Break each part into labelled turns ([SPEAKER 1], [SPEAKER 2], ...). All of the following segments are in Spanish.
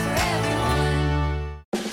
[SPEAKER 1] for everyone.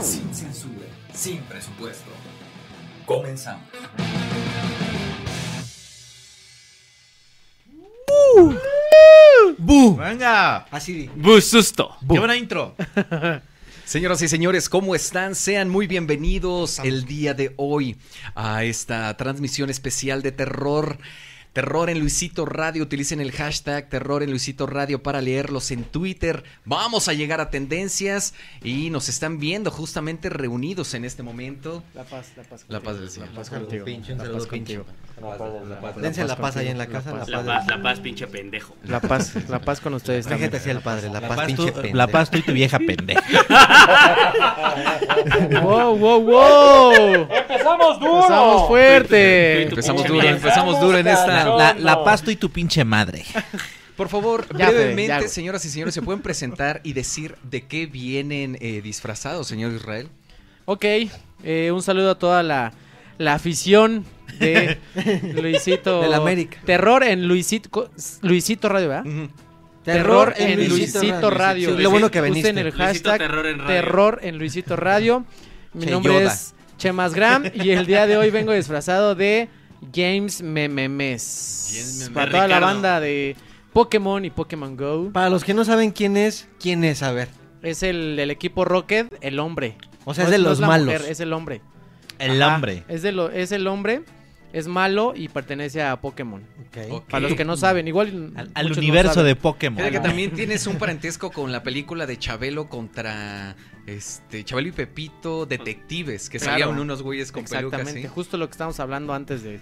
[SPEAKER 2] Sin censura, sin presupuesto. Comenzamos.
[SPEAKER 3] Venga.
[SPEAKER 4] Así.
[SPEAKER 5] Bususto.
[SPEAKER 3] Qué buena intro. Señoras y señores, ¿cómo están? Sean muy bienvenidos el día de hoy a esta transmisión especial de terror. Terror en Luisito Radio, utilicen el hashtag Terror en Luisito Radio para leerlos en Twitter. Vamos a llegar a tendencias y nos están viendo justamente reunidos en este momento.
[SPEAKER 4] La paz, la paz.
[SPEAKER 3] La paz del Señor.
[SPEAKER 4] La paz contigo. Pinche, un saludo pinche.
[SPEAKER 6] Dense la paz ahí en la casa. La paz,
[SPEAKER 5] La paz, la paz, pinche pendejo.
[SPEAKER 6] la paz, la paz con ustedes también.
[SPEAKER 4] Fíjate así al padre, la, paz,
[SPEAKER 6] paz
[SPEAKER 4] pinche
[SPEAKER 6] tú-
[SPEAKER 4] pendejo.
[SPEAKER 6] la paz tú y tu vieja pendeja. wow, wow, wow. Empezamos duro. Empezamos fuerte.
[SPEAKER 3] Empezamos
[SPEAKER 5] Pinche
[SPEAKER 3] duro,
[SPEAKER 5] vieja.
[SPEAKER 3] empezamos duro en esta.
[SPEAKER 6] La, la paz tú y tu pinche madre.
[SPEAKER 3] Por favor,
[SPEAKER 6] Ya, güey,
[SPEAKER 3] brevemente,
[SPEAKER 6] ya, güey.
[SPEAKER 3] señoras y señores, ¿se pueden presentar y decir de qué vienen eh, disfrazados, señor Israel?
[SPEAKER 6] Ok, eh, un saludo a toda la, la afición de Luisito.
[SPEAKER 4] Del América.
[SPEAKER 6] Terror en Luisito, co- Luisito Radio, ¿verdad? Terror en Luisito, Radio.
[SPEAKER 4] Sí, lo bueno que
[SPEAKER 6] Usen
[SPEAKER 4] veniste.
[SPEAKER 6] el
[SPEAKER 5] Luisito
[SPEAKER 6] hashtag
[SPEAKER 5] Terror en Radio.
[SPEAKER 6] Terror en Luisito Radio. Mi
[SPEAKER 4] Che
[SPEAKER 6] nombre
[SPEAKER 4] Yoda.
[SPEAKER 6] es Chemas Gram y el día de hoy vengo disfrazado de James Mememes.
[SPEAKER 5] James Mememes.
[SPEAKER 6] Para toda la
[SPEAKER 5] Ricardo.
[SPEAKER 6] banda de Pokémon y Pokémon Go.
[SPEAKER 4] Para los que no saben quién es, quién es, a ver.
[SPEAKER 6] Es el, el equipo Rocket, el hombre.
[SPEAKER 4] O sea, es
[SPEAKER 6] No
[SPEAKER 4] de
[SPEAKER 6] no
[SPEAKER 4] los
[SPEAKER 6] la
[SPEAKER 4] malos.
[SPEAKER 6] mujer, es el hombre.
[SPEAKER 4] El
[SPEAKER 6] Ajá, Es, de lo, es el hombre, es malo y pertenece a Pokémon.
[SPEAKER 3] Ok.
[SPEAKER 6] Para los que no saben, igual.
[SPEAKER 7] Al, al
[SPEAKER 6] muchos no
[SPEAKER 7] universo
[SPEAKER 6] saben.
[SPEAKER 7] de Pokémon.
[SPEAKER 3] Fíjate que también tienes un parentesco con la película de Chabelo contra este Chabelo y Pepito Detectives, que
[SPEAKER 6] Claro.
[SPEAKER 3] salían unos güeyes con pelucas.
[SPEAKER 6] Exactamente,
[SPEAKER 3] ¿sí? Ah.
[SPEAKER 6] justo lo que estábamos hablando antes de.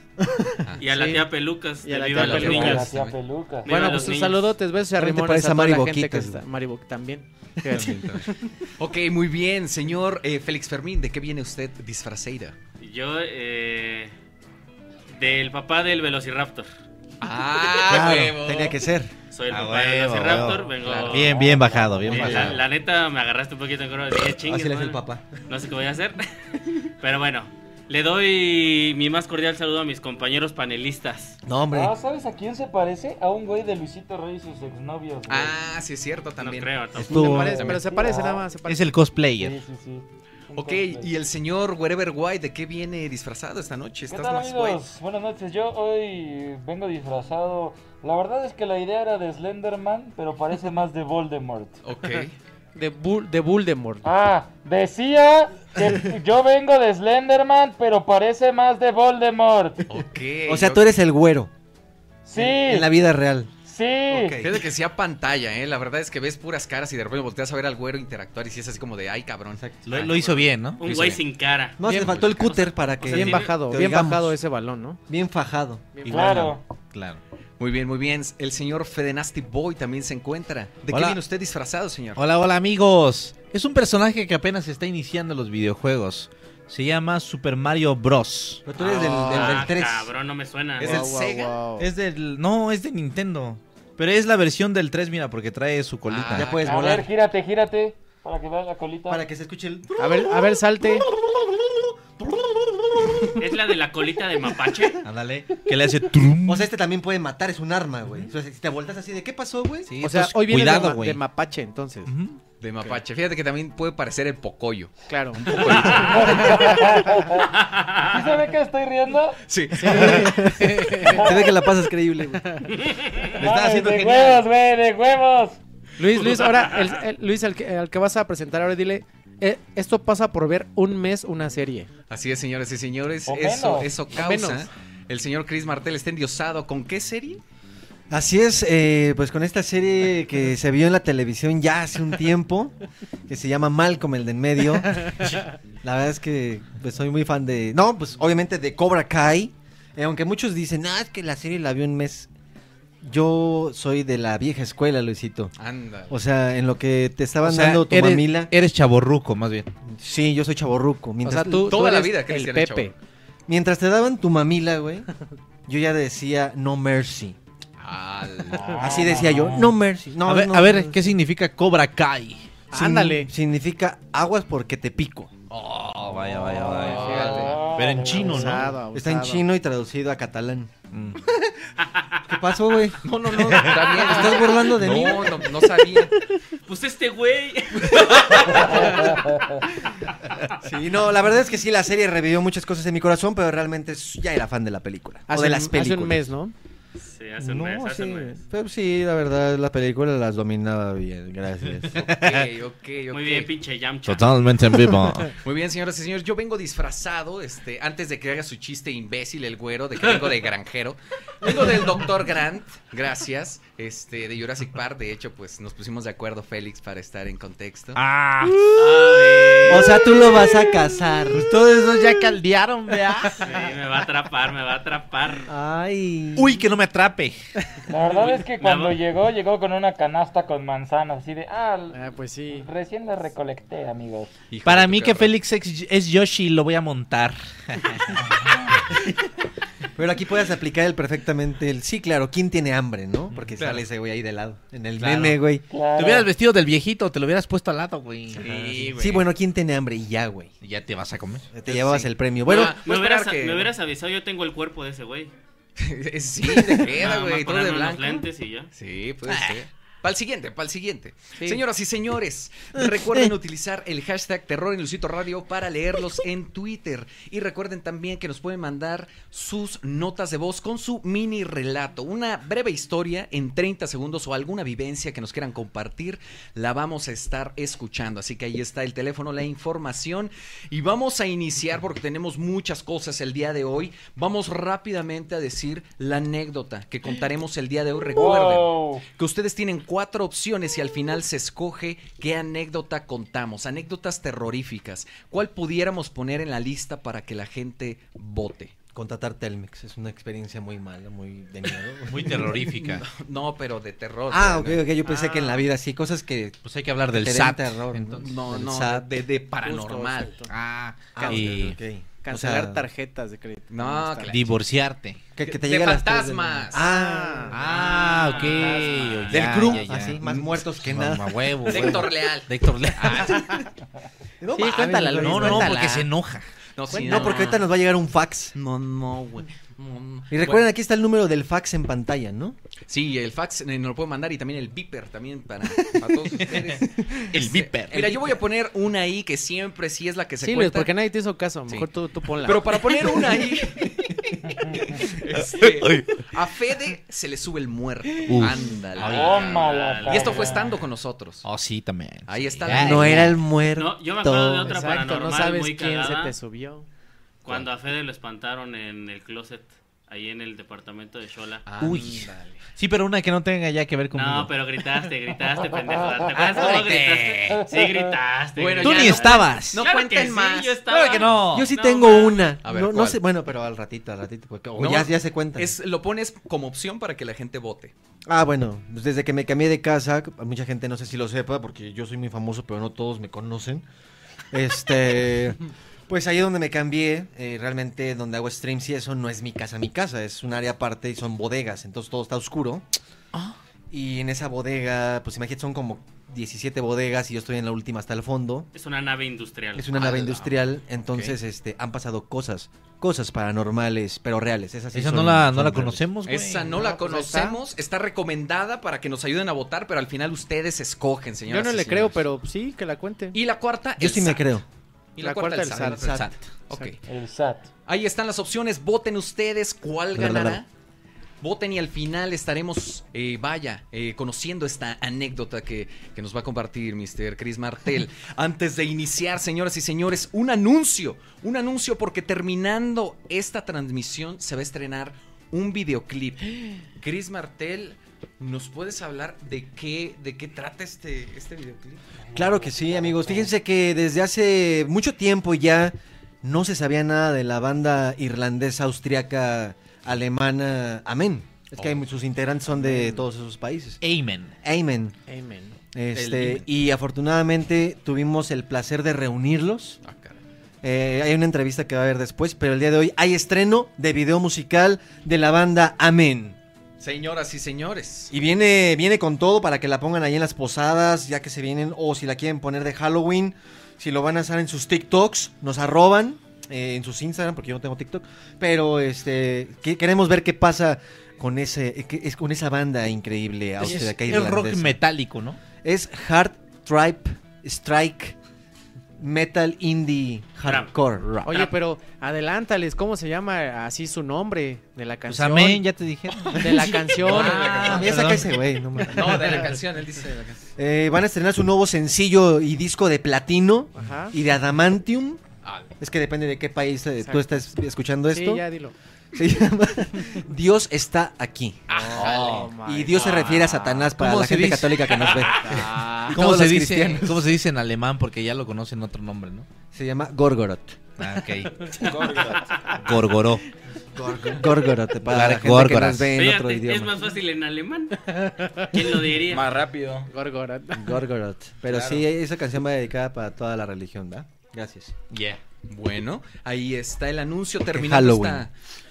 [SPEAKER 5] Y a la
[SPEAKER 6] Sí.
[SPEAKER 5] tía Pelucas.
[SPEAKER 6] Y a
[SPEAKER 5] de
[SPEAKER 6] la
[SPEAKER 5] Viva
[SPEAKER 6] tía
[SPEAKER 5] los
[SPEAKER 6] Pelucas.
[SPEAKER 5] niños. Viva
[SPEAKER 6] Bueno,
[SPEAKER 5] los
[SPEAKER 6] pues un
[SPEAKER 5] niños.
[SPEAKER 6] saludote, besos y
[SPEAKER 4] Ahora te
[SPEAKER 6] arrimones
[SPEAKER 4] parece
[SPEAKER 6] a toda
[SPEAKER 4] a Mari
[SPEAKER 6] la gente que
[SPEAKER 4] Boquitas,
[SPEAKER 6] está.
[SPEAKER 4] güey.
[SPEAKER 6] Mariboc también. Fíjate.
[SPEAKER 3] Ok, muy bien, señor eh, Félix Fermín, ¿de qué viene usted disfraceida?
[SPEAKER 5] Yo, eh. Del papá del Velociraptor.
[SPEAKER 3] Ah,
[SPEAKER 4] Claro,
[SPEAKER 3] huevo.
[SPEAKER 4] tenía que ser.
[SPEAKER 5] Soy el
[SPEAKER 7] Ah,
[SPEAKER 5] papá del
[SPEAKER 7] huevo,
[SPEAKER 5] Velociraptor.
[SPEAKER 7] huevo.
[SPEAKER 5] Vengo.
[SPEAKER 7] Claro. Bien, bien bajado, bien
[SPEAKER 5] Eh, La,
[SPEAKER 7] bajado.
[SPEAKER 5] la neta me agarraste un poquito en coro. Dije, chingues,
[SPEAKER 4] Así le hace el
[SPEAKER 5] madre.
[SPEAKER 4] papá.
[SPEAKER 5] No sé qué voy a hacer. Pero bueno, le doy mi más cordial saludo a mis compañeros panelistas.
[SPEAKER 4] No, hombre.
[SPEAKER 8] Ah, ¿sabes a quién se parece? A un güey de Luisito Rey y sus exnovios. güey.
[SPEAKER 3] Ah, sí es cierto
[SPEAKER 5] No
[SPEAKER 3] también.
[SPEAKER 5] creo, tampoco.
[SPEAKER 6] Se
[SPEAKER 7] Estuvo-
[SPEAKER 6] parece, pero se parece nada más. se
[SPEAKER 7] es
[SPEAKER 6] parece.
[SPEAKER 7] el cosplayer.
[SPEAKER 8] sí, sí. Un
[SPEAKER 3] Ok,
[SPEAKER 8] cosplay.
[SPEAKER 3] y el señor Wherever White, ¿de qué viene disfrazado esta noche?
[SPEAKER 8] ¿Qué
[SPEAKER 3] Estás
[SPEAKER 8] tal,
[SPEAKER 3] más guay.
[SPEAKER 8] amigos? Buenas noches. Yo hoy vengo disfrazado. La verdad es que la idea era de Slenderman, pero parece más de Voldemort.
[SPEAKER 3] Ok.
[SPEAKER 6] De, Bul de Voldemort.
[SPEAKER 8] Ah, decía que yo vengo de Slenderman, pero parece más de Voldemort.
[SPEAKER 3] Ok.
[SPEAKER 4] O sea, tú eres el güero.
[SPEAKER 8] Sí,
[SPEAKER 4] En la vida real.
[SPEAKER 8] sí.
[SPEAKER 3] Ok. Fíjate que sea pantalla, ¿eh? La verdad es que ves puras caras y de repente volteas a ver al güero interactuar y si es así como de, ay, cabrón.
[SPEAKER 7] Lo, lo hizo bien, pues. ¿no?
[SPEAKER 5] Un
[SPEAKER 3] Luis
[SPEAKER 5] güey
[SPEAKER 3] Oreja.
[SPEAKER 5] sin cara.
[SPEAKER 4] No, se faltó el cúter para que.
[SPEAKER 5] sea,
[SPEAKER 6] bien
[SPEAKER 5] tiene-
[SPEAKER 6] bajado,
[SPEAKER 4] te
[SPEAKER 6] bien
[SPEAKER 4] oigamos.
[SPEAKER 6] bajado ese balón, ¿no?
[SPEAKER 4] Bien fajado.
[SPEAKER 8] Claro.
[SPEAKER 7] Claro.
[SPEAKER 3] Muy bien, muy bien. El señor Fede Nasty Boy también se encuentra. ¿De qué
[SPEAKER 7] Hola.
[SPEAKER 3] viene usted disfrazado, señor?
[SPEAKER 7] Hola, hola amigos. Es un personaje que apenas está iniciando los videojuegos. Se llama Super Mario Bros.
[SPEAKER 4] Pero tú eres del, del,
[SPEAKER 5] Ah,
[SPEAKER 4] del 3.
[SPEAKER 5] cabrón, no me suena.
[SPEAKER 3] Es el Sega.
[SPEAKER 7] Es del... No, es de Nintendo. Pero es la versión del 3, mira, porque trae su colita.
[SPEAKER 4] Ah, Ya puedes
[SPEAKER 8] A ver,
[SPEAKER 4] volar.
[SPEAKER 8] gírate, gírate. Para que veas la colita.
[SPEAKER 4] Para que se escuche el.
[SPEAKER 6] A ver, a ver, salte.
[SPEAKER 5] ¿Es la de la colita de mapache?
[SPEAKER 7] Ándale. Que le hace... trum.
[SPEAKER 4] O sea, este también puede matar, es un arma, güey. O sea, si te voltas así de, ¿qué pasó, güey?
[SPEAKER 7] Sí,
[SPEAKER 6] O sea,
[SPEAKER 7] entonces,
[SPEAKER 6] hoy viene
[SPEAKER 7] cuidado,
[SPEAKER 6] de, ma-
[SPEAKER 7] güey.
[SPEAKER 6] de mapache, entonces.
[SPEAKER 7] Ujú.
[SPEAKER 3] De mapache. Fíjate que también puede parecer el pocoyo.
[SPEAKER 6] Claro.
[SPEAKER 8] ¿Sí se ve que estoy riendo?
[SPEAKER 3] Sí.
[SPEAKER 4] Se ve que la pasas creíble, güey.
[SPEAKER 7] Lo está
[SPEAKER 8] Ay,
[SPEAKER 7] haciendo
[SPEAKER 8] de
[SPEAKER 7] genial.
[SPEAKER 8] huevos, güey, de huevos.
[SPEAKER 6] Luis, Luis, ahora, el- el- Luis, al que, al que vas a presentar ahora, dile eh, esto pasa por ver un mes una serie.
[SPEAKER 3] Así es, señores y señores.
[SPEAKER 9] O
[SPEAKER 3] Eso,
[SPEAKER 9] menos.
[SPEAKER 3] eso
[SPEAKER 6] O
[SPEAKER 3] causa.
[SPEAKER 6] menos.
[SPEAKER 3] El señor Chris Martel está endiosado. ¿Con qué serie?
[SPEAKER 4] Así es, eh, pues con esta serie que se vio en la televisión ya hace un tiempo, que se llama Malcolm el de en medio. La verdad es que pues, soy muy fan de... No, pues obviamente de Cobra Kai. Eh, aunque muchos dicen, ah, es que la serie la vio un mes. Yo soy de la vieja escuela, Luisito.
[SPEAKER 3] Anda.
[SPEAKER 4] O sea, en lo que te
[SPEAKER 7] O
[SPEAKER 4] estaban
[SPEAKER 7] sea,
[SPEAKER 4] dando tu
[SPEAKER 7] eres,
[SPEAKER 4] mamila.
[SPEAKER 7] Eres chaborruco, más bien.
[SPEAKER 4] Sí, yo soy chaborruco.
[SPEAKER 6] O
[SPEAKER 4] Mientras,
[SPEAKER 6] sea, tú, tú
[SPEAKER 3] toda la
[SPEAKER 6] eres
[SPEAKER 3] vida,
[SPEAKER 6] el
[SPEAKER 3] Cristian, el
[SPEAKER 6] Pepe.
[SPEAKER 4] mientras te daban tu mamila, güey, yo ya decía no mercy.
[SPEAKER 3] Ah, Al-
[SPEAKER 4] Así decía yo, no mercy. No,
[SPEAKER 7] a ver,
[SPEAKER 4] no,
[SPEAKER 7] a ver,
[SPEAKER 4] no.
[SPEAKER 7] ¿qué significa Cobra Kai?
[SPEAKER 4] Sin-
[SPEAKER 6] Ándale.
[SPEAKER 4] Significa aguas porque te pico.
[SPEAKER 7] Oh, vaya, vaya, vaya.
[SPEAKER 9] Ah,
[SPEAKER 7] Pero en chino, ¿no?
[SPEAKER 6] Abusado, abusado.
[SPEAKER 4] Está en chino y traducido a catalán.
[SPEAKER 3] Mm.
[SPEAKER 4] ¿Qué pasó, güey? No, no, no.
[SPEAKER 3] Está bien.
[SPEAKER 4] ¿Estás burlando de
[SPEAKER 3] no,
[SPEAKER 4] mí?
[SPEAKER 3] No, no sabía.
[SPEAKER 5] Pues este güey.
[SPEAKER 4] Sí, no, la verdad es que sí, la serie revivió muchas cosas en mi corazón, pero realmente es- ya era fan de la película.
[SPEAKER 6] Hace,
[SPEAKER 4] o de
[SPEAKER 6] un-
[SPEAKER 4] las películas.
[SPEAKER 6] hace un mes, ¿no?
[SPEAKER 5] Sí, hace un mes, hace un mes.
[SPEAKER 4] Pero sí, la verdad, la película las dominaba bien, gracias.
[SPEAKER 3] Ok, ok, ok.
[SPEAKER 5] Muy bien, pinche Yamcha.
[SPEAKER 7] Totalmente en vivo.
[SPEAKER 3] Muy bien, señoras y señores. Yo vengo disfrazado, este, antes de que haga su chiste imbécil el güero, de que vengo de granjero. Vengo del Dr. Grant, gracias, este, de Jurassic Park. De hecho, pues nos pusimos de acuerdo, Félix, para estar en contexto.
[SPEAKER 7] ah,
[SPEAKER 4] o sea, tú lo vas a casar.
[SPEAKER 7] todos esos ya caldearon, vea.
[SPEAKER 5] Sí, me va a atrapar, me va a atrapar.
[SPEAKER 4] Ay.
[SPEAKER 7] Uy, que no me atrape.
[SPEAKER 9] La verdad es que cuando
[SPEAKER 5] Nada.
[SPEAKER 9] llegó, llegó con una canasta con manzanas, así de, ah, l-
[SPEAKER 6] Ah, pues sí.
[SPEAKER 9] recién la recolecté, amigos.
[SPEAKER 3] Hijo de
[SPEAKER 7] Para
[SPEAKER 3] tu
[SPEAKER 7] mí que
[SPEAKER 3] cabrón.
[SPEAKER 7] Félix es, es Yoshi, lo voy a montar.
[SPEAKER 4] Pero aquí puedes aplicar el perfectamente el sí, claro, ¿quién tiene hambre, no? Porque
[SPEAKER 3] Claro.
[SPEAKER 4] sale ese güey ahí de lado, en el
[SPEAKER 7] Claro.
[SPEAKER 4] meme, güey.
[SPEAKER 9] Claro.
[SPEAKER 7] Te hubieras vestido del viejito, te lo hubieras puesto al lado, güey.
[SPEAKER 3] Sí, güey.
[SPEAKER 4] Sí, bueno, ¿quién tiene hambre? Y ya, güey.
[SPEAKER 7] Y Ya te vas a comer. pues,
[SPEAKER 4] Te llevabas
[SPEAKER 3] Sí.
[SPEAKER 4] el premio. Bueno,
[SPEAKER 3] Ah,
[SPEAKER 5] Me
[SPEAKER 3] Voy a
[SPEAKER 5] hubieras,
[SPEAKER 3] esperar que-
[SPEAKER 5] me hubieras avisado, yo tengo el cuerpo de ese güey.
[SPEAKER 3] sí, te queda,
[SPEAKER 5] Nada más
[SPEAKER 3] güey, todo de
[SPEAKER 5] ponerme unos
[SPEAKER 3] blanco.
[SPEAKER 5] lentes y ya.
[SPEAKER 3] Sí, puede
[SPEAKER 5] Ah.
[SPEAKER 3] ser. Para el pues, este, siguiente, para el siguiente. Señoras y señores, recuerden utilizar el hashtag Terror en Lucito Radio para leerlos en Twitter. Y recuerden también que nos pueden mandar sus notas de voz con su mini relato. Una breve historia en 30 segundos o alguna vivencia que nos quieran compartir, la vamos a estar escuchando. Así que ahí está el teléfono, la información. Y vamos a iniciar porque tenemos muchas cosas el día de hoy. Vamos rápidamente a decir la anécdota que contaremos el día de hoy. Recuerden
[SPEAKER 9] Wow.
[SPEAKER 3] que ustedes tienen cuatro opciones y al final se escoge qué anécdota contamos, anécdotas terroríficas. ¿Cuál pudiéramos poner en la lista para que la gente vote?
[SPEAKER 4] contratar Telmex es una experiencia muy mala, muy de miedo.
[SPEAKER 7] Muy terrorífica.
[SPEAKER 3] No, pero de terror.
[SPEAKER 4] ah, ok,
[SPEAKER 3] güey,
[SPEAKER 4] ok, yo pensé que en la vida sí, cosas que
[SPEAKER 7] Pues hay que hablar del
[SPEAKER 4] te den
[SPEAKER 7] SAT.
[SPEAKER 4] terror,
[SPEAKER 3] ¿no?
[SPEAKER 4] entonces,
[SPEAKER 3] No,
[SPEAKER 4] del
[SPEAKER 3] no,
[SPEAKER 4] SAT.
[SPEAKER 3] de, de paranormal.
[SPEAKER 6] Justo, exacto.
[SPEAKER 7] Ah,
[SPEAKER 4] Ah, ok,
[SPEAKER 7] y
[SPEAKER 4] ok, ok.
[SPEAKER 6] Cancelar
[SPEAKER 4] O sea,
[SPEAKER 6] tarjetas de crédito.
[SPEAKER 3] No,
[SPEAKER 6] Ahí está.
[SPEAKER 3] claro.
[SPEAKER 7] divorciarte.
[SPEAKER 4] que, que te
[SPEAKER 3] de
[SPEAKER 4] llegue a las tres de la
[SPEAKER 3] fantasmas.
[SPEAKER 4] mañana. Ah,
[SPEAKER 7] Ah, ok.
[SPEAKER 5] Fantasma.
[SPEAKER 7] Ya,
[SPEAKER 4] del crew,
[SPEAKER 7] ya, ya.
[SPEAKER 4] así, más muertos que
[SPEAKER 7] Mamá
[SPEAKER 4] nada.
[SPEAKER 7] Mm, huevo,
[SPEAKER 3] De
[SPEAKER 7] huevo.
[SPEAKER 3] Héctor Leal.
[SPEAKER 7] De Héctor Ah,
[SPEAKER 4] Ah,
[SPEAKER 7] Leal.
[SPEAKER 4] No,
[SPEAKER 6] Sí,
[SPEAKER 4] mames,
[SPEAKER 6] cuéntala,
[SPEAKER 4] güey.
[SPEAKER 6] Luis,
[SPEAKER 7] No, no, no,
[SPEAKER 6] cuéntala.
[SPEAKER 7] porque se enoja.
[SPEAKER 3] No, sí,
[SPEAKER 4] No, porque ahorita nos va a llegar un fax.
[SPEAKER 3] No, no, güey. No, no.
[SPEAKER 4] Y recuerden, aquí está el número del fax en pantalla, ¿no?
[SPEAKER 3] Bueno, sí, el fax eh, nos lo pueden mandar y también el beeper también para, para todos ustedes.
[SPEAKER 7] El
[SPEAKER 3] Este,
[SPEAKER 7] viper.
[SPEAKER 3] Mira, yo voy a poner una ahí que siempre sí es la que se
[SPEAKER 6] Sí, Luis,
[SPEAKER 3] cuenta.
[SPEAKER 6] porque nadie te hizo caso. Mejor tú, tú ponla.
[SPEAKER 3] Pero para poner una ahí. este, a Fede se le sube el muerto.
[SPEAKER 7] Uf.
[SPEAKER 3] Ándale.
[SPEAKER 9] Tómala,
[SPEAKER 3] y esto fue estando con nosotros.
[SPEAKER 7] Oh, sí, también.
[SPEAKER 3] Ahí
[SPEAKER 7] Sí.
[SPEAKER 3] está
[SPEAKER 7] Ya,
[SPEAKER 3] la-
[SPEAKER 4] No
[SPEAKER 7] ya.
[SPEAKER 4] era el muerto.
[SPEAKER 5] No, yo me acuerdo Ah, de otra
[SPEAKER 6] Exacto,
[SPEAKER 5] paranormal
[SPEAKER 6] no sabes
[SPEAKER 5] muy
[SPEAKER 6] quién se
[SPEAKER 5] cagada.
[SPEAKER 6] te subió.
[SPEAKER 5] Cuando a Fede lo espantaron en el closet, ahí en el departamento de Shola.
[SPEAKER 7] Uy.
[SPEAKER 3] Ándale.
[SPEAKER 7] Sí, pero una que no tenga ya que ver con.
[SPEAKER 5] No, pero gritaste, gritaste, pendejo. ¿Te
[SPEAKER 4] Ah,
[SPEAKER 5] acuerdas cómo
[SPEAKER 7] grité.
[SPEAKER 5] gritaste? Sí, gritaste.
[SPEAKER 3] Bueno,
[SPEAKER 7] Tú
[SPEAKER 3] ya
[SPEAKER 7] ni
[SPEAKER 3] no-
[SPEAKER 7] estabas.
[SPEAKER 3] no
[SPEAKER 5] claro
[SPEAKER 3] cuenten
[SPEAKER 5] que sí,
[SPEAKER 3] más.
[SPEAKER 5] yo estaba.
[SPEAKER 7] Claro que no.
[SPEAKER 4] Yo sí
[SPEAKER 5] No,
[SPEAKER 4] tengo
[SPEAKER 5] man.
[SPEAKER 4] una.
[SPEAKER 3] A ver,
[SPEAKER 4] no, no
[SPEAKER 3] ¿cuál?
[SPEAKER 4] sé, bueno, pero al ratito, al ratito. Porque, o
[SPEAKER 3] No,
[SPEAKER 4] ya, ya se cuenta.
[SPEAKER 3] Es, lo pones como opción para que la gente vote.
[SPEAKER 4] Ah, bueno, pues desde que me cambié de casa, mucha gente no sé si lo sepa, porque yo soy muy famoso, pero no todos me conocen. Este, pues ahí donde me cambié, eh, realmente donde hago streams y eso no es mi casa, mi casa, es un área aparte y son bodegas, entonces todo está oscuro.
[SPEAKER 3] Ah.
[SPEAKER 4] Y en esa bodega, pues imagínate, son como 17 bodegas y yo estoy en la última hasta el fondo.
[SPEAKER 5] Es una nave industrial.
[SPEAKER 4] Es una
[SPEAKER 3] Ah,
[SPEAKER 4] nave
[SPEAKER 3] la-
[SPEAKER 4] industrial, entonces este han pasado cosas, cosas paranormales, pero reales. Esas sí
[SPEAKER 7] Esa no
[SPEAKER 4] son-
[SPEAKER 7] la, no
[SPEAKER 4] son
[SPEAKER 7] la
[SPEAKER 4] reales.
[SPEAKER 7] conocemos, güey.
[SPEAKER 3] Esa no, la
[SPEAKER 6] pues ahí está.
[SPEAKER 3] conocemos, está. recomendada para que nos ayuden a votar, pero al final ustedes escogen,
[SPEAKER 6] Yo
[SPEAKER 3] señores.
[SPEAKER 6] no le creo, pero sí, que la cuente.
[SPEAKER 3] Y la cuarta,
[SPEAKER 4] Yo
[SPEAKER 3] el
[SPEAKER 4] sí me
[SPEAKER 3] SAT.
[SPEAKER 4] creo.
[SPEAKER 3] Y la, cuarta, el SAT.
[SPEAKER 4] SAT.
[SPEAKER 3] Ok.
[SPEAKER 9] El SAT.
[SPEAKER 3] Ahí están las opciones, voten ustedes cuál ganará. Voten y al final estaremos, eh, vaya, eh, conociendo esta anécdota que, que nos va a compartir Mr. Chris Martel. Antes de iniciar, señoras y señores, un anuncio. Un anuncio porque terminando esta transmisión se va a estrenar un videoclip. Chris Martel, ¿nos puedes hablar de qué, de qué trata este, este videoclip?
[SPEAKER 4] Claro que sí, amigos. Fíjense que desde hace mucho tiempo ya no se sabía nada de la banda irlandesa, austriaca, alemana, Amén. Es que hay muchos integrantes son de todos esos países.
[SPEAKER 7] Amen.
[SPEAKER 4] Amen.
[SPEAKER 6] Amen.
[SPEAKER 4] Este, y afortunadamente tuvimos el placer de reunirlos.
[SPEAKER 3] Ah, caray.
[SPEAKER 4] Eh, hay una entrevista que va a haber después, pero el día de hoy hay estreno de video musical de la banda Amén.
[SPEAKER 3] Señoras y señores.
[SPEAKER 4] Y viene, viene con todo para que la pongan ahí en las posadas, ya que se vienen, o si la quieren poner de Halloween, si lo van a hacer en sus TikToks, nos arroban eh, en sus Instagram, porque yo no tengo TikTok, pero este que- queremos ver qué pasa con ese eh, que- es con esa banda increíble austriaca
[SPEAKER 7] el rock
[SPEAKER 4] irlandesa.
[SPEAKER 7] metálico, ¿no?
[SPEAKER 4] Es hard tripe strike metal indie hardcore rock.
[SPEAKER 6] Oye, pero adelántales, ¿cómo se llama así su nombre de la
[SPEAKER 7] Pues
[SPEAKER 6] canción?
[SPEAKER 7] amén, ya te dije.
[SPEAKER 6] De la canción.
[SPEAKER 4] Ah, ya saca ese güey, no mames.
[SPEAKER 3] No, de la canción, él dice de la canción.
[SPEAKER 4] Eh, van a estrenar su nuevo sencillo y disco de platino
[SPEAKER 6] Ajá.
[SPEAKER 4] y de adamantium.
[SPEAKER 3] Ah,
[SPEAKER 4] Es que depende de qué país eh,
[SPEAKER 6] Exacto.
[SPEAKER 4] tú estás escuchando esto.
[SPEAKER 6] Sí, ya dilo.
[SPEAKER 4] Se llama Dios está aquí.
[SPEAKER 7] Ah,
[SPEAKER 6] Oh, my
[SPEAKER 4] y Dios se
[SPEAKER 6] God.
[SPEAKER 4] refiere a Satanás para
[SPEAKER 7] ¿Cómo
[SPEAKER 4] la
[SPEAKER 7] se
[SPEAKER 4] gente
[SPEAKER 7] dice?
[SPEAKER 4] católica que nos ve.
[SPEAKER 6] Ah,
[SPEAKER 4] Y
[SPEAKER 7] ¿Cómo
[SPEAKER 4] todos
[SPEAKER 7] se,
[SPEAKER 4] los
[SPEAKER 7] dice,
[SPEAKER 4] cristianos.
[SPEAKER 7] ¿Cómo se dice en alemán? Porque ya lo conocen otro nombre, ¿no?
[SPEAKER 4] Se llama Gorgorot.
[SPEAKER 7] Ah, ok. Gorgoró.
[SPEAKER 4] Gorgorot para la gente que
[SPEAKER 7] Górgoras.
[SPEAKER 4] nos ve en otro
[SPEAKER 5] Fíjate,
[SPEAKER 4] idioma.
[SPEAKER 5] es más fácil en alemán. ¿Quién lo diría?
[SPEAKER 10] Más rápido.
[SPEAKER 6] Gorgorot.
[SPEAKER 4] Gorgorot. Pero sí, esa canción va dedicada para toda la religión, ¿verdad? Gracias.
[SPEAKER 3] Yeah. Bueno, ahí está el anuncio terminando
[SPEAKER 4] Halloween.
[SPEAKER 3] esta,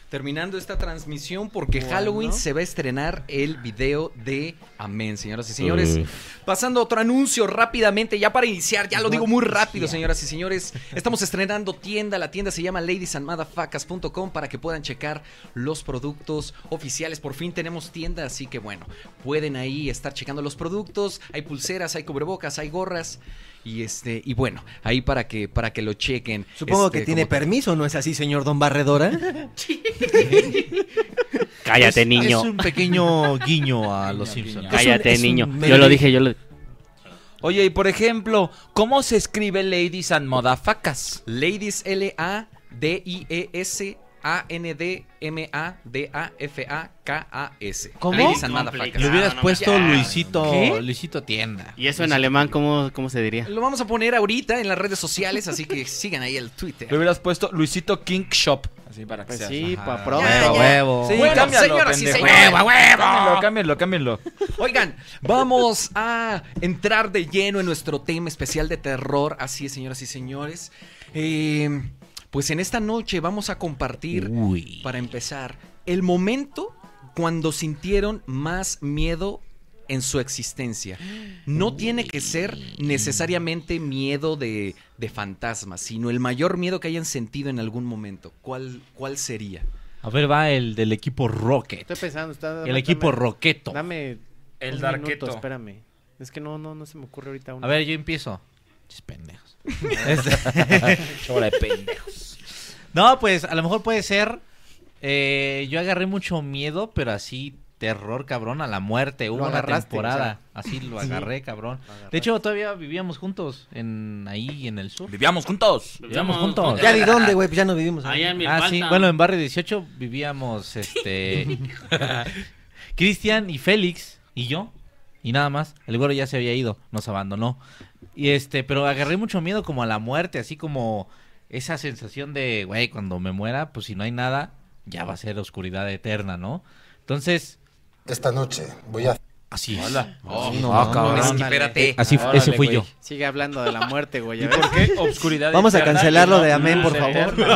[SPEAKER 3] terminando esta transmisión porque Halloween se va a estrenar el video de Amén, señoras y señores. Pasando a otro anuncio rápidamente, ya para iniciar, ya lo digo muy rápido, señoras y señores. Estamos estrenando tienda, la tienda se llama ladiesandmadafacas.com para que puedan checar los productos oficiales. Por fin tenemos tienda, así que bueno, pueden ahí estar checando los productos. Hay pulseras, hay cubrebocas, hay gorras. Y este, y bueno, ahí para que, para que lo chequen.
[SPEAKER 4] Supongo
[SPEAKER 3] Este,
[SPEAKER 4] que tiene
[SPEAKER 3] como-
[SPEAKER 4] permiso, ¿no es así, señor Don Barredora?
[SPEAKER 5] Cállate,
[SPEAKER 7] Es un pequeño guiño a los Simpsons.
[SPEAKER 4] Cállate,
[SPEAKER 5] Cállate,
[SPEAKER 4] es un niño.
[SPEAKER 5] niño.
[SPEAKER 4] meme.
[SPEAKER 5] Yo lo dije, yo lo
[SPEAKER 10] Oye, y por ejemplo, ¿cómo se escribe Ladies and Modafacas?
[SPEAKER 3] Ladies L A D I E S A N D M A D A F A K A S.
[SPEAKER 6] ¿Cómo?
[SPEAKER 3] Ladies and
[SPEAKER 5] Complicado.
[SPEAKER 3] motherfuckers.
[SPEAKER 7] Le hubieras
[SPEAKER 5] Ah, no,
[SPEAKER 7] puesto
[SPEAKER 5] ya.
[SPEAKER 7] Luisito,
[SPEAKER 6] ¿Qué?
[SPEAKER 7] Luisito Tienda.
[SPEAKER 5] Y eso en alemán, ¿cómo, cómo se diría?
[SPEAKER 3] Lo vamos a poner ahorita en las redes sociales, así que sigan ahí el Twitter.
[SPEAKER 10] Le hubieras puesto Luisito King Shop. Así para que
[SPEAKER 6] Pues
[SPEAKER 10] sea.
[SPEAKER 6] sí,
[SPEAKER 7] Ajá.
[SPEAKER 6] pa' pro.
[SPEAKER 7] Huevo, huevo.
[SPEAKER 10] Sí,
[SPEAKER 3] Bueno,
[SPEAKER 10] cámbialo,
[SPEAKER 3] señoras y
[SPEAKER 10] pendejo.
[SPEAKER 3] señores. ¡Huevo,
[SPEAKER 10] Cámbialo, cámbialo, cámbialo.
[SPEAKER 3] Oigan, vamos a entrar de lleno en nuestro tema especial de terror. Así es, señoras y señores. Eh, pues en esta noche vamos a compartir,
[SPEAKER 7] Uy.
[SPEAKER 3] para empezar, el momento cuando sintieron más miedo en su existencia. No tiene que ser necesariamente miedo de, de fantasmas, sino el mayor miedo que hayan sentido en algún momento. ¿Cuál, cuál sería?
[SPEAKER 7] A ver, va el del equipo Rocket.
[SPEAKER 6] Estoy pensando, está
[SPEAKER 7] El equipo
[SPEAKER 6] dame-
[SPEAKER 7] Roqueto.
[SPEAKER 6] Dame
[SPEAKER 10] El
[SPEAKER 6] un
[SPEAKER 10] Darketo.
[SPEAKER 6] minuto, espérame. Es que no, no, no se me ocurre ahorita uno.
[SPEAKER 7] A ver, yo empiezo. Chis pendejos. Este No, pues a lo mejor puede ser. eh, yo agarré mucho miedo, pero así terror cabrón a la muerte. Hubo una
[SPEAKER 6] agarraste,
[SPEAKER 7] temporada. Así lo agarré, cabrón. De hecho, todavía vivíamos juntos en ahí en el sur.
[SPEAKER 10] Vivíamos juntos.
[SPEAKER 7] Vivíamos juntos.
[SPEAKER 4] ya di dónde, güey, pues ya no vivimos. ahí.
[SPEAKER 5] Allá en mi
[SPEAKER 7] Ah, sí. Bueno, en barrio 18 vivíamos este Cristian y Félix y yo y nada más. El güero ya se había ido, nos abandonó. Y este, pero agarré mucho miedo como a la muerte, así como esa sensación de, güey, cuando me muera, pues si no hay nada, ya va a ser oscuridad eterna, ¿no? Entonces,
[SPEAKER 11] Esta noche voy a
[SPEAKER 7] así es.
[SPEAKER 3] Oh,
[SPEAKER 4] no,
[SPEAKER 3] ah,
[SPEAKER 4] no,
[SPEAKER 3] cabrón,
[SPEAKER 6] no,
[SPEAKER 3] es que
[SPEAKER 6] ándale.
[SPEAKER 3] espérate.
[SPEAKER 7] Eh, Así fu-
[SPEAKER 10] Órale,
[SPEAKER 7] ese fui
[SPEAKER 10] güey.
[SPEAKER 7] yo.
[SPEAKER 6] Sigue hablando de la muerte, güey.
[SPEAKER 10] ¿Y
[SPEAKER 6] ya
[SPEAKER 10] por
[SPEAKER 6] ves.
[SPEAKER 10] qué obscuridad?
[SPEAKER 4] Vamos a
[SPEAKER 10] eterna?
[SPEAKER 4] cancelarlo
[SPEAKER 10] No,
[SPEAKER 4] de amén,
[SPEAKER 10] no,
[SPEAKER 4] por
[SPEAKER 10] no,
[SPEAKER 4] favor.
[SPEAKER 10] no.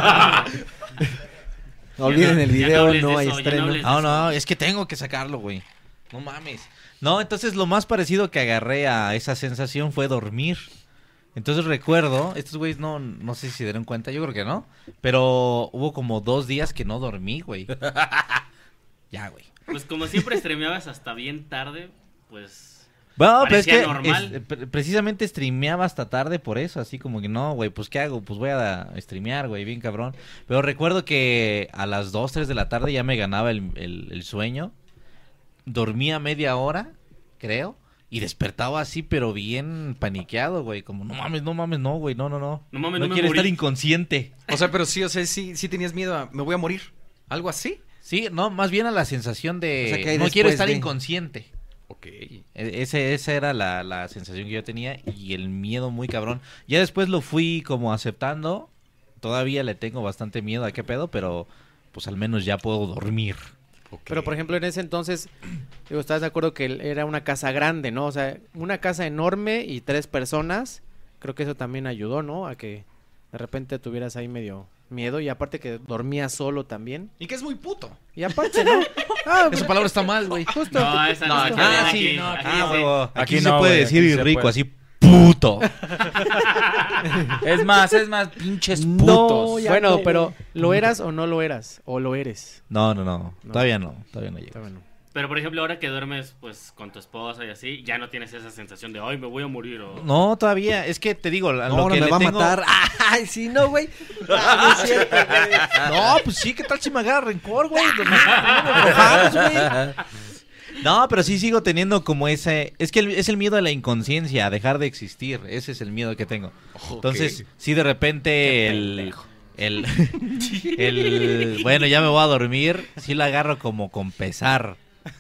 [SPEAKER 4] No olviden el
[SPEAKER 5] Ya no
[SPEAKER 4] video,
[SPEAKER 5] hables de
[SPEAKER 4] no hay
[SPEAKER 5] eso, ya no
[SPEAKER 4] estreno.
[SPEAKER 5] hables
[SPEAKER 7] No, no, es que tengo que sacarlo, güey. No mames. No, entonces lo más parecido que agarré a esa sensación fue dormir. Entonces recuerdo, estos güeyes no, no sé si se dieron cuenta, yo creo que no, pero hubo como dos días que no dormí, güey. Ya, güey.
[SPEAKER 5] Pues como siempre estremeabas hasta bien tarde, pues
[SPEAKER 7] Bueno, pero es
[SPEAKER 5] Parecía
[SPEAKER 7] que
[SPEAKER 5] normal.
[SPEAKER 7] es- eh, pre- precisamente streameaba hasta tarde por eso, así como que no, güey, pues ¿qué hago? Pues voy a streamear, güey, bien cabrón. Pero recuerdo que a las 2, 3 de la tarde ya me ganaba el, el- el sueño, dormía media hora, creo, y despertaba así, pero bien paniqueado, güey, como no mames, no mames, no, güey, no, no, no.
[SPEAKER 5] No mames, no me
[SPEAKER 7] quiero
[SPEAKER 5] morí.
[SPEAKER 7] estar inconsciente.
[SPEAKER 3] O sea, pero sí, o sea, sí, sí tenías miedo a me voy a morir. ¿Algo así?
[SPEAKER 7] Sí, no, más bien a la sensación de
[SPEAKER 4] O sea, que hay
[SPEAKER 7] no quiero
[SPEAKER 4] después
[SPEAKER 7] estar
[SPEAKER 4] de-
[SPEAKER 7] inconsciente.
[SPEAKER 3] Ok.
[SPEAKER 7] E- Ese, esa era la, la sensación que yo tenía y el miedo muy cabrón. Ya después lo fui como aceptando. Todavía le tengo bastante miedo a qué pedo, pero pues al menos ya puedo dormir.
[SPEAKER 6] Pero por ejemplo, en ese entonces, digo, ¿estás de acuerdo que el- era una casa grande, no? O sea, una casa enorme y tres personas. Creo que eso también ayudó, ¿no? A que de repente tuvieras ahí medio miedo y aparte que dormías solo también.
[SPEAKER 3] Y que es muy puto.
[SPEAKER 6] Y aparte, ¿no? Ah,
[SPEAKER 7] Esa palabra está mal, güey.
[SPEAKER 6] justo.
[SPEAKER 5] No, esa no.
[SPEAKER 6] justo.
[SPEAKER 5] aquí,
[SPEAKER 7] Ah,
[SPEAKER 5] aquí,
[SPEAKER 7] sí, no,
[SPEAKER 5] aquí,
[SPEAKER 7] ah,
[SPEAKER 5] sí.
[SPEAKER 7] huevo. Aquí,
[SPEAKER 10] Aquí
[SPEAKER 7] se
[SPEAKER 10] no,
[SPEAKER 7] puede
[SPEAKER 10] güey,
[SPEAKER 7] decir
[SPEAKER 10] aquí se
[SPEAKER 7] rico,
[SPEAKER 10] puede.
[SPEAKER 7] así puto.
[SPEAKER 10] Es más, es más, pinches
[SPEAKER 6] No,
[SPEAKER 10] putos.
[SPEAKER 6] ya bueno, pero ¿lo eras o no lo eras? ¿O lo eres?
[SPEAKER 7] No, no, no,
[SPEAKER 6] No.
[SPEAKER 7] Todavía no. Todavía no
[SPEAKER 6] Está
[SPEAKER 7] llego.
[SPEAKER 6] bueno.
[SPEAKER 5] Pero por ejemplo, ahora que duermes pues con tu esposa y así, ya no tienes esa sensación de, ay, me voy a morir o...
[SPEAKER 7] No, todavía. Es que te digo, a
[SPEAKER 4] No,
[SPEAKER 7] lo que
[SPEAKER 4] me
[SPEAKER 7] le
[SPEAKER 4] va a
[SPEAKER 7] tengo-
[SPEAKER 4] matar. Ay, sí, no, güey. Ah, no es cierto, güey. Ah,
[SPEAKER 7] No, pues sí, ¿qué tal si me agarra rencor, güey? No, me enojamos, güey. No, pero sí sigo teniendo como ese... Es que el- es el miedo a la inconsciencia, a dejar de existir. Ese es el miedo que tengo. Entonces, sí de repente el... El, el- Bueno, ya me voy a dormir. Sí la agarro como con pesar.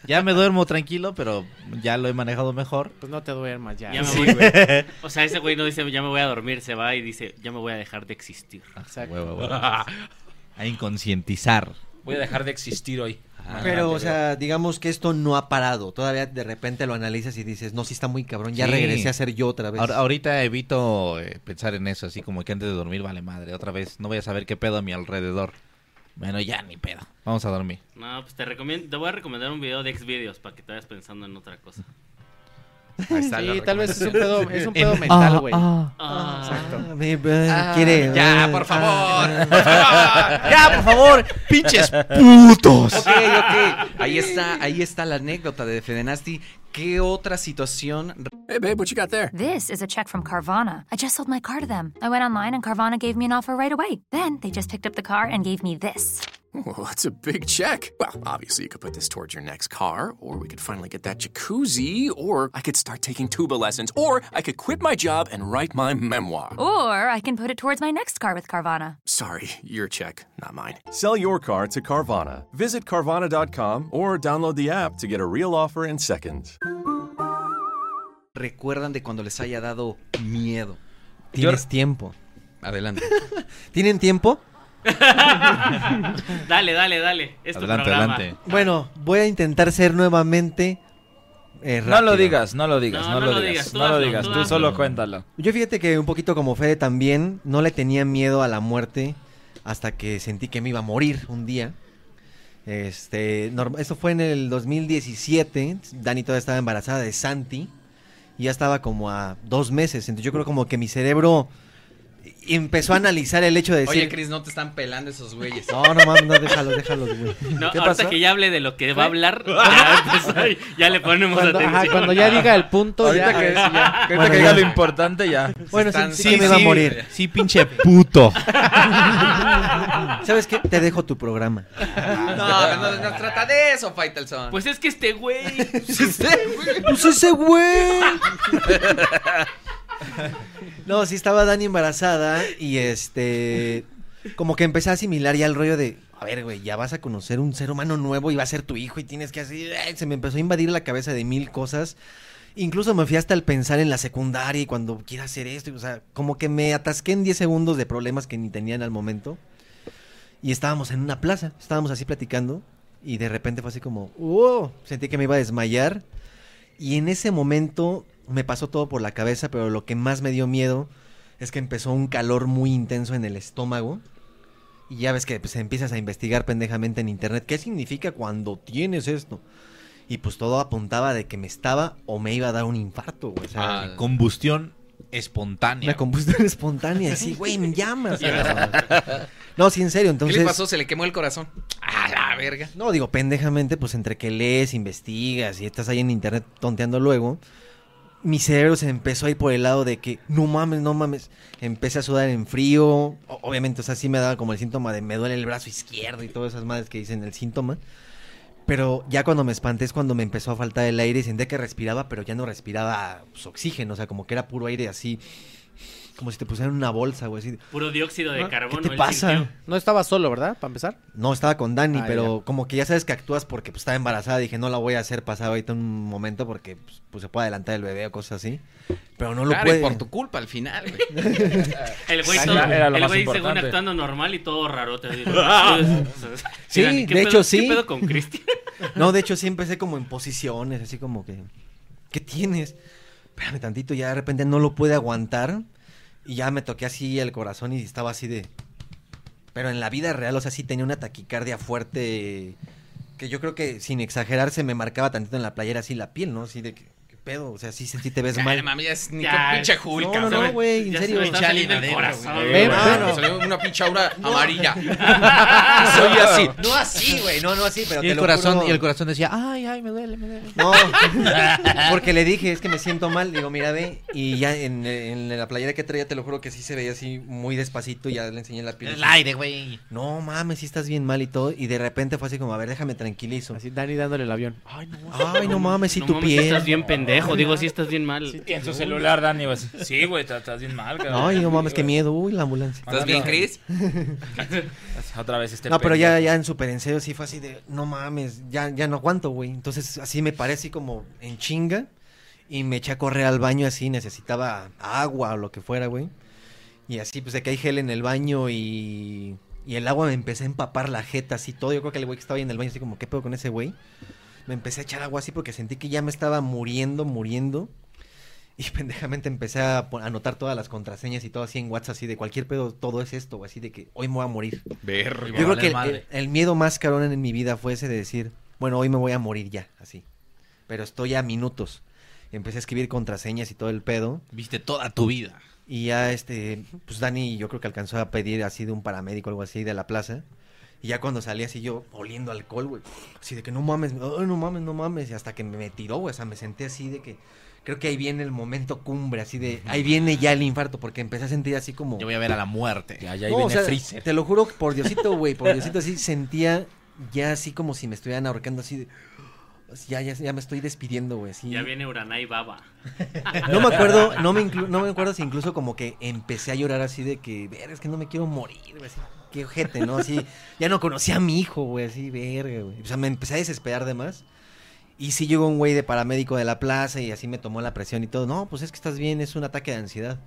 [SPEAKER 7] Ya me duermo tranquilo, pero ya lo he manejado mejor.
[SPEAKER 6] Pues no te duermas ya.
[SPEAKER 5] Ya me
[SPEAKER 6] Sí,
[SPEAKER 5] voy, güey. O sea, ese güey no dice, ya me voy a dormir, se va y dice, ya me voy a dejar de existir.
[SPEAKER 6] exacto.
[SPEAKER 7] Huevo, huevo. A inconscientizar.
[SPEAKER 10] Voy a dejar de existir hoy.
[SPEAKER 4] Pero, o sea, digamos que esto no ha parado. Todavía de repente lo analizas y dices, no, sí está muy cabrón, ya
[SPEAKER 7] Sí.
[SPEAKER 4] regresé a ser yo otra vez.
[SPEAKER 7] Ahora- ahorita evito eh, pensar en eso, así como que antes de dormir vale madre, otra vez, no voy a saber qué pedo a mi alrededor. Bueno, ya ni pedo. Vamos a dormir.
[SPEAKER 5] No, pues te recomiendo, te voy a recomendar un video de Xvideos para que te vayas pensando en otra cosa.
[SPEAKER 3] Ahí está
[SPEAKER 6] Sí,
[SPEAKER 3] la
[SPEAKER 6] tal vez es un pedo, es un pedo
[SPEAKER 7] En-
[SPEAKER 6] mental, güey.
[SPEAKER 5] Ah,
[SPEAKER 4] Ah, me- me- quiere,
[SPEAKER 3] Ya,
[SPEAKER 4] ah, ah.
[SPEAKER 3] por favor.
[SPEAKER 7] ya, por favor, pinches putos.
[SPEAKER 3] Ah. Ok, ok. Ahí está, ahí está la anécdota de Fedenasti. ¿Qué otra situación
[SPEAKER 12] Hey, babe, what you got there?
[SPEAKER 1] This is a check from Carvana. I just sold my car to them. I went online and Carvana gave me an offer right away. Then they just picked up the car and gave me this.
[SPEAKER 12] Well, that's a big check. Well, obviously, you could put this towards your next car, or we could finally get that jacuzzi, or I could start taking tuba lessons, or I could quit my job and write my memoir.
[SPEAKER 1] Or I can put it towards my next car with Carvana.
[SPEAKER 12] Sorry, your check, not mine.
[SPEAKER 13] Sell your car to Carvana. Visit Carvana.com or download the app to get a real offer in seconds.
[SPEAKER 3] recuerdan de cuando les haya dado miedo?
[SPEAKER 4] Tienes tiempo.
[SPEAKER 3] Adelante.
[SPEAKER 4] ¿Tienen tiempo?
[SPEAKER 5] Dale, dale, dale. Es tu
[SPEAKER 7] Adelante,
[SPEAKER 5] programa.
[SPEAKER 7] adelante.
[SPEAKER 4] Bueno, voy a intentar ser nuevamente. eh,
[SPEAKER 10] No lo
[SPEAKER 4] rápido.
[SPEAKER 10] digas, no lo digas,
[SPEAKER 5] No,
[SPEAKER 10] no,
[SPEAKER 5] no
[SPEAKER 10] lo digas,
[SPEAKER 5] tú
[SPEAKER 10] no lo
[SPEAKER 5] hazlo,
[SPEAKER 10] digas,
[SPEAKER 5] tú
[SPEAKER 10] tú
[SPEAKER 5] hazlo.
[SPEAKER 10] solo cuéntalo.
[SPEAKER 4] Yo fíjate que un poquito como Fede también, no le tenía miedo a la muerte hasta que sentí que me iba a morir un día. Este, norm- eso fue en el 2017. Dani todavía estaba embarazada de Santi. Y ya estaba como a dos meses. Entonces yo creo como que mi cerebro empezó a analizar el hecho de decir...
[SPEAKER 3] Oye, Chris, no te están pelando esos güeyes.
[SPEAKER 4] No, no mames, no, déjalos, déjalos, güey.
[SPEAKER 5] No,
[SPEAKER 10] ¿Qué
[SPEAKER 5] ahorita
[SPEAKER 10] pasó?
[SPEAKER 5] que ya hable de lo que va a hablar, ya, empezó ahí, ya le ponemos
[SPEAKER 6] Cuando, ajá,
[SPEAKER 5] atención.
[SPEAKER 6] cuando ya diga el punto,
[SPEAKER 10] Ahorita
[SPEAKER 6] ya,
[SPEAKER 10] que,
[SPEAKER 6] ahora sí ya.
[SPEAKER 10] ahorita
[SPEAKER 4] Bueno,
[SPEAKER 10] que
[SPEAKER 4] eh, ya.
[SPEAKER 10] diga lo importante ya.
[SPEAKER 4] Bueno, sí,
[SPEAKER 3] Están-
[SPEAKER 4] sí que me iba a morir.
[SPEAKER 7] Sí, pinche puto.
[SPEAKER 4] ¿Sabes qué? Te dejo tu programa.
[SPEAKER 3] No, no, no, no trata de eso, Faitelson.
[SPEAKER 5] Pues es que este güey.
[SPEAKER 4] Pues ese güey. No, sí estaba Dani embarazada y este como que empecé a asimilar ya el rollo de, a ver, güey, ya vas a conocer un ser humano nuevo y va a ser tu hijo y tienes que así, eh, se me empezó a invadir la cabeza de mil cosas. Incluso me fui hasta el pensar en la secundaria y cuando quiera hacer esto, y, o sea, como que me atasqué en 10 segundos de problemas que ni tenían al momento. Y estábamos en una plaza, estábamos así platicando y de repente fue así como, "Oh", sentí que me iba a desmayar. Y en ese momento me pasó todo por la cabeza, pero lo que más me dio miedo es que empezó un calor muy intenso en el estómago. Y ya ves que pues, empiezas a investigar pendejamente en internet qué significa cuando tienes esto. Y pues todo apuntaba de que me estaba o me iba a dar un infarto, güey. O sea,
[SPEAKER 3] Ah,
[SPEAKER 7] Combustión
[SPEAKER 4] una
[SPEAKER 7] espontánea.
[SPEAKER 4] combustión espontánea. Así, güey, en llamas. cabrón. no, sí, en serio.
[SPEAKER 3] ¿Qué
[SPEAKER 4] Entonces,
[SPEAKER 3] le pasó? Se le quemó el corazón. A
[SPEAKER 4] Ah,
[SPEAKER 3] la verga.
[SPEAKER 4] No, digo, pendejamente, pues entre que lees, investigas y estás ahí en internet tonteando luego, mi cerebro se empezó a ir por el lado de que no mames, no mames. Empecé a sudar en frío. O- Obviamente, o sea, sí me daba como el síntoma de me duele el brazo izquierdo y todas esas madres que dicen el síntoma. Pero ya cuando me espanté es cuando me empezó a faltar el aire y sentía que respiraba, pero ya no respiraba pues, oxígeno, o sea, como que era puro aire así. Como si te pusieran una bolsa, güey. Así.
[SPEAKER 5] Puro dióxido de
[SPEAKER 6] Ah,
[SPEAKER 5] carbono.
[SPEAKER 4] ¿Qué te
[SPEAKER 5] él
[SPEAKER 4] pasa?
[SPEAKER 5] sintió.
[SPEAKER 6] No estaba solo, ¿verdad? Para empezar.
[SPEAKER 4] No, estaba con Dani,
[SPEAKER 6] Ah,
[SPEAKER 4] pero como que ya sabes que actúas porque pues, estaba embarazada. Dije, no la voy a hacer pasar ahorita un momento porque pues, pues, se puede adelantar el bebé o cosas así. Pero no lo
[SPEAKER 3] Claro, y
[SPEAKER 4] puede.
[SPEAKER 3] por tu culpa al final, güey.
[SPEAKER 5] El güey,
[SPEAKER 4] Exacto.
[SPEAKER 5] todo-
[SPEAKER 4] Era lo
[SPEAKER 5] el
[SPEAKER 4] más
[SPEAKER 5] güey según
[SPEAKER 4] importante.
[SPEAKER 5] actuando normal y todo raro. Te digo.
[SPEAKER 4] Sí,
[SPEAKER 5] Digan, ¿qué
[SPEAKER 4] de
[SPEAKER 5] pedo-
[SPEAKER 4] hecho sí.
[SPEAKER 5] ¿Qué pedo con Cristian?
[SPEAKER 4] No, de hecho sí empecé como en posiciones, así como que, ¿qué tienes? Espérame tantito, ya de repente no lo pude aguantar y ya me toqué así el corazón y estaba así de... Pero en la vida real, o sea, sí tenía una taquicardia fuerte que yo creo que sin exagerar se me marcaba tantito en la playera así la piel, ¿no? Así de que... ¿Qué pedo? O sea, sí, sí te ves
[SPEAKER 3] Ya,
[SPEAKER 4] mal.
[SPEAKER 3] mami, ya es ni con pinche Hulk,
[SPEAKER 4] No, no,
[SPEAKER 3] cabrón.
[SPEAKER 4] no, güey, en
[SPEAKER 3] Ya se
[SPEAKER 4] serio.
[SPEAKER 3] me está saliendo el corazón, güey. Ve,
[SPEAKER 4] No,
[SPEAKER 3] pero-
[SPEAKER 4] no,
[SPEAKER 3] Me salió una pinche aura
[SPEAKER 4] No.
[SPEAKER 3] amarilla. Soy así.
[SPEAKER 4] No así, güey. No, no así, pero
[SPEAKER 7] y
[SPEAKER 4] te
[SPEAKER 7] el
[SPEAKER 4] lo
[SPEAKER 7] corazón
[SPEAKER 4] juro.
[SPEAKER 7] y el corazón decía, ay, ay, me duele, me duele.
[SPEAKER 4] No, porque le dije, es que me siento mal. Digo, mira, ve. Y ya en, en la playera que traía, te lo juro que sí se veía así muy despacito. Ya le enseñé la piel.
[SPEAKER 7] El aire, güey.
[SPEAKER 4] No mames, sí estás bien mal y todo. Y de repente fue así como, a ver, déjame tranquilizo. Así,
[SPEAKER 6] Dani dándole el avión.
[SPEAKER 4] Ay, no, mames, sí
[SPEAKER 5] No
[SPEAKER 4] tu
[SPEAKER 5] mames,
[SPEAKER 4] piel.
[SPEAKER 5] Estás bien pendejo. Digo, sí, estás bien mal.
[SPEAKER 8] Y en su celular, Dani, güey. Sí, güey, estás estás bien mal, cabrón.
[SPEAKER 4] Ay, no mames, qué miedo. Uy, la ambulancia.
[SPEAKER 8] Mandando- Otra vez este
[SPEAKER 4] no, pero
[SPEAKER 8] pendejo.
[SPEAKER 4] ya, ya en super en serio sí fue así de, no mames, ya, ya no aguanto, güey. Entonces así me paré así como en chinga y me eché a correr al baño así, necesitaba agua o lo que fuera, güey. Y así pues de que hay gel en el baño y, y el agua me empecé a empapar la jeta así todo. Yo creo que el güey que estaba ahí en el baño así como, ¿qué pedo con ese güey? Me empecé a echar agua así porque sentí que ya me estaba muriendo, muriendo. Y pendejamente empecé a po- a anotar todas las contraseñas y todo así en WhatsApp, así de cualquier pedo, todo es esto, güey, así de que hoy me voy a morir.
[SPEAKER 3] Verga.
[SPEAKER 4] Yo creo
[SPEAKER 3] Vale
[SPEAKER 4] que el,
[SPEAKER 3] madre.
[SPEAKER 4] el- el miedo más cabrón en mi vida fue ese de decir, bueno, hoy me voy a morir ya, así. Pero estoy a minutos. Empecé a escribir contraseñas y todo el pedo.
[SPEAKER 7] Viste toda tu vida.
[SPEAKER 4] Y ya, este, pues Dani yo creo que alcanzó a pedir así de un paramédico o algo así de la plaza. Y ya cuando salí así yo oliendo alcohol, güey. Así de que no mames, ay, no mames, no mames. Y hasta que me tiró, güey. O sea, me senté así de que creo que ahí viene el momento cumbre, así de ahí viene ya el infarto, porque empecé a sentir así como.
[SPEAKER 7] Yo voy a ver a la muerte. Ya, ya
[SPEAKER 4] No, o sea, Te lo juro, por Diosito, güey, por Diosito, así sentía ya así como si me estuvieran ahorcando, así de. así, Ya, ya, ya me estoy despidiendo, güey. así.
[SPEAKER 5] Ya viene Uranai Baba.
[SPEAKER 4] No me acuerdo, no me, inclu- no me acuerdo si incluso como que empecé a llorar así de que, verga, es que no me quiero morir, güey, así, qué ojete, ¿no? Así, ya no conocía a mi hijo, güey, así, verga, güey. O sea, me empecé a desesperar de más. Y sí llegó un güey de paramédico de la plaza y así me tomó la presión y todo. No, pues es que estás bien, es un ataque de ansiedad.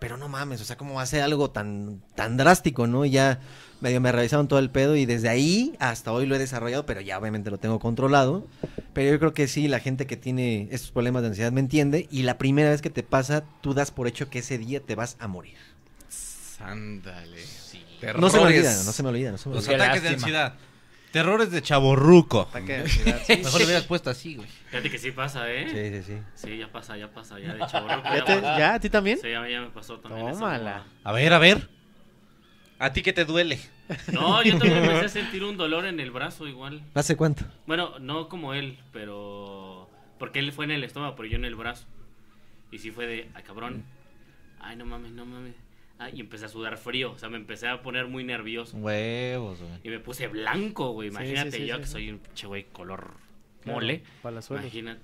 [SPEAKER 4] Pero no mames, o sea, ¿cómo va a ser algo tan, tan drástico, no? Y ya medio me revisaron todo el pedo y desde ahí hasta hoy lo he desarrollado, pero ya obviamente lo tengo controlado. Pero yo creo que sí, la gente que tiene estos problemas de ansiedad me entiende. Y la primera vez que te pasa, tú das por hecho que ese día te vas a morir.
[SPEAKER 3] Ándale.
[SPEAKER 4] No se me
[SPEAKER 3] Terrores.
[SPEAKER 4] olvida, no se me olvida, no se me
[SPEAKER 7] Los
[SPEAKER 4] olvida.
[SPEAKER 7] ataques de
[SPEAKER 4] Lástima.
[SPEAKER 7] ansiedad. Terrores de chaborruco.
[SPEAKER 6] Ataque de ansiedad, sí.
[SPEAKER 7] Mejor lo hubieras puesto así, güey.
[SPEAKER 5] Fíjate que sí pasa, ¿eh?
[SPEAKER 4] Sí, sí, sí.
[SPEAKER 5] Sí, ya pasa, ya pasa. Ya de chavo.
[SPEAKER 6] ¿Ya te- ya? ¿A ti también?
[SPEAKER 5] Sí, ya, ya me pasó también. eso.
[SPEAKER 6] Tómala.
[SPEAKER 7] A ver, a ver. ¿A ti que te duele?
[SPEAKER 5] No, yo también empecé a sentir un dolor en el brazo igual.
[SPEAKER 4] ¿Hace cuánto?
[SPEAKER 5] Bueno, no como él, pero... Porque él fue en el estómago, pero yo en el brazo. Y sí fue de, ay cabrón, ay no mames, no mames. Ay, y empecé a sudar frío, o sea, me empecé a poner muy nervioso.
[SPEAKER 7] Huevos, güey.
[SPEAKER 5] Y me puse blanco, güey,
[SPEAKER 6] Sí,
[SPEAKER 5] imagínate
[SPEAKER 6] sí, sí,
[SPEAKER 5] yo
[SPEAKER 6] sí,
[SPEAKER 5] que
[SPEAKER 6] sí.
[SPEAKER 5] soy un pinche güey color
[SPEAKER 6] Claro,
[SPEAKER 5] mole.
[SPEAKER 6] palazuelos.
[SPEAKER 5] Imagínate.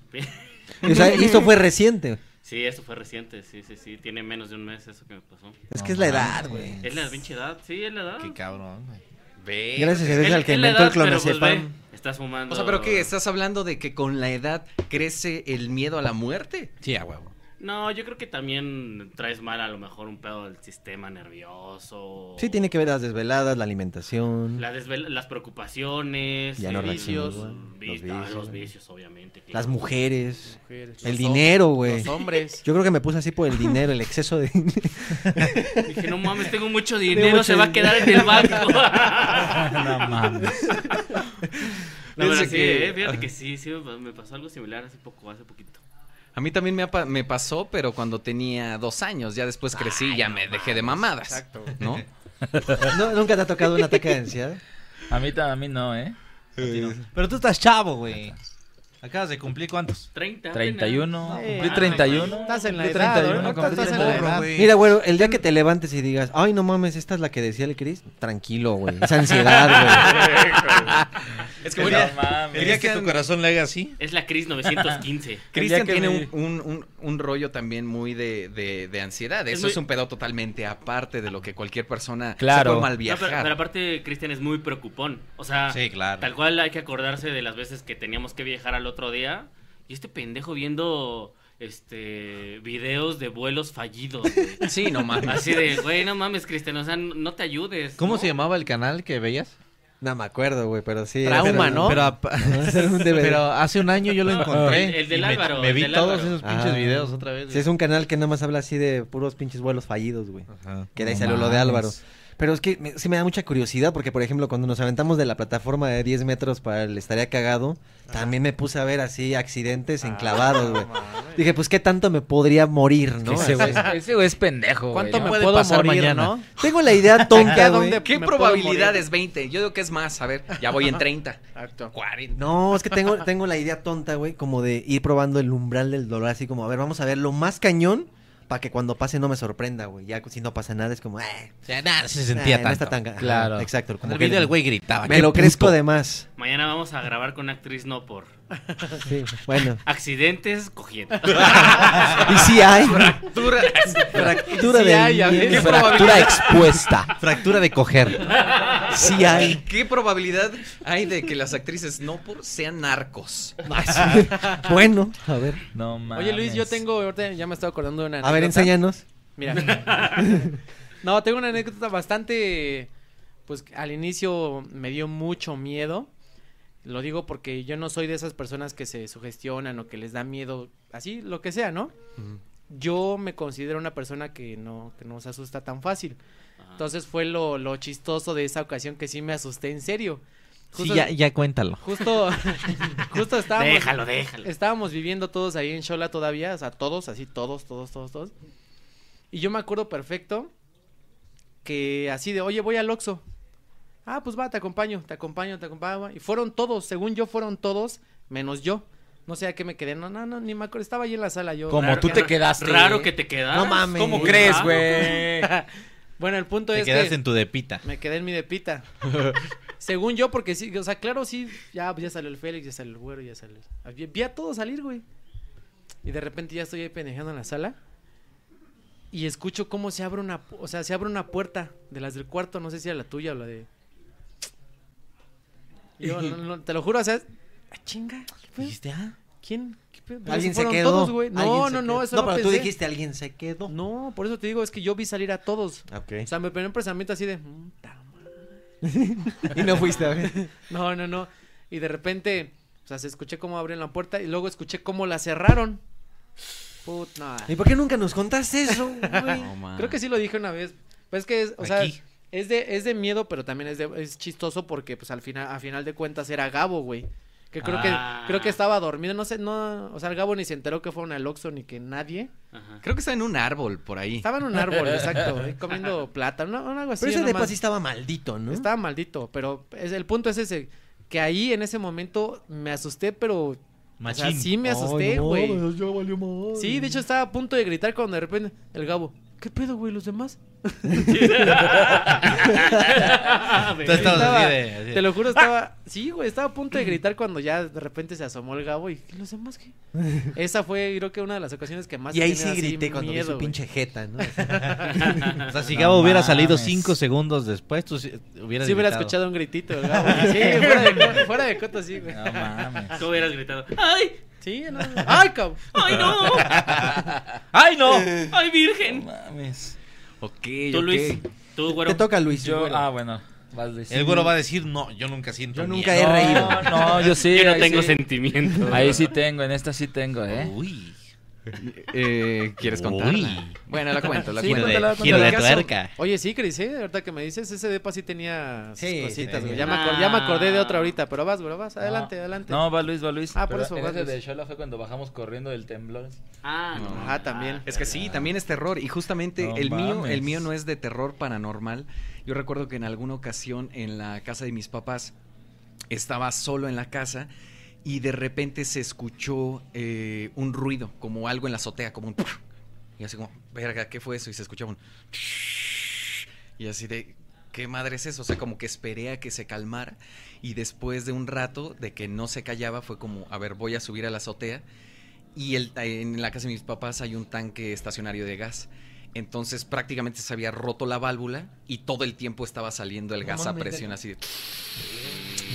[SPEAKER 4] O sea, ¿y esto fue reciente?
[SPEAKER 5] Sí, eso fue reciente, sí, sí, sí. Tiene menos de un mes eso que me pasó.
[SPEAKER 4] Es que es la edad, güey.
[SPEAKER 5] Es la pinche edad, sí, es la edad. Qué
[SPEAKER 7] cabrón,
[SPEAKER 5] güey.
[SPEAKER 4] Gracias a Dios al que inventó el
[SPEAKER 5] pues,
[SPEAKER 4] clonazepam.
[SPEAKER 5] estás fumando.
[SPEAKER 3] pues, O sea, pero ¿qué? ¿Estás hablando de que con la edad crece el miedo a la muerte?
[SPEAKER 7] Sí, a huevo.
[SPEAKER 5] No, yo creo que también traes mal a lo mejor un pedo del sistema nervioso.
[SPEAKER 4] Sí, tiene que ver las desveladas, la alimentación.
[SPEAKER 5] La desvel- las preocupaciones,
[SPEAKER 4] Ya no
[SPEAKER 5] los vicios,
[SPEAKER 4] reaccionan,
[SPEAKER 5] vi-
[SPEAKER 4] los
[SPEAKER 5] ah,
[SPEAKER 4] vicios.
[SPEAKER 5] los vicios, obviamente. claro.
[SPEAKER 4] Las mujeres,
[SPEAKER 5] Mujeres.
[SPEAKER 4] el
[SPEAKER 5] Los
[SPEAKER 4] dinero,
[SPEAKER 5] hom-
[SPEAKER 4] güey.
[SPEAKER 5] los hombres.
[SPEAKER 4] Yo creo que me puse así por el dinero, el exceso de dinero.
[SPEAKER 5] Dije, no mames, tengo mucho
[SPEAKER 4] Tengo
[SPEAKER 5] dinero,
[SPEAKER 4] mucho
[SPEAKER 5] se va a
[SPEAKER 4] dinero.
[SPEAKER 5] quedar en el banco.
[SPEAKER 7] No mames.
[SPEAKER 5] No, pero
[SPEAKER 3] Fíjense
[SPEAKER 5] sí,
[SPEAKER 3] que-
[SPEAKER 5] eh, fíjate que sí, sí, me pa- me pasó algo similar hace poco, hace poquito.
[SPEAKER 3] A mí también me, ha pa- me pasó, pero cuando tenía dos años, ya después crecí y ya me dejé de mamadas.
[SPEAKER 5] exacto.
[SPEAKER 3] ¿No?
[SPEAKER 4] No, ¿Nunca te ha tocado un ataque de ansiedad?
[SPEAKER 8] A mí, ta- a mí no, ¿eh?
[SPEAKER 7] Pero tú estás chavo, güey. Acabas de cumplir cuántos? Ah,
[SPEAKER 5] 30.
[SPEAKER 7] 31.
[SPEAKER 5] apenas.
[SPEAKER 7] Cumplí
[SPEAKER 5] Ah,
[SPEAKER 7] 31.
[SPEAKER 6] Estás en la
[SPEAKER 7] Cumplí
[SPEAKER 6] edad,
[SPEAKER 7] 31,
[SPEAKER 6] ahorita
[SPEAKER 7] cumplí
[SPEAKER 6] estás en la
[SPEAKER 7] 31.
[SPEAKER 6] edad.
[SPEAKER 4] Mira, güero, el día que te levantes y digas, ay, no mames, esta es la que decía el Cris, tranquilo, güey. Esa ansiedad, güey.
[SPEAKER 5] Es
[SPEAKER 4] Es
[SPEAKER 5] que
[SPEAKER 4] que
[SPEAKER 5] No
[SPEAKER 4] quería-
[SPEAKER 5] mames.
[SPEAKER 4] quería que tu corazón le haga así.
[SPEAKER 5] Es la Cris 915.
[SPEAKER 3] Cristian tiene un, un- un- un rollo también muy de, de- de ansiedad.
[SPEAKER 5] Es
[SPEAKER 3] Eso
[SPEAKER 5] muy-
[SPEAKER 3] es un pedo totalmente aparte de lo que cualquier persona
[SPEAKER 7] Claro.
[SPEAKER 3] se puede mal
[SPEAKER 5] No,
[SPEAKER 3] viajar.
[SPEAKER 5] pero, pero aparte, Cristian es muy preocupón. O sea,
[SPEAKER 7] Sí, claro.
[SPEAKER 5] tal cual hay que acordarse de las veces que teníamos que viajar al otro día. Y este pendejo viendo este videos de vuelos fallidos. güey.
[SPEAKER 3] Sí, no mames.
[SPEAKER 5] Así de, güey, no mames, Cristian, o sea, n- no te ayudes.
[SPEAKER 7] ¿Cómo
[SPEAKER 5] ¿no?
[SPEAKER 7] se llamaba el canal que veías?
[SPEAKER 4] No me acuerdo, güey, pero sí.
[SPEAKER 7] Trauma,
[SPEAKER 4] era-
[SPEAKER 7] ¿no? Pero, a-
[SPEAKER 4] Era un DVD.
[SPEAKER 7] pero hace un año yo lo encontré.
[SPEAKER 5] El- el del
[SPEAKER 7] y me-
[SPEAKER 5] Álvaro,
[SPEAKER 7] Me
[SPEAKER 5] el
[SPEAKER 7] vi
[SPEAKER 5] del
[SPEAKER 7] todos
[SPEAKER 5] Álvaro.
[SPEAKER 7] esos pinches
[SPEAKER 4] Ah.
[SPEAKER 7] videos otra vez.
[SPEAKER 4] Sí, es un canal que nada más habla así de puros pinches vuelos fallidos, güey. Que de ahí
[SPEAKER 7] No
[SPEAKER 4] salió lo de
[SPEAKER 7] mames.
[SPEAKER 4] Álvaro. Pero es que me- sí me da mucha curiosidad porque, por ejemplo, cuando nos aventamos de la plataforma de 10 metros para el Estaría Cagado, también me puse a ver así
[SPEAKER 7] Ah,
[SPEAKER 4] accidentes enclavados, güey. Dije, pues, ¿qué tanto me podría morir, no?
[SPEAKER 8] Ese güey
[SPEAKER 4] Así.
[SPEAKER 8] ese güey es pendejo. güey,
[SPEAKER 7] ¿Cuánto
[SPEAKER 8] ¿no?
[SPEAKER 7] me puedo morir, no?
[SPEAKER 4] Tengo la idea tonta, güey.
[SPEAKER 3] ¿Qué probabilidad es 20? Yo digo que es más. A ver, ya voy en 30. Exacto. 40.
[SPEAKER 4] No, es que tengo, tengo la idea tonta, güey, como de ir probando el umbral del dolor, así como, a ver, vamos a ver lo más cañón para que cuando pase no me sorprenda, güey. Ya si no pasa nada es como, eh.
[SPEAKER 7] O sea, nada, se sentía
[SPEAKER 4] no está
[SPEAKER 7] tanto.
[SPEAKER 4] tan... ca- ajá,
[SPEAKER 7] Claro.
[SPEAKER 4] Exacto.
[SPEAKER 7] En el video el güey gritaba,
[SPEAKER 4] Me
[SPEAKER 7] "¡Qué
[SPEAKER 4] lo
[SPEAKER 7] puto!".
[SPEAKER 4] crezco de más.
[SPEAKER 5] Mañana vamos a grabar con una actriz no por.
[SPEAKER 4] Sí, bueno.
[SPEAKER 5] Accidentes cogiendo.
[SPEAKER 4] Y sí hay.
[SPEAKER 5] Fracturas.
[SPEAKER 4] Fractura
[SPEAKER 5] Sí
[SPEAKER 4] de...
[SPEAKER 5] hay, a ver. ¿Qué
[SPEAKER 4] miembro.
[SPEAKER 5] probabilidad?
[SPEAKER 7] Fractura de coger.
[SPEAKER 4] Sí hay.
[SPEAKER 3] ¿Qué probabilidad hay de que las actrices no por sean narcos?
[SPEAKER 4] bueno, a ver.
[SPEAKER 7] No mames.
[SPEAKER 6] Oye Luis, yo tengo, ahorita ya me estaba acordando de una
[SPEAKER 4] A ver,
[SPEAKER 6] anécdota.
[SPEAKER 4] enséñanos.
[SPEAKER 6] Mira. no, tengo una anécdota bastante, pues al inicio me dio mucho miedo. Lo digo porque yo no soy de esas personas que se sugestionan o que les da miedo, así, lo que sea, ¿no?
[SPEAKER 7] Mm.
[SPEAKER 6] Yo me considero una persona que no, que no se asusta tan fácil. Entonces fue lo, lo chistoso de esa ocasión que sí me asusté en serio.
[SPEAKER 7] Sí, ya- ya cuéntalo.
[SPEAKER 6] Justo, justo estábamos.
[SPEAKER 7] Déjalo, déjalo.
[SPEAKER 6] Estábamos viviendo todos ahí en Shola todavía, o sea, todos, así, todos, todos, todos, todos. Y yo me acuerdo perfecto que así de, oye, voy al Oxxo. Ah, pues va, te acompaño, te acompaño, te acompaño. Y fueron todos, según yo, fueron todos, menos yo. No sé a qué me quedé, no, no, no, ni me acuerdo, estaba ahí en la sala yo.
[SPEAKER 8] Como Raro tú que- te quedaste. raro que te
[SPEAKER 6] quedas
[SPEAKER 8] quedaras. No mames. ¿Cómo crees, güey?
[SPEAKER 6] bueno, el punto
[SPEAKER 7] Te
[SPEAKER 6] es
[SPEAKER 7] quedas
[SPEAKER 6] que
[SPEAKER 7] en tu depita.
[SPEAKER 6] Me quedé en mi depita. Según yo, porque sí, o sea, claro, sí, ya, ya salió el Félix, ya salió el güero, ya salió. Vi, vi a todos salir, güey. Y de repente ya estoy ahí pendejando en la sala. Y escucho cómo se abre una, pu- o sea, se abre una puerta de las del cuarto, no sé si era la tuya o la de. Y yo, no, no, te lo juro, o sea, ah, chinga, ¿qué pedo? ¿Quién? ¿Qué pedo? No,
[SPEAKER 4] Alguien
[SPEAKER 6] sí
[SPEAKER 4] se
[SPEAKER 6] fueron
[SPEAKER 4] quedó.
[SPEAKER 6] todos, güey. No,
[SPEAKER 4] Alguien se
[SPEAKER 6] no, no,
[SPEAKER 4] quedó.
[SPEAKER 6] eso
[SPEAKER 4] No,
[SPEAKER 6] no
[SPEAKER 4] pero tú
[SPEAKER 6] pensé.
[SPEAKER 4] dijiste, alguien se quedó.
[SPEAKER 6] No, por eso te digo, es que yo vi salir a todos.
[SPEAKER 4] Ok.
[SPEAKER 6] O sea, me primer pensamiento así de. "Mm,
[SPEAKER 4] Y no fuiste a ver.
[SPEAKER 6] no, no, no. Y de repente, o sea, se escuché cómo abren la puerta y luego escuché cómo la cerraron. Puta.
[SPEAKER 4] ¿Y por qué nunca nos contaste eso, güey?
[SPEAKER 6] No, Creo que sí lo dije una vez. Pues es que, es, o sea,
[SPEAKER 4] Aquí.
[SPEAKER 6] es de, es de miedo, pero también es, de- es chistoso porque, pues, al final, a final de cuentas era Gabo, güey. Que creo
[SPEAKER 3] Ah.
[SPEAKER 6] que, creo que estaba dormido, no sé, no, o sea, el Gabo ni se enteró que fue una Oxxo ni que nadie.
[SPEAKER 3] Creo que está en un árbol por ahí.
[SPEAKER 6] Estaba en un árbol, exacto, güey, comiendo plátano, no, algo así.
[SPEAKER 4] Pero ese
[SPEAKER 6] nomás.
[SPEAKER 4] depa sí estaba maldito, ¿no?
[SPEAKER 6] Estaba maldito, pero es- el punto es ese, que ahí en ese momento me asusté, pero... O sea,
[SPEAKER 7] Machín.
[SPEAKER 6] sí me
[SPEAKER 7] Ay,
[SPEAKER 6] asusté,
[SPEAKER 7] no
[SPEAKER 6] güey.
[SPEAKER 7] mames,
[SPEAKER 6] sí, de hecho estaba a punto de gritar cuando de repente el Gabo, ¿qué pedo, güey, los demás?
[SPEAKER 7] Tú estabas así de- así de- "Ah".
[SPEAKER 6] Te lo juro, estaba... Sí, güey, estaba a punto de gritar cuando ya de repente se asomó el Gabo y "¿Y los demás qué? Esa fue, creo que una de las ocasiones que más...
[SPEAKER 4] Y
[SPEAKER 6] he
[SPEAKER 4] ahí
[SPEAKER 6] tenido
[SPEAKER 4] sí
[SPEAKER 6] así
[SPEAKER 4] grité cuando vi su
[SPEAKER 6] miedo, güey.
[SPEAKER 4] pinche jeta, ¿no?
[SPEAKER 7] O sea, si
[SPEAKER 6] No
[SPEAKER 7] Gabo hubiera salido
[SPEAKER 6] mames.
[SPEAKER 7] cinco segundos después, tú sí- hubieras
[SPEAKER 6] Sí hubiera
[SPEAKER 7] gritado.
[SPEAKER 6] escuchado un gritito, del Gabo, güey. Sí, fuera de, fuera de coto, sí, güey.
[SPEAKER 7] No mames.
[SPEAKER 5] Tú hubieras gritado.
[SPEAKER 6] ¡Ay! Sí, no. ¡Ay, cabrón!
[SPEAKER 5] ¡Ay, no!
[SPEAKER 7] ¡Ay, no!
[SPEAKER 5] ¡Ay, virgen!
[SPEAKER 7] mames.
[SPEAKER 3] Ok,
[SPEAKER 5] Tú, Luis. Tú, güero.
[SPEAKER 4] Te toca, Luis.
[SPEAKER 7] Yo-
[SPEAKER 4] güero.
[SPEAKER 7] ah, bueno.
[SPEAKER 8] Vas, Luis.
[SPEAKER 7] El güero va a decir, no, yo nunca siento
[SPEAKER 4] Yo
[SPEAKER 7] miedo".
[SPEAKER 4] nunca he reído.
[SPEAKER 8] No, no, yo sí.
[SPEAKER 5] Yo no
[SPEAKER 8] ahí
[SPEAKER 5] tengo
[SPEAKER 8] sí.
[SPEAKER 5] sentimientos.
[SPEAKER 8] Ahí sí tengo, en esta sí tengo, ¿eh?
[SPEAKER 7] Uy.
[SPEAKER 3] Eh, ¿Quieres contar?
[SPEAKER 8] Uy.
[SPEAKER 3] Bueno, la cuento, la
[SPEAKER 8] Sí,
[SPEAKER 3] cuento.
[SPEAKER 8] cuéntala, Giro de cuéntala. tuerca.
[SPEAKER 6] Oye, sí, Cris, ¿eh? Ahorita que me dices, ese depa sí tenía sus
[SPEAKER 8] Sí,
[SPEAKER 6] cositas,
[SPEAKER 8] sí,
[SPEAKER 6] güey.
[SPEAKER 8] sí.
[SPEAKER 6] Ya, me acor- ya me acordé de otra ahorita, pero vas, güey, vas. Adelante, adelante.
[SPEAKER 8] No, va Luis, va Luis.
[SPEAKER 6] Ah, por
[SPEAKER 8] Pero
[SPEAKER 6] eso,
[SPEAKER 8] en
[SPEAKER 6] va,
[SPEAKER 8] ese de
[SPEAKER 6] Luis.
[SPEAKER 8] Shola fue cuando bajamos corriendo del temblor.
[SPEAKER 5] Ah,
[SPEAKER 3] No.
[SPEAKER 6] Ah, también.
[SPEAKER 3] Es que sí, también es terror. Y justamente
[SPEAKER 8] No
[SPEAKER 3] el mío,
[SPEAKER 8] mames.
[SPEAKER 3] el mío no es de terror paranormal. Yo recuerdo que en alguna ocasión en la casa de mis papás estaba solo en la casa y de repente se escuchó eh, un ruido, como algo en la azotea, como un... Y así como, verga, ¿qué fue eso? Y se escuchaba un... Y así de, ¿qué madre es eso? O sea, como que esperé a que se calmara. Y después de un rato de que no se callaba, fue como, a ver, voy a subir a la azotea. Y el, en la casa de mis papás hay un tanque estacionario de gas. Entonces prácticamente se había roto la válvula y todo el tiempo estaba saliendo el
[SPEAKER 8] No
[SPEAKER 3] gas a
[SPEAKER 8] mames,
[SPEAKER 3] presión
[SPEAKER 8] de-
[SPEAKER 3] así de...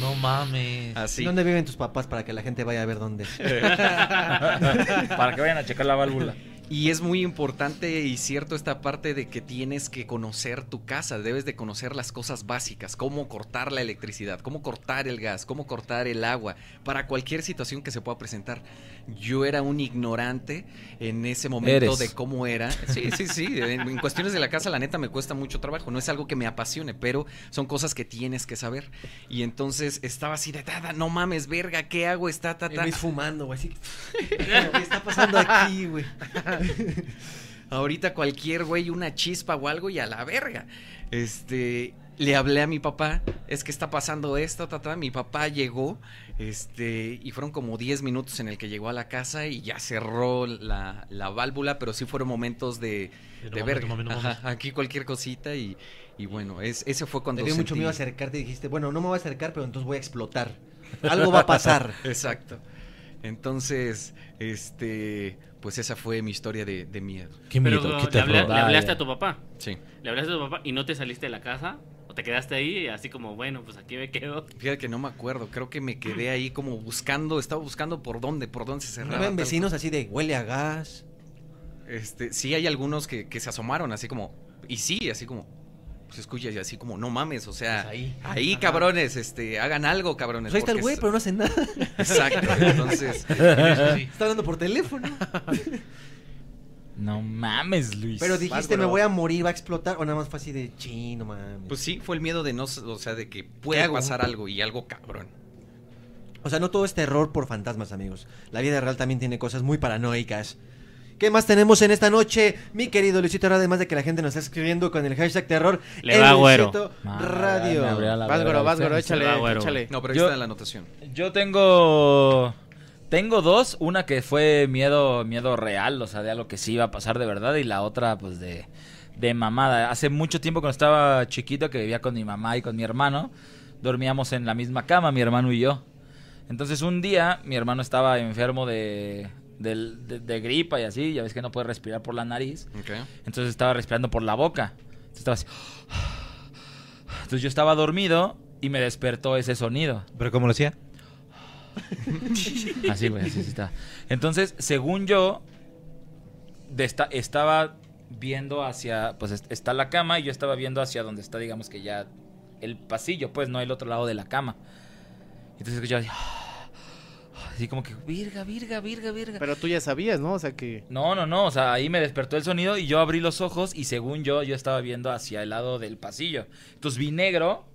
[SPEAKER 8] No mames.
[SPEAKER 7] Ah,
[SPEAKER 3] Así.
[SPEAKER 4] ¿Dónde viven tus papás para que la gente vaya a ver dónde?
[SPEAKER 3] Para que vayan a checar la válvula. Y es muy importante y cierto esta parte de que tienes que conocer tu casa, debes de conocer las cosas básicas, cómo cortar la electricidad, cómo cortar el gas, cómo cortar el agua, para cualquier situación que se pueda presentar. Yo era un ignorante en ese momento
[SPEAKER 14] Eres.
[SPEAKER 3] de cómo era. Sí, sí, sí, en, en cuestiones de la casa la neta me cuesta mucho trabajo, no es algo que me apasione, pero son cosas que tienes que saber. Y entonces estaba así de, "Tada, no mames, verga, ¿qué hago? Está, ta, ta".
[SPEAKER 4] Luis fumando, güey, así. ¿Qué está pasando aquí, güey?
[SPEAKER 3] Ahorita cualquier güey, una chispa o algo y a la verga. Este, le hablé a mi papá, es que está pasando esto, ta, ta. Mi papá llegó, este, y fueron como 10 minutos en el que llegó a la casa y ya cerró la, la válvula, pero sí fueron momentos de,
[SPEAKER 4] De no
[SPEAKER 3] de
[SPEAKER 4] mames,
[SPEAKER 3] verga.
[SPEAKER 4] no mames, no
[SPEAKER 3] Ajá,
[SPEAKER 4] mames.
[SPEAKER 3] aquí cualquier cosita y, y bueno, es, ese fue cuando
[SPEAKER 4] Te dio mucho
[SPEAKER 3] sentí-
[SPEAKER 4] miedo acercarte y dijiste, bueno, no me voy a acercar, pero entonces voy a explotar. Algo va a pasar.
[SPEAKER 3] Exacto. Entonces, este, pues esa fue mi historia de, de miedo.
[SPEAKER 5] Pero le, habla- le hablaste a tu papá.
[SPEAKER 3] Sí.
[SPEAKER 5] Le hablaste a tu papá y no te saliste de la casa. O te quedaste ahí y así como, bueno, pues aquí me quedo.
[SPEAKER 3] Fíjate que no me acuerdo, creo que me quedé ahí como buscando, estaba buscando por dónde, por dónde se
[SPEAKER 4] ¿No
[SPEAKER 3] cerraba.
[SPEAKER 4] ven
[SPEAKER 3] tal-
[SPEAKER 4] vecinos así de huele a gas?
[SPEAKER 3] Este, sí hay algunos que, que se asomaron así como, y sí, así como, se escucha y así como, no mames, o sea, ahí,
[SPEAKER 4] Pues Ajá.
[SPEAKER 3] cabrones, este, hagan algo, cabrones.
[SPEAKER 4] Pues ahí está el
[SPEAKER 3] porque
[SPEAKER 4] güey,
[SPEAKER 3] es-
[SPEAKER 4] pero no hace nada.
[SPEAKER 3] Exacto, entonces.
[SPEAKER 4] Está hablando por teléfono.
[SPEAKER 8] No mames, Luis.
[SPEAKER 4] Pero dijiste, me voy a morir, va a explotar. O nada más fue así de, chino, mames.
[SPEAKER 3] Pues sí, fue el miedo de no, s- o sea, de que puede
[SPEAKER 4] hago?
[SPEAKER 3] pasar algo y algo cabrón.
[SPEAKER 4] O sea, no todo es terror por fantasmas, amigos. La vida real también tiene cosas muy paranoicas. ¿Qué más tenemos en esta noche? Mi querido Luisito, ahora además de que la gente nos está escribiendo con el hashtag terror,
[SPEAKER 5] Le
[SPEAKER 4] en
[SPEAKER 5] va, güero.
[SPEAKER 4] Luisito
[SPEAKER 5] Ma,
[SPEAKER 4] Radio.
[SPEAKER 8] me abría la
[SPEAKER 6] Vas, güero, vas, güero,
[SPEAKER 8] Usted-
[SPEAKER 6] échale,
[SPEAKER 8] Ah, güero.
[SPEAKER 6] échale.
[SPEAKER 3] No, pero ahí
[SPEAKER 8] Yo-
[SPEAKER 3] está la anotación.
[SPEAKER 8] Yo tengo. Tengo dos. Una que fue miedo, miedo real, o sea, de algo que sí iba a pasar de verdad. Y la otra, pues, de, de mamada. Hace mucho tiempo cuando estaba chiquito, que vivía con mi mamá y con mi hermano, dormíamos en la misma cama, mi hermano y yo. Entonces un día mi hermano estaba enfermo de, del- de- de gripa y así, ya ves que no puede respirar por la nariz. Entonces estaba respirando por la boca. Entonces estaba así. Entonces yo estaba dormido y me despertó ese sonido.
[SPEAKER 7] ¿Pero cómo lo hacía?
[SPEAKER 8] Así, güey, así, así estaba. Entonces, según yo, de esta- estaba viendo hacia. Pues est- está la cama y yo estaba viendo hacia donde está, digamos que ya el pasillo, pues no el otro lado de la cama. Entonces escuchaba así. Así como que. Virga, virga, virga, virga.
[SPEAKER 6] Pero tú ya sabías, ¿no? O sea que.
[SPEAKER 8] No, no, no, o sea, ahí me despertó el sonido y yo abrí los ojos y según yo, yo estaba viendo hacia el lado del pasillo. Entonces vi negro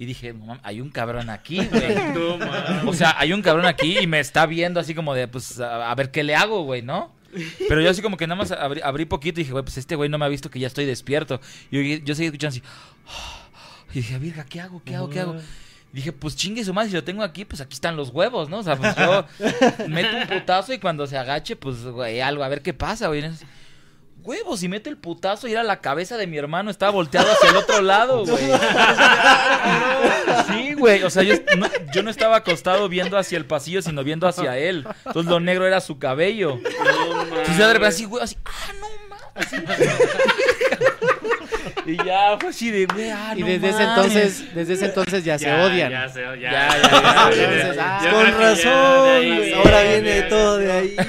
[SPEAKER 8] y dije, "No mames, hay un cabrón aquí, güey.
[SPEAKER 5] No mames.
[SPEAKER 8] o sea, hay un cabrón aquí y me está viendo así como de, pues, a, a ver qué le hago, güey, ¿no? Pero yo así como que nada más abrí, abrí poquito y dije, güey, pues este güey no me ha visto que ya estoy despierto. Y yo, yo seguí escuchando así. Y
[SPEAKER 15] "Ah,
[SPEAKER 8] dije, virga, ¿qué hago? ¿Qué hago? ¿Qué hago? Dije, pues chingue su madre, si lo tengo aquí, pues aquí están los huevos, ¿no? O sea, pues yo meto un putazo y cuando se agache, pues, güey, algo, a ver qué pasa, güey. En eso, Huevos, y mete el putazo y era la cabeza de mi hermano, estaba volteado hacia el otro lado, güey. Sí, güey, o sea, yo no, yo no estaba acostado viendo hacia el pasillo, sino viendo hacia él. Entonces lo negro era su cabello. Entonces yo de repente así, güey, así, ah, no mames. Y ya fue así de, güey, ah,
[SPEAKER 6] Y
[SPEAKER 8] no
[SPEAKER 6] desde ese
[SPEAKER 8] mames.
[SPEAKER 6] entonces, desde ese entonces ya, se
[SPEAKER 8] Ya,
[SPEAKER 6] odian.
[SPEAKER 8] ya
[SPEAKER 5] se odian.
[SPEAKER 4] Con razón, güey. ahora viene todo de ahí.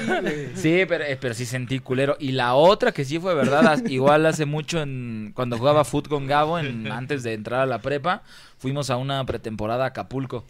[SPEAKER 8] Sí, pero, eh, pero sí sentí culero. Y la otra que sí fue verdad, as- igual hace mucho en, cuando jugaba fútbol con Gabo, en- antes de entrar a la prepa, fuimos a una pretemporada a Acapulco.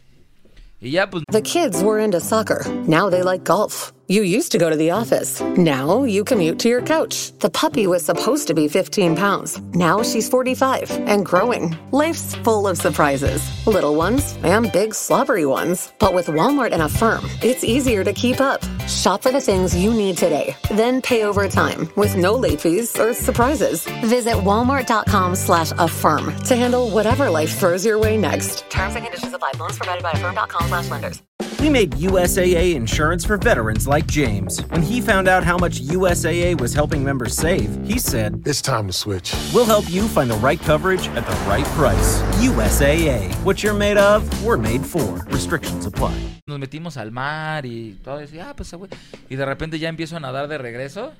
[SPEAKER 8] Y ya, pues,
[SPEAKER 13] The kids were into soccer. Now they like golf. You used to go to the office. Now you commute to your couch. The puppy was supposed to be 15 pounds. Now she's 45 and growing. Life's full of surprises little ones and big slobbery ones. But with Walmart and Affirm, it's easier to keep up. Shop for the things you need today, then pay over time with no late fees or surprises. Visit walmart.com slash affirm to handle whatever life throws your way next. Terms and conditions apply. Loans provided by affirm.com slash lenders.
[SPEAKER 16] We made USAA insurance for veterans like James. When he found out how much USAA was helping members save, he said, It's time to switch. We'll help you find the right coverage at the right price. USAA. What you're made of, we're made for. Restrictions apply.
[SPEAKER 8] Nos metimos al mar y todo eso. Y, ah, pues, ah, güey. Y de repente ya empiezo a nadar de regreso.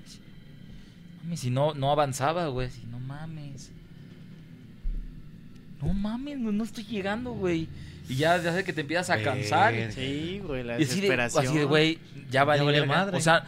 [SPEAKER 8] Mami, si no, no avanzaba, güey. Si no mames. No mames, no, no estoy llegando, güey. Y ya, ya sé que te empiezas a cansar.
[SPEAKER 6] Verga. Sí, güey, la
[SPEAKER 8] Y así de-
[SPEAKER 6] desesperación.
[SPEAKER 8] Así de, güey, ya
[SPEAKER 6] Ya
[SPEAKER 8] valió
[SPEAKER 6] valió
[SPEAKER 8] madre.
[SPEAKER 6] madre.
[SPEAKER 8] O sea,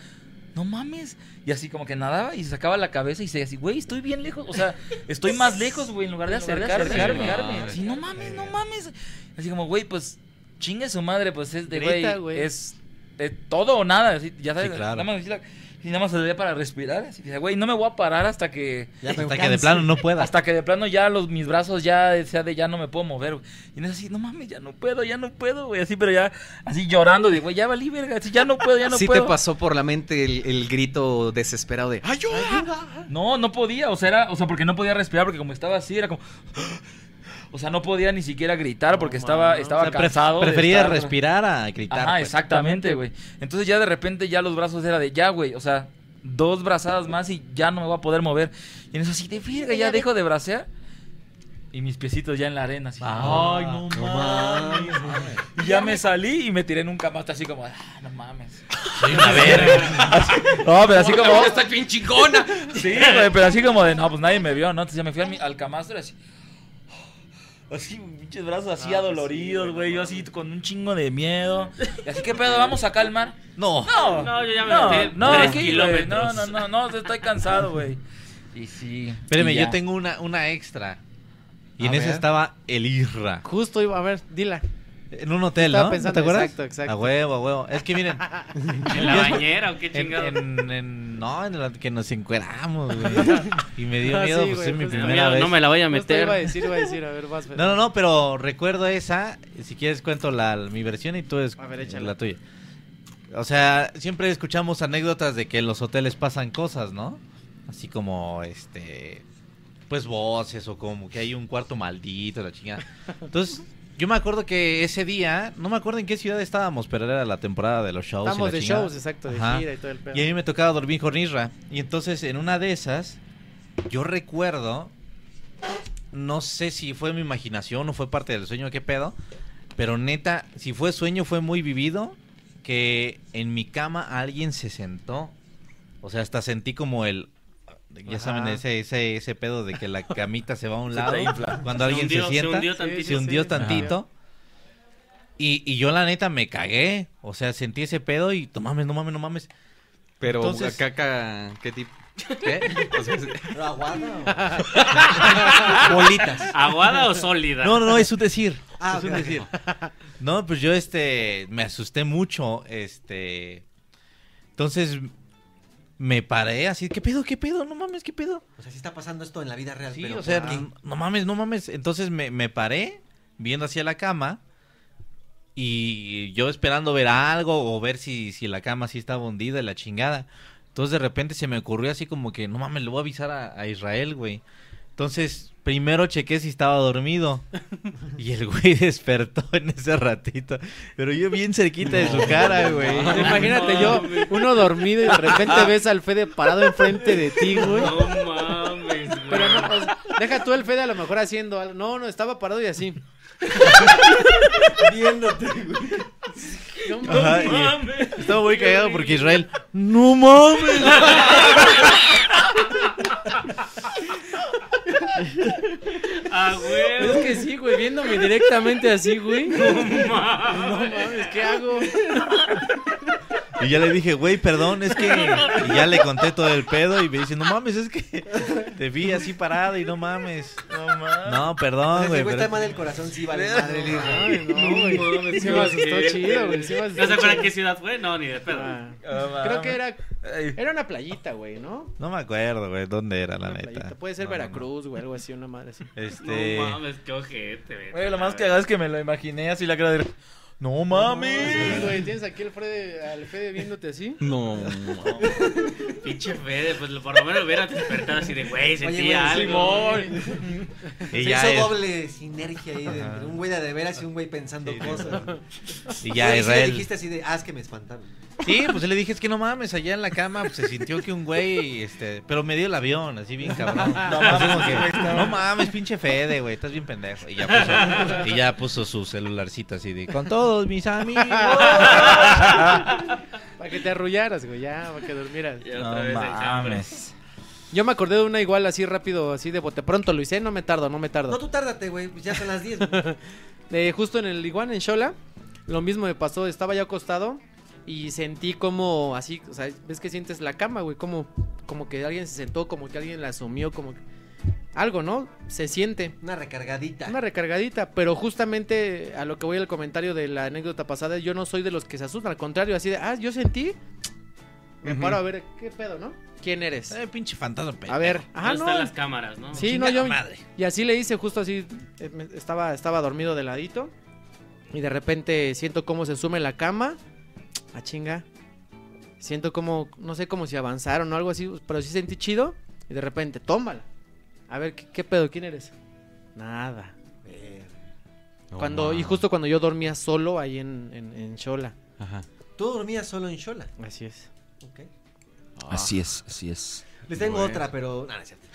[SPEAKER 8] no mames. Y así como que nadaba y se sacaba la cabeza y se decía así, güey, estoy bien lejos. O sea, estoy más lejos, güey, en lugar de
[SPEAKER 7] En lugar de
[SPEAKER 8] acercarme.
[SPEAKER 7] acercarme.
[SPEAKER 8] acercarme. Sí, no mames, no mames. Así como, güey, pues chingue su madre, pues es de,
[SPEAKER 7] Grita,
[SPEAKER 8] güey,
[SPEAKER 7] güey.
[SPEAKER 8] es de todo o nada. así, ya sabes,
[SPEAKER 7] Sí, claro.
[SPEAKER 8] nada más así la- y nada más se le da para respirar. Así dice, güey, no me voy a parar hasta que.
[SPEAKER 7] Ya me Hasta que de plano no pueda.
[SPEAKER 8] Hasta que de plano ya los, mis brazos ya eh, sea de ya no me puedo mover. güey. Y no es así, no mames, ya no puedo, ya no puedo, güey. Así, pero ya, así llorando, digo, güey, ya valí verga, así, ya no puedo, ya no
[SPEAKER 3] sí
[SPEAKER 8] puedo.
[SPEAKER 3] te pasó por la mente el, el grito desesperado de ¡Ayuda!
[SPEAKER 8] No, no podía, o sea, era, o sea, porque no podía respirar, porque como estaba así, era como. O sea, no podía ni siquiera gritar porque estaba, estaba
[SPEAKER 7] O sea, pref-
[SPEAKER 8] cansado. de
[SPEAKER 7] prefería
[SPEAKER 8] estar-
[SPEAKER 7] respirar a gritar,
[SPEAKER 8] Ajá,
[SPEAKER 7] pues.
[SPEAKER 8] exactamente, güey. Entonces ya de repente ya los brazos era de ya, güey. O sea, dos brazadas más y ya no me voy a poder mover. Y en eso así de verga, ya dejo de bracear. Y mis piecitos ya en la arena, así. Ay, no, mames. Y ya me salí y me tiré en un camaste así como, ah, no mames.
[SPEAKER 7] Sí, una verga.
[SPEAKER 8] Así- no, pero así
[SPEAKER 7] Otra
[SPEAKER 8] como.
[SPEAKER 7] vez estás bien chingona.
[SPEAKER 8] Sí, güey, pero así como de, no, pues nadie me vio, ¿no? Entonces ya me fui al, mi- al camastro y así. Así, pinches brazos así adoloridos, güey. yo así con un chingo de miedo. Y así, ¿qué pedo? ¿Vamos a calmar? No. No,
[SPEAKER 5] No, yo ya me
[SPEAKER 8] no,
[SPEAKER 5] metí
[SPEAKER 8] no,
[SPEAKER 5] tres
[SPEAKER 8] aquí, güey,
[SPEAKER 5] kilómetros.
[SPEAKER 8] No, no, no, no, estoy cansado, güey. Y sí.
[SPEAKER 7] Espérame,
[SPEAKER 8] y ya.
[SPEAKER 7] yo tengo una, una extra. Y
[SPEAKER 8] A
[SPEAKER 7] en eso
[SPEAKER 8] ver.
[SPEAKER 7] estaba el Irra.
[SPEAKER 6] Justo iba a ver, dila.
[SPEAKER 7] En un hotel,
[SPEAKER 6] Estaba
[SPEAKER 7] ¿no?
[SPEAKER 6] pensando,
[SPEAKER 7] ¿No ¿Te acuerdas? Ah,
[SPEAKER 6] exacto, exacto.
[SPEAKER 7] A huevo, a huevo. Es que miren.
[SPEAKER 6] ¿En la bañera o qué
[SPEAKER 7] En-
[SPEAKER 6] chingado?
[SPEAKER 7] en- en- no, en la que nos encueramos, güey. Y me dio
[SPEAKER 6] Ah,
[SPEAKER 7] miedo,
[SPEAKER 6] sí,
[SPEAKER 7] pues
[SPEAKER 6] güey,
[SPEAKER 7] es mi
[SPEAKER 6] justo.
[SPEAKER 7] primera vez.
[SPEAKER 5] No me la voy a
[SPEAKER 6] Justo
[SPEAKER 5] meter.
[SPEAKER 6] Iba a decir, iba a decir, a ver, vas. Fer.
[SPEAKER 7] No, no, no, pero recuerdo esa. Si quieres, cuento la, mi versión y tú es
[SPEAKER 6] A ver, échala.
[SPEAKER 7] la tuya. O sea, siempre escuchamos anécdotas de que en los hoteles pasan cosas, ¿no? Así como, este. Pues voces o como que hay un cuarto maldito, la chingada. Entonces, yo me acuerdo que ese día, no me acuerdo en qué ciudad estábamos, pero era la temporada de los shows. y
[SPEAKER 6] Estábamos
[SPEAKER 7] la
[SPEAKER 6] de
[SPEAKER 7] chingada.
[SPEAKER 6] shows, exacto, de
[SPEAKER 7] Ajá.
[SPEAKER 6] gira y todo el pedo.
[SPEAKER 7] Y a mí me tocaba dormir con Isra. Y entonces, en una de esas, yo recuerdo no sé si fue mi imaginación o fue parte del sueño, qué pedo. Pero neta, si fue sueño, fue muy vivido. Que en mi cama alguien se sentó. O sea, hasta sentí como el. Ya saben,
[SPEAKER 8] Ajá.
[SPEAKER 7] ese, ese, ese pedo de que la camita se va a un
[SPEAKER 8] Se
[SPEAKER 7] lado.
[SPEAKER 8] te infla.
[SPEAKER 7] Cuando
[SPEAKER 8] Se
[SPEAKER 7] alguien
[SPEAKER 8] hundió,
[SPEAKER 7] se
[SPEAKER 8] se
[SPEAKER 7] sienta.
[SPEAKER 8] hundió tantito.
[SPEAKER 7] se hundió
[SPEAKER 8] Sí, sí, sí.
[SPEAKER 7] tantito. Y, y yo, la neta, me cagué. O sea, sentí ese pedo y no mames, no mames, no mames.
[SPEAKER 3] Pero
[SPEAKER 7] Entonces-
[SPEAKER 3] caca, ¿qué tipo? ¿Qué? O sea, es-
[SPEAKER 7] Bolitas.
[SPEAKER 5] ¿Aguada o sólida?
[SPEAKER 7] No, no, no, es un decir.
[SPEAKER 5] Ah,
[SPEAKER 7] es un
[SPEAKER 5] ok.
[SPEAKER 7] decir. No, pues yo este me asusté mucho, este entonces me paré así, ¿qué pedo? ¿Qué pedo? No mames, ¿qué pedo?
[SPEAKER 4] O sea, sí está pasando esto en la vida real.
[SPEAKER 7] Sí,
[SPEAKER 4] pero
[SPEAKER 7] o sea,
[SPEAKER 4] ¿por qué?
[SPEAKER 7] no, no mames, no mames. Entonces me, me paré viendo hacia la cama y yo esperando ver algo o ver si, si la cama sí estaba hundida y la chingada. Entonces de repente se me ocurrió así como que, no mames, le voy a avisar a, a Israel, güey. Entonces primero chequé si estaba dormido y el güey despertó en ese ratito. Pero yo bien cerquita de su cara, güey.
[SPEAKER 6] Imagínate yo, uno dormido y de repente ves al Fede parado enfrente de ti, güey.
[SPEAKER 5] No mames, güey.
[SPEAKER 6] Pero no, o sea, deja tú al Fede a lo mejor haciendo algo. No, no, estaba parado y así. Viéndote, güey. No
[SPEAKER 7] Ajá,
[SPEAKER 6] mames.
[SPEAKER 7] y- estaba muy cagado porque Israel, no mames.
[SPEAKER 5] Ah, güey.
[SPEAKER 6] Es que sí, güey, viéndome directamente así, güey. No mames. ¿qué hago?
[SPEAKER 7] Y ya le dije, güey, perdón, es que. Y ya le conté todo el pedo y me dice, no mames, es que te vi así parado y no mames. No mames. No,
[SPEAKER 4] O sea,
[SPEAKER 7] perdón,
[SPEAKER 4] si
[SPEAKER 7] güey.
[SPEAKER 4] el güey
[SPEAKER 7] pero-
[SPEAKER 4] está mal del corazón, sí vale madre. el hijo.
[SPEAKER 6] No mames, sí me asustó chido, güey. Sí me asustó
[SPEAKER 5] ¿No se acuerdan
[SPEAKER 6] chido. Ah.
[SPEAKER 5] qué ciudad fue? No, ni de pedo.
[SPEAKER 6] Creo que era, era una playita, güey, ¿no?
[SPEAKER 7] No me acuerdo, güey, dónde era, la neta.
[SPEAKER 6] Playita. Puede ser Veracruz, güey, algo así, una madre así.
[SPEAKER 7] Este-
[SPEAKER 5] No mames, qué ojete,
[SPEAKER 8] Güey, lo más cagado es que me lo imaginé así la cara de. ¡No
[SPEAKER 6] Sí,
[SPEAKER 8] mames!
[SPEAKER 6] güey, tienes aquí al Fede, al Fede viéndote así.
[SPEAKER 8] No.
[SPEAKER 5] Pinche Fede, pues por lo menos hubiera despertado así de, güey, sentía
[SPEAKER 4] Oye,
[SPEAKER 5] algo.
[SPEAKER 4] güey, Simón. Se
[SPEAKER 5] Y ya
[SPEAKER 4] hizo
[SPEAKER 5] es-
[SPEAKER 4] doble sinergia ahí de entre un güey de, a de veras y un güey pensando cosas.
[SPEAKER 7] Y ya,
[SPEAKER 4] Oye, sí le
[SPEAKER 7] Israel.
[SPEAKER 4] dijiste así de, ah, es que me espantaron.
[SPEAKER 7] Sí, pues le dije, es que no mames, allá en la cama pues, se sintió que un güey, este, pero me dio el avión, así bien cabrón.
[SPEAKER 4] No
[SPEAKER 7] No
[SPEAKER 4] mames,
[SPEAKER 7] mames,
[SPEAKER 4] güey, está-
[SPEAKER 7] no mames pinche Fede, güey, estás bien pendejo. Y ya puso, y ya puso su celularcito así de, con todos mis amigos.
[SPEAKER 6] Para que te arrullaras, güey, ya, para que durmieras.
[SPEAKER 7] Ya otra No vez el mames. chambre.
[SPEAKER 6] Yo me acordé de una igual así rápido, así de bote pronto, lo hice, no me tardo, no me tardo.
[SPEAKER 4] No, tú tárdate, güey, pues ya son las 10.
[SPEAKER 6] Eh, justo en el igual en Shola, lo mismo me pasó, estaba yo acostado y sentí como así, o sea, ves que sientes la cama, güey, como, como que alguien se sentó, como que alguien la asumió, como que- algo, ¿no? Se siente.
[SPEAKER 4] Una recargadita.
[SPEAKER 6] Una recargadita, pero justamente a lo que voy al comentario de la anécdota pasada, yo no soy de los que se asustan, al contrario, así de, ah, yo sentí, me
[SPEAKER 7] Ujú.
[SPEAKER 6] paro a ver, ¿qué pedo, no? ¿Quién eres?
[SPEAKER 7] Eh, pinche fantasma.
[SPEAKER 6] A ver,
[SPEAKER 5] Ah, están las cámaras, ¿no?
[SPEAKER 6] Sí,
[SPEAKER 5] Chinga
[SPEAKER 6] no, yo.
[SPEAKER 5] la madre.
[SPEAKER 6] Y así le hice, justo así. eh, me- Estaba, estaba dormido de ladito. Y de repente siento cómo se sume la cama. A chinga. Siento como, no sé, como si avanzaron o algo así, pero sí sentí chido. Y de repente, tómala. A ver, ¿qué, qué pedo? ¿Quién eres? Nada. cuando, y justo cuando yo dormía solo ahí en, en, en Xola.
[SPEAKER 4] Tú dormías solo en Shola.
[SPEAKER 6] Así es.
[SPEAKER 4] Ok.
[SPEAKER 17] Así es, así es.
[SPEAKER 4] Les tengo
[SPEAKER 8] Bueno.
[SPEAKER 4] otra, pero. No, no es cierto.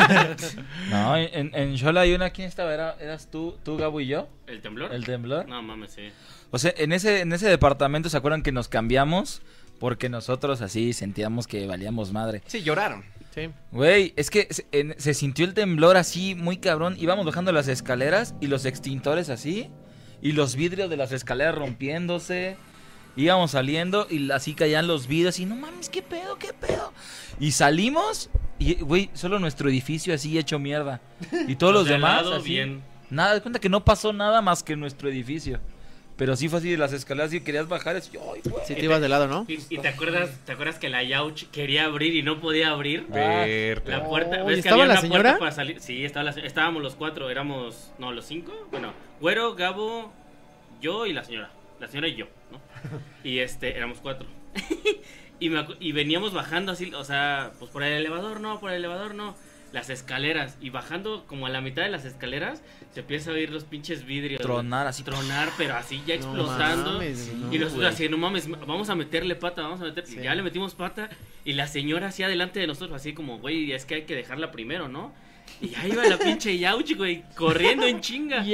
[SPEAKER 8] No, en, en Xola hay una, ¿quién estaba? Era- ¿Eras tú, tú, Gabo y yo?
[SPEAKER 5] ¿El temblor?
[SPEAKER 8] ¿El temblor?
[SPEAKER 5] No mames, sí.
[SPEAKER 8] O sea, en ese, en ese departamento, ¿se acuerdan que nos cambiamos? Porque nosotros así sentíamos que valíamos madre.
[SPEAKER 4] Sí, lloraron.
[SPEAKER 6] Sí.
[SPEAKER 8] Güey, es que se, en- se sintió el temblor así muy cabrón. Íbamos bajando las escaleras y los extintores así. Y los vidrios de las escaleras rompiéndose. Íbamos saliendo y así caían los vidrios. Y no mames, qué pedo, qué pedo. Y salimos y, güey, solo nuestro edificio así hecho mierda. Y todos
[SPEAKER 5] Los
[SPEAKER 8] los,
[SPEAKER 5] de al
[SPEAKER 8] demás.
[SPEAKER 5] lado,
[SPEAKER 8] así,
[SPEAKER 5] bien.
[SPEAKER 8] Nada, de cuenta que no pasó nada más que nuestro edificio. Pero sí fue así de las escaleras y querías bajar. Así, ay, güey.
[SPEAKER 6] Sí, te ibas de lado, ¿no?
[SPEAKER 5] Y, y te acuerdas, te acuerdas que la Yauch quería abrir y no podía abrir.
[SPEAKER 8] Verte.
[SPEAKER 5] La puerta,
[SPEAKER 6] Oh,
[SPEAKER 5] ¿ves
[SPEAKER 6] ¿y
[SPEAKER 5] que
[SPEAKER 6] estaba
[SPEAKER 5] había una puerta
[SPEAKER 6] la señora?
[SPEAKER 5] para salir? Sí, estaba la se- estábamos los cuatro, éramos, no, los cinco, bueno, Güero, Gabo, yo y la señora, la señora y yo, ¿no? Y este, éramos cuatro. y, me acu- y veníamos bajando así, o sea, pues por el elevador, no, por el elevador, no. Las escaleras, y bajando como a la mitad de las escaleras, se empieza a oír los pinches vidrios.
[SPEAKER 8] Tronar así.
[SPEAKER 5] Tronar, pero así ya
[SPEAKER 6] No
[SPEAKER 5] explotando.
[SPEAKER 6] mames,
[SPEAKER 5] y
[SPEAKER 6] no,
[SPEAKER 5] nosotros
[SPEAKER 6] güey.
[SPEAKER 5] así, no mames, vamos a meterle pata, vamos a meter.
[SPEAKER 6] Sí.
[SPEAKER 5] Ya le metimos pata. Y la señora así adelante de nosotros, así como, güey, es que hay que dejarla primero, ¿no? Y ahí va la pinche Yauch, güey, corriendo en chinga.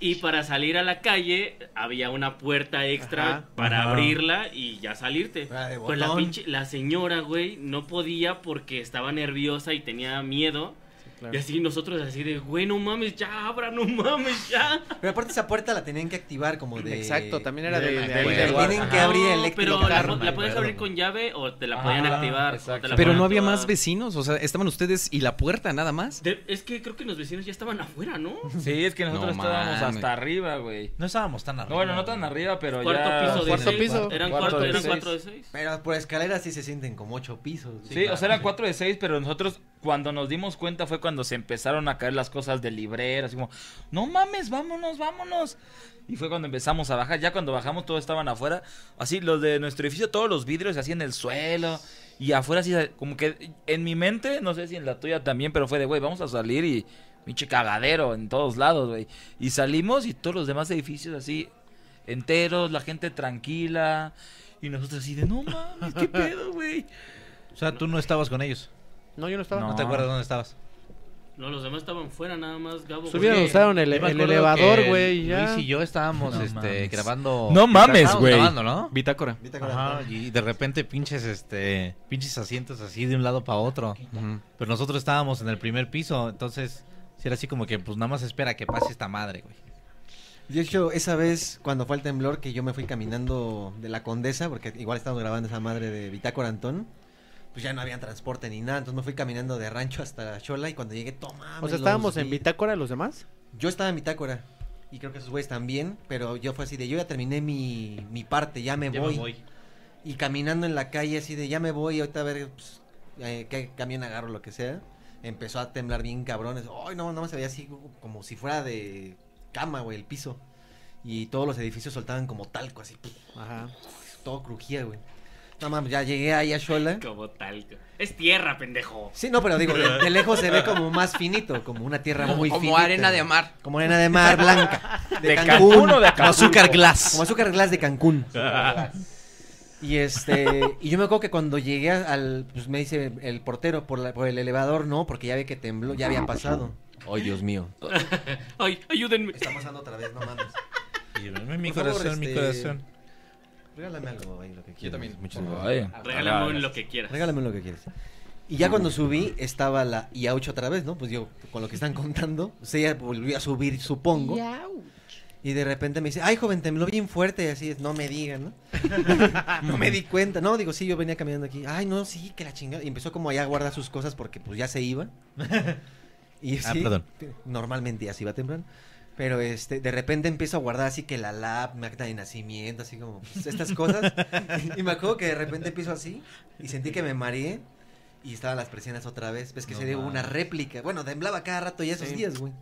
[SPEAKER 5] Y para salir a la calle había una puerta extra
[SPEAKER 6] Ajá.
[SPEAKER 5] para
[SPEAKER 6] Ajá.
[SPEAKER 5] abrirla y ya salirte. Pues la
[SPEAKER 6] botón.
[SPEAKER 5] pinche, la señora, güey, no podía porque estaba nerviosa y tenía miedo.
[SPEAKER 4] claro.
[SPEAKER 5] Y así nosotros así de, güey, no mames, ya abra, no mames, ya.
[SPEAKER 4] Pero aparte esa puerta la tenían que activar como de.
[SPEAKER 6] Exacto, también era de- de-
[SPEAKER 4] la
[SPEAKER 6] de-
[SPEAKER 4] tienen
[SPEAKER 6] Ajá.
[SPEAKER 4] que abrir
[SPEAKER 6] No,
[SPEAKER 4] el
[SPEAKER 5] Pero la, la puedes abrir con llave o te la podían
[SPEAKER 3] Ah,
[SPEAKER 5] activar. o te la
[SPEAKER 3] Pero
[SPEAKER 5] podían
[SPEAKER 3] no había
[SPEAKER 5] activar.
[SPEAKER 3] más vecinos, o sea, estaban ustedes y la puerta nada más.
[SPEAKER 5] De- es que creo que los vecinos ya estaban afuera, ¿no?
[SPEAKER 8] Sí, es que nosotros
[SPEAKER 3] No
[SPEAKER 8] estábamos
[SPEAKER 3] mames.
[SPEAKER 8] hasta arriba, güey.
[SPEAKER 7] No estábamos tan arriba.
[SPEAKER 8] No, bueno, no tan arriba, pero
[SPEAKER 5] Cuarto
[SPEAKER 8] ya...
[SPEAKER 5] piso de Cuarto seis, piso. eran cuarto- eran cuatro de seis.
[SPEAKER 4] Pero por escaleras sí se sienten como ocho pisos.
[SPEAKER 8] Sí, o sea, eran 4 de 6, pero nosotros cuando nos dimos cuenta fue cuando se empezaron a caer las cosas del librero, así como, no mames, vámonos, vámonos. Y fue cuando empezamos a bajar, ya cuando bajamos todos estaban afuera, así los de nuestro edificio, todos los vidrios así en el suelo y afuera así, como que en mi mente, no sé si en la tuya también, pero fue de, güey, vamos a salir y pinche cagadero en todos lados, güey. Y salimos y todos los demás edificios así enteros, la gente tranquila y nosotros así de, no mames, qué pedo, güey.
[SPEAKER 7] O sea, tú no estabas con ellos.
[SPEAKER 6] No, yo no estaba.
[SPEAKER 7] No, te acuerdas dónde estabas.
[SPEAKER 5] No, los demás estaban fuera, nada más Gabo.
[SPEAKER 6] Se hubieran usado el-
[SPEAKER 7] pues Yo me
[SPEAKER 6] el
[SPEAKER 7] acuerdo
[SPEAKER 6] elevador,
[SPEAKER 7] que
[SPEAKER 6] güey, ya.
[SPEAKER 7] Luis y yo estábamos este,
[SPEAKER 6] mames.
[SPEAKER 7] grabando.
[SPEAKER 8] No mames,
[SPEAKER 7] Estábamos
[SPEAKER 8] güey.
[SPEAKER 7] grabando, ¿no?
[SPEAKER 3] Bitácora.
[SPEAKER 7] Ajá, y de repente pinches, este, pinches asientos así de un lado para otro. Pero nosotros estábamos en el primer piso, entonces si era así como que, pues nada más espera que pase esta madre, güey.
[SPEAKER 4] De hecho, esa vez cuando fue el temblor que yo me fui caminando de la Condesa, porque igual estábamos grabando esa madre de Bitácora Antón, pues ya no había transporte ni nada, entonces me fui caminando de rancho hasta la Chola y cuando llegué, toma.
[SPEAKER 6] O sea, estábamos en bitácora los demás.
[SPEAKER 4] Yo estaba en Bitácora y creo que esos güeyes también, pero yo fue así de, yo ya terminé mi, mi parte, ya me
[SPEAKER 7] Ya me
[SPEAKER 4] voy.
[SPEAKER 7] voy.
[SPEAKER 4] Y caminando en la calle así de, ya me voy, ahorita a ver pues, eh, qué camión agarro, lo que sea. Empezó a temblar bien cabrones. Ay, no, no se veía así como si fuera de cama, güey, el piso. y todos los edificios soltaban como talco, así. Ajá. Todo crujía, güey. No mames, ya llegué ahí a Shola.
[SPEAKER 5] Como talco. Es tierra, pendejo.
[SPEAKER 4] Sí, no, pero digo, de, de lejos se ve como más finito, como una tierra
[SPEAKER 2] Como-
[SPEAKER 4] muy
[SPEAKER 2] como
[SPEAKER 4] finita.
[SPEAKER 2] arena de mar.
[SPEAKER 4] Como arena de mar blanca.
[SPEAKER 2] ¿De Cancún o
[SPEAKER 4] Como
[SPEAKER 2] de Acapulco?
[SPEAKER 4] Como azúcar glass de Cancún. Y este, y yo me acuerdo que cuando llegué al, pues me dice el portero por, la- por el elevador, no, porque ya ve que tembló, ya había pasado. Ay, Dios mío.
[SPEAKER 5] Ay, ayúdenme. Está
[SPEAKER 4] pasando otra vez, no mames.
[SPEAKER 7] mi
[SPEAKER 4] Por favor,
[SPEAKER 7] corazón, mi
[SPEAKER 4] este,
[SPEAKER 7] corazón.
[SPEAKER 4] Regálame algo ahí, lo que quieras.
[SPEAKER 7] también.
[SPEAKER 4] Muchas
[SPEAKER 7] Ay. ah,
[SPEAKER 4] gracias.
[SPEAKER 5] Regálame un lo que quieras.
[SPEAKER 4] Regálame lo que quieras. Y ya cuando subí, estaba la Iauch otra vez, ¿no? Pues yo, con lo que están contando, pues ella volvió a subir, supongo. Y de repente me dice, ay, joven, tembló bien fuerte. Y así es, no me digan, ¿no? no me di cuenta. No, digo, sí, yo venía caminando aquí. Ay, no, sí, que la chingada. Y empezó como allá a guardar sus cosas porque pues ya se iba. Y
[SPEAKER 7] Ah,
[SPEAKER 4] sí,
[SPEAKER 7] perdón.
[SPEAKER 4] te- Normalmente ya se iba temprano. Pero este, de repente empiezo a guardar así que la lab, mi acta de nacimiento, así como pues, estas cosas. y me acuerdo que de repente empiezo así y sentí que me mareé y estaban las persianas otra vez. Ves que
[SPEAKER 2] No
[SPEAKER 4] se dio una
[SPEAKER 2] mames.
[SPEAKER 4] réplica. Bueno, temblaba cada rato ya esos
[SPEAKER 2] Sí.
[SPEAKER 4] días, güey.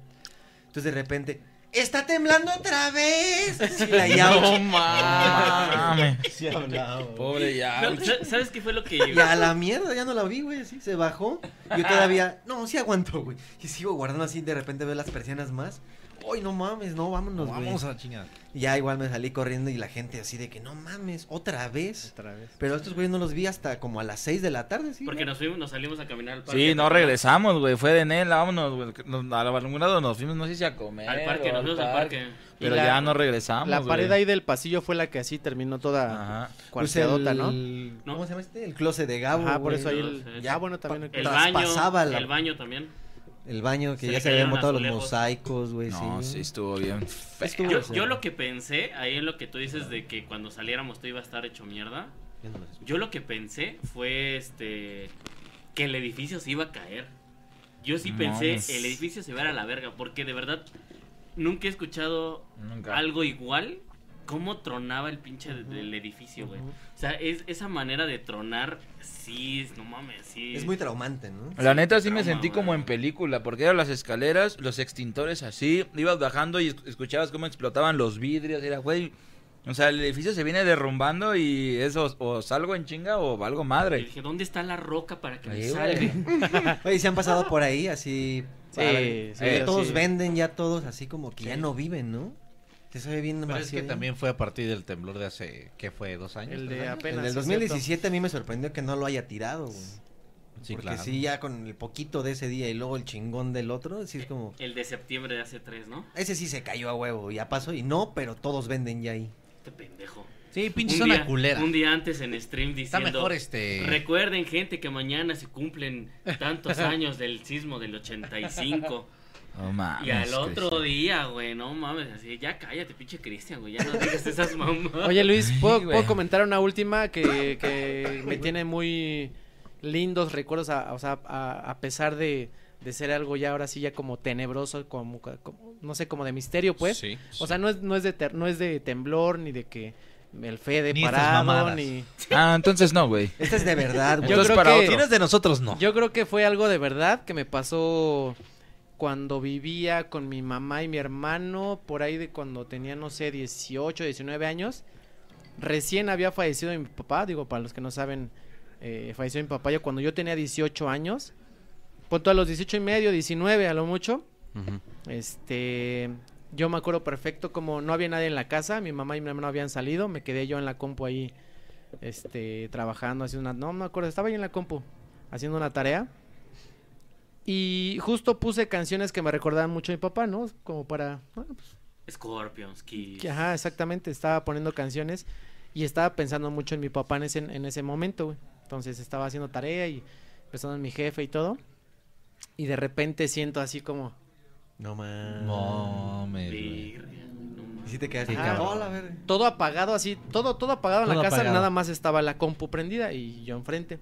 [SPEAKER 4] Entonces de repente, ¡Está temblando otra vez! Sí, la
[SPEAKER 2] No
[SPEAKER 4] Yauch.
[SPEAKER 2] mames.
[SPEAKER 4] Sí hablaba, güey.
[SPEAKER 2] Pobre Yauch.
[SPEAKER 5] No, sa- ¿Sabes qué fue lo que
[SPEAKER 4] Y a la mierda, ya no la vi, güey, así, se bajó. Yo todavía, no, sí aguantó, güey. Y sigo guardando así, de repente veo las persianas más. Uy, no mames, no, vámonos, güey.
[SPEAKER 7] Vamos a la chingada.
[SPEAKER 4] Y Ya igual me salí corriendo y la gente así de que no mames, otra vez. Otra vez. Pero estos güeyes no los vi hasta como a las 6 de la tarde, sí.
[SPEAKER 5] Porque nos fuimos, nos salimos a caminar al parque.
[SPEAKER 8] Sí, no regresamos, güey. Fue de Nela, vámonos, güey. Nos- A algún lado nos fuimos, no sé si a comer.
[SPEAKER 5] Al parque,
[SPEAKER 8] o
[SPEAKER 5] nos fuimos al parque.
[SPEAKER 8] Pero
[SPEAKER 6] Y la-
[SPEAKER 8] ya no regresamos.
[SPEAKER 6] La pared
[SPEAKER 8] güey.
[SPEAKER 6] ahí del pasillo fue la que así terminó toda cuarteadota, ¿no?
[SPEAKER 5] ¿no?
[SPEAKER 4] ¿Cómo se llama este? El closet de Gabo.
[SPEAKER 6] Ajá, por
[SPEAKER 4] güey.
[SPEAKER 6] eso ahí el- ya, bueno, también el-
[SPEAKER 5] El
[SPEAKER 4] Traspasaba
[SPEAKER 5] baño,
[SPEAKER 4] la-
[SPEAKER 5] el baño también.
[SPEAKER 4] El baño que
[SPEAKER 5] Se
[SPEAKER 4] ya
[SPEAKER 5] le
[SPEAKER 4] se
[SPEAKER 5] cayeron
[SPEAKER 4] habían botado los
[SPEAKER 5] azulejos.
[SPEAKER 4] mosaicos, güey.
[SPEAKER 8] No, sí, estuvo bien
[SPEAKER 4] Estuvo
[SPEAKER 5] yo,
[SPEAKER 4] feo.
[SPEAKER 5] yo lo que pensé, ahí en lo que tú dices de que cuando saliéramos tú iba a estar hecho mierda.
[SPEAKER 4] Ya no los escucho.
[SPEAKER 5] Yo lo que pensé fue este que el edificio se iba a caer. Yo sí pensé
[SPEAKER 8] Mames.
[SPEAKER 5] el edificio se va a ir a la verga, porque de verdad nunca he escuchado
[SPEAKER 8] Nunca.
[SPEAKER 5] algo igual. ¿Cómo tronaba el pinche de- del edificio, güey? O sea, es, esa manera de tronar, sí, es- no mames, sí.
[SPEAKER 4] Es muy traumante, ¿no?
[SPEAKER 8] La neta sí me
[SPEAKER 5] Trauma,
[SPEAKER 8] sentí
[SPEAKER 5] güey.
[SPEAKER 8] como en película, porque eran las escaleras, los extintores así, ibas bajando y esc- escuchabas cómo explotaban los vidrios, era güey, o sea, el edificio se viene derrumbando y eso, o salgo en chinga o valgo
[SPEAKER 5] Y
[SPEAKER 8] madre.
[SPEAKER 5] dije, ¿dónde está la roca para que me
[SPEAKER 8] Ahí,
[SPEAKER 5] salve?
[SPEAKER 4] Oye, se han pasado por ahí así.
[SPEAKER 5] Sí,
[SPEAKER 4] a ver,
[SPEAKER 7] sí,
[SPEAKER 4] eh, todos
[SPEAKER 7] sí.
[SPEAKER 4] venden ya todos así como que ya no viven, ¿no? Te sabe bien
[SPEAKER 7] Pero es
[SPEAKER 4] vacío
[SPEAKER 7] que
[SPEAKER 4] ya.
[SPEAKER 7] también fue a partir del temblor de hace, ¿qué fue? ¿Dos años?
[SPEAKER 6] ¿eh? El
[SPEAKER 7] tres
[SPEAKER 6] de
[SPEAKER 7] años?
[SPEAKER 6] apenas,
[SPEAKER 4] El del 2017 a mí me sorprendió que no lo haya tirado, güey.
[SPEAKER 7] Sí,
[SPEAKER 4] Porque
[SPEAKER 7] claro.
[SPEAKER 4] sí, ya con el poquito de ese día y luego el chingón del otro, sí es como...
[SPEAKER 5] El de septiembre de hace tres, ¿no?
[SPEAKER 4] Ese sí se cayó a huevo, ya pasó y no, pero todos venden ya ahí.
[SPEAKER 5] Este pendejo.
[SPEAKER 7] Sí, pinche
[SPEAKER 5] Un
[SPEAKER 7] zona
[SPEAKER 5] día-
[SPEAKER 7] culera.
[SPEAKER 5] Un día antes en stream
[SPEAKER 7] Está
[SPEAKER 5] diciendo.
[SPEAKER 7] mejor este-
[SPEAKER 5] Recuerden, gente, que mañana se cumplen tantos años del sismo del 85.
[SPEAKER 8] No mames,
[SPEAKER 5] y al otro
[SPEAKER 8] Cristian.
[SPEAKER 5] día, güey, no mames, así, ya cállate, pinche Cristian, güey, ya no digas esas mamadas.
[SPEAKER 6] Oye, Luis, ¿puedo,
[SPEAKER 5] Sí, güey.
[SPEAKER 6] puedo comentar una última que, que me tiene muy lindos recuerdos, a, o sea, a, a pesar de, de ser algo ya ahora sí ya como tenebroso, como, como- no sé, como de misterio, pues.
[SPEAKER 7] Sí,
[SPEAKER 6] o sea, no es, no es de ter- no es de temblor ni de que el Fede
[SPEAKER 7] Ni estas
[SPEAKER 6] parado
[SPEAKER 7] mamadas.
[SPEAKER 6] ni
[SPEAKER 8] Ah, entonces no, güey.
[SPEAKER 4] Esta es de verdad,
[SPEAKER 6] Yo creo que-
[SPEAKER 7] Si eres de nosotros, no.
[SPEAKER 6] Yo creo que fue algo de verdad que me pasó cuando vivía con mi mamá y mi hermano, por ahí de cuando tenía, no sé, 18, 19 años. Recién había fallecido mi papá, digo, para los que no saben, eh, falleció mi papá yo cuando yo tenía 18 años. Punto a los 18 y medio, 19 a lo mucho. Este, yo me acuerdo perfecto como no había nadie en la casa, mi mamá y mi hermano habían salido, me quedé yo en la compu ahí, este, trabajando, haciendo una, no me acuerdo, estaba ahí en la compu, haciendo una tarea. Y justo puse canciones que me recordaban mucho a mi papá, ¿no? Como para, bueno, pues,
[SPEAKER 5] Scorpions, Kiss.
[SPEAKER 6] que, ajá, exactamente, estaba poniendo canciones y estaba pensando mucho en mi papá en ese, en ese momento, güey. Entonces estaba haciendo tarea y pensando en mi jefe y todo. Y de repente siento así como,
[SPEAKER 4] No mames.
[SPEAKER 7] Mames, güey.
[SPEAKER 4] Y si te quedaste
[SPEAKER 6] Ajá.
[SPEAKER 4] cabrón. Hola, a ver.
[SPEAKER 6] Todo apagado así, todo, todo apagado en
[SPEAKER 4] Todo
[SPEAKER 6] la casa,
[SPEAKER 4] apagado.
[SPEAKER 6] nada más estaba la compu prendida y yo enfrente.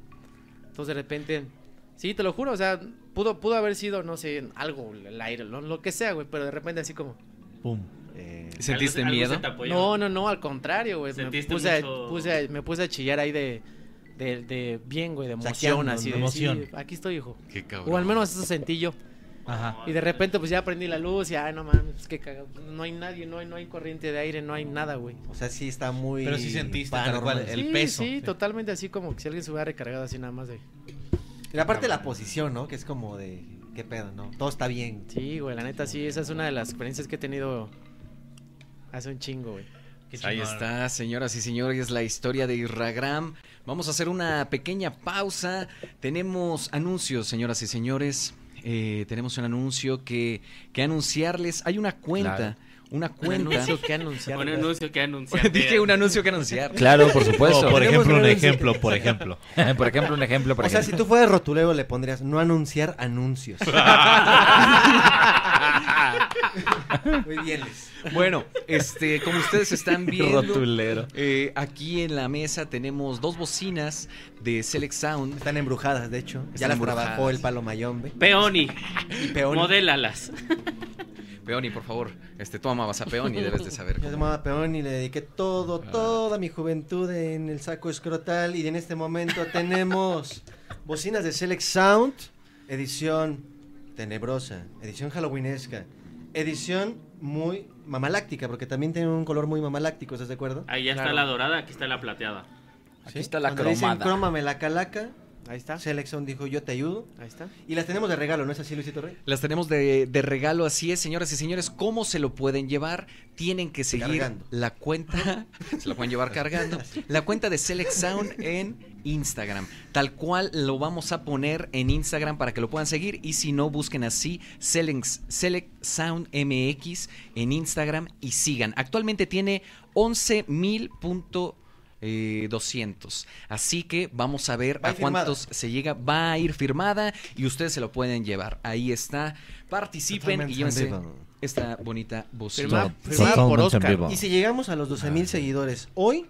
[SPEAKER 6] Entonces de repente, sí, te lo juro, o sea, pudo, pudo haber sido, no sé, algo, el aire, lo, lo que sea, güey, pero de repente así como...
[SPEAKER 7] Pum.
[SPEAKER 4] Eh,
[SPEAKER 3] ¿Sentiste
[SPEAKER 5] algo se
[SPEAKER 3] miedo?
[SPEAKER 5] te apoyó.
[SPEAKER 6] No, no, no, al contrario, güey. Me
[SPEAKER 5] Sentiste
[SPEAKER 6] puse,
[SPEAKER 5] mucho-
[SPEAKER 6] a, puse a- me puse a chillar ahí de, de, de bien, güey, de emoción,
[SPEAKER 7] Saqueando,
[SPEAKER 6] así
[SPEAKER 7] ¿no?
[SPEAKER 6] de
[SPEAKER 7] Emoción.
[SPEAKER 6] "Sí, aquí estoy, hijo.
[SPEAKER 7] Qué
[SPEAKER 6] O al menos eso sentí yo.
[SPEAKER 7] Ajá.
[SPEAKER 6] Y de repente, pues ya prendí la luz y, ay, no mames, pues, qué cagado. No hay nadie, no hay, no hay corriente de aire, no hay nada, güey.
[SPEAKER 4] O sea, sí está muy.
[SPEAKER 7] Pero sí sentiste tal cual
[SPEAKER 4] paranormal.
[SPEAKER 7] el peso.
[SPEAKER 6] Sí, totalmente así como que si alguien se hubiera recargado así nada más de.
[SPEAKER 4] Y aparte la posición, ¿no? Que es como de. ¿Qué pedo, no? Todo está bien.
[SPEAKER 6] Sí, güey, la neta, sí, esa es una de las experiencias que he tenido hace un chingo, güey.
[SPEAKER 3] Ahí está, señoras y señores, la historia de Irragram. Vamos a hacer una pequeña pausa. Tenemos anuncios, señoras y señores. Eh, tenemos un anuncio que, que anunciarles. Hay una cuenta.
[SPEAKER 5] Claro.
[SPEAKER 3] Una
[SPEAKER 5] Un
[SPEAKER 3] cuenta.
[SPEAKER 5] anuncio que anunciar. Un anuncio que anunciar.
[SPEAKER 3] Dije un anuncio que anunciar.
[SPEAKER 7] Claro, por supuesto. O por
[SPEAKER 3] Tenemos
[SPEAKER 7] ejemplo, un
[SPEAKER 3] anuncio.
[SPEAKER 7] ejemplo, por ejemplo. Por ejemplo, un ejemplo, por
[SPEAKER 4] o sea, si
[SPEAKER 7] ejemplo.
[SPEAKER 4] tú fueras rotulero, le pondrías no anunciar anuncios.
[SPEAKER 3] Muy bien, Bueno, este, como ustedes están viendo,
[SPEAKER 7] Rotulero.
[SPEAKER 3] eh, aquí en la mesa tenemos dos bocinas de Select Sound.
[SPEAKER 4] Están embrujadas, de hecho. Ya las trabajó el palo mayombe.
[SPEAKER 3] Peoni.
[SPEAKER 4] Peoni.
[SPEAKER 5] Modélalas.
[SPEAKER 3] Peoni, por favor. Este, tú amabas a Peoni, debes de saber.
[SPEAKER 4] Yo tomaba peón y le dediqué todo, toda mi juventud en el saco escrotal. Y en este momento tenemos bocinas de Select Sound, edición tenebrosa, edición halloweenesca, edición muy mamaláctica, porque también tienen un color muy mamaláctico, ¿estás de acuerdo?
[SPEAKER 5] Ahí ya está la dorada, aquí está la plateada.
[SPEAKER 4] Aquí está la Cuando dicen crómame la calaca. Ahí está. Select Sound dijo yo te ayudo. Ahí está. Y las tenemos de regalo, ¿no es así, Luisito Rey?
[SPEAKER 3] Las tenemos de, de regalo, así es, señoras y señores. ¿Cómo se lo pueden llevar? Tienen que seguir
[SPEAKER 4] Cargando.
[SPEAKER 3] la cuenta. se lo pueden llevar cargando. La cuenta de Select Sound en Instagram. Tal cual lo vamos a poner en Instagram para que lo puedan seguir. Y si no, busquen así Select, Select Sound MX en Instagram y sigan. Actualmente tiene 11.000.200. eh, Así que vamos a ver
[SPEAKER 4] Va
[SPEAKER 3] a
[SPEAKER 4] firmada.
[SPEAKER 3] cuántos se llega, va a ir firmada y ustedes se lo pueden llevar. Ahí está. Participen y
[SPEAKER 4] Totalmente
[SPEAKER 3] llévense
[SPEAKER 4] en vivo.
[SPEAKER 3] esta bonita bocina.
[SPEAKER 4] Firmada- firmada por Oscar. Y si llegamos a los 12 mil seguidores hoy,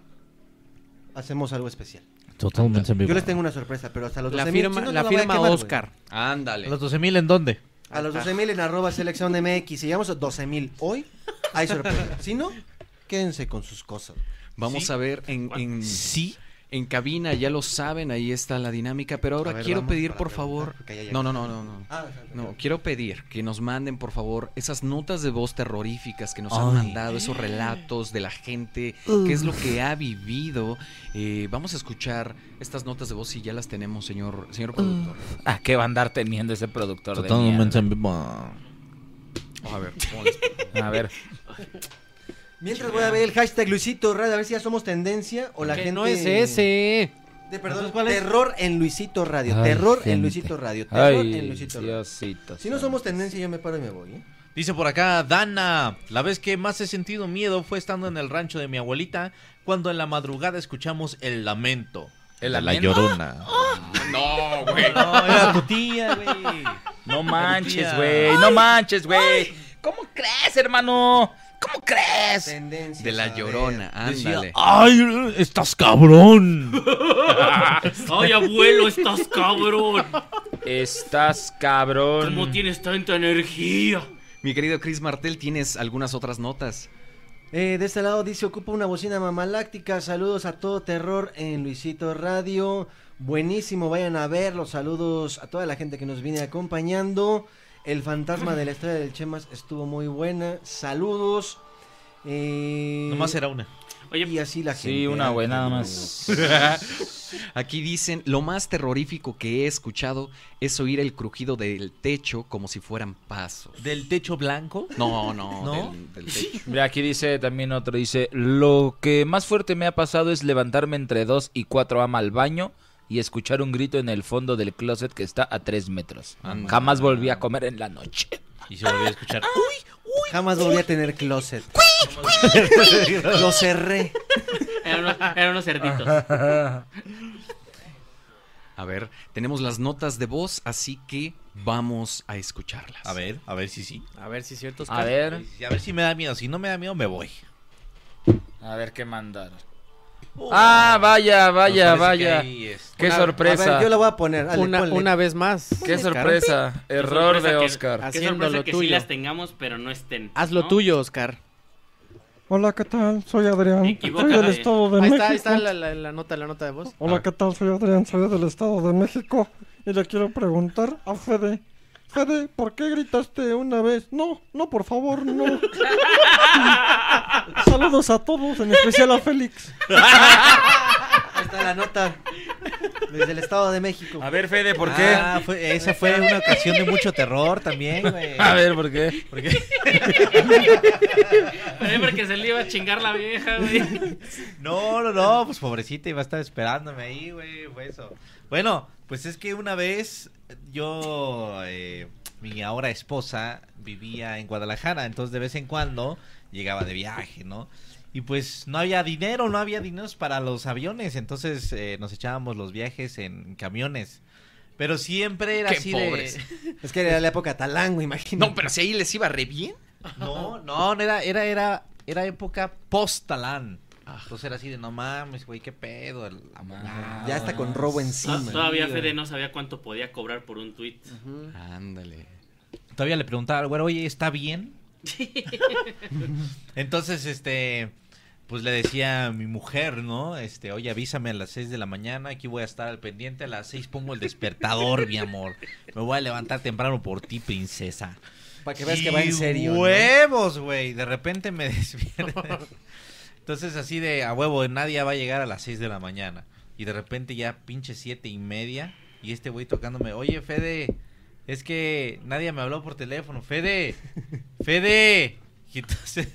[SPEAKER 4] hacemos algo especial.
[SPEAKER 7] Totalmente en vivo.
[SPEAKER 4] Yo les tengo una sorpresa, pero hasta los
[SPEAKER 6] La
[SPEAKER 4] 12
[SPEAKER 6] firma- la firma Oscar.
[SPEAKER 3] Ándale.
[SPEAKER 7] ¿Los 12 mil en dónde?
[SPEAKER 4] A los 12 mil en arroba selección MX. Si llegamos a 12 mil hoy, hay sorpresa. si no, quédense con sus cosas.
[SPEAKER 3] Vamos a ver en, en sí. En cabina, ya lo saben, ahí está la dinámica, pero ahora
[SPEAKER 4] A ver,
[SPEAKER 3] quiero
[SPEAKER 4] vamos
[SPEAKER 3] pedir,
[SPEAKER 4] para
[SPEAKER 3] por
[SPEAKER 4] preguntar,
[SPEAKER 3] favor...
[SPEAKER 4] porque ya llegó.
[SPEAKER 3] No, no, no, no, no.
[SPEAKER 4] Ah, o sea,
[SPEAKER 3] No, quiero pedir que nos manden, por favor, esas notas de voz terroríficas que nos han
[SPEAKER 7] Ay.
[SPEAKER 3] mandado, esos relatos de la gente, qué es lo que ha vivido. Eh, vamos a escuchar estas notas de voz si ya las tenemos, señor, señor productor.
[SPEAKER 7] ¿A Ah, qué va a andar teniendo ese productor
[SPEAKER 3] de
[SPEAKER 7] Totalmente en vivo.
[SPEAKER 3] A ver,
[SPEAKER 7] A ver.
[SPEAKER 4] Mientras voy a ver el hashtag Luisito Radio, a ver si ya somos tendencia o la
[SPEAKER 6] Que
[SPEAKER 4] gente.
[SPEAKER 6] no es ese.
[SPEAKER 4] De, perdón,
[SPEAKER 6] Entonces, ¿cuál es?
[SPEAKER 4] terror en Luisito Radio.
[SPEAKER 7] Ay,
[SPEAKER 4] terror
[SPEAKER 7] gente.
[SPEAKER 4] en Luisito Radio. Terror
[SPEAKER 7] Ay,
[SPEAKER 4] en Luisito Radio.
[SPEAKER 7] Diosito
[SPEAKER 4] Si no somos tendencia, yo me paro y me voy. ¿eh?
[SPEAKER 7] Dice por acá, Dana, la vez que más he sentido miedo fue estando en el rancho de mi abuelita cuando en la madrugada escuchamos el lamento.
[SPEAKER 8] El
[SPEAKER 7] de
[SPEAKER 8] lamento.
[SPEAKER 7] La llorona.
[SPEAKER 8] No, güey.
[SPEAKER 7] No, era tu tía, güey.
[SPEAKER 8] No manches, güey. No manches, güey. ¿Cómo crees, hermano? ¿Cómo crees?
[SPEAKER 3] De la llorona, ándale.
[SPEAKER 7] ¡Ay, estás cabrón!
[SPEAKER 5] Ay, abuelo, estás cabrón.
[SPEAKER 8] Estás cabrón.
[SPEAKER 5] ¿Cómo tienes tanta energía?
[SPEAKER 3] Mi querido Chris Martel, tienes algunas otras notas.
[SPEAKER 4] Eh, de este lado dice, ocupa una bocina mamaláctica. Saludos a todo terror en Luisito Radio. Buenísimo, vayan a verlo. Saludos a toda la gente que nos viene acompañando. El fantasma de la historia del Chemas estuvo muy buena. Saludos. Eh,
[SPEAKER 7] Nomás era una.
[SPEAKER 4] y así la gente. ¿eh?
[SPEAKER 3] ¿eh? Aquí dicen, lo más terrorífico que he escuchado es oír el crujido del techo como si fueran pasos.
[SPEAKER 7] ¿Del techo blanco?
[SPEAKER 3] No, no,
[SPEAKER 7] ¿No?
[SPEAKER 3] Del, del techo.
[SPEAKER 8] Mira, aquí dice también otro, dice, lo que más fuerte me ha pasado es levantarme entre 2 y 4 ama al baño y escuchar un grito en el fondo del closet que está a 3 metros.
[SPEAKER 7] Anda.
[SPEAKER 8] Jamás volví a comer en la noche. Ah.
[SPEAKER 7] Y se volvió a escuchar.
[SPEAKER 4] Jamás volví a tener closet. Lo cerré.
[SPEAKER 5] Eran unos, eran unos cerditos.
[SPEAKER 3] A ver, tenemos las notas de voz, así que vamos a escucharlas. A
[SPEAKER 7] ver, a ver si sí.
[SPEAKER 6] A ver si es cierto.
[SPEAKER 8] A ver.
[SPEAKER 7] Y a ver si me da miedo. Si no me da miedo, me voy.
[SPEAKER 8] A ver qué mandar. Ah, vaya, vaya,
[SPEAKER 7] Nos parece que
[SPEAKER 8] vaya.
[SPEAKER 7] ahí, este,
[SPEAKER 8] Qué
[SPEAKER 7] una-
[SPEAKER 8] sorpresa.
[SPEAKER 4] A ver, yo la voy a poner. Ale,
[SPEAKER 6] Una,
[SPEAKER 4] ponle.
[SPEAKER 6] una vez más.
[SPEAKER 8] Qué sorpresa.
[SPEAKER 6] Qué
[SPEAKER 8] Error
[SPEAKER 6] sorpresa
[SPEAKER 8] de
[SPEAKER 6] que-
[SPEAKER 8] Oscar.
[SPEAKER 6] Haciendo
[SPEAKER 5] sorpresa
[SPEAKER 6] lo
[SPEAKER 5] que
[SPEAKER 6] tuyo.
[SPEAKER 5] sí las tengamos, pero no estén.
[SPEAKER 6] Haz lo
[SPEAKER 5] ¿no?
[SPEAKER 6] tuyo, Oscar.
[SPEAKER 18] Hola, ¿qué tal? Soy Adrián. Soy del Estado de
[SPEAKER 6] Ahí
[SPEAKER 18] México.
[SPEAKER 6] está, ahí está la, la- la nota, la nota de voz.
[SPEAKER 18] Hola, ¿qué tal? Soy Adrián, soy del Estado de México. Y le quiero preguntar a Fede Fede, ¿por qué gritaste una vez? No, no, por favor, no. Saludos a todos, en especial a Félix.
[SPEAKER 4] Ahí está la nota. Desde el Estado de México.
[SPEAKER 8] A ver, Fede, ¿por
[SPEAKER 4] qué?
[SPEAKER 7] Ah, fue- esa fue una ocasión de mucho terror también, güey.
[SPEAKER 8] A ver, ¿por qué?
[SPEAKER 7] ¿Por qué?
[SPEAKER 5] También porque se le iba a chingar la vieja, güey.
[SPEAKER 7] No, no, no, pues pobrecita iba a estar esperándome ahí, güey, fue eso. Bueno, pues es que una vez yo, eh, mi ahora esposa vivía en Guadalajara, entonces de vez en cuando llegaba de viaje, ¿no? Y pues no había dinero, no había dineros para los aviones, entonces eh, nos echábamos los viajes en camiones. Pero siempre era
[SPEAKER 3] Qué
[SPEAKER 7] así
[SPEAKER 3] pobres.
[SPEAKER 7] de...
[SPEAKER 4] Es que era la época talango, imagínate.
[SPEAKER 3] No, pero si ahí les iba re bien.
[SPEAKER 7] No, no, no, era, era, era, era época post-Talán.
[SPEAKER 4] Ah.
[SPEAKER 7] Entonces era así de no mames, güey, qué pedo. la mamada".
[SPEAKER 4] Ya está con robo encima.
[SPEAKER 7] Sí,
[SPEAKER 5] Todavía
[SPEAKER 7] güey.
[SPEAKER 5] Fede no sabía cuánto podía cobrar por un tweet.
[SPEAKER 3] Ándale.
[SPEAKER 7] Todavía le preguntaba al güero, oye, ¿está bien? Entonces, este, pues le decía a mi mujer, ¿no? Este, oye, avísame a las 6 de la mañana, aquí voy a estar al pendiente, a las 6 pongo el despertador, mi amor. Me voy a levantar temprano por ti, princesa.
[SPEAKER 4] Para que veas que va en
[SPEAKER 7] Y
[SPEAKER 4] serio, ¿no?
[SPEAKER 7] Huevos, güey. De repente me despierta. Entonces, así de a huevo, nadie va a llegar a las 6 de la mañana. Y de repente ya pinche siete y media. Y este güey tocándome, oye, Fede, es que nadie me habló por teléfono. Fede, Fede. Y entonces,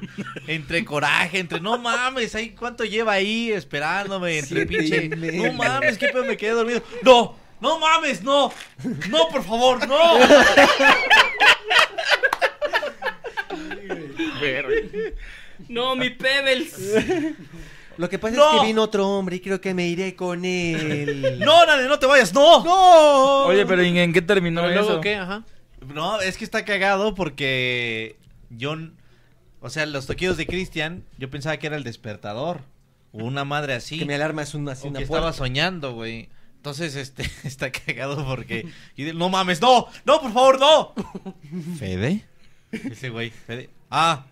[SPEAKER 7] entre coraje, entre no mames, ahí cuánto lleva ahí esperándome, entre
[SPEAKER 3] Siete y
[SPEAKER 7] pinche,
[SPEAKER 3] media.
[SPEAKER 7] no mames, qué pedo me quedé dormido. No, no mames, no, no, por favor, no.
[SPEAKER 5] No, mi Pebbles.
[SPEAKER 4] Lo que pasa es
[SPEAKER 5] ¡No!
[SPEAKER 4] que vino otro hombre y creo que me iré con él.
[SPEAKER 7] No, Nane, no te vayas, no.
[SPEAKER 4] No.
[SPEAKER 8] Oye, pero ¿en, en qué terminó
[SPEAKER 7] ¿Pero luego
[SPEAKER 8] eso?
[SPEAKER 7] qué? Ajá. No, es que está cagado porque yo, n- o sea, los toquidos de Cristian, yo pensaba que era el despertador o una madre así.
[SPEAKER 4] Que mi alarma es una, así
[SPEAKER 7] o
[SPEAKER 4] una
[SPEAKER 7] que
[SPEAKER 4] puerta.
[SPEAKER 7] estaba soñando, güey. Entonces, este, está cagado porque y de- no mames, no, no, por favor, no. Fede. Ese güey, Fede. Ah.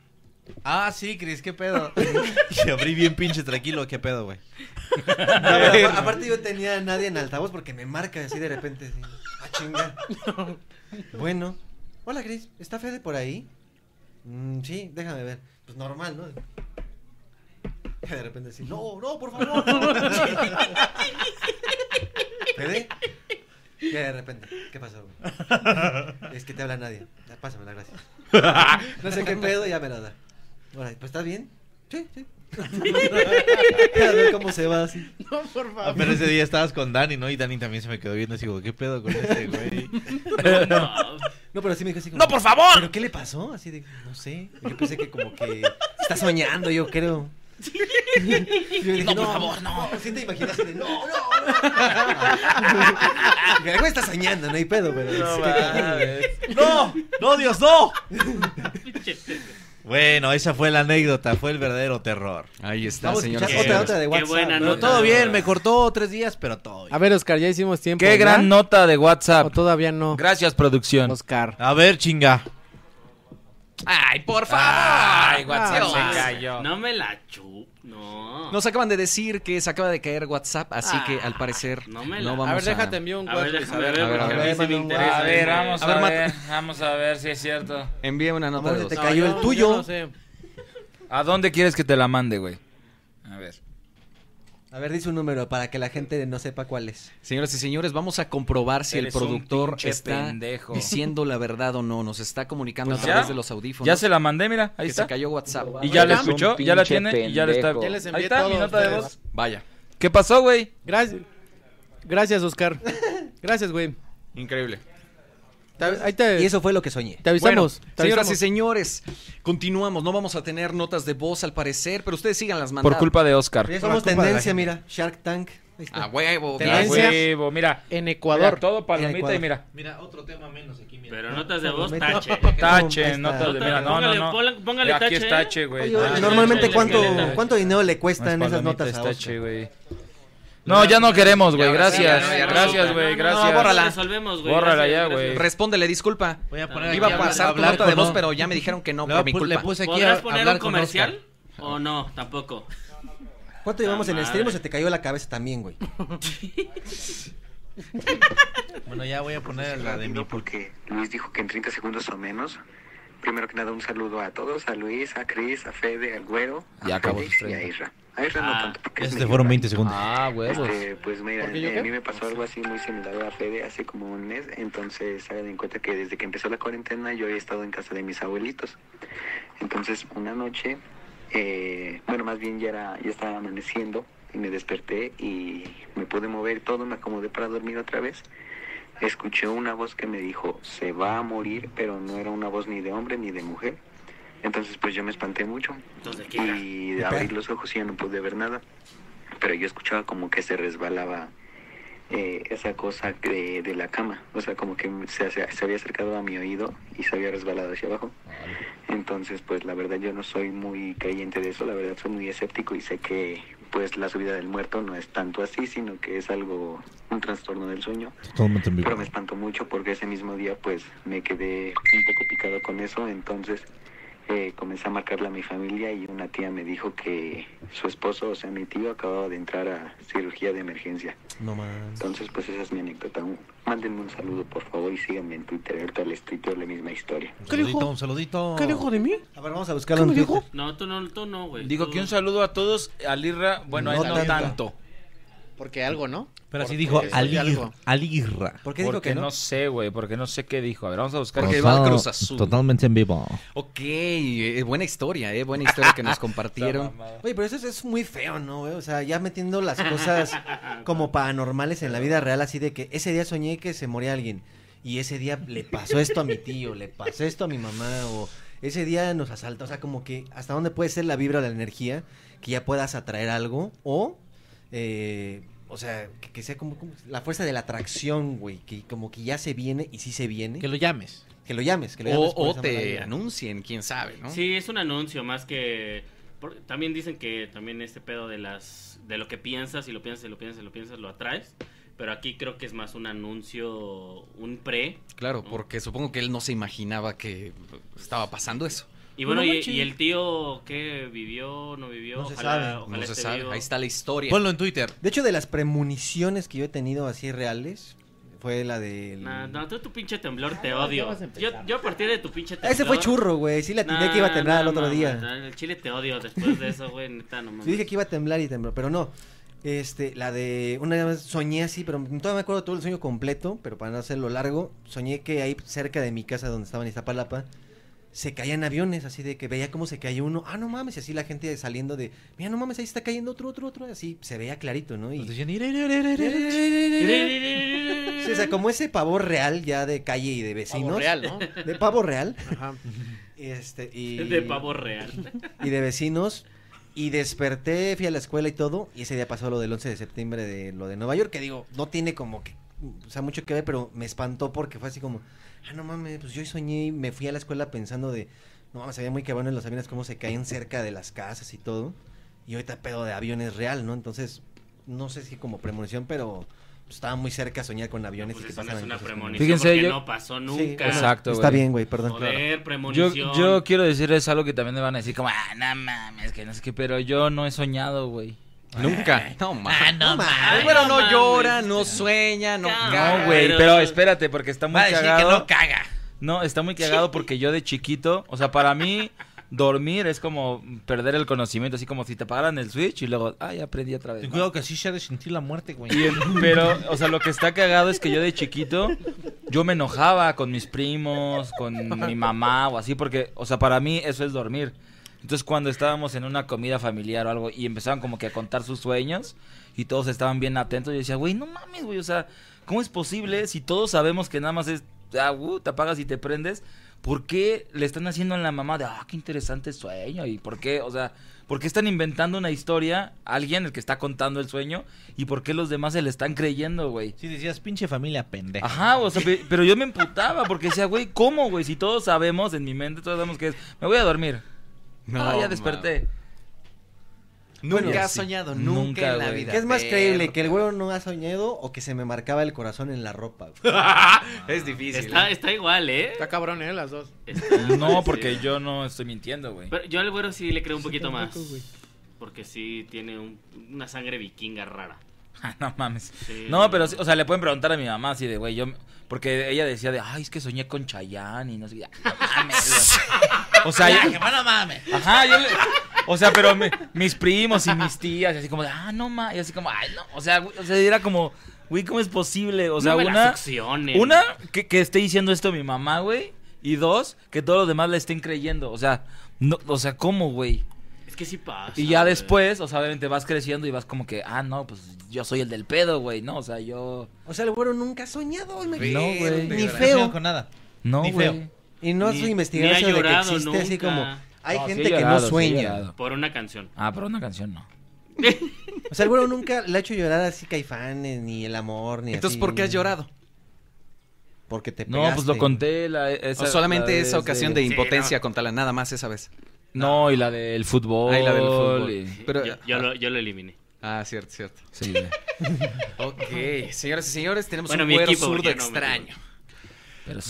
[SPEAKER 7] Ah, sí, Cris, qué pedo. y abrí bien pinche tranquilo, qué pedo, güey.
[SPEAKER 4] No,
[SPEAKER 7] Eh,
[SPEAKER 4] pero apa- aparte yo tenía a nadie en altavoz porque me marca así de repente. así, "Ah, chinga". Bueno. Hola, Cris. ¿Está Fede por ahí? "Mm, sí, déjame ver. Pues normal, ¿no? Y De repente así, no, no, por favor. ¿Fede? Y de repente, ¿qué pasó? güey? Es que te habla nadie. Ya, Pásamela, gracias. No sé qué pedo, ya me la da. Bueno, pues ¿estás bien? Sí, sí. Ya ve cómo se va así.
[SPEAKER 7] No, por favor. Ah, pero ese día estabas con Dani, ¿no? Y Dani también se me quedó viendo así como, ¿qué pedo con este güey?
[SPEAKER 4] No, pero sí me dijo así como,
[SPEAKER 7] ¡No, por favor!
[SPEAKER 4] ¿Pero qué le pasó? Así de, no sé. Yo pensé que como que está soñando, yo creo. Yo dije,
[SPEAKER 3] No, por favor, no.
[SPEAKER 4] Sí te imaginas así de, no, no, no. Dije, "El güey está soñando, no hay pedo, pero.
[SPEAKER 3] No
[SPEAKER 4] es que-
[SPEAKER 3] mames.
[SPEAKER 7] ¡No! ¡No, Dios, no! Bueno, esa fue la anécdota, fue el verdadero terror.
[SPEAKER 3] Ahí está,
[SPEAKER 7] Vamos a
[SPEAKER 3] señoras y
[SPEAKER 7] escuchar
[SPEAKER 3] señores.
[SPEAKER 7] otra, otra de
[SPEAKER 3] Qué
[SPEAKER 7] WhatsApp.
[SPEAKER 3] buena
[SPEAKER 7] ¿no?
[SPEAKER 3] nota.
[SPEAKER 7] Todo bien, me cortó tres días, pero todo bien.
[SPEAKER 6] A ver, Oscar, ya hicimos tiempo.
[SPEAKER 7] Qué gran
[SPEAKER 8] nota de WhatsApp.
[SPEAKER 6] todavía no.
[SPEAKER 8] Gracias, producción.
[SPEAKER 6] Oscar.
[SPEAKER 7] A ver, chinga.
[SPEAKER 3] Ay, por favor. Ay, WhatsApp
[SPEAKER 5] No,
[SPEAKER 3] se
[SPEAKER 5] ma,
[SPEAKER 3] cayó.
[SPEAKER 5] No me la chup. No. Ah,
[SPEAKER 3] Nos acaban de decir que se acaba de caer WhatsApp, así que al parecer no,
[SPEAKER 5] no me la-
[SPEAKER 3] vamos
[SPEAKER 5] A ver, déjate
[SPEAKER 6] envío un
[SPEAKER 5] A ver,
[SPEAKER 6] WhatsApp.
[SPEAKER 5] déjame ver, porque a mí sí me interesa.
[SPEAKER 8] A ver, vamos a ver,
[SPEAKER 3] Mata.
[SPEAKER 8] vamos a ver si es cierto.
[SPEAKER 3] Envía una nota de
[SPEAKER 8] se te
[SPEAKER 3] voz.
[SPEAKER 8] cayó
[SPEAKER 6] No,
[SPEAKER 8] el
[SPEAKER 6] yo
[SPEAKER 8] tuyo.
[SPEAKER 6] no sé.
[SPEAKER 8] ¿A dónde quieres que te la mande, güey? A ver.
[SPEAKER 4] A ver, dice un número para que la gente no sepa cuál es.
[SPEAKER 3] Señoras y señores, vamos a comprobar si
[SPEAKER 8] Eres
[SPEAKER 3] el
[SPEAKER 8] un
[SPEAKER 3] productor
[SPEAKER 8] pinche
[SPEAKER 3] está
[SPEAKER 8] pendejo.
[SPEAKER 3] diciendo la verdad o no. Nos está comunicando
[SPEAKER 8] Pues
[SPEAKER 3] a
[SPEAKER 8] ya.
[SPEAKER 3] través de los audífonos.
[SPEAKER 8] Ya se la mandé, mira, ahí
[SPEAKER 3] Que
[SPEAKER 8] está.
[SPEAKER 3] se cayó WhatsApp.
[SPEAKER 8] Y ya la
[SPEAKER 3] Eres un
[SPEAKER 8] escuchó, ya la
[SPEAKER 3] pinche
[SPEAKER 8] tiene y ya la está.
[SPEAKER 3] pendejo. Ya les
[SPEAKER 8] ahí
[SPEAKER 3] envié
[SPEAKER 8] está mi
[SPEAKER 3] todo a
[SPEAKER 8] nota de
[SPEAKER 3] ustedes.
[SPEAKER 8] voz.
[SPEAKER 3] Vaya.
[SPEAKER 8] ¿Qué pasó, güey?
[SPEAKER 6] Gracias. Gracias, Oscar. Gracias, güey.
[SPEAKER 8] Increíble.
[SPEAKER 6] Ahí te-
[SPEAKER 4] Y eso fue lo que soñé.
[SPEAKER 6] Te avisamos.
[SPEAKER 3] Bueno,
[SPEAKER 6] te
[SPEAKER 3] señoras y
[SPEAKER 6] avisamos.
[SPEAKER 3] señores, continuamos. No vamos a tener notas de voz al parecer, pero ustedes sigan las mandando.
[SPEAKER 8] Por culpa de Oscar.
[SPEAKER 4] Ya somos tendencia, mira. Shark Tank. Ahí está.
[SPEAKER 3] A huevo.
[SPEAKER 8] A
[SPEAKER 4] Tendencia.
[SPEAKER 8] huevo, mira.
[SPEAKER 6] En
[SPEAKER 8] Mira, todo palomita y mira.
[SPEAKER 7] Mira, otro tema menos aquí, mira.
[SPEAKER 5] Pero notas de voz,
[SPEAKER 8] Palomita.
[SPEAKER 5] tache.
[SPEAKER 8] Tache,
[SPEAKER 5] Ahí está.
[SPEAKER 8] notas de- mira, no,
[SPEAKER 5] Póngale-
[SPEAKER 8] no, no.
[SPEAKER 5] póngale- Póngale
[SPEAKER 8] Aquí
[SPEAKER 5] tache. ¿eh?
[SPEAKER 8] es tache, güey.
[SPEAKER 5] Oye,
[SPEAKER 8] Ah,
[SPEAKER 5] oye,
[SPEAKER 4] Normalmente,
[SPEAKER 5] tache,
[SPEAKER 4] ¿cuánto,
[SPEAKER 5] escaleta.
[SPEAKER 4] ¿cuánto dinero le
[SPEAKER 8] No
[SPEAKER 4] cuestan
[SPEAKER 8] es
[SPEAKER 4] esas
[SPEAKER 8] palomita,
[SPEAKER 4] notas
[SPEAKER 8] es
[SPEAKER 4] a Oscar?
[SPEAKER 8] tache, güey. No, ya no queremos, güey.
[SPEAKER 3] Ya, ahora sí,
[SPEAKER 8] Gracias.
[SPEAKER 3] ya, ya, ya,
[SPEAKER 8] Gracias,
[SPEAKER 3] ya.
[SPEAKER 8] güey.
[SPEAKER 3] No,
[SPEAKER 8] Gracias.
[SPEAKER 3] bórrala.
[SPEAKER 5] Resolvemos, güey,
[SPEAKER 8] Bórrala
[SPEAKER 5] gracias,
[SPEAKER 8] ya,
[SPEAKER 5] gracias.
[SPEAKER 8] güey.
[SPEAKER 3] Respóndele, disculpa.
[SPEAKER 7] Voy a poner
[SPEAKER 3] Iba
[SPEAKER 7] aquí
[SPEAKER 3] a pasar tu
[SPEAKER 7] hablar
[SPEAKER 3] nota de
[SPEAKER 7] con-
[SPEAKER 3] voz, pero ya me dijeron que no,
[SPEAKER 7] Le
[SPEAKER 3] por
[SPEAKER 7] voy a
[SPEAKER 3] mi
[SPEAKER 7] pu-
[SPEAKER 3] culpa.
[SPEAKER 7] Le puse aquí a
[SPEAKER 5] ¿Podrás poner
[SPEAKER 7] hablar
[SPEAKER 5] un
[SPEAKER 7] con
[SPEAKER 5] comercial? ¿O no? Tampoco.
[SPEAKER 4] ¿Cuánto llevamos
[SPEAKER 5] La
[SPEAKER 4] en el stream o
[SPEAKER 5] madre.
[SPEAKER 4] se te cayó la cabeza también, güey?
[SPEAKER 7] Bueno, ya voy a poner la de mi
[SPEAKER 19] porque Luis dijo que en 30 segundos o menos. Primero que nada, un saludo a todos, a Luis, a Cris, a Fede, al Güero,
[SPEAKER 7] Ya
[SPEAKER 19] a
[SPEAKER 7] acabó.
[SPEAKER 19] Félix y a Isra. A Isra no tanto, porque es
[SPEAKER 7] Este fueron 20 segundos.
[SPEAKER 19] Ah, Este, pues mira,
[SPEAKER 7] ¿Por qué yo
[SPEAKER 19] eh,
[SPEAKER 7] qué?
[SPEAKER 19] a mí me pasó algo así muy similar a Fede hace como un mes, entonces hagan en cuenta que desde que empezó la cuarentena yo he estado en casa de mis abuelitos. Entonces una noche, eh, bueno, más bien ya, era, ya estaba amaneciendo y me desperté y me pude mover y todo, me acomodé para dormir otra vez. Escuché una voz que me dijo, se va a morir, pero no era una voz ni de hombre ni de mujer. Entonces pues yo me espanté mucho y de abrir los ojos y ya no pude ver nada. Pero yo escuchaba como que se resbalaba eh, esa cosa de, de la cama. O sea, como que se, se- se había acercado a mi oído y se había resbalado hacia abajo. Entonces, pues la verdad yo no soy muy creyente de eso, la verdad soy muy escéptico y sé que pues la subida del muerto no es tanto así, sino que es algo, un trastorno del sueño.
[SPEAKER 7] Totalmente en vivo.
[SPEAKER 19] Pero me espantó mucho porque ese mismo día pues me quedé un poco picado con eso, entonces eh, comencé a marcarla a mi familia y una tía me dijo que su esposo, o sea mi tío, acababa de entrar a cirugía de emergencia.
[SPEAKER 4] No más.
[SPEAKER 19] Entonces pues esa es mi anécdota. Un- Mándenme un saludo por favor y síganme en Twitter, ahorita les tuiteo la misma historia.
[SPEAKER 7] Saludito, un saludito.
[SPEAKER 4] ¿Qué dijo de mí? A ver, vamos a buscarlo en
[SPEAKER 19] ¿Qué me
[SPEAKER 4] Twitter.
[SPEAKER 5] No, tú no, tú no, güey.
[SPEAKER 8] Digo
[SPEAKER 5] Tú-
[SPEAKER 8] que un saludo a todos, a Lirra, bueno, a él
[SPEAKER 6] No
[SPEAKER 8] no
[SPEAKER 6] tanto.
[SPEAKER 8] tanto.
[SPEAKER 6] Porque algo, ¿no?
[SPEAKER 7] Pero así
[SPEAKER 6] Porque
[SPEAKER 7] dijo
[SPEAKER 6] soy
[SPEAKER 7] Alir,
[SPEAKER 6] algo.
[SPEAKER 7] Alirra.
[SPEAKER 6] ¿Por qué dijo
[SPEAKER 8] Porque
[SPEAKER 6] que no?
[SPEAKER 8] no? sé, güey, porque no sé qué dijo. A ver, vamos a buscar que va al
[SPEAKER 7] Total-
[SPEAKER 8] Cruz Azul.
[SPEAKER 7] Totalmente en vivo.
[SPEAKER 3] Ok, eh, buena historia, eh, buena historia que nos compartieron.
[SPEAKER 4] Oye, pero eso es, es muy feo, ¿no? güey? O sea, ya metiendo las cosas como paranormales en la vida real, así de que ese día soñé que se moría alguien. Y ese día le pasó esto a mi tío, le pasó esto a mi mamá, o ese día nos asalta. O sea, como que hasta dónde puede ser la vibra o la energía que ya puedas atraer algo, o. eh, o sea, que, que sea como, como la fuerza de la atracción, güey, que como que ya se viene y sí se viene. Que
[SPEAKER 6] lo llames.
[SPEAKER 4] Que lo llames, que lo
[SPEAKER 3] O-
[SPEAKER 4] llames. por
[SPEAKER 3] o
[SPEAKER 4] esa
[SPEAKER 3] te
[SPEAKER 4] mala vibra.
[SPEAKER 3] anuncien, quién sabe, ¿no?
[SPEAKER 5] Sí, es un anuncio más que... por- también dicen que también este pedo de las de lo que piensas y lo piensas y lo piensas y lo piensas lo atraes. Pero aquí creo que es más un anuncio, un pre.
[SPEAKER 3] Claro, porque supongo que él no se imaginaba que estaba pasando eso.
[SPEAKER 5] Y bueno, y,
[SPEAKER 3] manches.
[SPEAKER 5] y el tío que vivió, no vivió,
[SPEAKER 3] se
[SPEAKER 5] ojalá,
[SPEAKER 3] sabe.
[SPEAKER 5] ojalá
[SPEAKER 3] No se
[SPEAKER 5] esté
[SPEAKER 3] sabe.
[SPEAKER 5] vivo.
[SPEAKER 3] Ahí está la historia.
[SPEAKER 4] Ponlo en Twitter. De hecho, de las premoniciones que yo he tenido así reales, fue la del...
[SPEAKER 5] Nah, no, tú tu pinche temblor
[SPEAKER 6] Ah,
[SPEAKER 5] te
[SPEAKER 6] ya
[SPEAKER 5] odio.
[SPEAKER 6] vas a empezar.
[SPEAKER 5] Yo, yo a partir de tu pinche temblor.
[SPEAKER 4] Ese fue churro, güey. Sí la atiné que iba a temblar al otro
[SPEAKER 5] mames,
[SPEAKER 4] día.
[SPEAKER 5] nah, el chile te odio después de eso, güey, neta, no mames.
[SPEAKER 4] Sí dije que iba a temblar y tembló, pero no. Este, la de una vez soñé así, pero todavía me acuerdo todo el sueño completo, pero para no hacerlo largo, soñé que ahí cerca de mi casa donde estaba en Iztapalapa se caían aviones, así de que veía cómo se caía uno. Ah, no mames, y así la gente saliendo de, mira, no mames, ahí está cayendo otro, otro, otro, así se veía clarito, ¿no? Y Sí, o sea, como ese pavor real ya de calle y de vecinos.
[SPEAKER 6] Pavo real, ¿no?
[SPEAKER 4] De pavo real.
[SPEAKER 6] Ajá.
[SPEAKER 4] Este, y...
[SPEAKER 5] De pavo real.
[SPEAKER 4] Y de vecinos. Y desperté, fui a la escuela y todo. Y ese día pasó lo del 11 de septiembre de lo de Nueva York, que digo, no tiene como que... O sea, mucho que ver, pero me espantó porque fue así como... Ah, no mames, pues yo soñé y me fui a la escuela pensando de... No mames, había muy cabrón en los aviones cómo se caían cerca de las casas y todo. Y ahorita pedo de aviones real, ¿no? Entonces, no sé si como premonición, pero... pues, Estaba muy cerca a soñar con aviones
[SPEAKER 5] Pues
[SPEAKER 4] y que
[SPEAKER 5] eso no
[SPEAKER 4] pasaran
[SPEAKER 5] es una
[SPEAKER 4] cosas.
[SPEAKER 5] premonición
[SPEAKER 8] Fíjense,
[SPEAKER 5] porque
[SPEAKER 8] yo-
[SPEAKER 5] no pasó
[SPEAKER 8] Sí,
[SPEAKER 5] nunca.
[SPEAKER 8] exacto,
[SPEAKER 4] Está
[SPEAKER 8] güey.
[SPEAKER 4] bien, güey, perdón.
[SPEAKER 5] Joder,
[SPEAKER 8] Yo,
[SPEAKER 5] premonición.
[SPEAKER 8] yo quiero decirles algo que también me van a decir como, ah, no mames, que no sé qué, pero yo no he soñado, güey.
[SPEAKER 3] Nunca. No mames.
[SPEAKER 8] Ah, no mames.
[SPEAKER 3] Bueno, no llora, no sueña, no caga.
[SPEAKER 8] No, güey, pero espérate, porque está muy
[SPEAKER 3] Va a decir que
[SPEAKER 8] cagado.
[SPEAKER 3] no caga.
[SPEAKER 8] No, está muy cagado porque yo de chiquito, o sea, para mí dormir es como perder el conocimiento, así como si te apagaran el switch y luego, ay, aprendí otra vez.
[SPEAKER 7] Ten
[SPEAKER 8] ¿no?
[SPEAKER 7] cuidado que así se ha de sentir la muerte, güey.
[SPEAKER 8] Y el- pero, o sea, lo que está cagado es que yo de chiquito, yo me enojaba con mis primos, con mi mamá o así, porque, o sea, para mí eso es dormir. Entonces, cuando estábamos en una comida familiar o algo y empezaban como que a contar sus sueños y todos estaban bien atentos, yo decía, güey, no mames, güey, o sea, ¿cómo es posible si todos sabemos que nada más es, ah, uh, te apagas y te prendes? ¿Por qué le están haciendo a la mamá de, ah, qué interesante sueño? ¿Y por qué, o sea, por qué están inventando una historia a alguien el que está contando el sueño? ¿Y por qué los demás se le están creyendo, güey?
[SPEAKER 7] Sí, decías, pinche familia pendeja.
[SPEAKER 8] Ajá, o sea, pe- pero yo me emputaba porque decía, güey, ¿cómo, güey? Si todos sabemos en mi mente, todos sabemos que es, me voy a dormir.
[SPEAKER 3] No,
[SPEAKER 8] ah, ya
[SPEAKER 3] mames.
[SPEAKER 8] desperté.
[SPEAKER 3] Nunca
[SPEAKER 8] Bueno,
[SPEAKER 3] has
[SPEAKER 8] sí.
[SPEAKER 3] soñado, nunca, en la
[SPEAKER 8] güey.
[SPEAKER 3] vida.
[SPEAKER 4] ¿Qué es más
[SPEAKER 3] Ver-
[SPEAKER 4] creíble? ¿Que el güero no ha soñado o que se me marcaba el corazón en la ropa? güey?
[SPEAKER 3] es difícil.
[SPEAKER 5] Está, está igual, ¿eh?
[SPEAKER 6] Está cabrón, ¿eh? Las dos.
[SPEAKER 8] No, porque yo no estoy mintiendo, güey.
[SPEAKER 5] Pero yo al güero sí le creo un poquito más.
[SPEAKER 6] tampoco, güey.
[SPEAKER 5] Porque sí tiene un- una sangre vikinga rara.
[SPEAKER 8] Ah, no mames. No, pero, sí, o sea, le pueden preguntar a mi mamá así de, güey, yo... Porque ella decía de, ay, es que soñé con Chayanne y no sé qué. Ah, no mames, güey. O sea, yo-
[SPEAKER 7] no mames.
[SPEAKER 8] Ajá, yo le- O sea, pero mi- mis primos y mis tías, y así como de, ah, no mames. Y así como, ay, no. O sea, güey, o sea, era como, güey, ¿cómo es posible? O sea,
[SPEAKER 5] No me la
[SPEAKER 8] una.
[SPEAKER 5] succionen.
[SPEAKER 8] Una, que, que esté diciendo esto mi mamá, güey. Y dos, que todos los demás le estén creyendo. O sea, no, o sea, ¿cómo, güey?
[SPEAKER 5] Es que sí pasa.
[SPEAKER 8] Y ya
[SPEAKER 5] güey.
[SPEAKER 8] después, o sea, obviamente vas creciendo y vas como que, ah, no, pues yo soy el del pedo, güey, ¿no? O sea, yo...
[SPEAKER 4] O sea, el güero nunca ha soñado, imagínate.
[SPEAKER 8] No, güey.
[SPEAKER 4] Ni
[SPEAKER 8] No
[SPEAKER 4] feo.
[SPEAKER 8] soñó con nada. No,
[SPEAKER 4] Ni
[SPEAKER 8] güey.
[SPEAKER 4] feo. Y no has
[SPEAKER 5] Ni-
[SPEAKER 4] investigado
[SPEAKER 5] ni ha
[SPEAKER 4] eso de que
[SPEAKER 5] llorado
[SPEAKER 4] existe así
[SPEAKER 5] nunca.
[SPEAKER 4] como... Hay
[SPEAKER 8] No, sí
[SPEAKER 4] gente
[SPEAKER 8] he
[SPEAKER 4] que
[SPEAKER 8] llorado, sí
[SPEAKER 4] no
[SPEAKER 8] he
[SPEAKER 4] sueña.
[SPEAKER 8] llorado.
[SPEAKER 5] Por una canción.
[SPEAKER 8] Ah, por una canción no.
[SPEAKER 4] o sea, el güero nunca le ha hecho llorar así caifanes, ni el amor, ni
[SPEAKER 3] Entonces,
[SPEAKER 4] así.
[SPEAKER 3] ¿por qué has llorado?
[SPEAKER 4] Porque te
[SPEAKER 8] No, pues lo conté. La, esa-
[SPEAKER 3] o solamente
[SPEAKER 8] la
[SPEAKER 3] esa
[SPEAKER 8] vez
[SPEAKER 3] ocasión de impotencia contra la nada más esa vez.
[SPEAKER 8] No, y la del fútbol.
[SPEAKER 3] Ah, y la del fútbol.
[SPEAKER 8] y-
[SPEAKER 3] Pero-
[SPEAKER 5] ¿eh? yo, yo lo, yo lo eliminé.
[SPEAKER 3] Ah, cierto, cierto.
[SPEAKER 8] Sí.
[SPEAKER 3] ok, señoras y señores, tenemos
[SPEAKER 5] Bueno,
[SPEAKER 3] un
[SPEAKER 5] mi
[SPEAKER 3] cuero
[SPEAKER 5] equipo,
[SPEAKER 3] zurdo
[SPEAKER 5] yo no, mi
[SPEAKER 3] extraño.
[SPEAKER 5] equipo.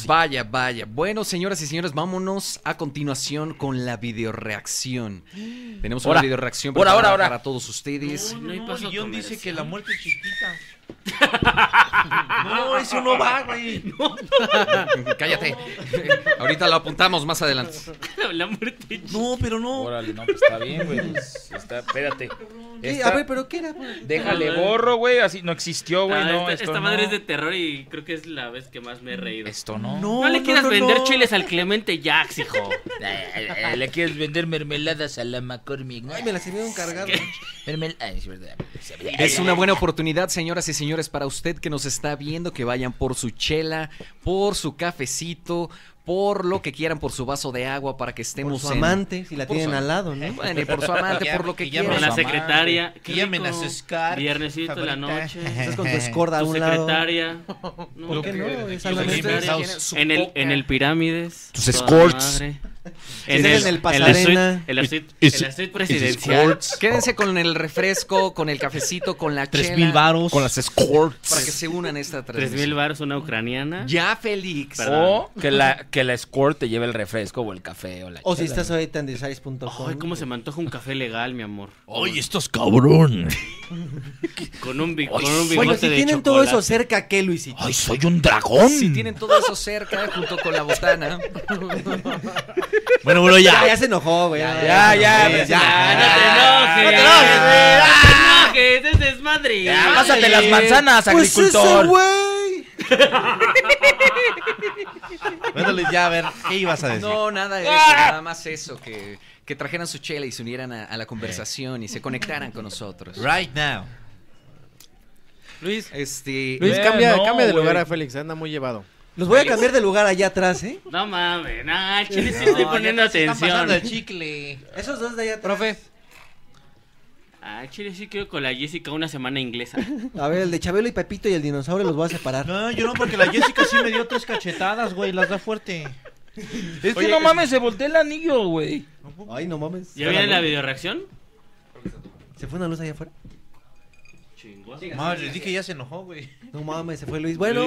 [SPEAKER 3] Vaya, vaya. Bueno, señoras y señores, vámonos a continuación con la videoreacción. Tenemos
[SPEAKER 8] Ahora,
[SPEAKER 3] una videoreacción
[SPEAKER 8] ahora,
[SPEAKER 3] preparada
[SPEAKER 8] ahora, ahora.
[SPEAKER 3] para todos ustedes.
[SPEAKER 5] No hay paso
[SPEAKER 7] el guión dice
[SPEAKER 5] comercial.
[SPEAKER 7] que la muerte es chiquita. no, eso no va, güey.
[SPEAKER 3] Cállate. Ahorita lo apuntamos más adelante.
[SPEAKER 5] La muerte.
[SPEAKER 7] No, pero no.
[SPEAKER 8] Órale, no, pues está bien, güey. pues, está, espérate. Está-
[SPEAKER 4] A ver, ¿pero qué era?
[SPEAKER 8] Déjale borro, güey. Así no existió, güey.
[SPEAKER 5] Ah,
[SPEAKER 8] no,
[SPEAKER 5] esta,
[SPEAKER 8] esto
[SPEAKER 5] esta madre
[SPEAKER 8] no.
[SPEAKER 5] es de terror y creo que es la vez que más me he reído.
[SPEAKER 8] Esto no.
[SPEAKER 5] No, le quieras
[SPEAKER 8] no,
[SPEAKER 5] vender
[SPEAKER 8] no.
[SPEAKER 5] chiles al Clemente Jax, hijo.
[SPEAKER 8] Eh, Le quieres vender mermeladas a la McCormick.
[SPEAKER 4] Ay, me la sirvieron cargada.
[SPEAKER 8] Mermeladas, es verdad.
[SPEAKER 3] Es una buena oportunidad, señoras y señores, para usted que nos está viendo, que vayan por su chela, por su cafecito, por lo que quieran, por su vaso de agua, para que
[SPEAKER 4] Por
[SPEAKER 3] estemos
[SPEAKER 4] su
[SPEAKER 3] en-
[SPEAKER 4] amante, si la
[SPEAKER 3] por
[SPEAKER 4] tienen
[SPEAKER 3] su-
[SPEAKER 4] al lado, ¿no?
[SPEAKER 3] Bueno, y por su amante, por lo que
[SPEAKER 5] llamen
[SPEAKER 3] quieran.
[SPEAKER 5] a la secretaria.
[SPEAKER 7] Que llamen a su Scar
[SPEAKER 5] Viernesito de la
[SPEAKER 7] favorita.
[SPEAKER 5] noche.
[SPEAKER 4] Estás con tu escorda a
[SPEAKER 5] Tu
[SPEAKER 4] un lado.
[SPEAKER 5] secretaria. No,
[SPEAKER 4] ¿Por qué no?
[SPEAKER 5] que-
[SPEAKER 4] Es
[SPEAKER 5] que
[SPEAKER 4] algo
[SPEAKER 5] su
[SPEAKER 4] bien
[SPEAKER 5] secretaria.
[SPEAKER 4] pensado.
[SPEAKER 5] Tiene su En el, en el Pirámides.
[SPEAKER 4] Tus
[SPEAKER 5] toda
[SPEAKER 4] escorts.
[SPEAKER 5] madre.
[SPEAKER 4] Tienen en el Pasarena.
[SPEAKER 5] En la suite,
[SPEAKER 3] Es-
[SPEAKER 5] en la suite
[SPEAKER 3] es
[SPEAKER 5] presidencial.
[SPEAKER 3] escorts. Quédense con el refresco, con el cafecito, con la chela.
[SPEAKER 5] 3,000 varos.
[SPEAKER 3] Con las
[SPEAKER 5] escorts.
[SPEAKER 3] Para que se unan a esta
[SPEAKER 5] 3000
[SPEAKER 3] transmisión.
[SPEAKER 5] baros una ucraniana.
[SPEAKER 3] Ya, Félix.
[SPEAKER 8] O que la, que la Squirt te lleve el refresco o el café o la
[SPEAKER 4] O si
[SPEAKER 8] chela,
[SPEAKER 4] estás ahorita en desaires.com.
[SPEAKER 5] Ay, cómo se me antoja un café legal, mi amor.
[SPEAKER 8] Ay,
[SPEAKER 7] estos cabrón.
[SPEAKER 5] Con un, bi-
[SPEAKER 7] Ay,
[SPEAKER 5] con un bigote
[SPEAKER 4] Bueno, si
[SPEAKER 5] de
[SPEAKER 4] tienen todo eso
[SPEAKER 5] chocolate.
[SPEAKER 4] cerca, ¿qué, Luisito?
[SPEAKER 7] Ay, soy un dragón.
[SPEAKER 3] Si tienen todo eso cerca, junto con la botana.
[SPEAKER 7] Bueno, bueno, ya.
[SPEAKER 4] Ya, ya se enojó, güey.
[SPEAKER 7] Ya, ya,
[SPEAKER 4] ya.
[SPEAKER 7] ya, ya.
[SPEAKER 5] ¡No te enojes, güey! ¡No te enojes! ¡Es desmadre!
[SPEAKER 8] Ya, pásate las manzanas,
[SPEAKER 4] Pues ese
[SPEAKER 8] agricultor.
[SPEAKER 4] güey.
[SPEAKER 7] Bueno, Luis, ya, a ver, ¿qué ibas a decir?
[SPEAKER 3] No, nada de eso,
[SPEAKER 5] Ah.
[SPEAKER 3] nada más eso, que, que trajeran su chela y se unieran a, a la conversación y se conectaran con nosotros.
[SPEAKER 7] Right now.
[SPEAKER 3] Luis. Este.
[SPEAKER 6] Luis,
[SPEAKER 3] eh,
[SPEAKER 6] cambia,
[SPEAKER 3] no,
[SPEAKER 6] cambia de
[SPEAKER 3] güey.
[SPEAKER 6] lugar a Félix, anda muy llevado.
[SPEAKER 4] Los voy a cambiar de lugar allá atrás, ¿eh?
[SPEAKER 5] No mames, nah, al chile sí estoy poniendo atención.
[SPEAKER 7] chicle.
[SPEAKER 4] Esos dos de allá atrás.
[SPEAKER 3] Profe.
[SPEAKER 5] Ah, al chile sí quiero con la Jessica una semana inglesa.
[SPEAKER 4] A ver, el de Chabelo y Pepito y el dinosaurio los voy a separar.
[SPEAKER 7] No, yo no, porque la Jessica sí me dio tres cachetadas, güey, las da fuerte.
[SPEAKER 8] Es que
[SPEAKER 7] Oye,
[SPEAKER 8] no
[SPEAKER 7] es-
[SPEAKER 8] mames, se voltea el anillo, güey.
[SPEAKER 4] Ay, no mames.
[SPEAKER 5] ¿Ya viene la videoreacción?
[SPEAKER 4] ¿Se fue una luz allá afuera?
[SPEAKER 7] Madre, les dije, ya se enojó, güey.
[SPEAKER 4] No mames, se fue Luis. Bueno,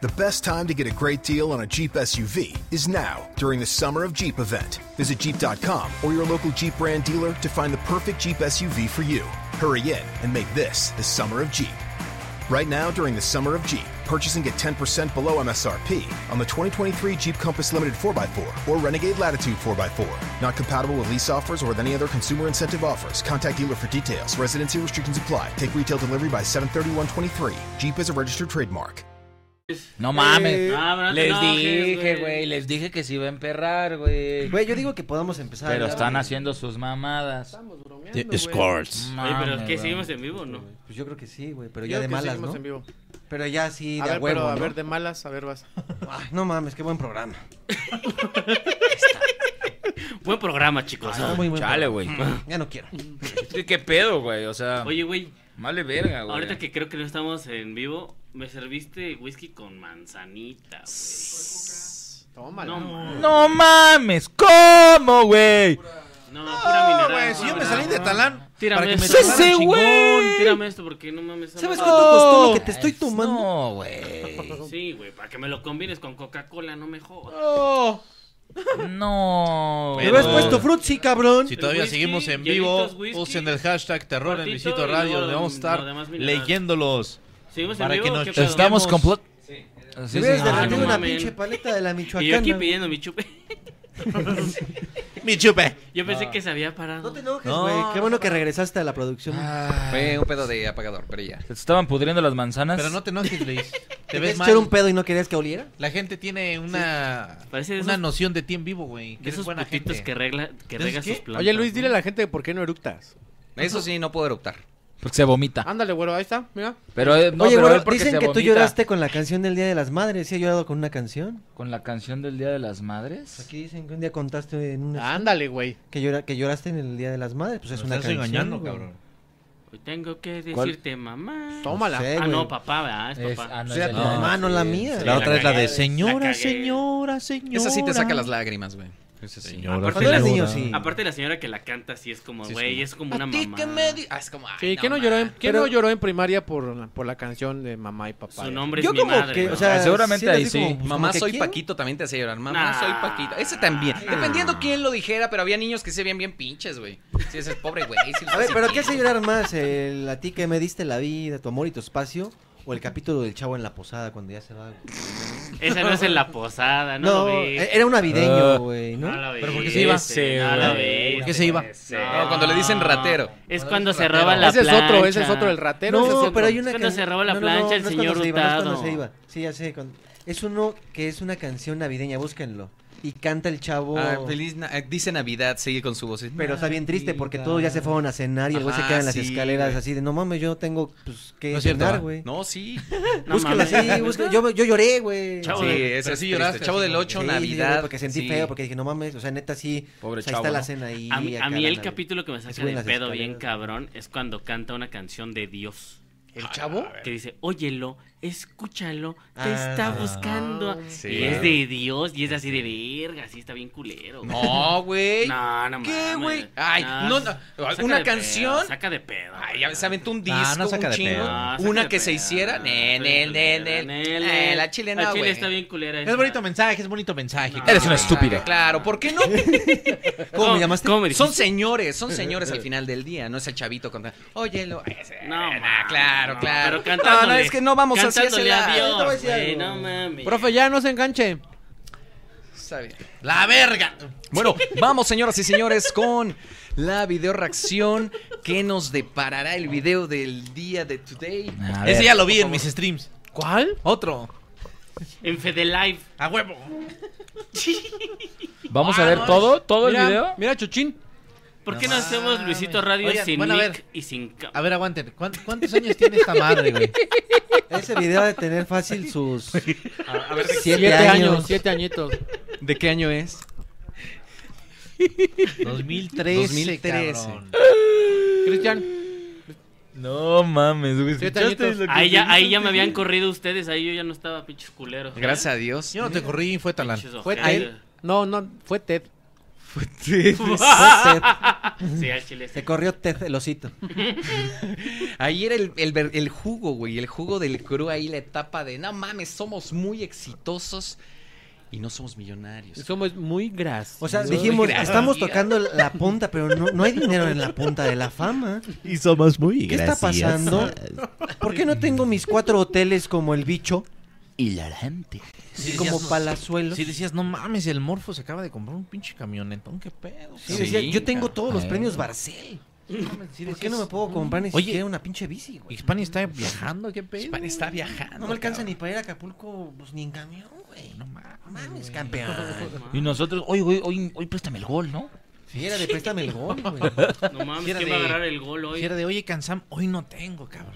[SPEAKER 20] The best time to get a great deal on a Jeep SUV is now during the Summer of Jeep event. Visit Jeep.com or your local Jeep brand dealer to find the perfect Jeep SUV for you. Hurry in and make this the Summer of Jeep. Right now, during the Summer of Jeep, purchasing at 10% below MSRP on the 2023 Jeep Compass Limited 4x4 or Renegade Latitude 4x4. Not compatible with lease offers or with any other consumer incentive offers. Contact dealer for details. Residency restrictions apply. Take retail delivery by 731.23. Jeep is a registered trademark.
[SPEAKER 8] No mames.
[SPEAKER 5] No, Ah, pero no te
[SPEAKER 8] les
[SPEAKER 5] enojes,
[SPEAKER 8] dije,
[SPEAKER 5] güey.
[SPEAKER 8] güey. Les dije que se iba a emperrar, güey.
[SPEAKER 4] güey, yo digo que podamos empezar.
[SPEAKER 8] Pero
[SPEAKER 4] ya,
[SPEAKER 8] están
[SPEAKER 4] güey.
[SPEAKER 8] haciendo sus mamadas. Estamos
[SPEAKER 4] The güey. escorts.
[SPEAKER 5] Oye, pero es que seguimos en vivo, o ¿no?
[SPEAKER 4] Pues yo creo que sí, güey, pero
[SPEAKER 6] Yo
[SPEAKER 4] ya
[SPEAKER 6] creo
[SPEAKER 4] de
[SPEAKER 6] que
[SPEAKER 4] malas,
[SPEAKER 6] seguimos
[SPEAKER 4] ¿no?
[SPEAKER 6] en vivo.
[SPEAKER 4] Pero ya sí,
[SPEAKER 6] A
[SPEAKER 4] de
[SPEAKER 6] ver,
[SPEAKER 4] huevo,
[SPEAKER 6] pero, a
[SPEAKER 4] ¿no?
[SPEAKER 6] ver, de malas, a ver, vas.
[SPEAKER 4] Ay, no mames, qué buen programa.
[SPEAKER 5] Buen programa, chicos.
[SPEAKER 8] Ah, muy buen
[SPEAKER 5] Chale,
[SPEAKER 8] programa.
[SPEAKER 5] güey.
[SPEAKER 4] Ya no Mm, quiero.
[SPEAKER 8] ¿Qué pedo, güey? O sea.
[SPEAKER 5] Oye, güey,
[SPEAKER 8] Vale verga, güey.
[SPEAKER 5] Ahorita que creo que no estamos en vivo, me serviste whisky con manzanita, güey.
[SPEAKER 6] Tómala.
[SPEAKER 5] No, ma-
[SPEAKER 8] No mames, ¿cómo, güey?
[SPEAKER 5] no, pura mineral.
[SPEAKER 9] güey, si yo me salí de Talán
[SPEAKER 5] Tírame
[SPEAKER 8] para que me
[SPEAKER 5] esto.
[SPEAKER 8] trataran
[SPEAKER 5] Sí, sí, güey.
[SPEAKER 8] chingón.
[SPEAKER 5] Tírame esto porque no mames.
[SPEAKER 8] ¿Sabes
[SPEAKER 5] no-
[SPEAKER 8] cuánto costó lo que
[SPEAKER 4] te estoy tomando?
[SPEAKER 8] No, güey.
[SPEAKER 5] Sí, güey, para que me lo combines con Coca-Cola, no me jodas.
[SPEAKER 8] No.
[SPEAKER 9] Pero-
[SPEAKER 4] has puesto frutzi, cabrón.
[SPEAKER 9] Si todavía seguimos en vivo, usen el hashtag terror en
[SPEAKER 5] Cortito
[SPEAKER 9] Luisito
[SPEAKER 5] y
[SPEAKER 9] Radio,
[SPEAKER 5] luego
[SPEAKER 9] donde vamos a estar
[SPEAKER 5] lo demás mineral.
[SPEAKER 9] leyéndolos.
[SPEAKER 5] ¿Seguimos en
[SPEAKER 9] para
[SPEAKER 5] vivo
[SPEAKER 9] que
[SPEAKER 5] o
[SPEAKER 9] nos
[SPEAKER 5] qué pedo?
[SPEAKER 9] chutemos.
[SPEAKER 5] Estamos
[SPEAKER 8] complot-
[SPEAKER 5] Sí.
[SPEAKER 4] Si hubieras
[SPEAKER 5] Ah, no
[SPEAKER 4] derretido una
[SPEAKER 5] mamen.
[SPEAKER 4] pinche paleta de la
[SPEAKER 5] Y yo
[SPEAKER 4] Michoacana.
[SPEAKER 5] aquí pidiendo mi chupe.
[SPEAKER 9] mi chupe.
[SPEAKER 5] Yo pensé que se había parado. No te
[SPEAKER 4] enojes, güey, Qué bueno que regresaste a la producción.
[SPEAKER 3] Fue un pedo de apagador, pero ya.
[SPEAKER 8] Se te estaban pudriendo las manzanas.
[SPEAKER 9] Pero no te enojes, Luis. Te ves
[SPEAKER 4] ¿Querías
[SPEAKER 9] mal.
[SPEAKER 4] echar un pedo y no querías que oliera?
[SPEAKER 9] La gente tiene una,
[SPEAKER 5] Parece de
[SPEAKER 9] una
[SPEAKER 5] esos-
[SPEAKER 9] noción de ti en vivo, güey.
[SPEAKER 5] de
[SPEAKER 9] Que eres
[SPEAKER 5] esos
[SPEAKER 9] buena
[SPEAKER 5] putitos
[SPEAKER 9] gente.
[SPEAKER 5] que regla- que
[SPEAKER 9] ¿Entonces
[SPEAKER 5] rega
[SPEAKER 9] qué?
[SPEAKER 5] sus plantas.
[SPEAKER 6] Oye, Luis, dile a la gente por qué no eructas.
[SPEAKER 3] Eso sí, no puedo eruptar.
[SPEAKER 8] Porque se vomita.
[SPEAKER 6] Ándale, güero, ahí está, mira.
[SPEAKER 8] Pero, eh, no,
[SPEAKER 4] Oye,
[SPEAKER 8] pero
[SPEAKER 4] bueno,
[SPEAKER 8] él porque
[SPEAKER 4] dicen
[SPEAKER 8] se
[SPEAKER 4] que tú
[SPEAKER 8] vomita.
[SPEAKER 4] lloraste con la canción del Día de las Madres. ¿Sí ha llorado con una canción? Pues
[SPEAKER 8] ¿Con la canción del Día de las Madres?
[SPEAKER 4] Aquí dicen que un día contaste en una...
[SPEAKER 6] Ándale, güey.
[SPEAKER 4] Que, llora, que lloraste en el Día de las Madres. Pues es
[SPEAKER 9] Me
[SPEAKER 4] una
[SPEAKER 9] estás
[SPEAKER 4] canción.
[SPEAKER 9] engañando,
[SPEAKER 4] güey.
[SPEAKER 9] cabrón.
[SPEAKER 5] Hoy tengo que
[SPEAKER 4] ¿Cuál?
[SPEAKER 5] decirte, mamá.
[SPEAKER 4] Tómala. No sé,
[SPEAKER 5] ah,
[SPEAKER 4] güey.
[SPEAKER 5] no, papá, ¿verdad? Es
[SPEAKER 4] Es-
[SPEAKER 5] papá.
[SPEAKER 4] ah, no, O sea, es el- tu no, mamá, no la sí, mía. sí,
[SPEAKER 7] La otra es la
[SPEAKER 4] cagué,
[SPEAKER 7] de
[SPEAKER 4] la
[SPEAKER 7] señora,
[SPEAKER 5] cagué.
[SPEAKER 7] señora, señora.
[SPEAKER 3] Esa sí te saca las lágrimas, güey. Esa sí.
[SPEAKER 4] Ah,
[SPEAKER 7] Señora,
[SPEAKER 5] Aparte, la,
[SPEAKER 7] señora.
[SPEAKER 3] Ah,
[SPEAKER 5] aparte la señora que la canta sí es como,
[SPEAKER 3] Sí, es
[SPEAKER 5] güey,
[SPEAKER 3] como,
[SPEAKER 5] es como una
[SPEAKER 3] ti
[SPEAKER 5] mamá.
[SPEAKER 3] que me di- Ah, es como,
[SPEAKER 6] Sí,
[SPEAKER 3] ay,
[SPEAKER 6] ¿quién, no
[SPEAKER 3] ma.
[SPEAKER 6] lloró, en, quién
[SPEAKER 3] Pero-
[SPEAKER 6] no lloró en primaria por, por la canción de mamá y papá?
[SPEAKER 5] Su nombre es Yo mi como madre, que, o ¿no?
[SPEAKER 3] sea,
[SPEAKER 5] seguramente
[SPEAKER 3] era
[SPEAKER 5] ahí
[SPEAKER 3] así
[SPEAKER 5] sí.
[SPEAKER 3] como, pues, Mamá
[SPEAKER 5] como que
[SPEAKER 3] soy
[SPEAKER 5] quiero.
[SPEAKER 3] Paquito también te hacía llorar. Mamá
[SPEAKER 5] Nah.
[SPEAKER 3] soy Paquito. Ese también. Dependiendo quién lo dijera, pero había niños que se veían bien pinches, güey. Sí, ese es pobre, güey. sí los
[SPEAKER 4] A ver,
[SPEAKER 3] hace
[SPEAKER 4] ¿pero
[SPEAKER 3] bien.
[SPEAKER 4] qué hace llorar más? ¿El a ti que me diste la vida, tu amor y tu espacio? ¿O el capítulo del chavo en la posada cuando ya se va?
[SPEAKER 5] Esa no es en la posada, no,
[SPEAKER 4] No,
[SPEAKER 5] lo vi.
[SPEAKER 4] e- era un navideño, güey, ¿no?
[SPEAKER 5] No la vi.
[SPEAKER 4] Pero
[SPEAKER 5] ¿por
[SPEAKER 4] ¿por
[SPEAKER 5] qué
[SPEAKER 4] qué se iba?
[SPEAKER 5] No la vi.
[SPEAKER 4] Sí, ¿por qué se iba?
[SPEAKER 3] No, cuando le dicen ratero.
[SPEAKER 5] Es cuando
[SPEAKER 3] Cuando le
[SPEAKER 5] se
[SPEAKER 3] dicen ratero.
[SPEAKER 5] roba la
[SPEAKER 3] Ese es
[SPEAKER 5] plancha.
[SPEAKER 3] otro,
[SPEAKER 4] ese es otro, el ratero,
[SPEAKER 5] No,
[SPEAKER 4] ese es otro.
[SPEAKER 5] pero hay una
[SPEAKER 4] Es
[SPEAKER 5] cuando
[SPEAKER 4] cuando
[SPEAKER 5] se roba la
[SPEAKER 4] No, no, no,
[SPEAKER 5] plancha el
[SPEAKER 4] no es
[SPEAKER 5] señor
[SPEAKER 4] cuando se iba, no es cuando
[SPEAKER 5] Hurtado.
[SPEAKER 4] se iba. Sí, ya sé. cuando- Es uno que es una canción navideña, búsquenlo. Y canta el chavo.
[SPEAKER 3] Ah, feliz na- eh, dice Navidad, sigue con su voz.
[SPEAKER 4] Oh. Pero está bien triste porque todos ya se fueron a cenar y el güey se
[SPEAKER 3] Ajá,
[SPEAKER 4] queda en las
[SPEAKER 3] sí,
[SPEAKER 4] escaleras
[SPEAKER 3] güey.
[SPEAKER 4] así de no mames, yo tengo pues que
[SPEAKER 3] No es cierto,
[SPEAKER 4] cenar,
[SPEAKER 3] ¿va?
[SPEAKER 4] güey.
[SPEAKER 3] No, sí.
[SPEAKER 4] No Búsquenla
[SPEAKER 3] mames.
[SPEAKER 4] así, búsquenla. Yo, yo lloré, güey.
[SPEAKER 3] Chavo Sí, del- ese es triste. Chavo del Ocho,
[SPEAKER 4] Sí, sí, güey,
[SPEAKER 3] Navidad,
[SPEAKER 4] porque sentí
[SPEAKER 3] sí.
[SPEAKER 4] feo, porque dije, no mames, o sea, neta sí.
[SPEAKER 3] Pobre
[SPEAKER 4] o sea,
[SPEAKER 3] chavo,
[SPEAKER 4] Ahí está la
[SPEAKER 3] ¿no?
[SPEAKER 4] cena ahí.
[SPEAKER 5] A mí, a
[SPEAKER 4] acá,
[SPEAKER 5] mí
[SPEAKER 4] la
[SPEAKER 5] el
[SPEAKER 4] madre.
[SPEAKER 5] capítulo que me saca
[SPEAKER 4] Sube en
[SPEAKER 5] de
[SPEAKER 4] las
[SPEAKER 5] pedo
[SPEAKER 4] escaleras.
[SPEAKER 5] bien cabrón es cuando canta una canción de Dios.
[SPEAKER 3] Ah,
[SPEAKER 4] ¿El chavo?
[SPEAKER 5] Que dice, óyelo, escúchalo, te
[SPEAKER 4] Ah,
[SPEAKER 5] está buscando.
[SPEAKER 3] sí.
[SPEAKER 5] Y es de Dios, y es así de verga, así está bien culero. güey.
[SPEAKER 3] No, güey.
[SPEAKER 5] No, no
[SPEAKER 3] ¿Qué,
[SPEAKER 5] mames.
[SPEAKER 3] güey? Ay,
[SPEAKER 5] No,
[SPEAKER 3] no, no.
[SPEAKER 5] saca de
[SPEAKER 3] ¿Una
[SPEAKER 5] pedo,
[SPEAKER 3] canción?
[SPEAKER 5] saca de pedo.
[SPEAKER 3] Ay, ya se aventó un disco,
[SPEAKER 5] No, no saca
[SPEAKER 3] un
[SPEAKER 5] de
[SPEAKER 3] chingo.
[SPEAKER 5] pedo. No, saca
[SPEAKER 3] Una
[SPEAKER 5] de
[SPEAKER 3] que se
[SPEAKER 5] pedo.
[SPEAKER 3] hiciera. Ne, ne, ne, ne,
[SPEAKER 5] Nele.
[SPEAKER 3] Eh, La chile
[SPEAKER 5] La
[SPEAKER 3] no,
[SPEAKER 5] chile
[SPEAKER 3] güey.
[SPEAKER 5] está bien culera
[SPEAKER 7] Es
[SPEAKER 5] esa.
[SPEAKER 7] bonito mensaje, es bonito mensaje.
[SPEAKER 3] Eres una estúpida. Claro, ¿por qué no?
[SPEAKER 5] ¿Cómo me llamaste? ¿Cómo me dijiste?
[SPEAKER 3] son señores, son señores al final del día, no es el chavito contra. Óyelo.
[SPEAKER 5] No,
[SPEAKER 3] Ah, claro, claro.
[SPEAKER 5] Pero cantándole.
[SPEAKER 3] No, no, es que no vamos hacia ese
[SPEAKER 5] cantándole a
[SPEAKER 3] lado. Yo te voy a
[SPEAKER 5] Dios,
[SPEAKER 3] decir
[SPEAKER 5] güey,
[SPEAKER 3] algo.
[SPEAKER 5] no mames.
[SPEAKER 6] Profe, ya no se enganche.
[SPEAKER 3] Está bien. La verga. Bueno, vamos señoras y señores con la video reacción que nos deparará el video del día de today.
[SPEAKER 7] A ver. Ese ya lo vi en mis streams.
[SPEAKER 6] ¿Cuál?
[SPEAKER 3] Otro.
[SPEAKER 5] En Fedelive.
[SPEAKER 7] A huevo.
[SPEAKER 8] Vamos
[SPEAKER 7] Ah,
[SPEAKER 8] a ver todo, todo el
[SPEAKER 6] Mira,
[SPEAKER 8] video.
[SPEAKER 6] Mira, Chuchín.
[SPEAKER 5] ¿Por qué no hacemos Luisito Radio
[SPEAKER 7] Oigan,
[SPEAKER 5] sin
[SPEAKER 7] bueno, a
[SPEAKER 5] Nick
[SPEAKER 7] ver.
[SPEAKER 5] y sin Cap?
[SPEAKER 7] A ver, aguanten. ¿cuán- ¿Cuántos años tiene esta madre, güey?
[SPEAKER 4] Ese video ha de tener fácil sus.
[SPEAKER 3] a ver, ¿de qué?
[SPEAKER 4] siete,
[SPEAKER 6] Siete años,
[SPEAKER 4] años.
[SPEAKER 6] siete añitos.
[SPEAKER 3] ¿De qué año es?
[SPEAKER 7] 2013,
[SPEAKER 3] 2013.
[SPEAKER 7] cabrón.
[SPEAKER 6] Cristian.
[SPEAKER 8] No mames, güey.
[SPEAKER 6] Siete
[SPEAKER 8] ¿escuchaste
[SPEAKER 6] añitos.
[SPEAKER 8] lo que
[SPEAKER 5] Ahí ya,
[SPEAKER 8] dijiste?
[SPEAKER 5] ahí ya me habían corrido ustedes, ahí yo ya no estaba, pinches culeros. ¿eh?
[SPEAKER 3] Gracias a Dios.
[SPEAKER 7] Yo no te corrí, fue Talán.
[SPEAKER 5] Pinches
[SPEAKER 6] Fue
[SPEAKER 5] ojeras.
[SPEAKER 6] Ted. No, no, fue Ted.
[SPEAKER 3] Fue Ted.
[SPEAKER 5] Sí, al chile sí.
[SPEAKER 4] Te corrió Ted el osito.
[SPEAKER 3] Ahí era el, el ver- el jugo, güey, el jugo del crew, ahí la etapa de, no mames, somos muy exitosos y no somos millonarios.
[SPEAKER 6] Somos muy grasos.
[SPEAKER 4] O sea, dijimos, estamos tocando la punta, pero no, no hay dinero en la punta de la fama.
[SPEAKER 7] Y somos muy
[SPEAKER 4] ¿Qué está pasando? ¿Por qué no tengo mis cuatro hoteles como el bicho?
[SPEAKER 7] Hilarante.
[SPEAKER 4] Sí, como palazuelos.
[SPEAKER 7] Si decías, no mames, el morfo se acaba de comprar un pinche camionetón, qué pedo.
[SPEAKER 4] Sí, decía, yo tengo todos los premios Barcel. ¿Por qué no me puedo comprar ni
[SPEAKER 7] Oye,
[SPEAKER 4] siquiera una pinche bici, güey?
[SPEAKER 7] Hispania está viajando, qué pedo.
[SPEAKER 3] Hispania está viajando.
[SPEAKER 4] No me alcanza ni para ir a Acapulco, pues ni en camión, güey. No mames, campeón.
[SPEAKER 7] Y nosotros, oye, güey, hoy, hoy préstame el gol, ¿no?
[SPEAKER 4] Sí, era de préstame el gol, güey.
[SPEAKER 5] No mames,
[SPEAKER 11] Sí era
[SPEAKER 5] ¿quién va a agarrar el gol hoy?
[SPEAKER 11] sí era de, oye, Kansam, hoy no tengo, cabrón.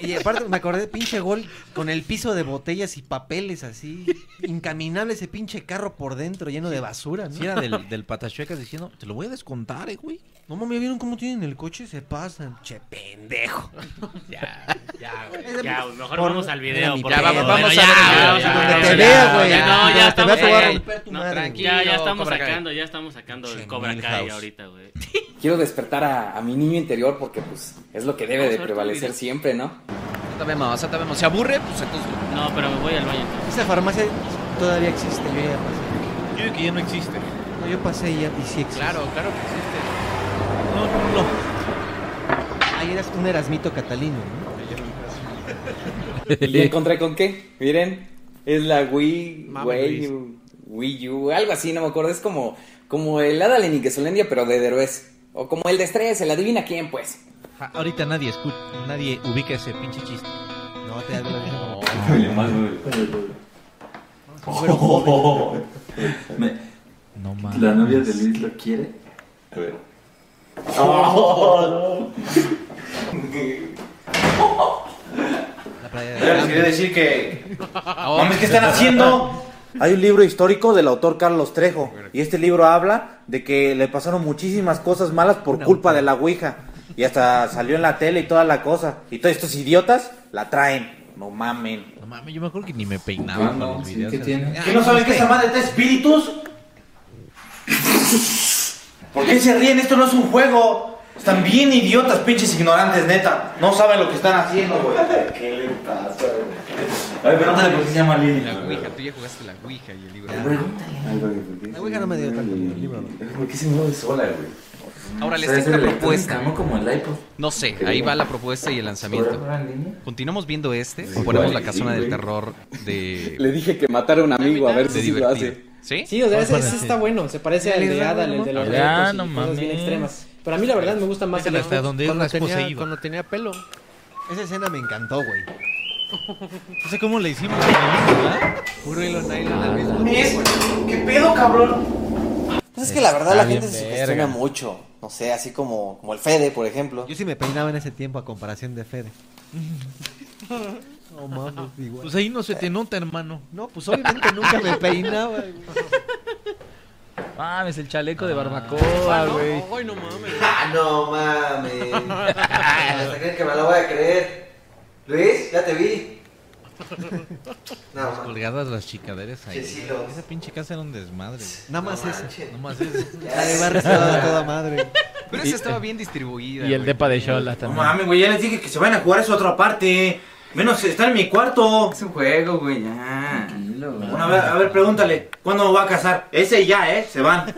[SPEAKER 4] Y aparte me acordé de pinche gol con el piso de botellas y papeles así. Incaminable ese pinche carro por dentro, lleno de basura, ¿no?
[SPEAKER 11] Si era del, del patachuecas diciendo, te lo voy a descontar, eh, güey.
[SPEAKER 4] No mames, ¿vieron cómo tienen el coche? Se pasan. Che, pendejo.
[SPEAKER 11] Ya,
[SPEAKER 5] ya,
[SPEAKER 4] güey.
[SPEAKER 5] Ya, mejor
[SPEAKER 4] Por-
[SPEAKER 5] vamos al
[SPEAKER 4] Era
[SPEAKER 5] video.
[SPEAKER 4] mi
[SPEAKER 5] porque-
[SPEAKER 4] pedo,
[SPEAKER 5] Bueno,
[SPEAKER 4] bueno,
[SPEAKER 5] ya,
[SPEAKER 4] ya,
[SPEAKER 5] ya,
[SPEAKER 4] donde
[SPEAKER 5] ya,
[SPEAKER 4] te
[SPEAKER 5] ya,
[SPEAKER 4] vea,
[SPEAKER 5] ya,
[SPEAKER 4] güey.
[SPEAKER 5] ya, No, ya
[SPEAKER 4] Donde te vea,
[SPEAKER 5] estamos
[SPEAKER 4] te voy a
[SPEAKER 5] sacando-
[SPEAKER 4] romper tu
[SPEAKER 5] no,
[SPEAKER 4] madre, güey.
[SPEAKER 5] tranquilo, Ya, ya estamos
[SPEAKER 4] Cobra Kai.
[SPEAKER 5] sacando, ya estamos sacando el Cobra Kai
[SPEAKER 3] Milhouse.
[SPEAKER 5] ahorita, güey.
[SPEAKER 3] Quiero despertar a, a mi niño interior porque pues es lo que debe de prevalecer siempre, ¿no?
[SPEAKER 2] Sabemos, sabemos. ¿Se aburre? Pues entonces.
[SPEAKER 5] No, pero me voy al baño.
[SPEAKER 4] Esa farmacia todavía existe, yo ya pasé.
[SPEAKER 21] Yo digo que ya no existe.
[SPEAKER 4] No, yo pasé y ya y sí existe. Claro, claro que existe.
[SPEAKER 21] No, no,
[SPEAKER 4] Ahí eras un Erasmito Catalino, ¿no?
[SPEAKER 3] ¿Y encontré con qué? Miren, es la Wii,
[SPEAKER 4] Mami
[SPEAKER 3] Wii,
[SPEAKER 4] Luis.
[SPEAKER 3] U, Wii U, algo así, no me acuerdo. Es como, como el Adal en Ingesolendia, pero de Derbez. O como el de Estrella, se la adivina quién, pues.
[SPEAKER 11] Ja, ahorita nadie escucha, nadie ubica ese pinche chiste.
[SPEAKER 4] No, te hago
[SPEAKER 15] Me-
[SPEAKER 11] No
[SPEAKER 15] ¿La novia de Luis lo quiere? A ver.
[SPEAKER 7] Yo les quería decir que. Mames,
[SPEAKER 11] pues,
[SPEAKER 7] ¿qué están haciendo? Hay un libro histórico del autor Carlos Trejo. Y este libro habla de que le pasaron muchísimas cosas malas por
[SPEAKER 11] pues.
[SPEAKER 7] culpa de la Ouija. Y hasta salió en la tele y toda la cosa. Y todos estos idiotas la traen. No mamen.
[SPEAKER 11] No mames, yo me acuerdo que ni me peinaba
[SPEAKER 15] Ah,
[SPEAKER 11] con
[SPEAKER 15] no,
[SPEAKER 11] los
[SPEAKER 15] sí,
[SPEAKER 11] videos.
[SPEAKER 15] ¿qué tiene?
[SPEAKER 11] Ah,
[SPEAKER 7] ¿Que no saben que esa madre está espíritus? ¿Por qué se ríen? Esto no es un juego. Están bien idiotas, pinches ignorantes, neta. No saben lo que están haciendo, güey.
[SPEAKER 15] ¿Qué le pasa, güey?
[SPEAKER 7] Ay, pregúntale por qué se llama Lili.
[SPEAKER 2] La Ouija, tú ya jugaste la Ouija y el libro.
[SPEAKER 15] La Ouija no me dio tanto el libro. ¿Por qué se mueve sola, güey?
[SPEAKER 2] Ahora les
[SPEAKER 15] O sea,
[SPEAKER 2] tengo una
[SPEAKER 15] eso le-
[SPEAKER 2] propuesta.
[SPEAKER 15] ¿no? Como el iPod.
[SPEAKER 2] No sé, ahí va la propuesta y el lanzamiento. Continuamos viendo este,
[SPEAKER 15] Sí,
[SPEAKER 2] ponemos
[SPEAKER 15] güey,
[SPEAKER 2] la
[SPEAKER 15] sí,
[SPEAKER 2] casona del
[SPEAKER 15] güey.
[SPEAKER 2] terror de...
[SPEAKER 3] Le dije que matara a un amigo, a ver
[SPEAKER 2] De
[SPEAKER 3] si sí lo
[SPEAKER 2] divertido.
[SPEAKER 3] hace.
[SPEAKER 2] ¿Sí?
[SPEAKER 22] Sí, o sea, ese, ese está bueno. Se parece al de Adal, el de los
[SPEAKER 3] Ya,
[SPEAKER 6] pues,
[SPEAKER 22] retos y
[SPEAKER 3] no
[SPEAKER 22] cosas bien
[SPEAKER 3] mames.
[SPEAKER 22] extremas. Pero a mí la verdad me gusta más el
[SPEAKER 4] Hasta donde
[SPEAKER 22] cuando,
[SPEAKER 4] es
[SPEAKER 22] tenía,
[SPEAKER 4] poseído.
[SPEAKER 22] cuando tenía pelo.
[SPEAKER 4] Esa escena me encantó, güey.
[SPEAKER 11] No sé cómo le hicimos. ¿verdad?
[SPEAKER 4] Puro hilo nylon al mismo
[SPEAKER 7] ¿Qué pedo, cabrón?
[SPEAKER 3] Pues es que la verdad la
[SPEAKER 4] Está
[SPEAKER 3] gente
[SPEAKER 4] bien
[SPEAKER 3] se
[SPEAKER 4] verga.
[SPEAKER 3] cuestiona mucho. No sé, así como, como el Fede, por ejemplo.
[SPEAKER 4] Yo sí me peinaba en ese tiempo a comparación de Fede. No mames, igual.
[SPEAKER 11] Pues ahí no se te nota, hermano.
[SPEAKER 4] No, pues obviamente nunca me peinaba. Ah.
[SPEAKER 8] Mames, el chaleco de barbacoa, güey.
[SPEAKER 5] Ay, no mames.
[SPEAKER 7] Ah, no mames. ¿Se creen que me lo voy a creer? Luis, ya te vi.
[SPEAKER 11] Las colgadas las chicaderas ahí.
[SPEAKER 7] Sí, sí, los-
[SPEAKER 11] Esa pinche casa era un desmadre. güey.
[SPEAKER 4] Nada más eso.
[SPEAKER 11] Nada más eso.
[SPEAKER 4] La de barra estaba a toda madre.
[SPEAKER 2] Pero esa estaba bien distribuida.
[SPEAKER 8] Y el
[SPEAKER 2] güey.
[SPEAKER 8] depa de Shola
[SPEAKER 7] No
[SPEAKER 8] también.
[SPEAKER 7] mames, güey, ya les dije que se vayan a jugar a su otra parte. Menos estar en mi cuarto. Es un juego, güey, ya. Bueno, a ver, a ver, pregúntale, ¿cuándo me voy a casar? Ese ya, ¿eh? Se van.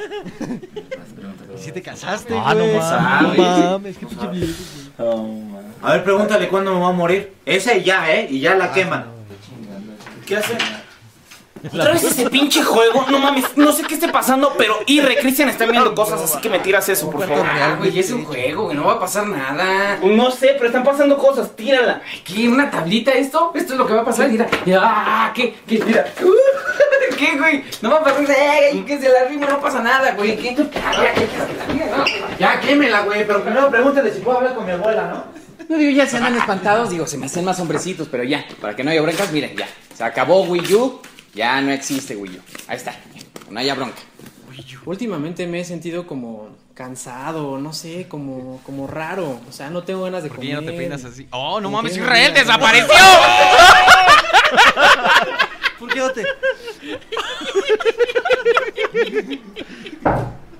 [SPEAKER 4] ¿Y si te casaste,
[SPEAKER 7] Ah, no
[SPEAKER 4] güey?
[SPEAKER 7] mames.
[SPEAKER 4] No mames, qué pinche viejo.
[SPEAKER 7] A ver, pregúntale cuándo me voy a morir. Ese ya, ¿eh? Y ya la queman. ¿Qué hacen?
[SPEAKER 6] Otra vez ese pinche juego, no mames, no sé qué esté pasando, pero Irre, Cristian están viendo cosas, así que me tiras eso, por favor. Ah, güey, es un juego, güey, no va a pasar nada. No sé, pero están pasando cosas, tírala. Ay, ¿Qué? ¿Una tablita esto? Esto es lo que va a pasar, mira. mira, Ah, ¿qué? ¿Qué? Mira. ¿Qué, güey? No va a pasar nada, Ay, que se la rima, no pasa nada, güey. ¿Qué?
[SPEAKER 7] Ya quémela, güey, pero primero pregúntale si puedo hablar con mi abuela, ¿no?
[SPEAKER 3] No digo, ya se andan espantados, digo, se me hacen más hombrecitos, pero ya, para que no haya broncas, miren, ya. Se acabó Wii U, ya no existe Wii U. Ahí está, no haya bronca.
[SPEAKER 6] Últimamente me he sentido como cansado, no sé, como, como raro. O sea, no tengo ganas de
[SPEAKER 2] ¿Por qué
[SPEAKER 6] comer.
[SPEAKER 2] ya no te peinas así? ¡Oh, no
[SPEAKER 6] Como
[SPEAKER 2] mames,
[SPEAKER 6] que-
[SPEAKER 2] Israel desapareció!
[SPEAKER 4] ¿Por qué no te...?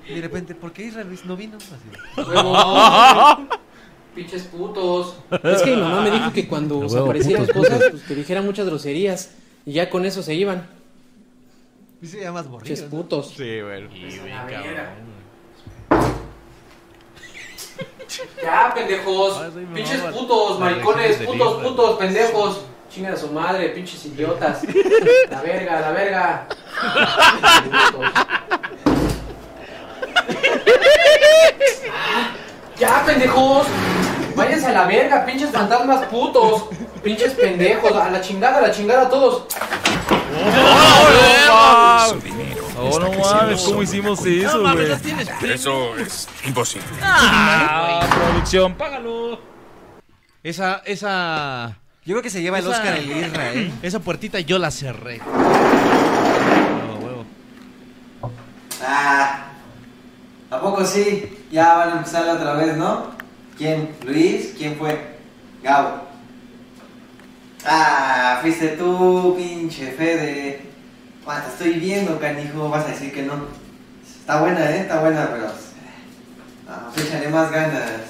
[SPEAKER 4] Y de repente, ¿por qué Israel Luis no vino? Así.
[SPEAKER 6] Huevo. Pinches putos. Es que mi mamá me dijo que
[SPEAKER 22] A
[SPEAKER 6] cuando
[SPEAKER 22] huevo,
[SPEAKER 6] se aparecieran
[SPEAKER 22] putos,
[SPEAKER 6] cosas,
[SPEAKER 22] putos.
[SPEAKER 6] pues que dijera muchas groserías. Y ya con eso se iban.
[SPEAKER 4] Y se llamas borrillo.
[SPEAKER 6] Pinches putos.
[SPEAKER 2] Sí, bueno.
[SPEAKER 6] Ya, pendejos.
[SPEAKER 15] Ah,
[SPEAKER 6] Pinches putos, maricones, putos, putos, pendejos. Chingan a su madre, pinches idiotas. La verga, la verga. Ya, pendejos. Váyanse a la verga, pinches fantasmas putos. Pinches pendejos, a la chingada, a la chingada a todos.
[SPEAKER 17] ¡Oh,
[SPEAKER 6] no,
[SPEAKER 17] no, no!
[SPEAKER 6] Es
[SPEAKER 8] Oh, no mames, ¿cómo hicimos eso, güey?
[SPEAKER 1] Eso es imposible.
[SPEAKER 8] Ah, producción, págalo.
[SPEAKER 7] Esa, esa.
[SPEAKER 4] Yo creo que se lleva el Oscar el Isra, ¿eh?
[SPEAKER 7] Esa puertita yo la cerré.
[SPEAKER 10] Ah, ¿a poco sí? Ya van a empezar otra vez, ¿no? ¿Quién? ¿Luis? ¿Quién fue? Gabo. Ah, fuiste tú, pinche Fede. Ah, te estoy viendo, canijo. Vas a decir que no. Está buena, ¿eh? Está buena, pero... Ah, pues échale más ganas.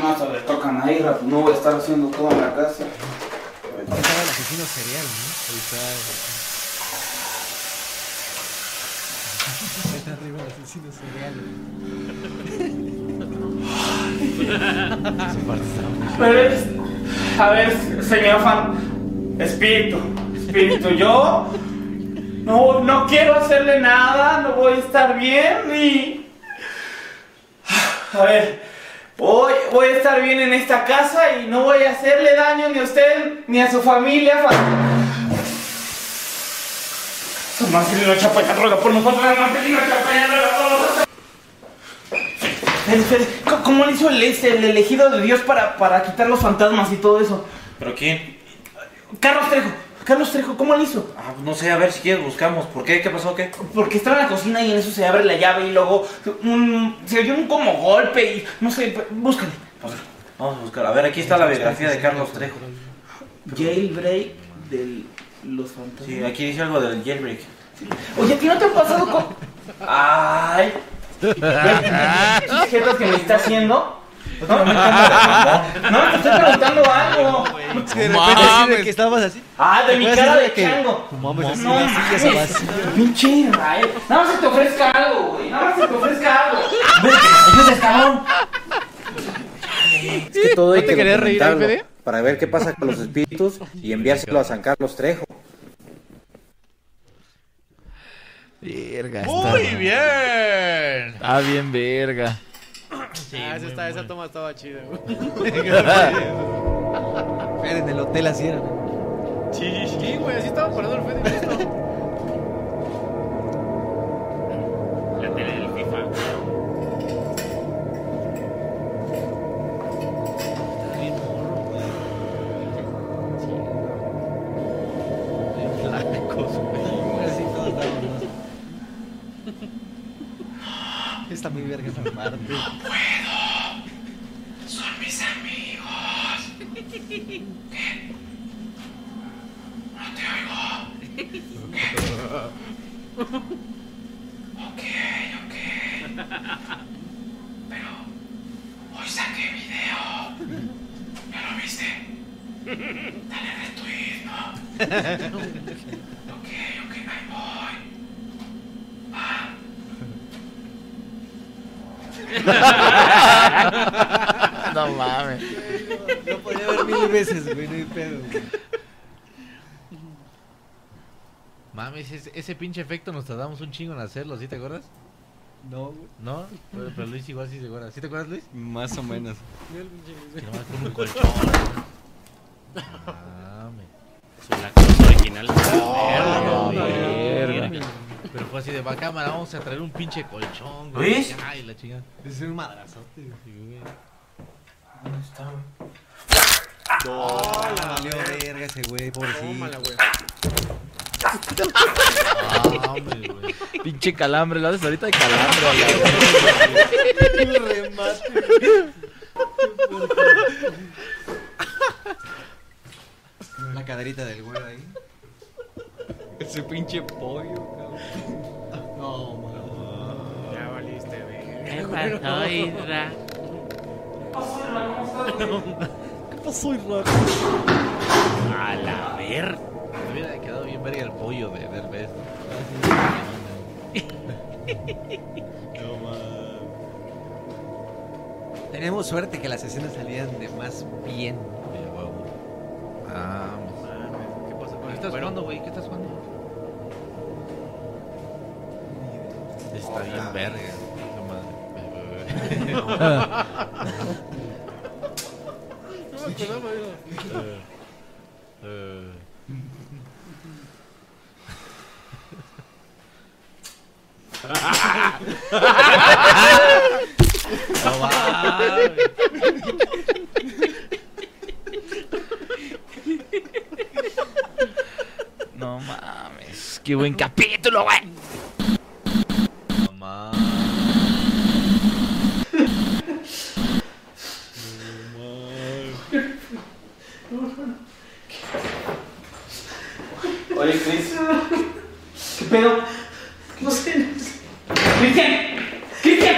[SPEAKER 15] No se le tocan ahí, Rafa, no voy a estar haciendo todo en la casa.
[SPEAKER 4] Estaba el asesino serial, ¿no? Ahí está. eh. Ahí está arriba el asesino serial.
[SPEAKER 15] Pero es, a ver, señor fan, espíritu, espíritu, yo no, no quiero hacerle nada, no voy a estar bien y... A ver, hoy voy a estar bien en esta casa y no voy a hacerle daño ni a usted ni a su familia. Fan. Su Marcelino Chapaya ruega por nosotros, Marcelino Chapaya ruega por nosotros. Fede, Fede, ¿cómo- ¿Cómo le hizo el, este, el elegido de Dios para, para quitar los fantasmas y todo eso?
[SPEAKER 23] ¿Pero quién?
[SPEAKER 15] Carlos Trejo, Carlos Trejo, ¿cómo le hizo?
[SPEAKER 23] Ah, no sé, a ver si quieres buscamos. ¿Por qué? ¿Qué pasó? ¿Qué?
[SPEAKER 15] Porque estaba en la cocina y en eso se abre la llave y luego un- se oyó un como golpe y no sé, búscale.
[SPEAKER 23] Vamos a buscar. A ver, aquí está la biografía de Carlos Trejo.
[SPEAKER 15] Jailbreak de los fantasmas.
[SPEAKER 23] Sí, aquí dice algo del jailbreak.
[SPEAKER 15] Oye, ¿a ti no te ha pasado con...? ¡Ay! ¿Qué es lo que me está haciendo?
[SPEAKER 4] Pues
[SPEAKER 15] No, me está- no, te estoy preguntando algo.
[SPEAKER 4] De repente así de que estabas así.
[SPEAKER 15] Ah, de mi
[SPEAKER 4] Así
[SPEAKER 15] cara de
[SPEAKER 4] que-
[SPEAKER 15] chango.
[SPEAKER 4] No mames, así,
[SPEAKER 15] No
[SPEAKER 4] así, ya se va
[SPEAKER 15] mames.
[SPEAKER 4] así.
[SPEAKER 15] Pinche Israel. Nada más que te ofrezca algo, güey. Nada más que te ofrezca algo.
[SPEAKER 23] ¡Ayudes, cabrón!
[SPEAKER 15] Es
[SPEAKER 23] que todo
[SPEAKER 15] ¿No
[SPEAKER 23] hay
[SPEAKER 15] te
[SPEAKER 23] que
[SPEAKER 15] querías reír,
[SPEAKER 23] documentarlo
[SPEAKER 15] Fede?
[SPEAKER 23] para ver qué pasa con los espíritus y enviárselo a San Carlos Trejo.
[SPEAKER 8] Verga.
[SPEAKER 9] Muy
[SPEAKER 8] está-
[SPEAKER 9] bien.
[SPEAKER 8] Está bien, verga.
[SPEAKER 6] Ah, esa, está- esa toma estaba chida, güey.
[SPEAKER 4] Fer, en el hotel así era.
[SPEAKER 6] Sí, sí, güey, así estaba parado el Fede. justo.
[SPEAKER 5] La tele del FIFA.
[SPEAKER 4] Está muy verga esa parte.
[SPEAKER 15] Son mis amigos. ¿Qué? No te oigo. Ok, ok. Pero hoy saqué video. ¿Ya lo viste? Dale retweet, ¿no? Ok, ok, ahí voy. Va.
[SPEAKER 4] No mames. Lo podía ver mil veces, güey, no hay pedo.
[SPEAKER 7] Mames, ese, ese pinche efecto nos tardamos un chingo en hacerlo, ¿sí te acuerdas?
[SPEAKER 4] No, güey.
[SPEAKER 7] ¿No? Pero, pero Luis igual sí se acuerda. ¿Sí te acuerdas, Luis?
[SPEAKER 3] Más o menos.
[SPEAKER 7] Que nomás con un colchón. Mames.
[SPEAKER 5] La cosa original.
[SPEAKER 7] Oh,
[SPEAKER 5] Verga,
[SPEAKER 7] verga.
[SPEAKER 5] verga.
[SPEAKER 7] Pero fue así de va cámara, vamos a traer un pinche colchón,
[SPEAKER 15] ¿Luis?
[SPEAKER 7] Ay, la chingada.
[SPEAKER 4] Es un madrazote, güey.
[SPEAKER 15] ¿Dónde está?
[SPEAKER 4] No, la valió verga ese güey, pobrecito. Tómala, güey.
[SPEAKER 8] Ah, Pinche calambre, lo haces ahorita de calambre.
[SPEAKER 4] La caderita del güey ahí.
[SPEAKER 3] Ese pinche pollo, cabrón.
[SPEAKER 4] No, mano.
[SPEAKER 6] Ya valiste, güey.
[SPEAKER 4] ¿Qué pasó, Isra?
[SPEAKER 7] ¿Qué pasó, Irra? A la ver. Me hubiera quedado bien verga el pollo de Derbez.
[SPEAKER 4] No, mames. Tenemos suerte que las escenas salían de más bien.
[SPEAKER 7] Ah, ¿Qué pasa con ¿Qué estás jugando, güey? ¿Qué estás jugando? Está bien verga. No mames.
[SPEAKER 6] No me acordaba, yo.
[SPEAKER 7] Eh, eh.
[SPEAKER 8] No mames, qué buen capítulo, güey.
[SPEAKER 15] Oye, Chris. ¿Qué pedo? No sé. ¡Cristian! ¡Cristian!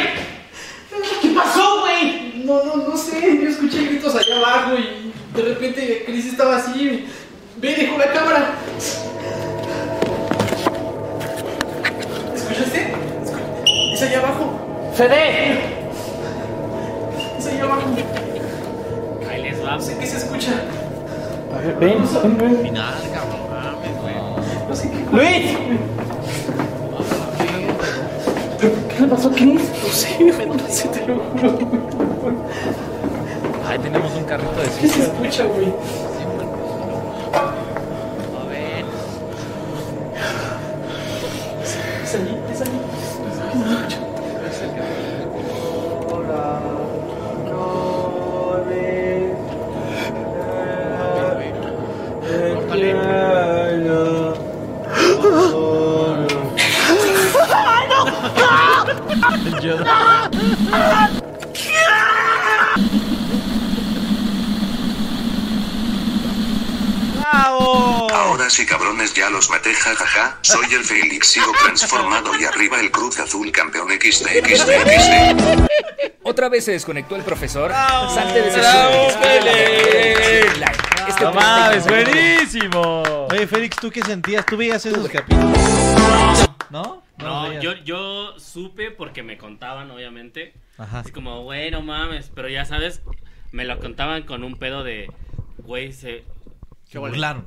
[SPEAKER 15] ¿Qué pasó, güey? No, no, no sé. Yo escuché gritos allá abajo y de repente Chris estaba así. Ve, dejó la cámara. ¿Escuchaste? Escu- Es allá abajo. ¡Fede! Es allá abajo.
[SPEAKER 5] Ahí les va.
[SPEAKER 15] ¿Qué se escucha?
[SPEAKER 5] A
[SPEAKER 15] ver, ven, ven, ven.
[SPEAKER 5] Final, cabrón. Mames, güey.
[SPEAKER 15] ¡Luis! ¿Qué le pasó? ¿Quién es? No sé, güey, no sé, te lo juro. güey.
[SPEAKER 8] Ahí tenemos un carrito de
[SPEAKER 15] ¿Qué se
[SPEAKER 8] sushi.
[SPEAKER 15] escucha, güey? Es allí, es allí.
[SPEAKER 16] Ahora sí cabrones ya los maté jajaja, soy el Félix sigo transformado y arriba el Cruz Azul campeón XD XD XD.
[SPEAKER 12] Otra vez se desconectó el profesor. Salte de ese
[SPEAKER 8] ¡Bravo,
[SPEAKER 12] show.
[SPEAKER 8] Félix!
[SPEAKER 12] Este
[SPEAKER 8] No mames, buenísimo.
[SPEAKER 23] Oye, Félix, ¿tú qué sentías? ¿Tú veías esos capítulos?
[SPEAKER 8] ¿No?
[SPEAKER 23] No,
[SPEAKER 5] No,
[SPEAKER 23] ya.
[SPEAKER 5] yo, yo supe porque me contaban, obviamente.
[SPEAKER 23] Ajá.
[SPEAKER 5] Es como, güey, no mames. Pero ya sabes, me lo contaban con un pedo de, güey, se.
[SPEAKER 7] Se burlaron.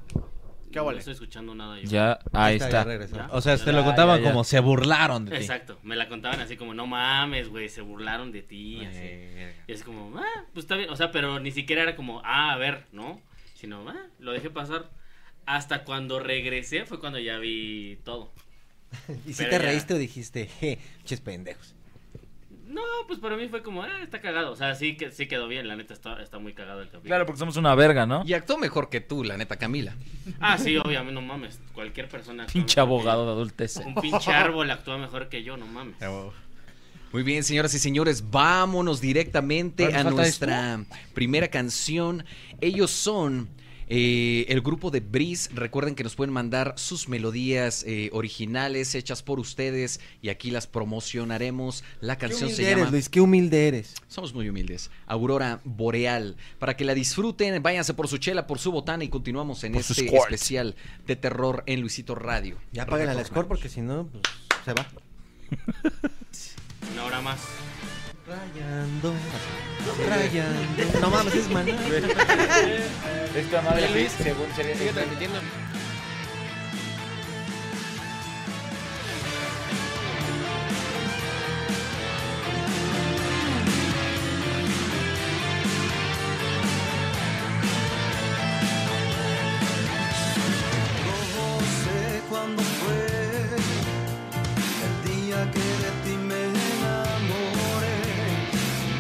[SPEAKER 5] ¿Qué No estoy escuchando nada yo.
[SPEAKER 7] Ya, ahí
[SPEAKER 5] Ya
[SPEAKER 7] está.
[SPEAKER 5] regresó.
[SPEAKER 7] O sea,
[SPEAKER 5] Ya,
[SPEAKER 7] te lo
[SPEAKER 5] ya,
[SPEAKER 7] contaban
[SPEAKER 5] ya.
[SPEAKER 7] como se burlaron de ti.
[SPEAKER 5] Exacto, me la contaban así como, no mames, güey, se burlaron de ti. Así. Y es como, ah, pues está bien, o sea, pero ni siquiera era como, ah, a ver, ¿no? Sino, ah, lo dejé pasar. Hasta cuando regresé fue cuando ya vi todo.
[SPEAKER 4] ¿Y si
[SPEAKER 5] Pero
[SPEAKER 4] te
[SPEAKER 5] ya-
[SPEAKER 4] reíste o dijiste, je, pinches pendejos?
[SPEAKER 5] No, pues para mí fue como, ah, está cagado. O sea, sí, que, sí quedó bien, la neta, está, está muy cagado el capítulo.
[SPEAKER 8] somos una verga, ¿no?
[SPEAKER 3] Y actuó mejor que tú, la neta, Camila.
[SPEAKER 5] Ah, sí, obviamente, no mames. Cualquier persona. actúa
[SPEAKER 8] Pinche
[SPEAKER 5] mejor que
[SPEAKER 8] abogado
[SPEAKER 5] yo.
[SPEAKER 8] de adultez.
[SPEAKER 5] Un pinche árbol actúa mejor que yo, no mames.
[SPEAKER 3] Muy bien, señoras y señores, vámonos directamente
[SPEAKER 5] Ahora
[SPEAKER 3] a
[SPEAKER 5] nos falta esto.
[SPEAKER 3] nuestra primera canción. Ellos son eh, el grupo de Breeze. Recuerden que nos pueden mandar sus melodías eh, originales hechas por ustedes y aquí las promocionaremos. La canción se
[SPEAKER 4] eres,
[SPEAKER 3] llama
[SPEAKER 4] Luis, qué humilde eres.
[SPEAKER 3] Somos muy humildes. Aurora Boreal. Para que la disfruten, váyanse por su chela, por su botana y continuamos en
[SPEAKER 4] Por su
[SPEAKER 3] este
[SPEAKER 4] squirt.
[SPEAKER 3] especial de terror en Luisito Radio.
[SPEAKER 4] Ya pagan al
[SPEAKER 3] Retornamos.
[SPEAKER 4] score porque si no, pues, se va.
[SPEAKER 5] Una hora más.
[SPEAKER 4] Rayando, rayando. No mames, es maná.
[SPEAKER 8] Esta madre, Luis, según sería.
[SPEAKER 23] Sigue transmitiendo.
[SPEAKER 2] No sé cuándo fue el día que de ti me enamoré.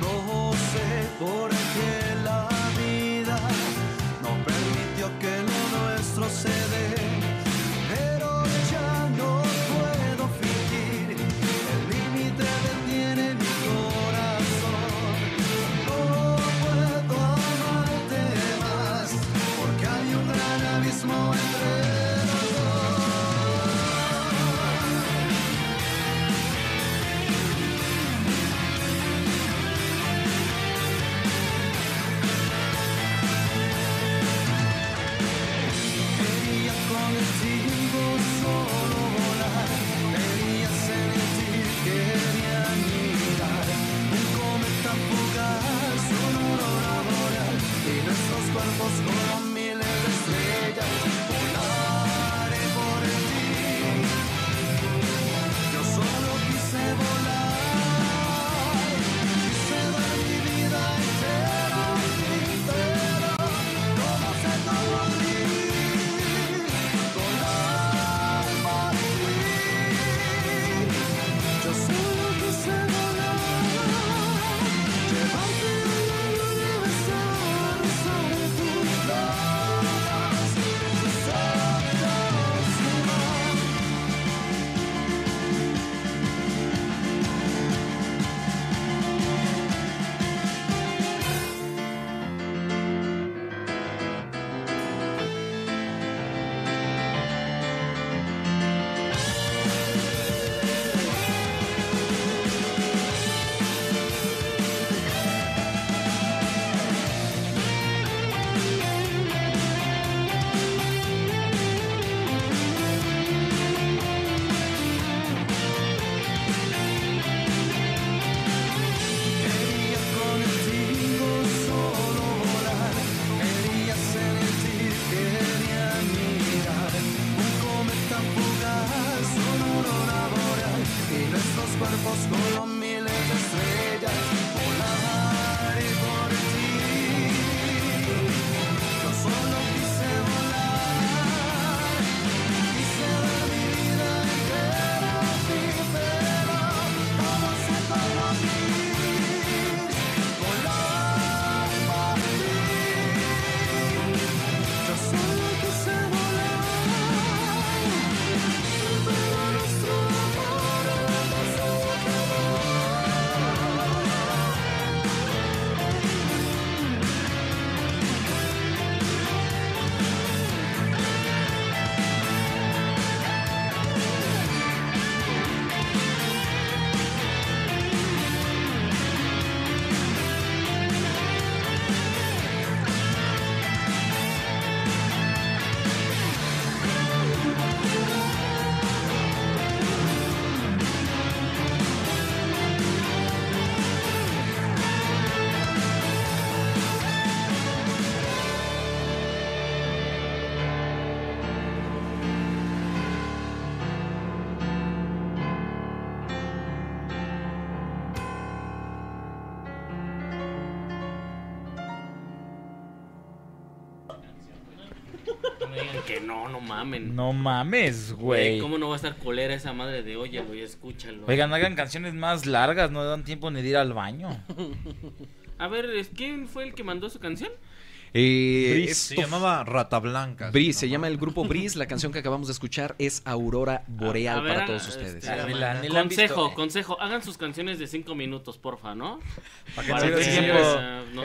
[SPEAKER 2] No sé por qué la vida no permitió que lo nuestro se
[SPEAKER 5] me digan que no, no mamen.
[SPEAKER 8] No mames,
[SPEAKER 5] Güey,
[SPEAKER 8] güey.
[SPEAKER 5] ¿cómo no va a estar colera esa madre de olla, güey? Escúchalo.
[SPEAKER 8] Oigan, hagan canciones más largas, no dan tiempo ni de ir al baño.
[SPEAKER 5] A ver, ¿es- ¿quién fue el que mandó su canción?
[SPEAKER 3] Eh,
[SPEAKER 9] Bris,
[SPEAKER 3] esto
[SPEAKER 9] se llamaba Rata Blanca.
[SPEAKER 3] Bris, se llama el grupo Bris. La canción que acabamos de escuchar es Aurora Boreal
[SPEAKER 5] A ver,
[SPEAKER 3] para todos
[SPEAKER 5] este,
[SPEAKER 3] ustedes.
[SPEAKER 5] ni la- ni la han consejo, visto, eh. consejo, hagan sus canciones de 5 minutos, porfa, ¿no?
[SPEAKER 8] Para que nos dé tiempo- que nos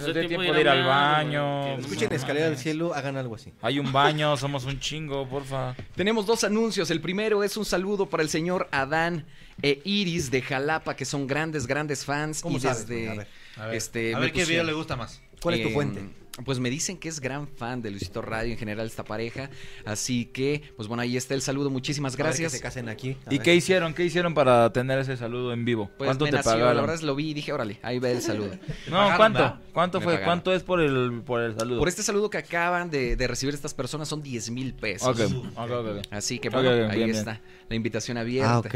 [SPEAKER 5] ah, sé
[SPEAKER 8] dé Ah, tiempo de ir al baño.
[SPEAKER 4] Escuchen Escalera al Cielo, hagan algo así.
[SPEAKER 8] Hay un baño, somos un chingo, porfa.
[SPEAKER 3] Tenemos dos anuncios. El primero es un saludo para el señor Adán e Iris de Jalapa, que son grandes, grandes fans.
[SPEAKER 9] ¿Cómo
[SPEAKER 3] y
[SPEAKER 9] sabes,
[SPEAKER 3] desde,
[SPEAKER 9] güey? A ver, a ver.
[SPEAKER 3] este,
[SPEAKER 9] A
[SPEAKER 3] me
[SPEAKER 9] ver qué video
[SPEAKER 3] pusieron.
[SPEAKER 9] le gusta más.
[SPEAKER 4] ¿Cuál
[SPEAKER 7] Em,
[SPEAKER 4] es tu fuente?
[SPEAKER 3] Pues me dicen que es gran fan de Luisito Radio en general esta pareja, así que pues bueno ahí está el saludo, muchísimas
[SPEAKER 4] A ver que
[SPEAKER 3] gracias.
[SPEAKER 4] se casen aquí.
[SPEAKER 8] ¿Y qué hicieron? ¿Qué hicieron para tener ese saludo en vivo?
[SPEAKER 3] Pues
[SPEAKER 8] ¿Cuánto
[SPEAKER 3] me
[SPEAKER 8] te
[SPEAKER 3] nació,
[SPEAKER 8] pagaron?
[SPEAKER 3] La verdad es lo vi y dije órale ahí va el saludo.
[SPEAKER 8] No, ¿cuánto? ¿Cuánto
[SPEAKER 3] Me
[SPEAKER 8] fue?
[SPEAKER 3] pagaron.
[SPEAKER 8] ¿Cuánto es por el, por el saludo?
[SPEAKER 3] Por este saludo que acaban de, de recibir estas personas son 10 mil pesos.
[SPEAKER 8] Ok, ok, ok.
[SPEAKER 3] Así que
[SPEAKER 8] Ok,
[SPEAKER 3] bueno,
[SPEAKER 8] ok,
[SPEAKER 3] ahí
[SPEAKER 8] bien,
[SPEAKER 3] está la invitación abierta.
[SPEAKER 4] Ah, ok.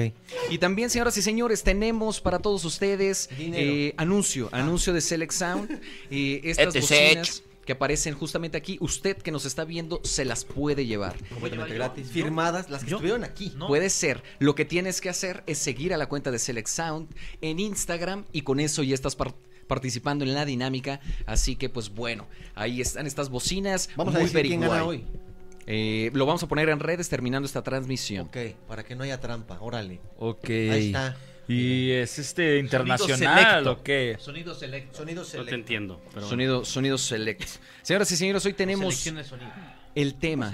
[SPEAKER 3] Y también, señoras y señores, tenemos para todos ustedes eh, anuncio, anuncio de Select Sound. Eh, estas
[SPEAKER 8] Ah. Este es
[SPEAKER 3] bocinas que aparecen justamente aquí, usted que nos está viendo se las puede llevar.
[SPEAKER 4] Completamente gratis. Firmadas, las que estuvieron aquí.
[SPEAKER 3] Puede ser. Lo que tienes que hacer es seguir a la cuenta de Select Sound en Instagram y con eso ya estás par- participando en la dinámica. Así que, pues bueno, ahí están estas bocinas.
[SPEAKER 4] Vamos a
[SPEAKER 3] muy
[SPEAKER 4] decir quién
[SPEAKER 3] Beriguay.
[SPEAKER 4] gana hoy.
[SPEAKER 3] Eh, lo vamos a poner en redes terminando esta transmisión.
[SPEAKER 4] Ok, para que no haya trampa, órale.
[SPEAKER 8] Ok.
[SPEAKER 4] Ahí está.
[SPEAKER 8] ¿Y es este internacional
[SPEAKER 3] selecto.
[SPEAKER 8] o qué?
[SPEAKER 9] Sonido selecto.
[SPEAKER 4] Sonido
[SPEAKER 5] No te entiendo. pero bueno.
[SPEAKER 3] sonido, sonido select. Señoras y señores, hoy tenemos
[SPEAKER 9] Selección de sonido.
[SPEAKER 3] el tema.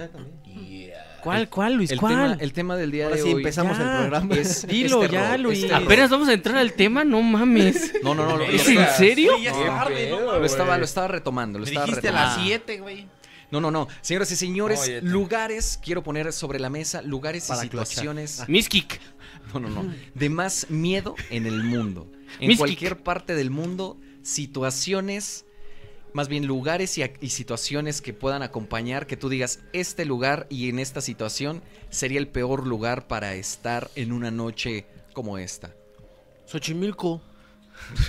[SPEAKER 6] ¿Cuál, cuál, Luis?
[SPEAKER 3] El
[SPEAKER 6] ¿Cuál? Ah,
[SPEAKER 3] tema, el tema del día
[SPEAKER 4] Ahora
[SPEAKER 3] de
[SPEAKER 4] sí
[SPEAKER 3] hoy.
[SPEAKER 4] empezamos el programa.
[SPEAKER 3] es- este
[SPEAKER 6] Dilo
[SPEAKER 3] es terror,
[SPEAKER 6] ya,
[SPEAKER 3] es
[SPEAKER 6] Luis.
[SPEAKER 3] terror.
[SPEAKER 6] Apenas
[SPEAKER 5] vamos a entrar al tema, no mames.
[SPEAKER 3] No, no, no. lo-
[SPEAKER 5] ¿Es
[SPEAKER 3] lo-
[SPEAKER 5] en
[SPEAKER 3] lo-
[SPEAKER 5] serio?
[SPEAKER 3] Sí, ya es tarde, no, Lo estaba,
[SPEAKER 5] güey.
[SPEAKER 3] lo estaba retomando. Lo
[SPEAKER 9] Me
[SPEAKER 3] estaba
[SPEAKER 9] dijiste a
[SPEAKER 3] retomando. Ah,
[SPEAKER 9] las 7, güey.
[SPEAKER 3] No, no, no. Señoras y señores,
[SPEAKER 9] Oye, te-
[SPEAKER 3] lugares, quiero poner sobre la mesa, lugares
[SPEAKER 9] Para
[SPEAKER 3] y situaciones.
[SPEAKER 9] clochar. Ah.
[SPEAKER 5] Miskik.
[SPEAKER 3] No, no, no. De más miedo en el mundo. En
[SPEAKER 5] Miskik.
[SPEAKER 3] cualquier parte del mundo, situaciones. Más bien lugares y, ac- y situaciones que puedan acompañar, que tú digas, este lugar y en esta situación sería el peor lugar para estar en una noche como esta.
[SPEAKER 6] Xochimilco.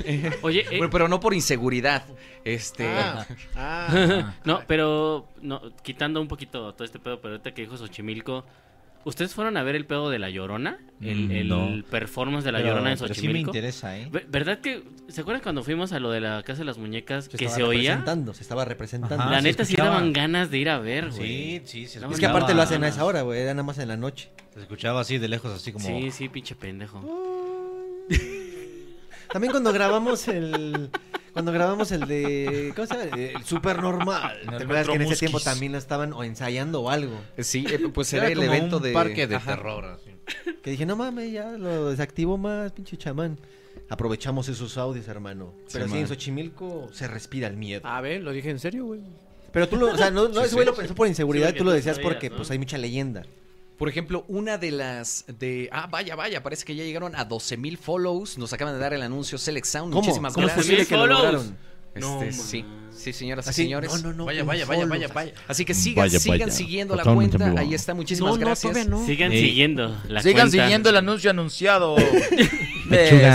[SPEAKER 5] Oye, eh,
[SPEAKER 3] Bueno, pero no por inseguridad. Este.
[SPEAKER 6] Ah, ah.
[SPEAKER 5] no, pero no, quitando un poquito todo este pedo, pero ahorita que dijo Xochimilco, ¿ustedes fueron a ver el pedo de La Llorona? El,
[SPEAKER 7] Mm,
[SPEAKER 5] el
[SPEAKER 7] no.
[SPEAKER 5] performance de La
[SPEAKER 7] Pero-
[SPEAKER 5] Llorona en
[SPEAKER 7] pero sí me
[SPEAKER 5] Xochimilco.
[SPEAKER 7] interesa, ¿eh?
[SPEAKER 5] Ve- ¿Verdad que se acuerdan cuando fuimos a lo de la Casa de las Muñecas que
[SPEAKER 4] estaba
[SPEAKER 5] se oía?
[SPEAKER 4] representando, se estaba representando.
[SPEAKER 5] la neta sí daban ganas de ir a ver, güey.
[SPEAKER 9] Sí, sí, se
[SPEAKER 5] Daban
[SPEAKER 4] Es que aparte
[SPEAKER 5] ganas.
[SPEAKER 4] lo hacen a esa hora, güey, era nada más en la noche.
[SPEAKER 9] Se escuchaba así de lejos, así como.
[SPEAKER 5] Sí, sí, pinche pendejo.
[SPEAKER 4] También cuando grabamos el cuando grabamos el de ¿cómo se llama? Eh, El super normal. ¿Te acuerdas que en ese tiempo también lo estaban o ensayando o algo?
[SPEAKER 3] Sí, eh, pues
[SPEAKER 9] Era
[SPEAKER 3] era el
[SPEAKER 9] como
[SPEAKER 3] evento
[SPEAKER 9] un
[SPEAKER 3] de.
[SPEAKER 9] parque de
[SPEAKER 3] Ajá.
[SPEAKER 9] terror. así.
[SPEAKER 4] Que dije, "No mames, ya lo desactivo más, pinche chamán." Aprovechamos esos audios, hermano. Pero sí,
[SPEAKER 3] man.
[SPEAKER 4] en Xochimilco se respira el miedo.
[SPEAKER 6] A ver, lo dije en serio, güey.
[SPEAKER 4] Pero tú lo, o sea, no, no
[SPEAKER 6] Sí,
[SPEAKER 4] ese güey
[SPEAKER 6] sí,
[SPEAKER 4] lo
[SPEAKER 6] sí.
[SPEAKER 4] pensó por inseguridad,
[SPEAKER 6] Sí,
[SPEAKER 4] tú
[SPEAKER 6] porque
[SPEAKER 4] lo
[SPEAKER 6] tú
[SPEAKER 4] decías
[SPEAKER 6] sabías,
[SPEAKER 4] porque
[SPEAKER 6] ¿no?
[SPEAKER 4] pues hay mucha leyenda.
[SPEAKER 3] Por ejemplo, una de las de ah vaya vaya parece que ya llegaron a 12 mil follows. Nos acaban de dar el anuncio Select Sound.
[SPEAKER 4] ¿Cómo?
[SPEAKER 3] Muchísimas
[SPEAKER 4] ¿Cómo es
[SPEAKER 3] gracias.
[SPEAKER 4] posible que lo
[SPEAKER 3] Follows.
[SPEAKER 4] lograron?
[SPEAKER 3] Este,
[SPEAKER 4] No, man.
[SPEAKER 3] sí, sí, señoras y
[SPEAKER 4] Así,
[SPEAKER 3] señores.
[SPEAKER 4] no, no, no,
[SPEAKER 9] Vaya,
[SPEAKER 4] un
[SPEAKER 9] vaya, vaya,
[SPEAKER 4] follow.
[SPEAKER 9] vaya, vaya.
[SPEAKER 3] Así que sigan,
[SPEAKER 9] Vaya,
[SPEAKER 3] sigan
[SPEAKER 9] vaya.
[SPEAKER 3] siguiendo la
[SPEAKER 9] Totalmente
[SPEAKER 3] cuenta.
[SPEAKER 9] en vivo.
[SPEAKER 3] Ahí está, muchísimas
[SPEAKER 6] No, no,
[SPEAKER 3] gracias.
[SPEAKER 6] todavía no.
[SPEAKER 5] Sigan
[SPEAKER 9] Sí.
[SPEAKER 5] siguiendo la
[SPEAKER 8] Sigan
[SPEAKER 5] cuenta.
[SPEAKER 8] siguiendo el anuncio anunciado.
[SPEAKER 3] Eh,
[SPEAKER 7] Eh,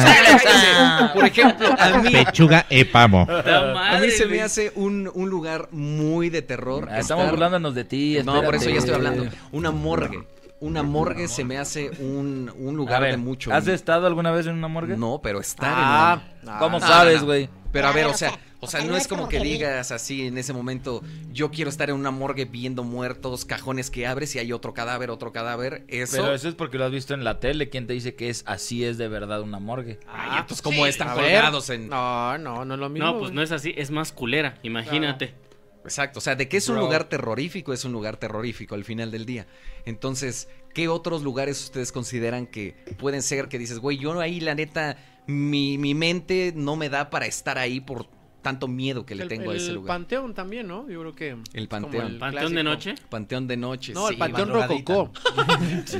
[SPEAKER 3] Por ejemplo, a mí,
[SPEAKER 7] Pechuga e pamo.
[SPEAKER 3] a mí se me hace un, un lugar muy de terror.
[SPEAKER 4] Ah,
[SPEAKER 8] Estamos
[SPEAKER 3] estar-
[SPEAKER 8] burlándonos de ti.
[SPEAKER 3] No, por eso ya estoy
[SPEAKER 8] espérate.
[SPEAKER 3] hablando. Una morgue. Una morgue se me hace un, un
[SPEAKER 8] A
[SPEAKER 3] lugar
[SPEAKER 8] ver,
[SPEAKER 3] de mucho.
[SPEAKER 8] ¿Has estado alguna vez en una morgue?
[SPEAKER 3] No, pero estar
[SPEAKER 8] Ah,
[SPEAKER 3] en una...
[SPEAKER 8] ¿cómo
[SPEAKER 3] No,
[SPEAKER 8] sabes,
[SPEAKER 3] no, no.
[SPEAKER 8] güey?
[SPEAKER 3] Pero a ver,
[SPEAKER 8] Ah,
[SPEAKER 3] o
[SPEAKER 8] no,
[SPEAKER 3] sea,
[SPEAKER 8] o
[SPEAKER 3] o sea, no es como que digas así en ese momento, yo quiero estar en una morgue viendo muertos, cajones que abres y hay otro cadáver, otro cadáver, eso.
[SPEAKER 8] Pero eso es porque lo has visto en la tele. ¿Quién te dice que es así es de verdad una morgue?
[SPEAKER 3] Ay, entonces, ¿cómo ah, pues, están
[SPEAKER 6] a ver.
[SPEAKER 3] colgados en...?
[SPEAKER 6] No, no, no es lo mismo.
[SPEAKER 5] No, pues no es así, es más culera, imagínate.
[SPEAKER 3] Exacto, o sea, de que es un
[SPEAKER 5] Bro.
[SPEAKER 3] lugar terrorífico, es un lugar terrorífico al final del día. Entonces, ¿qué otros lugares ustedes consideran que pueden ser que dices, güey, yo ahí la neta, mi, mi mente no me da para estar ahí por tanto miedo que le
[SPEAKER 6] El-
[SPEAKER 3] tengo a ese
[SPEAKER 6] El
[SPEAKER 3] lugar?
[SPEAKER 6] panteón también, ¿no? Yo creo que.
[SPEAKER 3] El
[SPEAKER 6] es como
[SPEAKER 3] panteón.
[SPEAKER 6] el
[SPEAKER 5] ¿Panteón de
[SPEAKER 6] clásico.
[SPEAKER 5] noche?
[SPEAKER 3] Panteón de noche.
[SPEAKER 6] No, el
[SPEAKER 3] sí,
[SPEAKER 6] panteón
[SPEAKER 3] madrugadita.
[SPEAKER 6] rococó.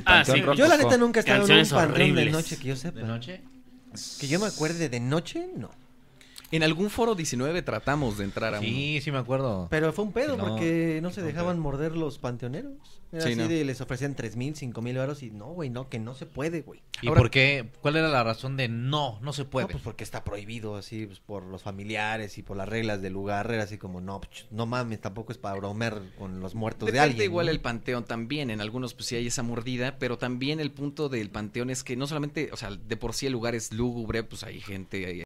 [SPEAKER 5] Ah, sí.
[SPEAKER 4] Yo la neta nunca he estado en un
[SPEAKER 5] Canciones
[SPEAKER 4] panteón de
[SPEAKER 5] horribles.
[SPEAKER 4] noche que yo sepa.
[SPEAKER 9] ¿De noche?
[SPEAKER 4] Que yo me acuerde de noche, no.
[SPEAKER 3] En algún foro 19 tratamos de entrar a
[SPEAKER 7] Sí, sí me acuerdo.
[SPEAKER 4] Pero fue un pedo
[SPEAKER 3] No,
[SPEAKER 4] porque no se
[SPEAKER 3] fue un
[SPEAKER 4] dejaban
[SPEAKER 3] pedo.
[SPEAKER 4] morder los panteoneros. Era
[SPEAKER 3] Sí,
[SPEAKER 4] así
[SPEAKER 3] no.
[SPEAKER 4] de les ofrecían tres mil, cinco mil varos y no, güey, no, que no se puede, güey.
[SPEAKER 7] ¿Y por qué? ¿Cuál era la razón de no, no se puede?
[SPEAKER 4] No, pues porque está prohibido así pues, por los familiares y por las reglas del lugar. Era así como, no, pues, no mames, tampoco es para bromear con los muertos
[SPEAKER 3] Depende
[SPEAKER 4] de alguien.
[SPEAKER 3] igual
[SPEAKER 4] ¿no?
[SPEAKER 3] el panteón también, en algunos pues sí hay esa mordida, pero también el punto del panteón es que no solamente, o sea, de por sí el lugar es lúgubre, pues hay gente eh,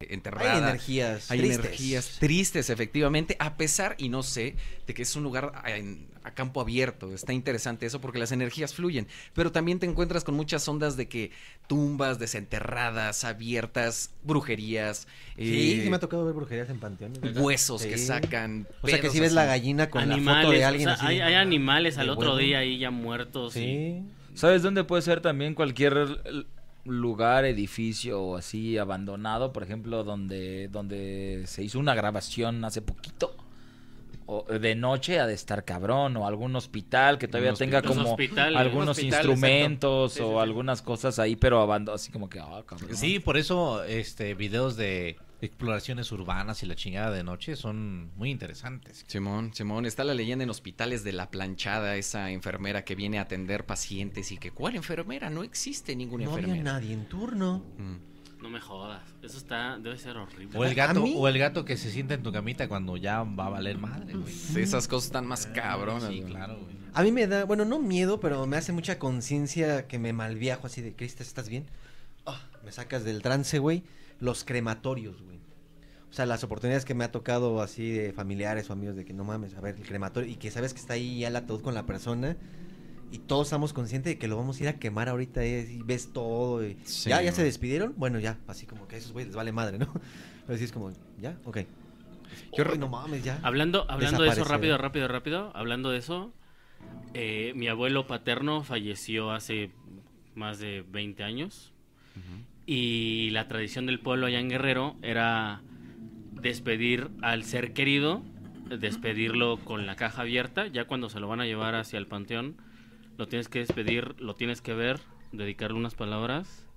[SPEAKER 4] Hay
[SPEAKER 3] enterrada.
[SPEAKER 4] energías
[SPEAKER 3] Hay
[SPEAKER 4] tristes.
[SPEAKER 3] energías tristes, efectivamente, a pesar, y no sé, de que es un lugar a, en- a campo abierto, está interesante eso porque las energías fluyen, pero también te encuentras con muchas ondas de que tumbas desenterradas, abiertas, brujerías.
[SPEAKER 4] Sí,
[SPEAKER 3] eh,
[SPEAKER 4] sí me ha tocado ver brujerías en panteones. ¿verdad?
[SPEAKER 3] Huesos que
[SPEAKER 4] Sí.
[SPEAKER 3] sacan.
[SPEAKER 4] O sea, que
[SPEAKER 3] pedos
[SPEAKER 4] si ves
[SPEAKER 3] así.
[SPEAKER 4] la gallina con la foto de alguien
[SPEAKER 5] o sea,
[SPEAKER 4] así.
[SPEAKER 5] hay, hay animales al
[SPEAKER 4] de
[SPEAKER 5] otro
[SPEAKER 4] huevo.
[SPEAKER 5] día ahí ya muertos. y-
[SPEAKER 8] ¿Sabes dónde puede ser también cualquier l- lugar, edificio o así abandonado? Por ejemplo, donde, donde se hizo una grabación hace poquito. O eh, de noche ha de estar cabrón, o algún hospital que todavía
[SPEAKER 7] Un
[SPEAKER 8] tenga
[SPEAKER 7] hospital.
[SPEAKER 8] como
[SPEAKER 7] Los hospitales.
[SPEAKER 8] algunos
[SPEAKER 7] Un hospital,
[SPEAKER 8] instrumentos
[SPEAKER 7] exacto. Sí,
[SPEAKER 8] o
[SPEAKER 7] sí, sí.
[SPEAKER 8] algunas cosas ahí, pero abandonado, así como que, ah, cabrón.
[SPEAKER 7] Sí, por eso este videos de exploraciones urbanas y la chingada de noche son muy interesantes.
[SPEAKER 3] Simón, Simón, está la leyenda en hospitales de la planchada, esa enfermera que viene a atender pacientes y que ¿cuál enfermera? No existe ninguna
[SPEAKER 4] No había
[SPEAKER 3] enfermera.
[SPEAKER 4] nadie en turno.
[SPEAKER 3] Mm.
[SPEAKER 5] No me jodas. Eso está, debe ser horrible.
[SPEAKER 7] O el gato, o el gato que se sienta en tu camita cuando ya va a valer madre, güey. Ah,
[SPEAKER 3] Sí, esas cosas están más cabronas,
[SPEAKER 7] Sí,
[SPEAKER 3] güey.
[SPEAKER 7] claro, güey.
[SPEAKER 6] Eh,
[SPEAKER 4] A mí me da, bueno, no miedo, pero me hace mucha conciencia que me malviajo así de, Cristas, ¿estás bien? Ah, me sacas del trance, güey. Los crematorios, güey. O sea, las oportunidades que me ha tocado así de familiares o amigos de que no mames, a ver, el crematorio, y que sabes que está ahí ya el ataúd con la persona, y todos estamos conscientes de que lo vamos a ir a quemar ahorita, eh, y ves todo, y
[SPEAKER 3] Sí,
[SPEAKER 4] ya, ya
[SPEAKER 3] ¿no?
[SPEAKER 4] se despidieron, bueno, ya, así como que a esos güeyes les vale madre, ¿no? Pero así es como, ya, ok.
[SPEAKER 3] Yo
[SPEAKER 4] Ay, no mames, ya.
[SPEAKER 5] Hablando, hablando de eso rápido,
[SPEAKER 4] Desaparecerá.
[SPEAKER 5] rápido, rápido. Hablando de eso, eh, mi abuelo paterno falleció hace más de 20 años. Y la tradición del pueblo allá en Guerrero era despedir al ser querido, despedirlo con la caja abierta. Ya cuando se lo van a llevar hacia el panteón, lo tienes que despedir, lo tienes que ver, dedicarle unas palabras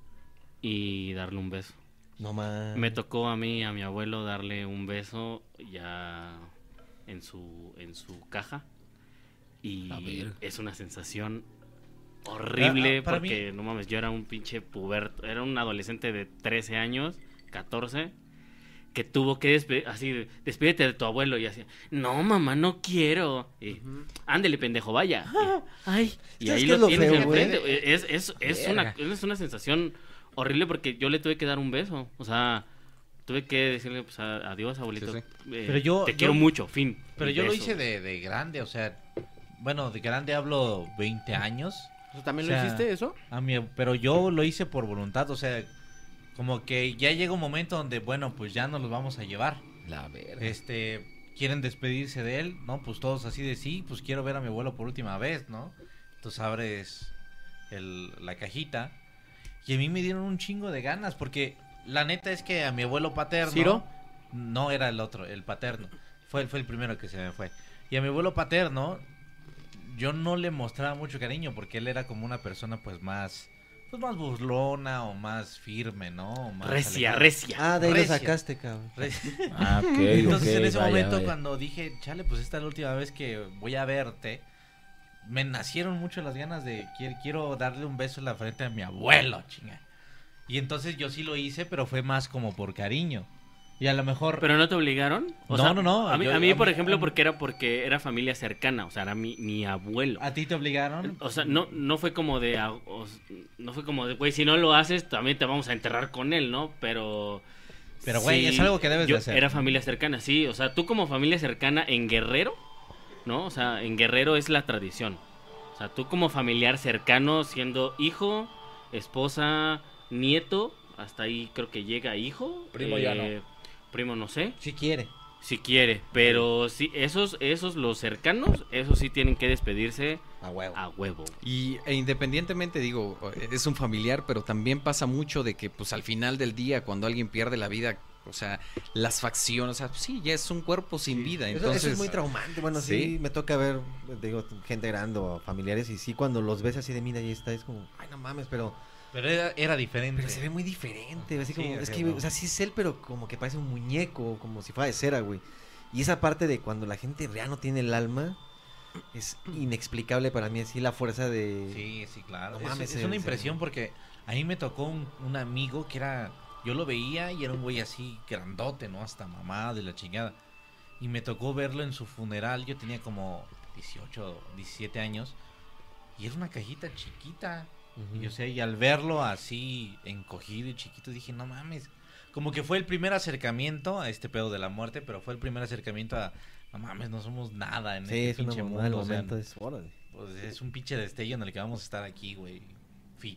[SPEAKER 5] y darle un beso.
[SPEAKER 4] No
[SPEAKER 7] Ah.
[SPEAKER 4] mames.
[SPEAKER 5] Me tocó a mí, a mi abuelo, darle un beso ya en su, en su caja. Y es una sensación horrible
[SPEAKER 7] Ah, ah, para
[SPEAKER 5] porque, no mames, yo era un pinche puberto, era un adolescente de 13 años, 14, que tuvo que despedir, así, de, despídete de tu abuelo y así, no mamá, no quiero. Y, Ándele, pendejo, vaya. Y-
[SPEAKER 2] Ay.
[SPEAKER 5] y
[SPEAKER 2] ¿Sabes
[SPEAKER 5] ahí
[SPEAKER 2] qué
[SPEAKER 5] lo,
[SPEAKER 2] es lo
[SPEAKER 5] tienes
[SPEAKER 2] feo,
[SPEAKER 5] enfrente.
[SPEAKER 2] güey?
[SPEAKER 5] güey. Es, es, es, una, es una sensación horrible porque yo le tuve que dar un beso. O sea, tuve que decirle pues, a- adiós, abuelito. eh,
[SPEAKER 7] Pero yo
[SPEAKER 5] te
[SPEAKER 7] yo-
[SPEAKER 5] quiero mucho, fin.
[SPEAKER 7] Pero
[SPEAKER 5] Y
[SPEAKER 7] yo lo
[SPEAKER 5] beso.
[SPEAKER 7] hice de, de grande, o sea, bueno, de grande hablo 20 años.
[SPEAKER 6] O sea, ¿también lo hiciste, eso?
[SPEAKER 7] a mí- pero yo lo hice por voluntad, o sea, como que ya llega un momento donde bueno, pues ya no los vamos a llevar.
[SPEAKER 8] La verga.
[SPEAKER 7] Este, quieren despedirse de él, ¿no? Pues todos así de sí, pues quiero ver a mi abuelo por última vez, ¿no? Entonces abres el- la cajita y a mí me dieron un chingo de ganas porque la neta es que a mi abuelo paterno
[SPEAKER 6] ¿Ciro?
[SPEAKER 7] no era el otro, el paterno. Fue, fue el primero que se me fue. Y a mi abuelo paterno yo no le mostraba mucho cariño porque él era como una persona pues más pues más burlona o más firme, ¿no? O más
[SPEAKER 5] Recia,
[SPEAKER 7] alejada.
[SPEAKER 5] recia.
[SPEAKER 4] Ah, de ahí lo
[SPEAKER 7] Recia.
[SPEAKER 4] sacaste, cabrón.
[SPEAKER 7] Re-
[SPEAKER 4] Ah, ok,
[SPEAKER 7] Entonces
[SPEAKER 4] ok,
[SPEAKER 7] en ese
[SPEAKER 4] vaya,
[SPEAKER 7] momento
[SPEAKER 4] vaya.
[SPEAKER 7] cuando dije, chale, pues esta es la última vez que voy a verte, me nacieron mucho las ganas de quiero, quiero darle un beso en la frente a mi abuelo, chinga. Y entonces yo sí lo hice, pero fue más como por cariño. Y a lo mejor...
[SPEAKER 5] ¿Pero no te obligaron? O
[SPEAKER 7] no,
[SPEAKER 5] sea,
[SPEAKER 7] no, no.
[SPEAKER 5] A mí,
[SPEAKER 7] yo-
[SPEAKER 5] a mí, por
[SPEAKER 7] a
[SPEAKER 5] ejemplo,
[SPEAKER 7] a mí-
[SPEAKER 5] porque era porque era familia cercana, o sea, era mi, mi abuelo.
[SPEAKER 7] ¿A ti te obligaron?
[SPEAKER 5] O sea, no, no fue como de, ah, o s- no fue como de, güey, si no lo haces, también te vamos a enterrar con él, ¿no? Pero...
[SPEAKER 7] Pero, güey, es algo que debes de hacer.
[SPEAKER 5] Era familia cercana, sí. O sea, tú como familia cercana en Guerrero, ¿no? O sea, en Guerrero es la tradición. O sea, tú como familiar cercano, siendo hijo, esposa, nieto, hasta ahí creo que llega hijo. eh,
[SPEAKER 8] Primo ya
[SPEAKER 5] Primo no sé.
[SPEAKER 4] Si quiere.
[SPEAKER 5] Si quiere, pero sí, esos, esos, los cercanos, esos sí tienen que despedirse
[SPEAKER 4] a huevo.
[SPEAKER 5] A huevo.
[SPEAKER 3] Y e independientemente, digo, eh, es un familiar, pero también pasa mucho de que, pues al final del día, cuando alguien pierde la vida, o sea, las facciones, o sea, sí, ya es un cuerpo sin vida.
[SPEAKER 4] Eso-
[SPEAKER 3] Entonces,
[SPEAKER 4] eso, es muy traumante. Bueno, sí. me toca ver, digo, gente grande o familiares y sí, cuando los ves así de mira, ahí está, es como, ay, no mames, pero
[SPEAKER 7] Pero era, era diferente.
[SPEAKER 4] Pero se ve muy diferente, así
[SPEAKER 7] Sí,
[SPEAKER 4] como,
[SPEAKER 7] o
[SPEAKER 4] es
[SPEAKER 7] sea,
[SPEAKER 4] que,
[SPEAKER 7] no.
[SPEAKER 4] o sea, sí es él, pero como que parece un muñeco, como si fuera de cera, güey. Y esa parte de cuando la gente real no tiene el alma, es inexplicable para mí, así la fuerza de...
[SPEAKER 7] Sí, sí, claro.
[SPEAKER 4] No
[SPEAKER 7] Es-
[SPEAKER 4] mames,
[SPEAKER 7] es,
[SPEAKER 4] se-
[SPEAKER 7] una
[SPEAKER 4] se-
[SPEAKER 7] impresión porque a mí me tocó un, un amigo que era. Yo lo veía y era un güey así grandote, ¿no? Hasta mamá de la chingada. Y me tocó verlo en su funeral. Yo tenía como 18, 17 años. Y era una cajita chiquita.
[SPEAKER 4] Ujú.
[SPEAKER 7] Y, o sea, y al verlo así encogido y chiquito, dije, no mames. Como que fue el primer acercamiento a este pedo de la muerte, pero fue el primer acercamiento a, no mames, no somos nada en
[SPEAKER 4] Sí,
[SPEAKER 7] este
[SPEAKER 4] es una
[SPEAKER 7] pinche
[SPEAKER 4] mamada, el
[SPEAKER 7] mundo. o sea,
[SPEAKER 4] momento es, órale.
[SPEAKER 7] pues es un pinche destello en el que vamos a estar aquí, güey. Fi.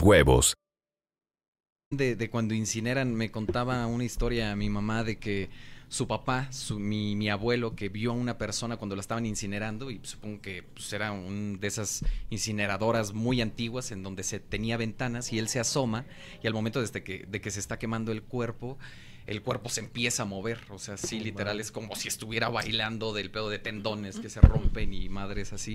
[SPEAKER 17] huevos.
[SPEAKER 3] de, de cuando incineran, me contaba una historia a mi mamá de que su papá, su- mi, mi abuelo, que vio a una persona cuando la estaban incinerando, y supongo que pues, era un de esas incineradoras muy antiguas en donde se tenía ventanas, y él se asoma, y al momento desde que, de que se está quemando el cuerpo, el cuerpo se empieza a mover. O sea, sí, literal, es como si estuviera bailando del pedo de tendones que se rompen y madres así.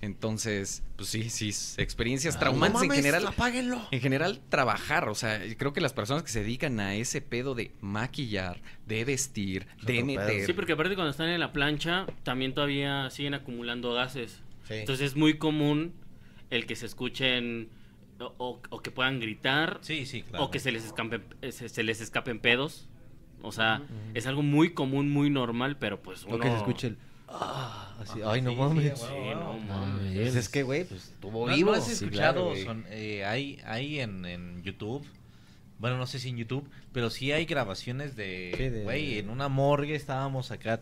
[SPEAKER 3] Entonces, pues sí, sí, experiencias traumantes en general.
[SPEAKER 4] apáguenlo.
[SPEAKER 3] En general, trabajar, o sea, creo que las personas que se dedican a ese pedo de maquillar, de vestir, de meter.
[SPEAKER 5] Sí, porque aparte cuando están en la plancha también todavía siguen acumulando gases.
[SPEAKER 3] Sí.
[SPEAKER 5] Entonces es muy común el que se escuchen o, o- o que puedan gritar.
[SPEAKER 7] claro.
[SPEAKER 5] O que se les escapen, eh, se, se les escapen pedos. O sea, es algo muy común, muy normal, pero pues uno...
[SPEAKER 4] O que se escuche el... "Ah", así, ay, no mames.
[SPEAKER 5] Sí, no
[SPEAKER 4] mames.
[SPEAKER 5] mames.
[SPEAKER 4] Pues es que, güey, pues estuvo
[SPEAKER 7] ¿No-
[SPEAKER 4] vivo.
[SPEAKER 7] ¿No has
[SPEAKER 4] Sí,
[SPEAKER 7] escuchado?
[SPEAKER 4] claro, güey.
[SPEAKER 7] son- eh, hay hay en, en YouTube, bueno, no sé si en YouTube, pero sí hay grabaciones
[SPEAKER 4] Sí,
[SPEAKER 7] de,
[SPEAKER 4] de-
[SPEAKER 7] güey, en una morgue estábamos acá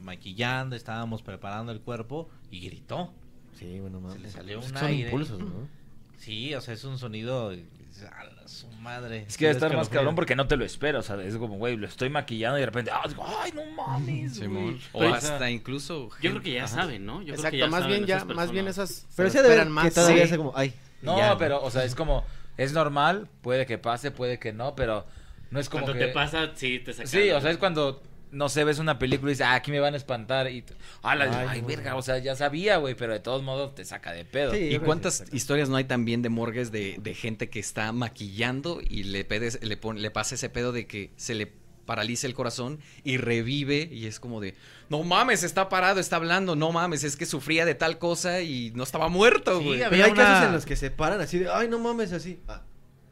[SPEAKER 7] maquillando, estábamos preparando el cuerpo y gritó.
[SPEAKER 4] Sí, bueno, mames.
[SPEAKER 7] Se le salió
[SPEAKER 4] Pues
[SPEAKER 7] un
[SPEAKER 4] que son
[SPEAKER 7] aire.
[SPEAKER 4] impulsos, ¿no?
[SPEAKER 7] Sí, o sea, es un sonido... A la- su madre.
[SPEAKER 8] Es que debe estar más
[SPEAKER 7] Escalofrío.
[SPEAKER 8] cabrón porque no te lo esperas. O sea, es como, güey, lo estoy maquillando y de repente, ah, digo, ay, no mames. güey".
[SPEAKER 3] o
[SPEAKER 8] Pero-
[SPEAKER 3] hasta incluso.
[SPEAKER 5] Yo creo que ya saben, ¿no? Yo creo que ya
[SPEAKER 6] más
[SPEAKER 5] saben
[SPEAKER 6] bien ya-
[SPEAKER 5] esas
[SPEAKER 6] más bien
[SPEAKER 5] personas.
[SPEAKER 6] esas
[SPEAKER 4] Pero sí ha de ver que todavía es como, ay.
[SPEAKER 8] No,
[SPEAKER 4] ya, ¿no?
[SPEAKER 8] pero, o sea, es como, es normal, puede que pase, puede que no, pero no es como
[SPEAKER 5] Cuando
[SPEAKER 8] que...
[SPEAKER 5] te pasa, sí, te sacan.
[SPEAKER 8] Sí, o sea, es cuando, no sé, ves una película y dices, ah, aquí me van a espantar. Y, ah, la- ay, verga, o sea, ya sabía, güey, pero de todos modos te saca de pedo.
[SPEAKER 3] ¿Y cuántas historias no hay también de morgues de, de gente que está maquillando y le, pedes- le, pon- le pasa ese pedo de que se le paraliza el corazón y revive y es como de, no mames, está parado, está hablando, no mames, es que sufría de tal cosa y no estaba muerto, güey.
[SPEAKER 4] Pero hay casos en los que se paran así de, ay, no mames, así. Ah.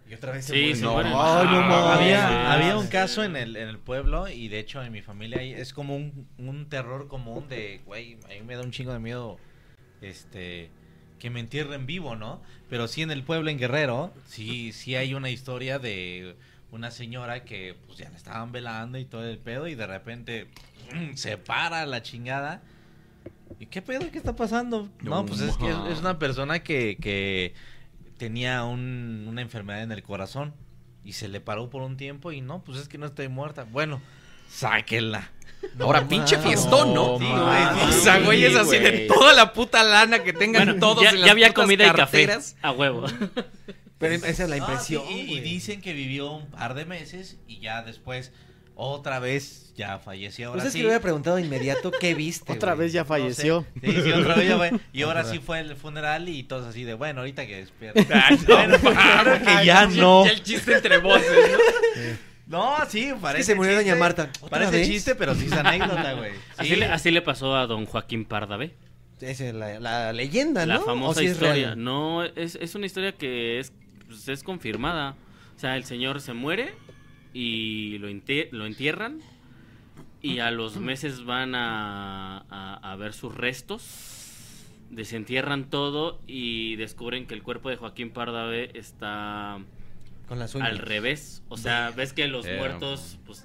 [SPEAKER 4] Y otra vez Ah,
[SPEAKER 7] Sí,
[SPEAKER 4] mueren.
[SPEAKER 7] se
[SPEAKER 4] No,
[SPEAKER 7] mueren.
[SPEAKER 4] ay, no mames.
[SPEAKER 7] Había, había un caso en el, en el pueblo y de hecho en mi familia ahí es como un, un terror común de, güey, a mí me da un chingo de miedo, este, que me entierren vivo, ¿no? Pero sí en el pueblo en Guerrero, sí, sí hay una historia de una señora que pues ya la estaban velando y todo el pedo y de repente mm, se para la chingada. ¿Y qué pedo? ¿Qué está pasando? No,
[SPEAKER 3] No,
[SPEAKER 7] pues es que es,
[SPEAKER 3] ma.
[SPEAKER 7] es una persona que, que tenía un- una enfermedad en el corazón y se le paró por un tiempo y no, pues es que no estoy muerta. Bueno, sáquenla.
[SPEAKER 3] Ahora, pinche fiestón, ¿no?
[SPEAKER 7] Sí,
[SPEAKER 3] No,
[SPEAKER 7] güey,
[SPEAKER 3] mames.
[SPEAKER 7] sí,
[SPEAKER 3] O sea, güey, es
[SPEAKER 7] sí,
[SPEAKER 3] así de
[SPEAKER 7] güey.
[SPEAKER 3] toda la puta lana que tengan
[SPEAKER 7] Bueno,
[SPEAKER 3] todos
[SPEAKER 7] ya-
[SPEAKER 3] en las
[SPEAKER 7] ya había
[SPEAKER 3] putas
[SPEAKER 7] comida y café.
[SPEAKER 3] carteras.
[SPEAKER 5] A huevo.
[SPEAKER 4] Pero esa es la
[SPEAKER 7] Ah,
[SPEAKER 4] impresión.
[SPEAKER 7] sí, y- y, dicen que vivió un par de meses y ya después otra vez ya falleció. Ahora
[SPEAKER 4] Pues es
[SPEAKER 7] sí.
[SPEAKER 4] que le hubiera preguntado de inmediato qué viste.
[SPEAKER 6] Otra
[SPEAKER 4] güey?
[SPEAKER 6] vez ya falleció.
[SPEAKER 7] Sí, sí, otra vez ya fue. Y ahora sí fue el funeral y todos así de, bueno, ahorita que despierta. pues,
[SPEAKER 4] Ay, Ah, no,
[SPEAKER 7] claro que
[SPEAKER 4] ay,
[SPEAKER 7] ya
[SPEAKER 4] sí,
[SPEAKER 7] no.
[SPEAKER 4] ya el chiste entre voces, ¿no?
[SPEAKER 7] No, sí, parece.
[SPEAKER 4] se murió doña
[SPEAKER 7] chiste.
[SPEAKER 4] Marta. ¿Otra
[SPEAKER 7] Parece
[SPEAKER 4] vez?
[SPEAKER 7] chiste, pero sí es anécdota, güey.
[SPEAKER 5] Así,
[SPEAKER 7] Sí.
[SPEAKER 5] le, así le pasó a don Joaquín Pardavé.
[SPEAKER 4] Esa es la, la leyenda, ¿no?
[SPEAKER 5] La
[SPEAKER 4] ¿O
[SPEAKER 5] famosa
[SPEAKER 4] si es
[SPEAKER 5] historia.
[SPEAKER 4] real?
[SPEAKER 5] no, es, es una historia que es pues, es confirmada. O sea, el señor se muere y lo, ente- lo entierran y a los meses van a, a- a ver sus restos, desentierran todo y descubren que el cuerpo de Joaquín Pardavé está
[SPEAKER 4] Con las uñas.
[SPEAKER 5] al revés. O sea, ves que los
[SPEAKER 4] Eh,
[SPEAKER 5] muertos pues,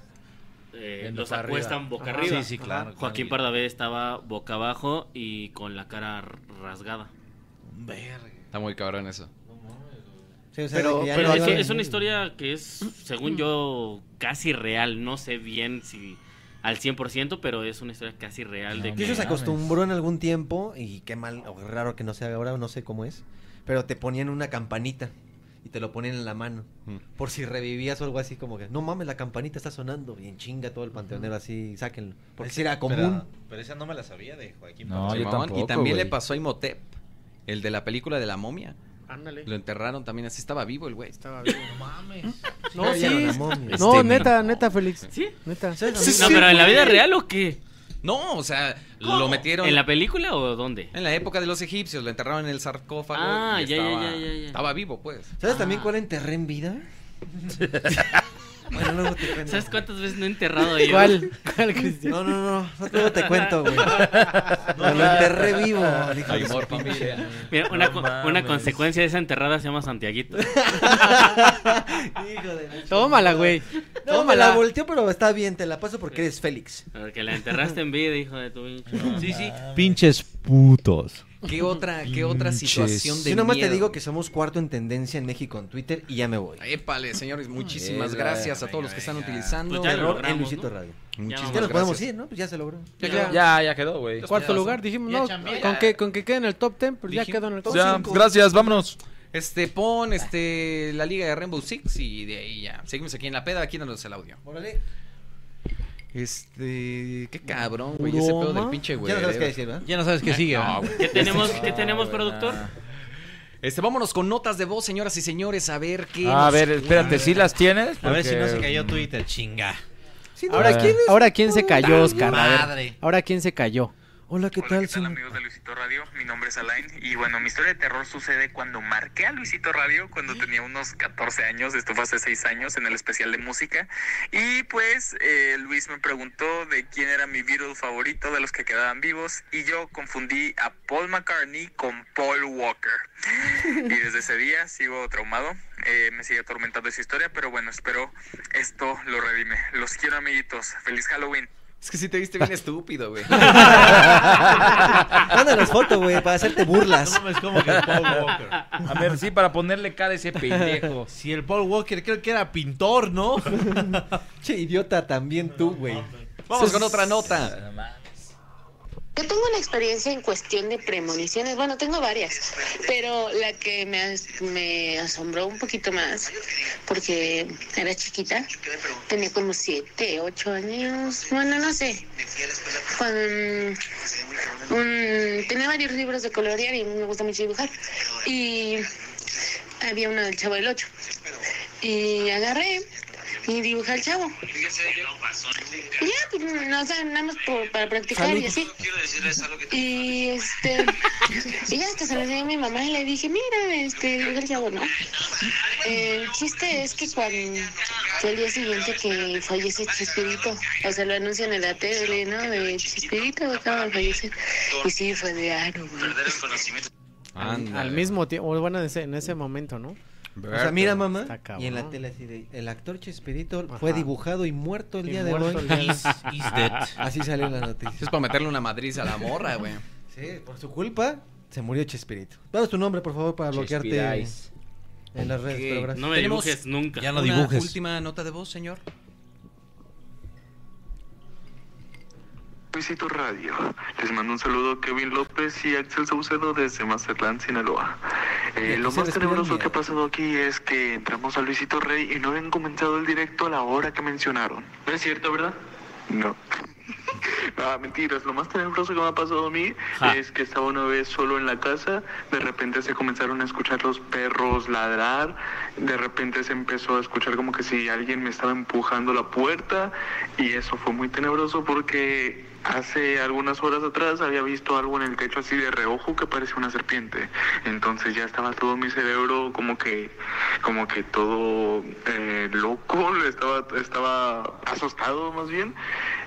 [SPEAKER 5] eh,
[SPEAKER 4] Viendo
[SPEAKER 5] los
[SPEAKER 4] para
[SPEAKER 5] acuestan
[SPEAKER 4] arriba.
[SPEAKER 5] boca
[SPEAKER 4] Ajá.
[SPEAKER 5] arriba.
[SPEAKER 4] Sí, sí, claro,
[SPEAKER 5] Ajá. Joaquín
[SPEAKER 4] claro.
[SPEAKER 5] Pardavé estaba boca abajo y con la cara r- rasgada.
[SPEAKER 13] Está muy cabrón eso.
[SPEAKER 4] Sí, o sea,
[SPEAKER 5] Pero,
[SPEAKER 4] de que ya
[SPEAKER 5] pero
[SPEAKER 4] le
[SPEAKER 5] es,
[SPEAKER 4] dieron-
[SPEAKER 5] que es una historia que es, según yo, casi real. No sé bien si al 100%, pero es una historia casi real. de
[SPEAKER 4] Que
[SPEAKER 5] que
[SPEAKER 4] eso se acostumbró en algún tiempo y qué mal o raro que no sea ahora, no sé cómo es, pero te ponían una campanita y te lo ponían en la mano por si revivías o algo así como que no mames la campanita está sonando y en chinga todo el panteonero así sáquenlo porque si era común.
[SPEAKER 9] Pero, pero esa no me la sabía de Joaquín.
[SPEAKER 13] No,
[SPEAKER 9] Pérez.
[SPEAKER 13] yo tampoco,
[SPEAKER 9] y también le
[SPEAKER 13] pasó a Imhotep, el de la película de la momia.
[SPEAKER 6] Ándale.
[SPEAKER 13] Lo enterraron también así. Estaba vivo el güey.
[SPEAKER 6] Estaba vivo. No
[SPEAKER 7] mames.
[SPEAKER 6] No, sí.
[SPEAKER 13] Era una momia.
[SPEAKER 6] No,
[SPEAKER 13] Este,
[SPEAKER 6] neta, neta, Félix.
[SPEAKER 5] Sí.
[SPEAKER 6] Neta.
[SPEAKER 5] No, pero en la vida real o qué?
[SPEAKER 13] No, o sea, lo metieron.
[SPEAKER 5] ¿En la película o dónde?
[SPEAKER 13] En la época de los egipcios, lo enterraron en el sarcófago.
[SPEAKER 5] Ah,
[SPEAKER 13] y
[SPEAKER 5] ya, ya,
[SPEAKER 13] estaba,
[SPEAKER 5] ya, ya, ya.
[SPEAKER 13] Estaba vivo, pues.
[SPEAKER 4] ¿Sabes también cuál enterré en vida? bueno, luego te cuento.
[SPEAKER 5] ¿Sabes cuántas veces no he enterrado yo?
[SPEAKER 4] ¿Cuál? ¿Cuál, Cristian? No, no, no, luego te cuento, güey. Me lo enterré vivo, el hijo de su
[SPEAKER 5] amor,
[SPEAKER 4] pinche
[SPEAKER 5] familia.
[SPEAKER 4] madre.
[SPEAKER 5] Mira, una,
[SPEAKER 4] No
[SPEAKER 5] co-
[SPEAKER 4] mames.
[SPEAKER 5] una consecuencia de esa enterrada se llama Santiaguito.
[SPEAKER 4] Hijo de la
[SPEAKER 6] Tómala, güey.
[SPEAKER 4] No,
[SPEAKER 6] Tómala.
[SPEAKER 4] me la volteó, pero está bien, te la paso porque eres Félix.
[SPEAKER 5] Porque la enterraste en vida, hijo de tu pinche.
[SPEAKER 13] Sí, sí.
[SPEAKER 7] Pinches putos.
[SPEAKER 13] ¿Qué otra, qué otra
[SPEAKER 7] Pinches.
[SPEAKER 13] situación de
[SPEAKER 4] Yo nomás te
[SPEAKER 13] miedo?
[SPEAKER 4] digo que somos cuarto en tendencia en México en Twitter y ya me voy.
[SPEAKER 13] Ah, Épale, señores, muchísimas
[SPEAKER 4] Venga,
[SPEAKER 13] gracias a todos los que están utilizando.
[SPEAKER 4] Pues ya lo Terror en logramos, Luisito ¿no? Radio. Ya
[SPEAKER 13] Muchísimas
[SPEAKER 4] nos podemos
[SPEAKER 13] gracias.
[SPEAKER 4] ir, ¿no? Pues ya se logró.
[SPEAKER 13] Ya
[SPEAKER 4] Ya.
[SPEAKER 13] quedó.
[SPEAKER 8] Ya, ya quedó, güey.
[SPEAKER 6] Cuarto
[SPEAKER 13] Ya,
[SPEAKER 6] lugar,
[SPEAKER 13] ya.
[SPEAKER 6] dijimos,
[SPEAKER 13] Ya
[SPEAKER 6] no,
[SPEAKER 13] chambeé.
[SPEAKER 6] con que, con que quede en el top 10, pues ya
[SPEAKER 13] Dijimos-
[SPEAKER 6] quedó en el top
[SPEAKER 13] Ya,
[SPEAKER 6] 5.
[SPEAKER 13] gracias, vámonos. Este,
[SPEAKER 8] Ah.
[SPEAKER 13] pon este, la liga de Rainbow Six y de ahí ya. Seguimos aquí en la peda, aquí dándonos el audio.
[SPEAKER 4] Órale.
[SPEAKER 13] Este, qué cabrón, güey. Ese pedo del pinche güey.
[SPEAKER 4] Ya no sabes qué decir, ¿verdad? Ah,
[SPEAKER 13] Ya no sabes qué sigue.
[SPEAKER 5] Ah, ¿Qué tenemos,
[SPEAKER 8] Este,
[SPEAKER 5] ¿qué tenemos productor?
[SPEAKER 13] Este, vámonos con notas de voz, señoras y señores, a ver qué.
[SPEAKER 8] A
[SPEAKER 13] nos
[SPEAKER 8] ver,
[SPEAKER 13] cuentan.
[SPEAKER 8] espérate, ¿sí las tienes?
[SPEAKER 7] A ver si no se
[SPEAKER 8] Porque-
[SPEAKER 7] cayó Twitter, chinga.
[SPEAKER 6] Ahora,
[SPEAKER 7] Ah.
[SPEAKER 6] ¿quién, es- ahora quién se cayó,
[SPEAKER 7] Puta
[SPEAKER 6] Oscar. A ver,
[SPEAKER 7] madre.
[SPEAKER 6] Ahora quién se cayó. Hola, ¿qué tal?
[SPEAKER 24] amigos de Luisito Radio, mi nombre es Alain y bueno, mi historia de terror sucede cuando marqué a Luisito Radio cuando tenía unos 14 años, esto fue hace 6 años en el especial de música y pues eh, Luis me preguntó de quién era mi virus favorito de los que quedaban vivos y yo confundí a Paul McCartney con Paul Walker y desde ese día sigo traumado, eh, me sigue atormentando esa historia, pero bueno, espero esto lo redime. Los quiero amiguitos, feliz Halloween.
[SPEAKER 13] Es que si te viste bien estúpido, güey.
[SPEAKER 4] Mándanos foto, güey, para hacerte burlas.
[SPEAKER 7] No mames, como que Paul Walker.
[SPEAKER 8] A ver, sí, para ponerle cara a ese pendejo.
[SPEAKER 7] Si el Paul Walker creo que era pintor, ¿no?
[SPEAKER 4] che, idiota, también tú, güey.
[SPEAKER 13] Vamos con otra nota.
[SPEAKER 18] Yo tengo una experiencia en cuestión de premoniciones, bueno, tengo varias, pero la que me, as- me asombró un poquito más, porque era chiquita, tenía como siete, ocho años, bueno, no sé. Cuando, mm, mm, tenía varios libros de colorear y me gusta mucho dibujar, y había uno del Chavo del Ocho, y agarré y dibujé al Chavo. Y ya, pues, no, o sea, nada más por- para practicar y así. Y este, y ya hasta se lo enseñé a mi mamá y le dije, mira, este, dibujé el chavo, ¿no? El chiste es que cuando fue el día siguiente que fallece Chispirito, o sea, lo anuncian en la tele, ¿no? De Chispirito acaba de fallecer. Y sí, fue de "Ah, aro,
[SPEAKER 6] Al, al mismo tiempo, o bueno, en ese, en ese momento, ¿no? Pues
[SPEAKER 4] O sea, mira, mamá,
[SPEAKER 6] Está cabrón.
[SPEAKER 4] y en la tele así de, el actor Chespirito fue dibujado y muerto el
[SPEAKER 6] Y
[SPEAKER 4] día
[SPEAKER 6] muerto
[SPEAKER 4] de hoy.
[SPEAKER 6] el día de hoy. Is-
[SPEAKER 13] is dead.
[SPEAKER 4] Así salió la noticia.
[SPEAKER 13] Es para meterle una madriz a la morra, güey.
[SPEAKER 4] Sí, por su culpa se murió Chespirito. Danos tu nombre, por favor, para bloquearte en,
[SPEAKER 13] Chespirais.
[SPEAKER 4] las redes.
[SPEAKER 13] Ok.
[SPEAKER 4] pero gracias.
[SPEAKER 5] No me
[SPEAKER 13] Tenemos
[SPEAKER 5] dibujes nunca.
[SPEAKER 13] Ya no
[SPEAKER 4] Una
[SPEAKER 13] dibujes.
[SPEAKER 4] última-
[SPEAKER 13] Última nota de voz, señor.
[SPEAKER 24] Luisito Radio. Les mando un saludo Kevin López y Axel Saucedo desde Mazatlán, Sinaloa. Eh,
[SPEAKER 4] aquí
[SPEAKER 24] lo
[SPEAKER 4] se
[SPEAKER 24] más
[SPEAKER 4] respira
[SPEAKER 24] tenebroso
[SPEAKER 4] miedo.
[SPEAKER 24] que ha pasado aquí es que entramos a Luisito Rey y no habían comenzado el directo a la hora que mencionaron. No es cierto, ¿verdad? No. Ah, mentiras, lo más tenebroso que me ha pasado a mí
[SPEAKER 25] Ja.
[SPEAKER 24] es que estaba una vez solo en la casa, de repente se comenzaron a escuchar los perros ladrar, de repente se empezó a escuchar como que si alguien me estaba empujando la puerta y eso fue muy tenebroso porque hace algunas horas atrás había visto algo en el techo así de reojo que parecía una serpiente, entonces ya estaba todo mi cerebro como que como que todo eh, loco, estaba, estaba asustado más bien.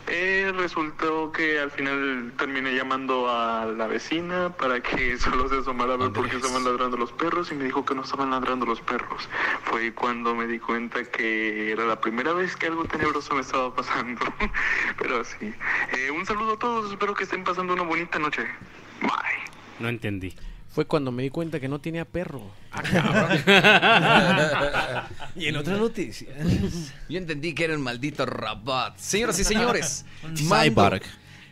[SPEAKER 24] Eh, resultó que al final terminé llamando a la vecina para que solo se asomara a ver por qué estaban ladrando los perros y me dijo que no estaban ladrando los perros. Fue cuando me di cuenta que era la primera vez que algo tenebroso me estaba pasando. Pero sí. Eh, un saludo a todos, espero que estén pasando una bonita noche.
[SPEAKER 5] No entendí.
[SPEAKER 26] Fue cuando me di cuenta que no tenía perro.
[SPEAKER 4] Ah,
[SPEAKER 3] Y en otras noticias. Yo entendí que era un maldito robot. Señoras y señores,
[SPEAKER 27] Un
[SPEAKER 3] mando,
[SPEAKER 27] cyborg.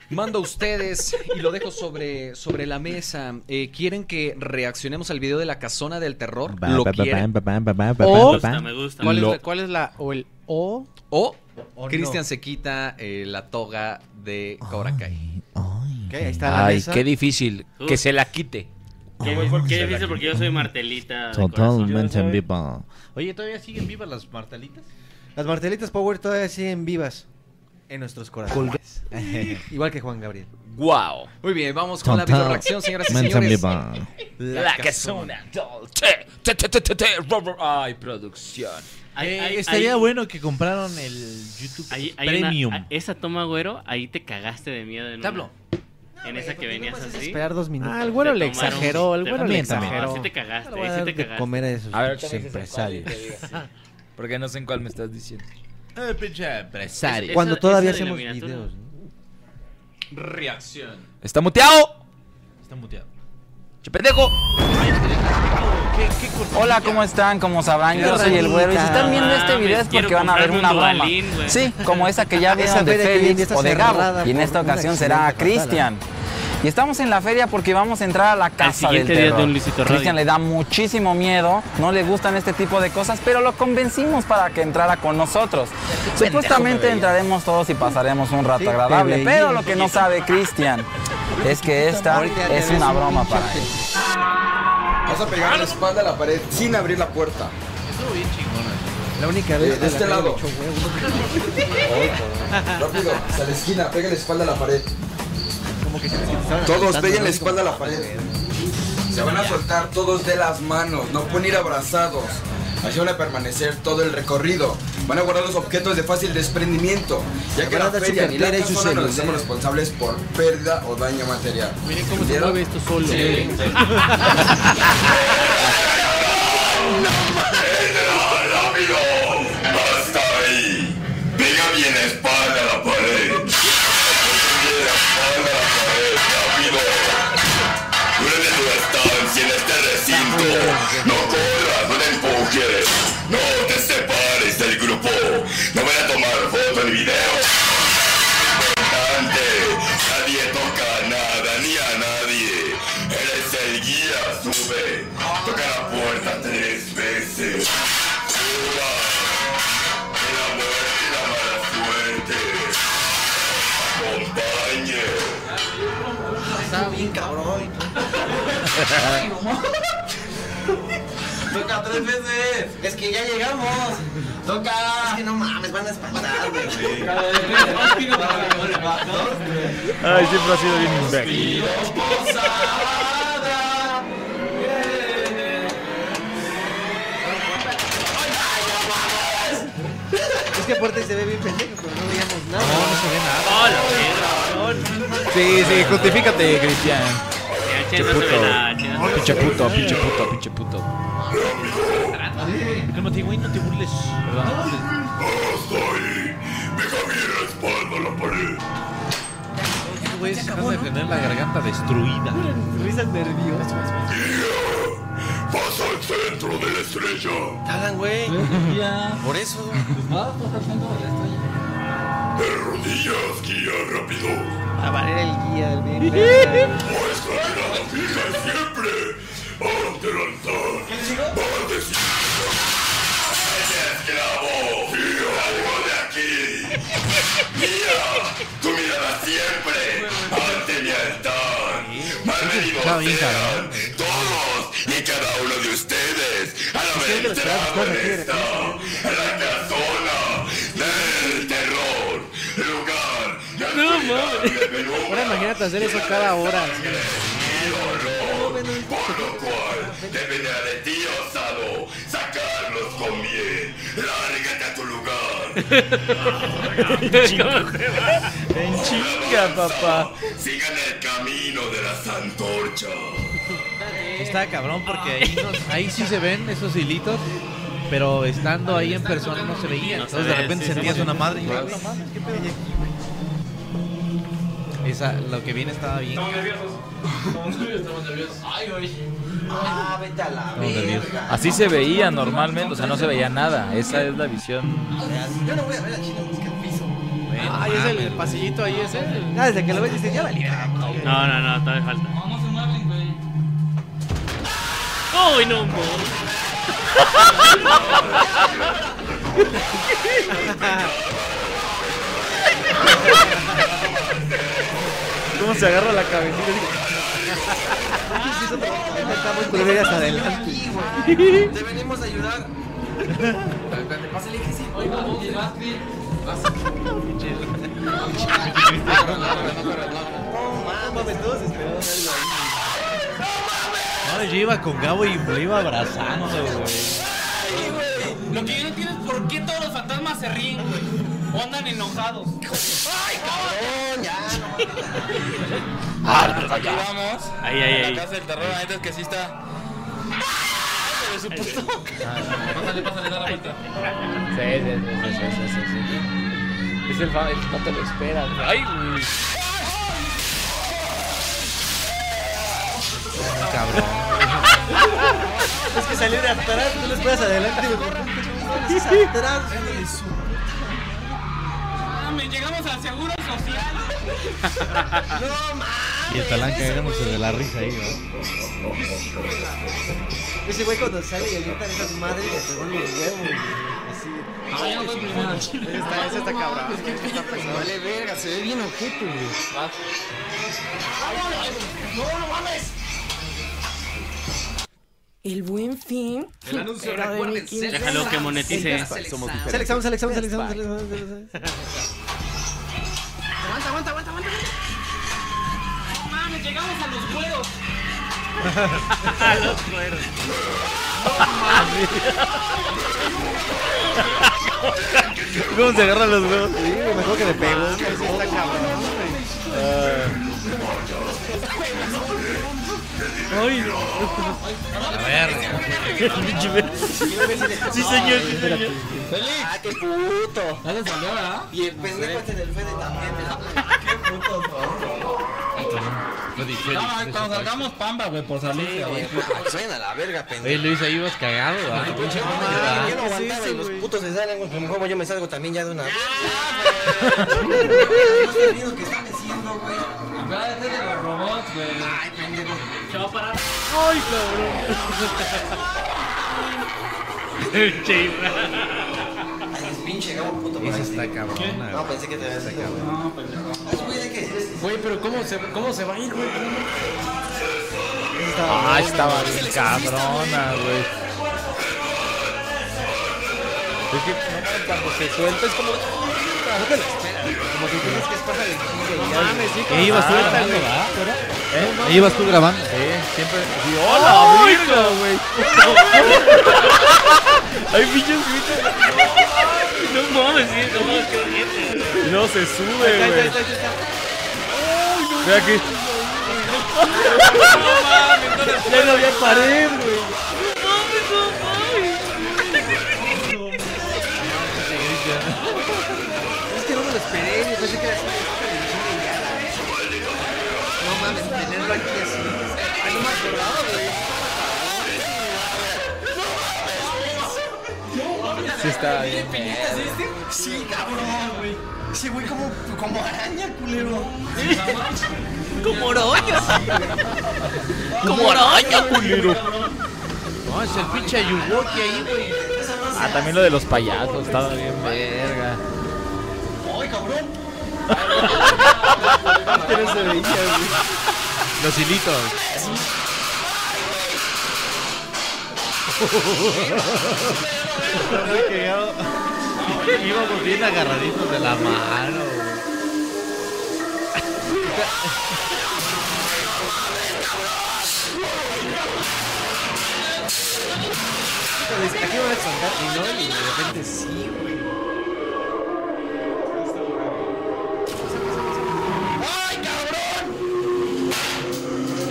[SPEAKER 3] mando a ustedes y lo dejo sobre, sobre la mesa. Eh, ¿Quieren que reaccionemos al video de la casona del terror? ¿Lo quieren?
[SPEAKER 26] O-
[SPEAKER 3] Me gusta, me gusta.
[SPEAKER 26] ¿Cuál, es
[SPEAKER 3] Lo-
[SPEAKER 26] la, cuál es la- o el o?
[SPEAKER 3] O
[SPEAKER 26] O no.
[SPEAKER 3] Cristian se quita eh, la toga de Cobra Kai.
[SPEAKER 26] Ok, ahí
[SPEAKER 3] está la
[SPEAKER 11] Ay,
[SPEAKER 3] mesa.
[SPEAKER 11] qué difícil. Que se la quite.
[SPEAKER 5] ¿Qué,
[SPEAKER 11] Ay,
[SPEAKER 5] ¿por
[SPEAKER 11] se
[SPEAKER 5] qué
[SPEAKER 11] la
[SPEAKER 5] dices? Porque yo soy martelita.
[SPEAKER 7] ah,
[SPEAKER 5] de
[SPEAKER 7] Totalmente
[SPEAKER 5] corazón.
[SPEAKER 7] en vivo.
[SPEAKER 4] Oye, ¿todavía siguen vivas las martelitas? Las martelitas Power todavía siguen vivas en nuestros corazones. Igual que Juan Gabriel.
[SPEAKER 11] Wow.
[SPEAKER 3] Muy bien, vamos con la videoreacción, señoras y
[SPEAKER 7] Totalmente
[SPEAKER 3] señores.
[SPEAKER 7] en vivo.
[SPEAKER 11] La que suena Dolce. Te, te, te, te, te, Robert. Ay, producción.
[SPEAKER 7] Eh,
[SPEAKER 5] ay,
[SPEAKER 7] estaría
[SPEAKER 5] ay.
[SPEAKER 7] bueno que compraron el YouTube
[SPEAKER 5] Ahí- hay una-
[SPEAKER 7] Premium.
[SPEAKER 5] a- esa toma, güero, ahí te cagaste de miedo. En,
[SPEAKER 7] Tablo.
[SPEAKER 5] una- en esa que venías así.
[SPEAKER 4] esperar dos minutos.
[SPEAKER 26] Ah, el güero
[SPEAKER 5] Te
[SPEAKER 26] le
[SPEAKER 5] tomaron-
[SPEAKER 26] exageró, el
[SPEAKER 5] te-
[SPEAKER 26] güero le
[SPEAKER 5] No,
[SPEAKER 26] exageró.
[SPEAKER 5] sí te cagaste,
[SPEAKER 26] Ahora
[SPEAKER 5] ahí
[SPEAKER 26] voy a
[SPEAKER 5] sí
[SPEAKER 26] dar
[SPEAKER 5] te
[SPEAKER 26] de
[SPEAKER 5] cagaste.
[SPEAKER 26] comer a esos
[SPEAKER 11] A ver,
[SPEAKER 26] pinches
[SPEAKER 11] ahorita me dices cuál y te
[SPEAKER 7] empresarios.
[SPEAKER 11] digo, sí. Porque no sé en cuál me estás diciendo.
[SPEAKER 7] Eh, pinche
[SPEAKER 11] empresario.
[SPEAKER 7] empresario.
[SPEAKER 4] Cuando
[SPEAKER 11] esa-
[SPEAKER 4] todavía
[SPEAKER 11] esa
[SPEAKER 4] hacemos
[SPEAKER 11] denominatura.
[SPEAKER 4] videos.
[SPEAKER 27] Reacción.
[SPEAKER 11] ¡Está muteado!
[SPEAKER 7] Está muteado.
[SPEAKER 11] ¡Che pendejo!
[SPEAKER 8] Hola, ¿cómo están? Como sabrán, yo soy el güero. Y si están viendo este video es porque van a ver una broma. Sí, como esa que ya
[SPEAKER 6] Esa
[SPEAKER 8] vieron de
[SPEAKER 6] feria que viene
[SPEAKER 8] Félix
[SPEAKER 6] está
[SPEAKER 8] o de
[SPEAKER 6] cerrada
[SPEAKER 8] Gabo. Y en
[SPEAKER 6] por
[SPEAKER 8] esta
[SPEAKER 6] una
[SPEAKER 8] ocasión será
[SPEAKER 6] accidente fatal,
[SPEAKER 8] Cristian. Y estamos en la feria porque vamos a entrar a la casa del
[SPEAKER 5] siguiente día
[SPEAKER 8] terror.
[SPEAKER 5] de un Luisito Radio.
[SPEAKER 8] Cristian le da muchísimo miedo, no le gustan este tipo de cosas, pero lo convencimos para que entrara con nosotros. Supuestamente entraremos todos y pasaremos un
[SPEAKER 6] Sí,
[SPEAKER 8] rato
[SPEAKER 6] te
[SPEAKER 8] agradable,
[SPEAKER 6] veía,
[SPEAKER 8] pero lo que no sabe Cristian es que esta
[SPEAKER 6] Ahorita te
[SPEAKER 8] es
[SPEAKER 6] ves
[SPEAKER 8] una
[SPEAKER 6] un
[SPEAKER 8] broma
[SPEAKER 6] pinche
[SPEAKER 8] para él.
[SPEAKER 15] Vas a pegar la espalda a la pared sin abrir la puerta.
[SPEAKER 7] Estuvo bien chingona.
[SPEAKER 4] La única
[SPEAKER 15] De,
[SPEAKER 4] vez
[SPEAKER 15] de
[SPEAKER 4] que
[SPEAKER 15] este
[SPEAKER 4] la
[SPEAKER 15] lado.
[SPEAKER 4] Gaby le echó huevo.
[SPEAKER 15] Rápido, a la esquina, pega la espalda a la pared. Todos peguen la espalda a la pared. Se van a soltar todos de las manos, no pueden ir abrazados. Así van a permanecer todo el recorrido. Van a guardar los objetos de fácil desprendimiento, ya que
[SPEAKER 4] Van a
[SPEAKER 15] la
[SPEAKER 4] dar su
[SPEAKER 15] feria ni la
[SPEAKER 4] cartera y su ¿eh?
[SPEAKER 15] persona
[SPEAKER 4] celular.
[SPEAKER 15] nos hacemos responsables por pérdida o daño material.
[SPEAKER 26] Miren cómo se mueve esto solo.
[SPEAKER 15] Sí.
[SPEAKER 25] ¡Hasta ahí! ¡Pega bien la espalda a la pared! ¡Pega bien la espalda a la pared, rápido! Durante tu estancia en este recinto, no corras, no te empujes, no te separes del grupo, no voy a tomar foto ni video. Importante, nadie toca nada ni a nadie. Eres el guía, sube, toca la puerta tres veces.
[SPEAKER 15] Está bien cabrón. Toca tres veces. Es que ya llegamos. Toca. Es que no mames, van a espantar, güey.
[SPEAKER 11] Ay, siempre ha sido bien imbécil.
[SPEAKER 4] Es que aparte se ve bien pendejo, pero no veíamos nada.
[SPEAKER 27] Sí, sí, justifícate, Cristian.
[SPEAKER 5] Che, no se ve nada, che, no
[SPEAKER 27] Pinche
[SPEAKER 5] se ve nada.
[SPEAKER 27] puto, pinche puto, pinche puto.
[SPEAKER 7] Cálmate, güey, no te burles.
[SPEAKER 25] Hasta ahí, pega bien la espalda a la pared.
[SPEAKER 7] Güey, se acaba de tener la garganta destruida.
[SPEAKER 4] Risas nerviosas.
[SPEAKER 25] Pasa al centro de la estrella.
[SPEAKER 4] Hablan, güey. Por eso.
[SPEAKER 25] De rodillas, guía rápido.
[SPEAKER 4] A valer el guía del bien.
[SPEAKER 25] Muestra mirada fija y siempre ante el altar. Va a decir... ¡Cállate, esclavo! ¡Salgo de aquí! ¡Mira! ¡Tu mirada siempre
[SPEAKER 7] estaba bien cabrón.
[SPEAKER 25] todos y cada uno de ustedes a la ventana de esta, la casona del terror, lugar
[SPEAKER 6] No mames. Ahora imagínate hacer eso cada hora.
[SPEAKER 25] por lo cual deben de ti osado sacarlos con bien. Lárgate a tu lugar.
[SPEAKER 8] En chinga, papá.
[SPEAKER 25] Sigan el camino de las antorchas.
[SPEAKER 7] Está cabrón porque ahí, no- ahí sí se ven esos hilitos, pero estando ahí en persona no se veían.
[SPEAKER 28] No se
[SPEAKER 7] Entonces de
[SPEAKER 28] ve,
[SPEAKER 7] repente
[SPEAKER 28] sí, sí,
[SPEAKER 7] sentías
[SPEAKER 28] sí.
[SPEAKER 7] una madre y
[SPEAKER 28] Claro.
[SPEAKER 7] no mames, ¿qué pedo hay aquí, güey? Esa, lo que viene estaba bien.
[SPEAKER 28] nerviosos. Estamos nerviosos, estamos nerviosos. Ay, güey.
[SPEAKER 15] Ah, vete a la
[SPEAKER 7] Estamos nerviosos.
[SPEAKER 15] verga.
[SPEAKER 8] Así se veía normalmente, o sea, no se veía nada. Esa es la visión.
[SPEAKER 15] Yo no voy a ver a China busca el piso.
[SPEAKER 6] Ay, es el pasillito ahí, es el.
[SPEAKER 15] Ah, desde que lo ves dices, ya valía.
[SPEAKER 11] No, no, no, todavía falta.
[SPEAKER 15] Vamos a güey.
[SPEAKER 11] ¡Ay, no, mo!
[SPEAKER 8] ¿Cómo se agarra la cabecita?
[SPEAKER 15] Estamos
[SPEAKER 4] con ideas adelante.
[SPEAKER 15] Te venimos a ayudar. Pásale que sí. No mames, todos esperaron algo
[SPEAKER 7] No, yo iba con Gabo y lo iba abrazando, güey.
[SPEAKER 5] Lo que yo no entiendo es por qué todos los fantasmas se ríen, güey. O andan enojados. ¡Ay, cabrón!
[SPEAKER 25] Hasta
[SPEAKER 5] aquí
[SPEAKER 25] vamos.
[SPEAKER 5] Ahí, ahí,
[SPEAKER 25] La
[SPEAKER 5] ahí.
[SPEAKER 25] casa del terror, la neta es que sí está.
[SPEAKER 5] Pero su puto. Pásale, pásale, da la vuelta.
[SPEAKER 29] Sí, sí, sí, sí, sí, sí, sí. Es el fa- el no te lo esperas. Ay, güey.
[SPEAKER 7] Cabrón.
[SPEAKER 15] Es que salió de atrás, tú les esperas adelante. güey. Es atrás, güey.
[SPEAKER 5] Mames, llegamos al seguro social. No
[SPEAKER 7] Y el talán cagándose de la risa ahí, ¿no?
[SPEAKER 15] Ese güey cuando sale y avientan esas madres, le pegan los huevos. güey. Así.
[SPEAKER 6] Esta, esa está cabrón.
[SPEAKER 15] Vale, verga, se ve bien objeto, güey.
[SPEAKER 5] No, no mames.
[SPEAKER 18] El buen fin.
[SPEAKER 11] El anuncio,
[SPEAKER 18] Pero de
[SPEAKER 11] recuerden,
[SPEAKER 18] mi quince-
[SPEAKER 11] Celex. Déjalo que monetice.
[SPEAKER 18] Best Buy, somos diferentes.
[SPEAKER 15] Sale, examen, sale, examen, sale,
[SPEAKER 18] Best
[SPEAKER 15] examen,
[SPEAKER 18] Buy.
[SPEAKER 15] sale, examen, sale, examen.
[SPEAKER 18] Aguanta, aguanta, aguanta, aguanta.
[SPEAKER 5] No mames, llegamos a los huevos.
[SPEAKER 11] A los cueros.
[SPEAKER 8] ¿Cómo se agarran los Ah, huevos?
[SPEAKER 4] mejor que le pegó.
[SPEAKER 8] Ah. Ay.
[SPEAKER 7] A ver.
[SPEAKER 8] Sí, señor, sí, señor.
[SPEAKER 15] Ah, qué puto. Ya le salió, ¿verdad? Y el pendejo este del Fede también. ¿verdad? Qué puto,
[SPEAKER 7] No, cuando
[SPEAKER 8] salgamos pamba, güey, por salir,
[SPEAKER 15] güey. Suena la verga, pendejo.
[SPEAKER 7] Oye, Luis, ahí ibas cagado, ¿verdad?
[SPEAKER 15] Ah, yo no aguantaba y los putos se salen, güey. Pues mejor yo me salgo también ya de una vez. que están diciendo, güey. de los robots, güey. Ay, pendejo. Se va a parar. Ay, cabrón. Ay, es pinche gabo puto. Esa está
[SPEAKER 7] cabrona.
[SPEAKER 15] No, pensé que te había sacado. No, pendejo. Ay, güey, ¿de qué?
[SPEAKER 5] Güey, pero ¿cómo se, cómo se va a ir, güey?
[SPEAKER 8] Ah, estaba bien cabrona, güey. Es que no, cuando se suelta es como.
[SPEAKER 15] Como si tienes que esparcer el chingo.
[SPEAKER 7] No mames, sí,
[SPEAKER 8] Ahí ibas tú grabando,
[SPEAKER 7] ¿verdad?
[SPEAKER 8] ¿Eh?
[SPEAKER 7] Ahí ibas tú grabando.
[SPEAKER 8] Sí, siempre. Sí,
[SPEAKER 7] ¡Hola,
[SPEAKER 8] ¡Hola, virgo, güey! Hay pinches gritos.
[SPEAKER 11] No mames, sí, no mames, qué horrible.
[SPEAKER 8] Y luego se sube,
[SPEAKER 11] Ahí está, ahí
[SPEAKER 8] güey.
[SPEAKER 11] está, ahí está.
[SPEAKER 8] Ve aquí. Ya no había pared, güey.
[SPEAKER 15] Es que no me lo esperé, yo pensé que era así. No mames, tenerlo aquí así. Ay, no me acordaba, güey.
[SPEAKER 8] Sí está bien.
[SPEAKER 15] ¿Piñatas este? Sí, cabrón, güey. Ese güey como, como araña, culero.
[SPEAKER 5] Como oroño.
[SPEAKER 15] Como araña,
[SPEAKER 8] culero.
[SPEAKER 7] No, es el pinche Yuwoki ahí, güey.
[SPEAKER 8] Ah, también lo de los payasos estaba bien, verga.
[SPEAKER 15] ¡Ay, cabrón!
[SPEAKER 8] Pero se veía, güey. Los hilitos. Íbamos bien agarraditos de la mano.
[SPEAKER 30] Aquí van a espantar y no, y de repente sí, güey.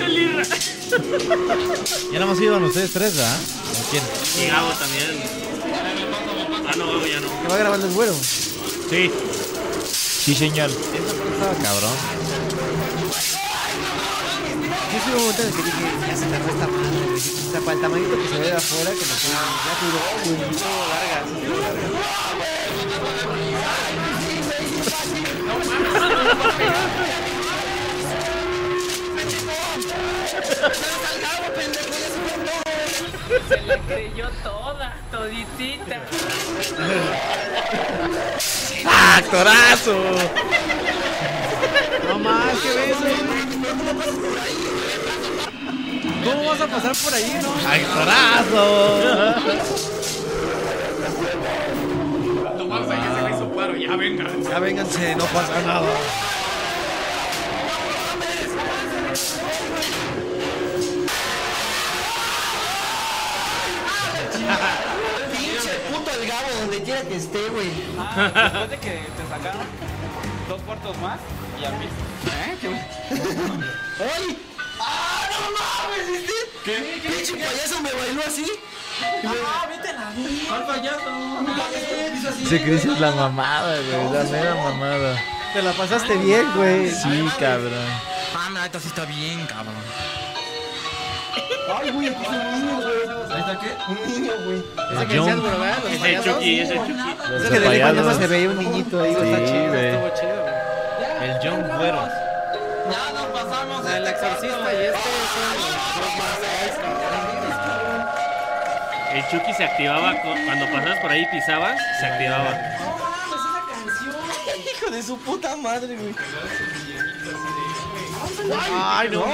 [SPEAKER 5] El Irra.
[SPEAKER 7] Ya nada más iban ustedes tres, ¿verdad? ¿O quién?
[SPEAKER 5] Y Gabo también. Ah, no, Gabo ya no.
[SPEAKER 4] ¿Te va grabando el güero?
[SPEAKER 5] Sí.
[SPEAKER 7] Sí, señor. Estaba cabrón.
[SPEAKER 4] Yo soy un momento en el que dije, ya se tardó esta madre, güey. O sea, para el tamañito que se ve de afuera, que me queda, ya duró, güey, mucho larga, sí, estuvo
[SPEAKER 15] eh.
[SPEAKER 5] Se la creyó toda, toditita.
[SPEAKER 8] ¡Ah, actorazo!
[SPEAKER 6] No más, qué eh. beso. ¿Cómo vas a pasar por ahí, no?
[SPEAKER 5] No mames, ya se me hizo paro, ya venga.
[SPEAKER 4] Ya vénganse, no pasa nada.
[SPEAKER 15] Pinche puto el Gabo, donde quiera que esté, güey.
[SPEAKER 31] Después de que te sacaron dos cuartos más y a mí. ¿Eh? ¿Qué?
[SPEAKER 15] ¡Oye! ¡Ah, no mames! ¿viste? ¿Qué? ¡Pinche payaso me bailó así! ¡Ah, vete la vida! ¡Al payaso!
[SPEAKER 7] Sí, Cris es la mamada, güey. La mera mamada.
[SPEAKER 4] Te la pasaste bien, güey.
[SPEAKER 7] Sí, cabrón.
[SPEAKER 15] Ah, no, esto sí está bien, cabrón.
[SPEAKER 4] Ay, güey, aquí es un niño, güey.
[SPEAKER 15] ¿Ahí está qué?
[SPEAKER 4] Un niño, güey.
[SPEAKER 7] El John.
[SPEAKER 5] Ese Chucky, ese Chucky.
[SPEAKER 4] Es que de lejos nada más se veía un niñito ahí, güey.
[SPEAKER 7] Sí,
[SPEAKER 4] Está chido,
[SPEAKER 7] güey.
[SPEAKER 4] estuvo chido, güey.
[SPEAKER 7] El John Güero.
[SPEAKER 15] Ya nos pasamos.
[SPEAKER 6] El exorcista y este
[SPEAKER 5] El Chucky se activaba cu- cuando pasabas por ahí y pisabas, se activaba.
[SPEAKER 15] Hijo de su puta madre, güey.
[SPEAKER 5] Ay, no,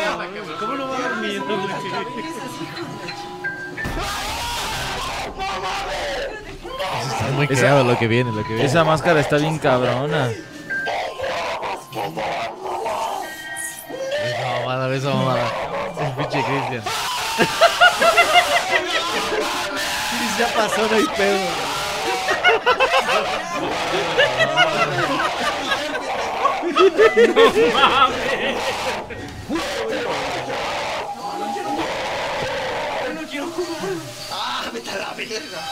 [SPEAKER 15] ¿Cómo no va a dormir?
[SPEAKER 7] Está
[SPEAKER 8] muy
[SPEAKER 7] Esa-
[SPEAKER 8] creado lo que viene, lo que viene.
[SPEAKER 7] Esa máscara está bien cabrona.
[SPEAKER 8] Esa mamada, esa mamada. El pinche Cristian.
[SPEAKER 4] Ya pasó, no hay pedo.
[SPEAKER 5] No mames.
[SPEAKER 15] No quiero jugar. Ah, vete a la verga.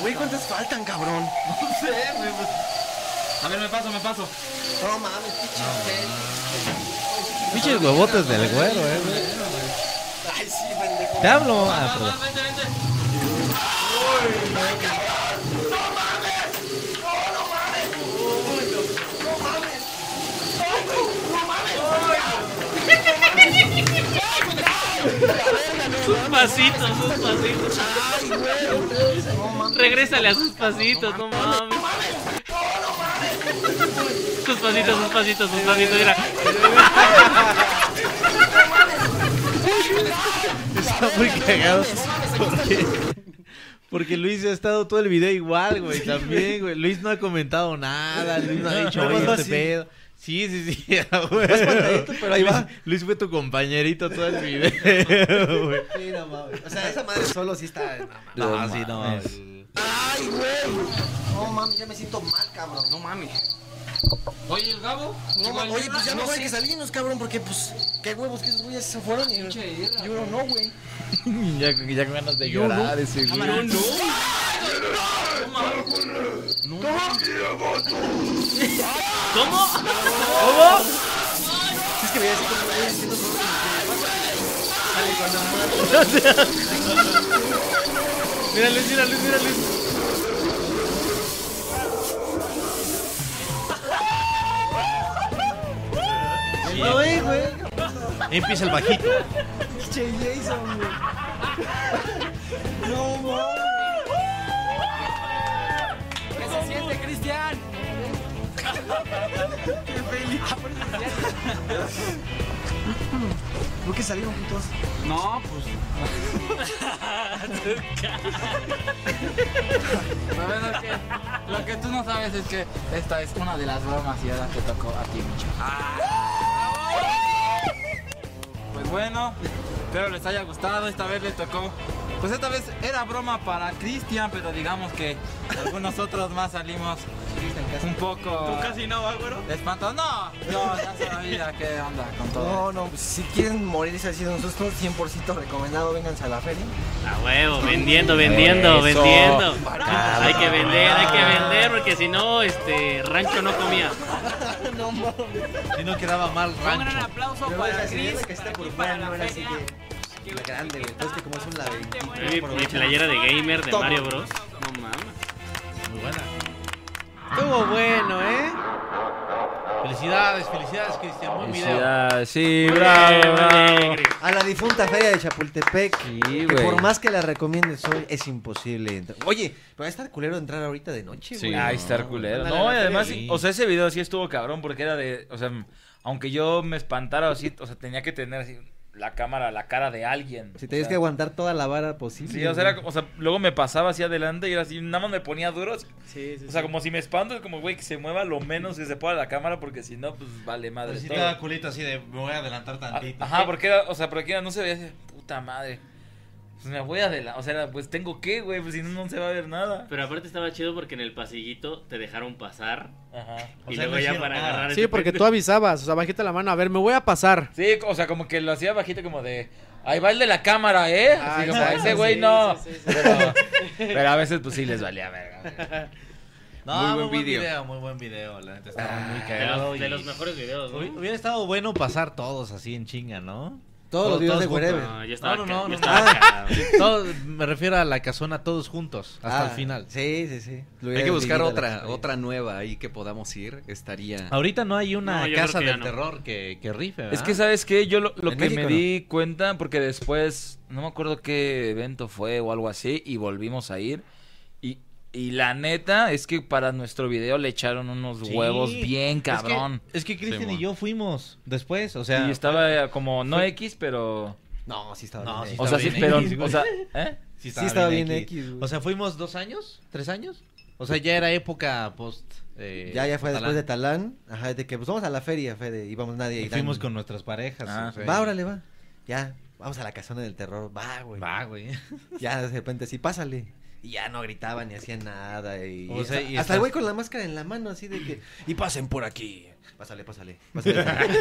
[SPEAKER 15] Güey, ¿cuántas faltan, cabrón? No sé, güey. A ver, me paso, me paso. No mames, pinche
[SPEAKER 7] Pinches huevotes del güero, eh, güey.
[SPEAKER 15] Ay, sí, pendejo.
[SPEAKER 7] Te hablo. Ah, perdón.
[SPEAKER 15] Vente, vente.
[SPEAKER 5] Sus pasitos, sus pasitos. Regrésale a sus pasitos, no mames. Sus pasitos, sus pasitos, sus pasitos, mira.
[SPEAKER 7] Está muy cagado. Porque, porque Luis ha estado todo el video igual, güey. También, güey. Luis no ha comentado nada. Luis no ha dicho
[SPEAKER 8] Nada
[SPEAKER 7] "Oye,
[SPEAKER 8] más
[SPEAKER 7] este
[SPEAKER 8] así.
[SPEAKER 7] pedo. Sí, sí, sí. güey.
[SPEAKER 8] Más patadito, pero ahí
[SPEAKER 7] Luis,
[SPEAKER 8] va.
[SPEAKER 7] Luis fue tu compañerito todo el video, güey.
[SPEAKER 4] Sí, no mames. O sea, esa madre solo sí está. no mames.
[SPEAKER 7] No, sí, no. mames.
[SPEAKER 15] Ay, güey. No mames, ya me siento mal, cabrón. No mames. Oye, el Gabo. No mames. Oye, pues ya no hay que salirnos, cabrón, porque pues. Qué huevos que esos güeyes se fueron y. Yo no, güey.
[SPEAKER 7] Ya, ya con ganas de
[SPEAKER 15] Yo no.
[SPEAKER 7] llorar ese güey.
[SPEAKER 15] Cámara, no.
[SPEAKER 5] ¿Cómo?
[SPEAKER 15] ¿Cómo? Es que veía así como veía haciendo todo como que- Sale con la mano.
[SPEAKER 7] Mira Luis, mira Luis, mira Luis.
[SPEAKER 4] No, eh, güey.
[SPEAKER 7] Empieza el bajito.
[SPEAKER 4] Che Jason, güey. No mames.
[SPEAKER 15] ¿Qué se siente, Cristian? Qué feliz.
[SPEAKER 32] ¿Por qué salieron juntos?
[SPEAKER 15] No, pues.
[SPEAKER 11] Pero bueno, es que lo que tú no sabes es que esta es una de las bromas y ahora te tocó a ti, Micho.
[SPEAKER 7] Ah.
[SPEAKER 15] Pues bueno, espero les haya gustado, esta vez les tocó. Pues esta vez era broma para Cristian, pero digamos que algunos otros más salimos un poco...
[SPEAKER 5] Tú casi no, ¿verdad, güero?
[SPEAKER 15] Espantados. No, yo ya sabía qué onda con
[SPEAKER 32] No,
[SPEAKER 15] todo.
[SPEAKER 32] no, pues, si quieren morirse así de un susto, 100% recomendado, vénganse a la feria.
[SPEAKER 5] A huevo, vendiendo, vendiendo,
[SPEAKER 32] Eso.
[SPEAKER 5] vendiendo.
[SPEAKER 32] Bacala.
[SPEAKER 5] Hay que vender, hay que vender, porque si no, este rancho no comía.
[SPEAKER 32] no mames.
[SPEAKER 7] Si no quedaba mal
[SPEAKER 32] Un
[SPEAKER 7] rancho.
[SPEAKER 32] gran aplauso
[SPEAKER 5] para Chris,
[SPEAKER 32] que está por fuera, no era así que. La grande, güey. Entonces, que como es un laberinto.
[SPEAKER 5] Mi,
[SPEAKER 32] por
[SPEAKER 5] mi
[SPEAKER 32] mucho.
[SPEAKER 5] playera de gamer de
[SPEAKER 32] Toma.
[SPEAKER 5] Mario Bros. No mames.
[SPEAKER 7] Muy buena.
[SPEAKER 6] Estuvo bueno, ¿eh?
[SPEAKER 7] Felicidades, felicidades, Cristian. Buen video.
[SPEAKER 8] Felicidades, sí,
[SPEAKER 7] Muy
[SPEAKER 8] bravo,
[SPEAKER 7] bien,
[SPEAKER 8] bravo.
[SPEAKER 7] alegre.
[SPEAKER 4] A la difunta feria de Chapultepec. que
[SPEAKER 8] güey.
[SPEAKER 4] por más que la recomiendes hoy, es imposible entrar. Oye, pero va a estar culero entrar ahorita de noche, güey.
[SPEAKER 8] Ay, estar culero.
[SPEAKER 4] Ándale,
[SPEAKER 8] No, y
[SPEAKER 4] ándale,
[SPEAKER 8] además,
[SPEAKER 4] sí.
[SPEAKER 8] o sea, ese video sí estuvo cabrón porque era de, o sea, aunque yo me espantara así, o sea, tenía que tener así la cámara, la cara de alguien.
[SPEAKER 4] Si
[SPEAKER 8] O
[SPEAKER 4] tenías
[SPEAKER 8] sea,
[SPEAKER 4] que aguantar toda la vara posible.
[SPEAKER 8] Sí, o sea, era como- o sea, luego me pasaba hacia adelante y era así, nada más me ponía duros.
[SPEAKER 6] Sí, sí,
[SPEAKER 8] O sea,
[SPEAKER 6] sí.
[SPEAKER 8] como si me espanto, es como, güey, que se mueva lo menos que se pueda la cámara porque si no, pues vale madre.
[SPEAKER 7] Pero si te
[SPEAKER 8] todo.
[SPEAKER 7] da culito así de me voy a adelantar tantito.
[SPEAKER 8] Ajá, porque era, o sea, porque era, no se veía así, puta madre. Pues me voy adelante, o sea, era, pues tengo que, güey, pues si no, no se va a ver nada.
[SPEAKER 5] Pero aparte estaba chido porque en el pasillito te dejaron pasar.
[SPEAKER 8] Ajá. O
[SPEAKER 5] Y
[SPEAKER 8] sea,
[SPEAKER 5] luego
[SPEAKER 8] no
[SPEAKER 5] ya
[SPEAKER 8] hicieron
[SPEAKER 4] Ah.
[SPEAKER 5] para
[SPEAKER 8] nada.
[SPEAKER 5] agarrar
[SPEAKER 6] Sí,
[SPEAKER 5] ese
[SPEAKER 6] porque
[SPEAKER 5] pendejo.
[SPEAKER 6] tú avisabas, o sea, bajita la mano, a ver, me voy a pasar.
[SPEAKER 8] Sí, o sea, como que lo hacía bajito como de... Ahí va el de la cámara, ¿eh? Así
[SPEAKER 6] Ah,
[SPEAKER 8] como,
[SPEAKER 6] exacto,
[SPEAKER 8] ese güey
[SPEAKER 6] sí,
[SPEAKER 8] no.
[SPEAKER 6] sí, sí, sí.
[SPEAKER 8] Pero, pero a veces, pues sí, les valía verga.
[SPEAKER 7] No,
[SPEAKER 8] Muy
[SPEAKER 7] muy,
[SPEAKER 8] buen
[SPEAKER 7] buen
[SPEAKER 8] video. Ah,
[SPEAKER 7] video. muy buen video. La neta estaba muy
[SPEAKER 5] de,
[SPEAKER 7] cagado.
[SPEAKER 5] los, Ah, de
[SPEAKER 7] y-
[SPEAKER 5] los mejores videos, ¿no?
[SPEAKER 7] Hubi- Hubiera estado bueno pasar todos así en chinga, ¿no?
[SPEAKER 4] Todos los videos de
[SPEAKER 7] juntos.
[SPEAKER 4] Wherever.
[SPEAKER 5] No, yo estaba
[SPEAKER 7] No, no,
[SPEAKER 5] ca-
[SPEAKER 7] no,
[SPEAKER 5] yo
[SPEAKER 7] no,
[SPEAKER 5] estaba
[SPEAKER 7] no.
[SPEAKER 5] cagado.
[SPEAKER 7] Todos- me refiero a la casona todos juntos, hasta
[SPEAKER 4] Ah,
[SPEAKER 7] el final.
[SPEAKER 4] Sí, sí, sí. Lo
[SPEAKER 3] Hay que
[SPEAKER 4] hubiera
[SPEAKER 3] buscar
[SPEAKER 4] vivido la
[SPEAKER 3] otra,
[SPEAKER 4] experiencia.
[SPEAKER 3] otra nueva ahí que podamos ir. Estaría.
[SPEAKER 7] Ahorita no hay una
[SPEAKER 3] No, yo
[SPEAKER 7] casa
[SPEAKER 3] creo que ya
[SPEAKER 7] del
[SPEAKER 3] no.
[SPEAKER 7] terror que, que rife, ¿verdad?
[SPEAKER 8] Es que, ¿sabes qué? Yo lo, lo
[SPEAKER 7] En
[SPEAKER 8] que
[SPEAKER 7] México,
[SPEAKER 8] me
[SPEAKER 7] ¿no?
[SPEAKER 8] di cuenta, porque después, no me acuerdo qué evento fue o algo así, y volvimos a ir. Y, y la neta es que para nuestro video le echaron unos
[SPEAKER 7] Sí.
[SPEAKER 8] huevos bien
[SPEAKER 7] Es que-
[SPEAKER 8] cabrón.
[SPEAKER 7] Es que, Cristian
[SPEAKER 8] Sí,
[SPEAKER 7] y yo fuimos después, o sea...
[SPEAKER 8] y estaba eh, como, no
[SPEAKER 7] fue-
[SPEAKER 8] X, pero...
[SPEAKER 4] No, sí estaba
[SPEAKER 7] No,
[SPEAKER 4] bien.
[SPEAKER 7] sí
[SPEAKER 8] O
[SPEAKER 7] estaba
[SPEAKER 8] sea, sí,
[SPEAKER 7] bien
[SPEAKER 8] pero,
[SPEAKER 7] X, güey.
[SPEAKER 8] o sea, ¿eh?
[SPEAKER 7] Sí estaba, bien, X.
[SPEAKER 4] güey.
[SPEAKER 7] o sea, fuimos dos años, tres años. O sea, ya era época post... eh,
[SPEAKER 4] Ya, ya fue después
[SPEAKER 7] Talán.
[SPEAKER 4] de Talán. Ajá, de que pues vamos a la feria, Fede. Y vamos nadie.
[SPEAKER 7] Y fuimos con nuestras parejas.
[SPEAKER 4] Ah,
[SPEAKER 7] o sea,
[SPEAKER 4] Va, órale, va. Ya, vamos a la casona del terror. Va, güey.
[SPEAKER 7] Va, güey.
[SPEAKER 4] Ya de repente así, pásale. Y ya no gritaban ni hacían nada. Y,
[SPEAKER 7] O sea,
[SPEAKER 4] hasta,
[SPEAKER 7] y
[SPEAKER 4] hasta
[SPEAKER 7] estás-
[SPEAKER 4] el güey con la máscara en la mano, así de que. Y pasen por aquí. Pásale, pásale. pásale, pásale.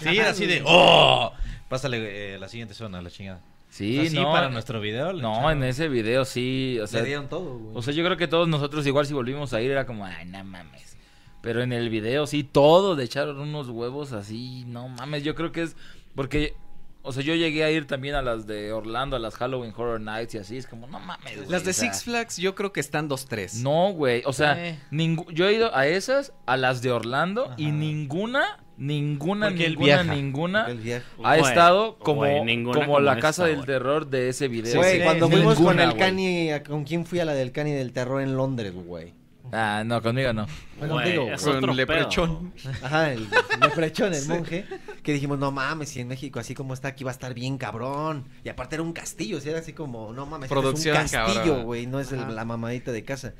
[SPEAKER 7] Sí, era así de, ¡oh! Pásale eh, la siguiente zona, la chingada.
[SPEAKER 8] Sí,
[SPEAKER 7] O sea, sí,
[SPEAKER 8] no,
[SPEAKER 7] para
[SPEAKER 8] eh,
[SPEAKER 7] nuestro video. le
[SPEAKER 8] No,
[SPEAKER 7] echaron.
[SPEAKER 8] en ese video sí. O sea,
[SPEAKER 4] dieron todo, güey.
[SPEAKER 8] O sea, yo creo que todos nosotros igual si volvimos a ir era como, ay, no mames. Pero en el video sí, todos le echaron unos huevos así, no mames. Yo creo que es porque, o sea, yo llegué a ir también a las de Orlando, a las Halloween Horror Nights y así. Es como, no mames. güey,
[SPEAKER 3] Las de
[SPEAKER 8] o sea,
[SPEAKER 3] Six Flags, yo creo que están dos, tres.
[SPEAKER 8] No, güey. O sea,
[SPEAKER 3] Eh.
[SPEAKER 8] ningú- yo he ido a esas, a las de Orlando y ninguna, ninguna,
[SPEAKER 7] Porque él
[SPEAKER 8] ninguna,
[SPEAKER 7] viaja.
[SPEAKER 8] ninguna
[SPEAKER 4] Porque él viaja.
[SPEAKER 8] ha
[SPEAKER 5] Güey,
[SPEAKER 8] estado como,
[SPEAKER 5] güey, ninguna
[SPEAKER 8] como,
[SPEAKER 5] como
[SPEAKER 8] la
[SPEAKER 5] esta,
[SPEAKER 8] casa del
[SPEAKER 5] güey.
[SPEAKER 8] terror de ese video.
[SPEAKER 4] Güey,
[SPEAKER 8] Sí,
[SPEAKER 4] cuando
[SPEAKER 8] sí,
[SPEAKER 4] fuimos con
[SPEAKER 8] ninguna,
[SPEAKER 4] el
[SPEAKER 8] güey.
[SPEAKER 4] Cani, a- ¿con quién fui a la del Cani del terror en Londres, güey?
[SPEAKER 8] Ah, no, conmigo no.
[SPEAKER 4] Bueno,
[SPEAKER 5] Güey,
[SPEAKER 4] contigo,
[SPEAKER 5] es
[SPEAKER 4] güey.
[SPEAKER 5] otro
[SPEAKER 3] leprechón.
[SPEAKER 4] Ajá, el leprechón, el
[SPEAKER 3] Sí.
[SPEAKER 4] monje. Que dijimos, no mames, si en México así como está aquí va a estar bien cabrón. Y aparte era un castillo, o sea, era así como, no mames, este
[SPEAKER 3] Producción,
[SPEAKER 4] es un castillo,
[SPEAKER 3] cabrón.
[SPEAKER 4] güey, no es el-
[SPEAKER 3] Ajá.
[SPEAKER 4] la mamadita de casa.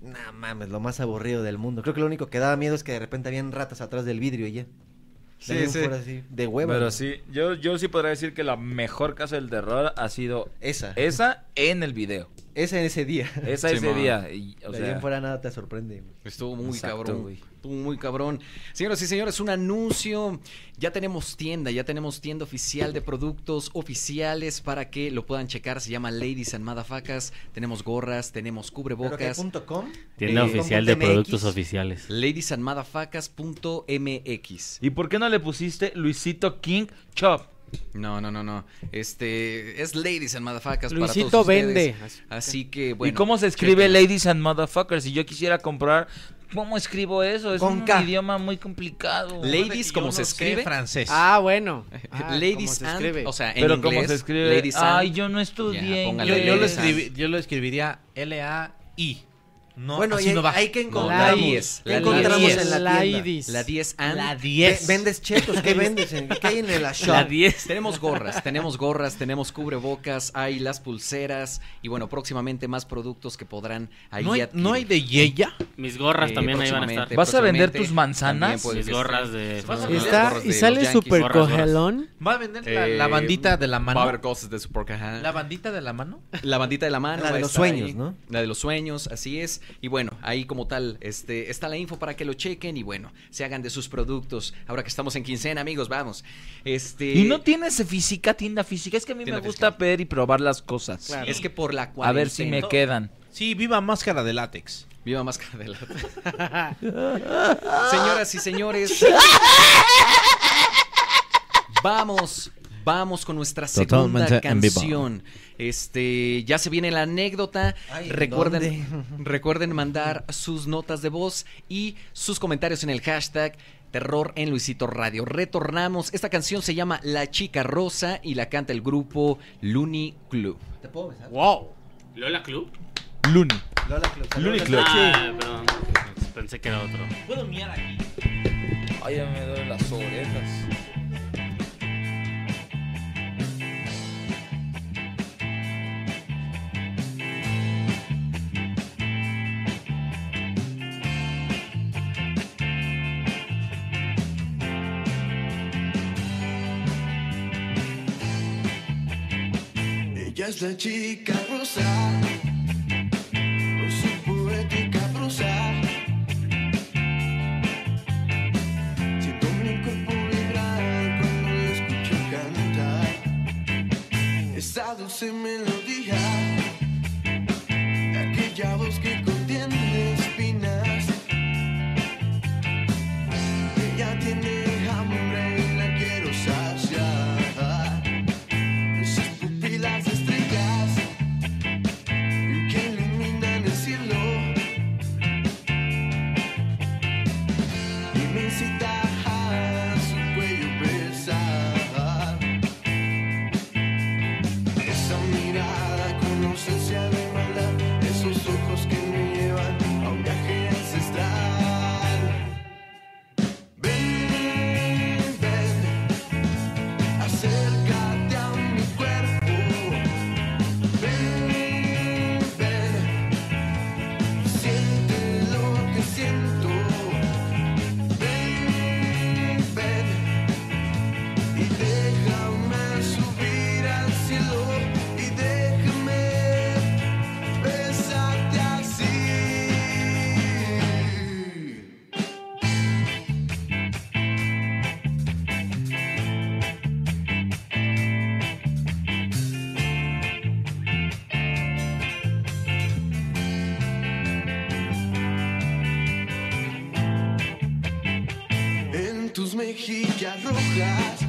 [SPEAKER 4] No mames, lo más aburrido del mundo. Creo que lo único que daba miedo es que de repente habían ratas atrás del vidrio y ya.
[SPEAKER 8] Sí,
[SPEAKER 4] Venían
[SPEAKER 8] sí.
[SPEAKER 4] fuera así, de hueva.
[SPEAKER 8] Pero
[SPEAKER 4] güey.
[SPEAKER 8] sí, yo, yo sí podría decir que la mejor casa del terror ha sido
[SPEAKER 4] Esa.
[SPEAKER 8] esa en el video.
[SPEAKER 4] Esa en ese día.
[SPEAKER 8] Esa ese
[SPEAKER 3] Simón.
[SPEAKER 8] día. y, o
[SPEAKER 4] de
[SPEAKER 8] sea,
[SPEAKER 4] ahí en fuera nada te sorprende. güey.
[SPEAKER 3] Estuvo muy
[SPEAKER 8] Exacto,
[SPEAKER 3] cabrón,
[SPEAKER 8] güey.
[SPEAKER 3] Estuvo muy cabrón. Señoras y señores, un anuncio. Ya tenemos tienda, ya tenemos tienda oficial de productos oficiales para que lo puedan checar. Se llama Ladies and Madafacas. Tenemos gorras, tenemos
[SPEAKER 4] Pero que
[SPEAKER 3] cubrebocas.
[SPEAKER 4] punto com,
[SPEAKER 5] Tienda
[SPEAKER 3] Eh,
[SPEAKER 5] oficial de
[SPEAKER 3] .mx.
[SPEAKER 5] productos oficiales.
[SPEAKER 3] Ladiesandmadafacas.mx.
[SPEAKER 8] ¿Y por qué no le pusiste Luisito King Chop?
[SPEAKER 3] No, no, no, no. Este es Ladies and Madafacas
[SPEAKER 6] Luisito
[SPEAKER 3] para todos ustedes.
[SPEAKER 6] vende.
[SPEAKER 3] Así que bueno.
[SPEAKER 8] ¿Y cómo se escribe
[SPEAKER 3] chequen.
[SPEAKER 8] Ladies and Motherfuckers? Si yo quisiera comprar, ¿cómo escribo eso? Es
[SPEAKER 4] Con
[SPEAKER 8] un
[SPEAKER 4] K.
[SPEAKER 8] idioma muy complicado.
[SPEAKER 3] Ladies como se escribe
[SPEAKER 7] francés.
[SPEAKER 6] Ah, bueno. Ah, ¿cómo
[SPEAKER 3] Ladies
[SPEAKER 6] se
[SPEAKER 3] and,
[SPEAKER 6] escribe?
[SPEAKER 3] o sea, en
[SPEAKER 8] Pero
[SPEAKER 3] inglés,
[SPEAKER 8] ¿cómo se escribe?
[SPEAKER 3] Ladies and-
[SPEAKER 8] Ay, yo no estudié
[SPEAKER 3] Ya,
[SPEAKER 7] yo,
[SPEAKER 3] póngale
[SPEAKER 8] inglés.
[SPEAKER 7] yo lo
[SPEAKER 3] Ladies and.
[SPEAKER 7] escribí- yo lo escribiría L-A-I. No,
[SPEAKER 4] bueno,
[SPEAKER 7] así
[SPEAKER 4] y
[SPEAKER 7] no va.
[SPEAKER 4] ahí que
[SPEAKER 7] No,
[SPEAKER 4] encontramos,
[SPEAKER 7] la 10,
[SPEAKER 4] ¿Qué
[SPEAKER 7] la
[SPEAKER 4] encontramos
[SPEAKER 7] 10.
[SPEAKER 4] en la
[SPEAKER 7] La
[SPEAKER 4] tienda?
[SPEAKER 7] IDIS.
[SPEAKER 4] La 10
[SPEAKER 7] and- La 10.
[SPEAKER 4] ¿Vendes chetos? ¿Qué vendes? en- ¿Qué hay en la shop?
[SPEAKER 3] Tenemos gorras, tenemos gorras, tenemos cubrebocas, hay las pulseras y bueno, próximamente más productos que podrán ahí
[SPEAKER 5] ¿No hay-
[SPEAKER 3] adquirir.
[SPEAKER 5] no hay de Yeya? Eh, Mis gorras también ahí van a
[SPEAKER 3] Eh, próximamente,
[SPEAKER 5] estar. ¿Vas a vender tus
[SPEAKER 3] próximamente
[SPEAKER 5] manzanas?
[SPEAKER 3] también puedes
[SPEAKER 5] Mis gorras de-
[SPEAKER 3] vestir. Vas a
[SPEAKER 5] Está-
[SPEAKER 3] vender
[SPEAKER 6] Está-
[SPEAKER 3] gorras de
[SPEAKER 6] y
[SPEAKER 3] los
[SPEAKER 6] sale
[SPEAKER 3] Yankees.
[SPEAKER 6] super
[SPEAKER 3] Gorras, gorras.
[SPEAKER 6] cogelón.
[SPEAKER 7] ¿Va a vender la- la bandita de la mano?
[SPEAKER 3] Eh, Va a haber cosas de super Cogelón.
[SPEAKER 7] ¿La bandita de la mano?
[SPEAKER 3] La bandita de la mano.
[SPEAKER 7] La de
[SPEAKER 3] va a
[SPEAKER 7] los
[SPEAKER 3] estar
[SPEAKER 7] sueños,
[SPEAKER 3] ahí.
[SPEAKER 7] ¿no?
[SPEAKER 3] La de los sueños, así es. Y bueno, ahí como tal, este, está la info para que lo chequen y bueno, se hagan de sus productos. Ahora que estamos en quincena, amigos, vamos. Este.
[SPEAKER 8] Y no tienes física, tienda física. Es que a mí
[SPEAKER 3] Tienda
[SPEAKER 8] me gusta pedir y probar las cosas.
[SPEAKER 3] Claro. Es que por la
[SPEAKER 8] A ver si me
[SPEAKER 3] cuarentena-
[SPEAKER 8] quedan.
[SPEAKER 7] Sí, viva máscara de látex.
[SPEAKER 3] Viva máscara de látex. Señoras y señores. Vamos, vamos con nuestra segunda
[SPEAKER 7] Totalmente en vivo.
[SPEAKER 3] canción. Este, ya se viene la anécdota.
[SPEAKER 7] Ay,
[SPEAKER 3] recuerden,
[SPEAKER 7] ¿dónde?
[SPEAKER 3] recuerden mandar sus notas de voz y sus comentarios en el hashtag Terror en Luisito Radio. Retornamos. Esta canción se llama La Chica Rosa y la canta el grupo Looney Club.
[SPEAKER 5] ¿Te puedo besar? ¡Wow! ¿Lola Club?
[SPEAKER 7] Luni.
[SPEAKER 4] Lola Club.
[SPEAKER 7] Looney Club.
[SPEAKER 5] Ah, perdón. Pensé que era otro.
[SPEAKER 8] ¿Puedo mirar aquí? Ay, ya me duelen las orejas.
[SPEAKER 2] Ella es la chica rosa, con su poética prosa. Siento mi cuerpo vibrar cuando la escucho cantar. Esa dulce melodía, aquella voz que contiene espinas. Ella tiene hambre y la quiero saciar. Sus pupilas estrellas que iluminan el cielo y me incita a su cuello besar. Esa mirada con ausencia de maldad, esos ojos que me llevan a un viaje ancestral. Ven, ven. Acércate a mi cuerpo, ven, ven, siente lo que siento, ven, ven, y déjame subir al cielo y déjame besarte así. En tus mejillas rojas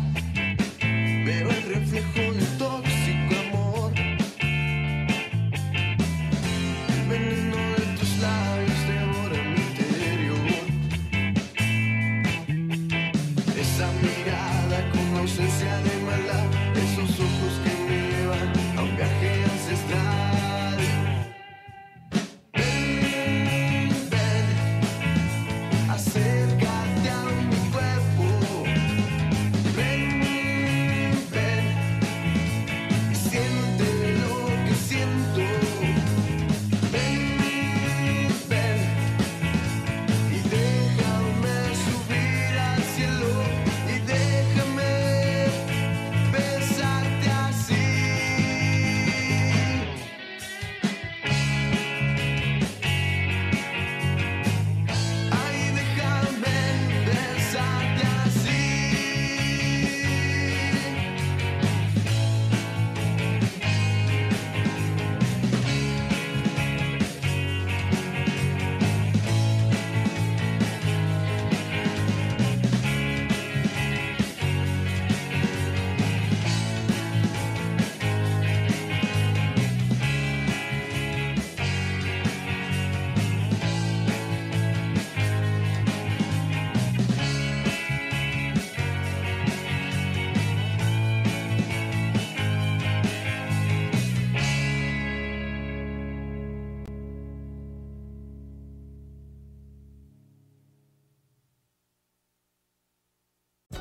[SPEAKER 2] veo el reflejo de un tóxico amor. El veneno de tus labios devora mi interior. Esa mirada con ausencia de maldad, esos ojos que me llevan a un viaje ancestral. Ven, ven. Acércate a mi cuerpo, ven, ven, y siente lo que siento, ven, ven, y déjame subir al cielo y déjame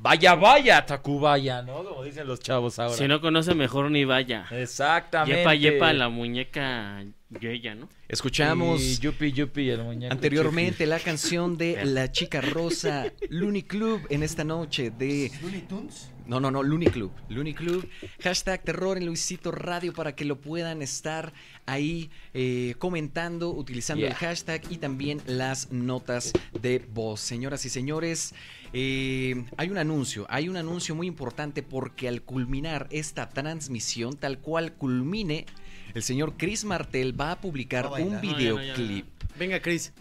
[SPEAKER 8] Vaya, vaya, Tacubaya, ¿no? Como dicen los chavos ahora.
[SPEAKER 5] Si no conoce, mejor ni vaya.
[SPEAKER 8] Exactamente.
[SPEAKER 5] Yepa, yepa, la muñeca yeya, ¿no?
[SPEAKER 3] Escuchamos
[SPEAKER 8] Y yupi, yupi, el muñeco.
[SPEAKER 3] Anteriormente la canción de La Chica Rosa, Looney Club, en esta noche de...
[SPEAKER 33] ¿Looney Tunes?
[SPEAKER 3] No, no, no, Looney Club. Looney Club. Hashtag terror en Luisito Radio para que lo puedan estar ahí eh, comentando, utilizando el
[SPEAKER 8] Yeah.
[SPEAKER 3] hashtag y también las notas de voz. Señoras y señores, eh, hay un anuncio, hay un anuncio muy importante porque al culminar esta transmisión, tal cual culmine, el señor Chris Martel va a publicar un
[SPEAKER 6] No, ya no, ya no.
[SPEAKER 3] videoclip.
[SPEAKER 6] Venga, Chris.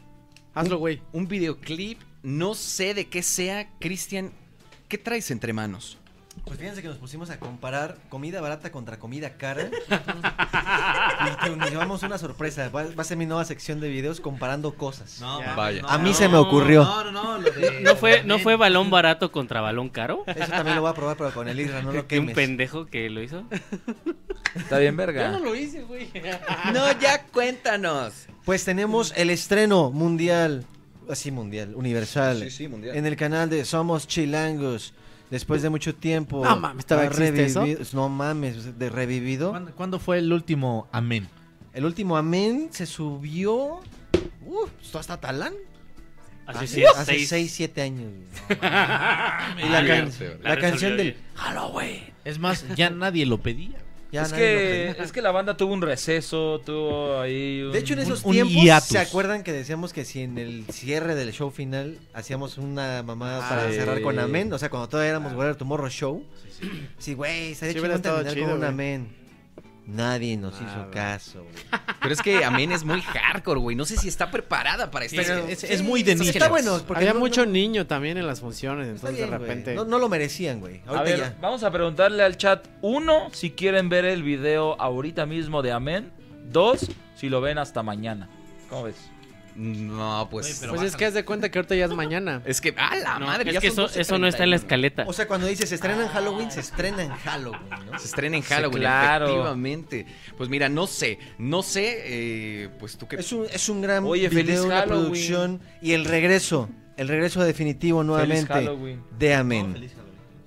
[SPEAKER 3] Hazlo, güey. Un videoclip, no sé de qué sea, Cristian. ¿Qué traes entre manos?
[SPEAKER 4] Pues fíjense que nos pusimos a comparar comida barata contra comida cara. y que nos llevamos una sorpresa. Va, va a ser mi nueva sección de videos comparando cosas.
[SPEAKER 3] mames, Vaya. no,
[SPEAKER 4] a mí
[SPEAKER 3] no,
[SPEAKER 4] se me ocurrió.
[SPEAKER 3] no,
[SPEAKER 5] no, ¿No fue, ¿No fue balón barato contra balón caro?
[SPEAKER 4] Eso también lo voy a probar, pero con el Isra, no lo
[SPEAKER 5] ¿Que un
[SPEAKER 4] quemes.
[SPEAKER 5] pendejo que lo hizo?
[SPEAKER 8] Está bien, verga.
[SPEAKER 3] lo hice, güey. no, ya cuéntanos.
[SPEAKER 4] Pues tenemos el estreno mundial, así mundial, universal.
[SPEAKER 3] Sí, sí, mundial.
[SPEAKER 4] En el canal de Somos Chilangos. Después de mucho tiempo.
[SPEAKER 6] No mames, ¿todavía
[SPEAKER 4] ha
[SPEAKER 6] existe eso?
[SPEAKER 4] revivido- No mames, de revivido.
[SPEAKER 7] ¿Cuándo, cuándo fue el último amén?
[SPEAKER 4] El último amén se subió. Uh, hasta Talán. Ah,
[SPEAKER 7] Hace
[SPEAKER 4] Hace
[SPEAKER 7] seis-
[SPEAKER 4] 6, 7 años. güey. y la, can- la canción del Halloween.
[SPEAKER 7] Es más, ya nadie lo pedía.
[SPEAKER 8] es, que, es que la banda tuvo un receso, tuvo ahí un...
[SPEAKER 4] De hecho, en esos
[SPEAKER 8] un- un
[SPEAKER 4] tiempos,
[SPEAKER 8] hiatus.
[SPEAKER 4] ¿se acuerdan que decíamos que si en el cierre del show final hacíamos una mamada
[SPEAKER 7] Ah,
[SPEAKER 4] para
[SPEAKER 7] sí.
[SPEAKER 4] cerrar con Amén? O sea, cuando todavía éramos Guerrero Tomorrow Show. Sí, güey, estaría
[SPEAKER 6] Sí, hubiera
[SPEAKER 4] chido
[SPEAKER 6] estado
[SPEAKER 4] terminar
[SPEAKER 6] chido,
[SPEAKER 4] con un
[SPEAKER 6] güey.
[SPEAKER 4] Amén. Nadie nos hizo caso. güey.
[SPEAKER 3] Pero es que Amén es muy hardcore, güey. No sé si está preparada para esto.
[SPEAKER 4] Pero es- es muy de nicho. Está bueno, porque
[SPEAKER 6] Había
[SPEAKER 4] no-
[SPEAKER 6] mucho niño también en las funciones, entonces
[SPEAKER 4] bien,
[SPEAKER 6] de
[SPEAKER 4] güey.
[SPEAKER 6] repente.
[SPEAKER 4] No, no lo merecían, güey.
[SPEAKER 8] A
[SPEAKER 4] Ahorita
[SPEAKER 8] ver,
[SPEAKER 4] ya.
[SPEAKER 8] vamos a preguntarle al chat. Uno, si quieren ver el video ahorita mismo de Amén. Dos, si lo ven hasta mañana. ¿Cómo ves?
[SPEAKER 3] No,
[SPEAKER 6] pues. pues es que haz de cuenta que ahorita ya es mañana.
[SPEAKER 3] Es que, a la
[SPEAKER 5] No, madre, es ya que son eso- eso no está en la 12:31. escaleta.
[SPEAKER 4] O sea, cuando dices se estrena en Halloween, se estrena en Halloween, ¿no?
[SPEAKER 3] Se estrena en Halloween,
[SPEAKER 8] claro.
[SPEAKER 3] efectivamente. Pues mira, no sé, no sé, eh, pues tú qué...
[SPEAKER 4] Es un, es un gran
[SPEAKER 3] Oye,
[SPEAKER 4] video,
[SPEAKER 3] feliz
[SPEAKER 4] una
[SPEAKER 3] Halloween.
[SPEAKER 4] producción y el regreso, el regreso definitivo nuevamente
[SPEAKER 3] Halloween.
[SPEAKER 4] de Amén.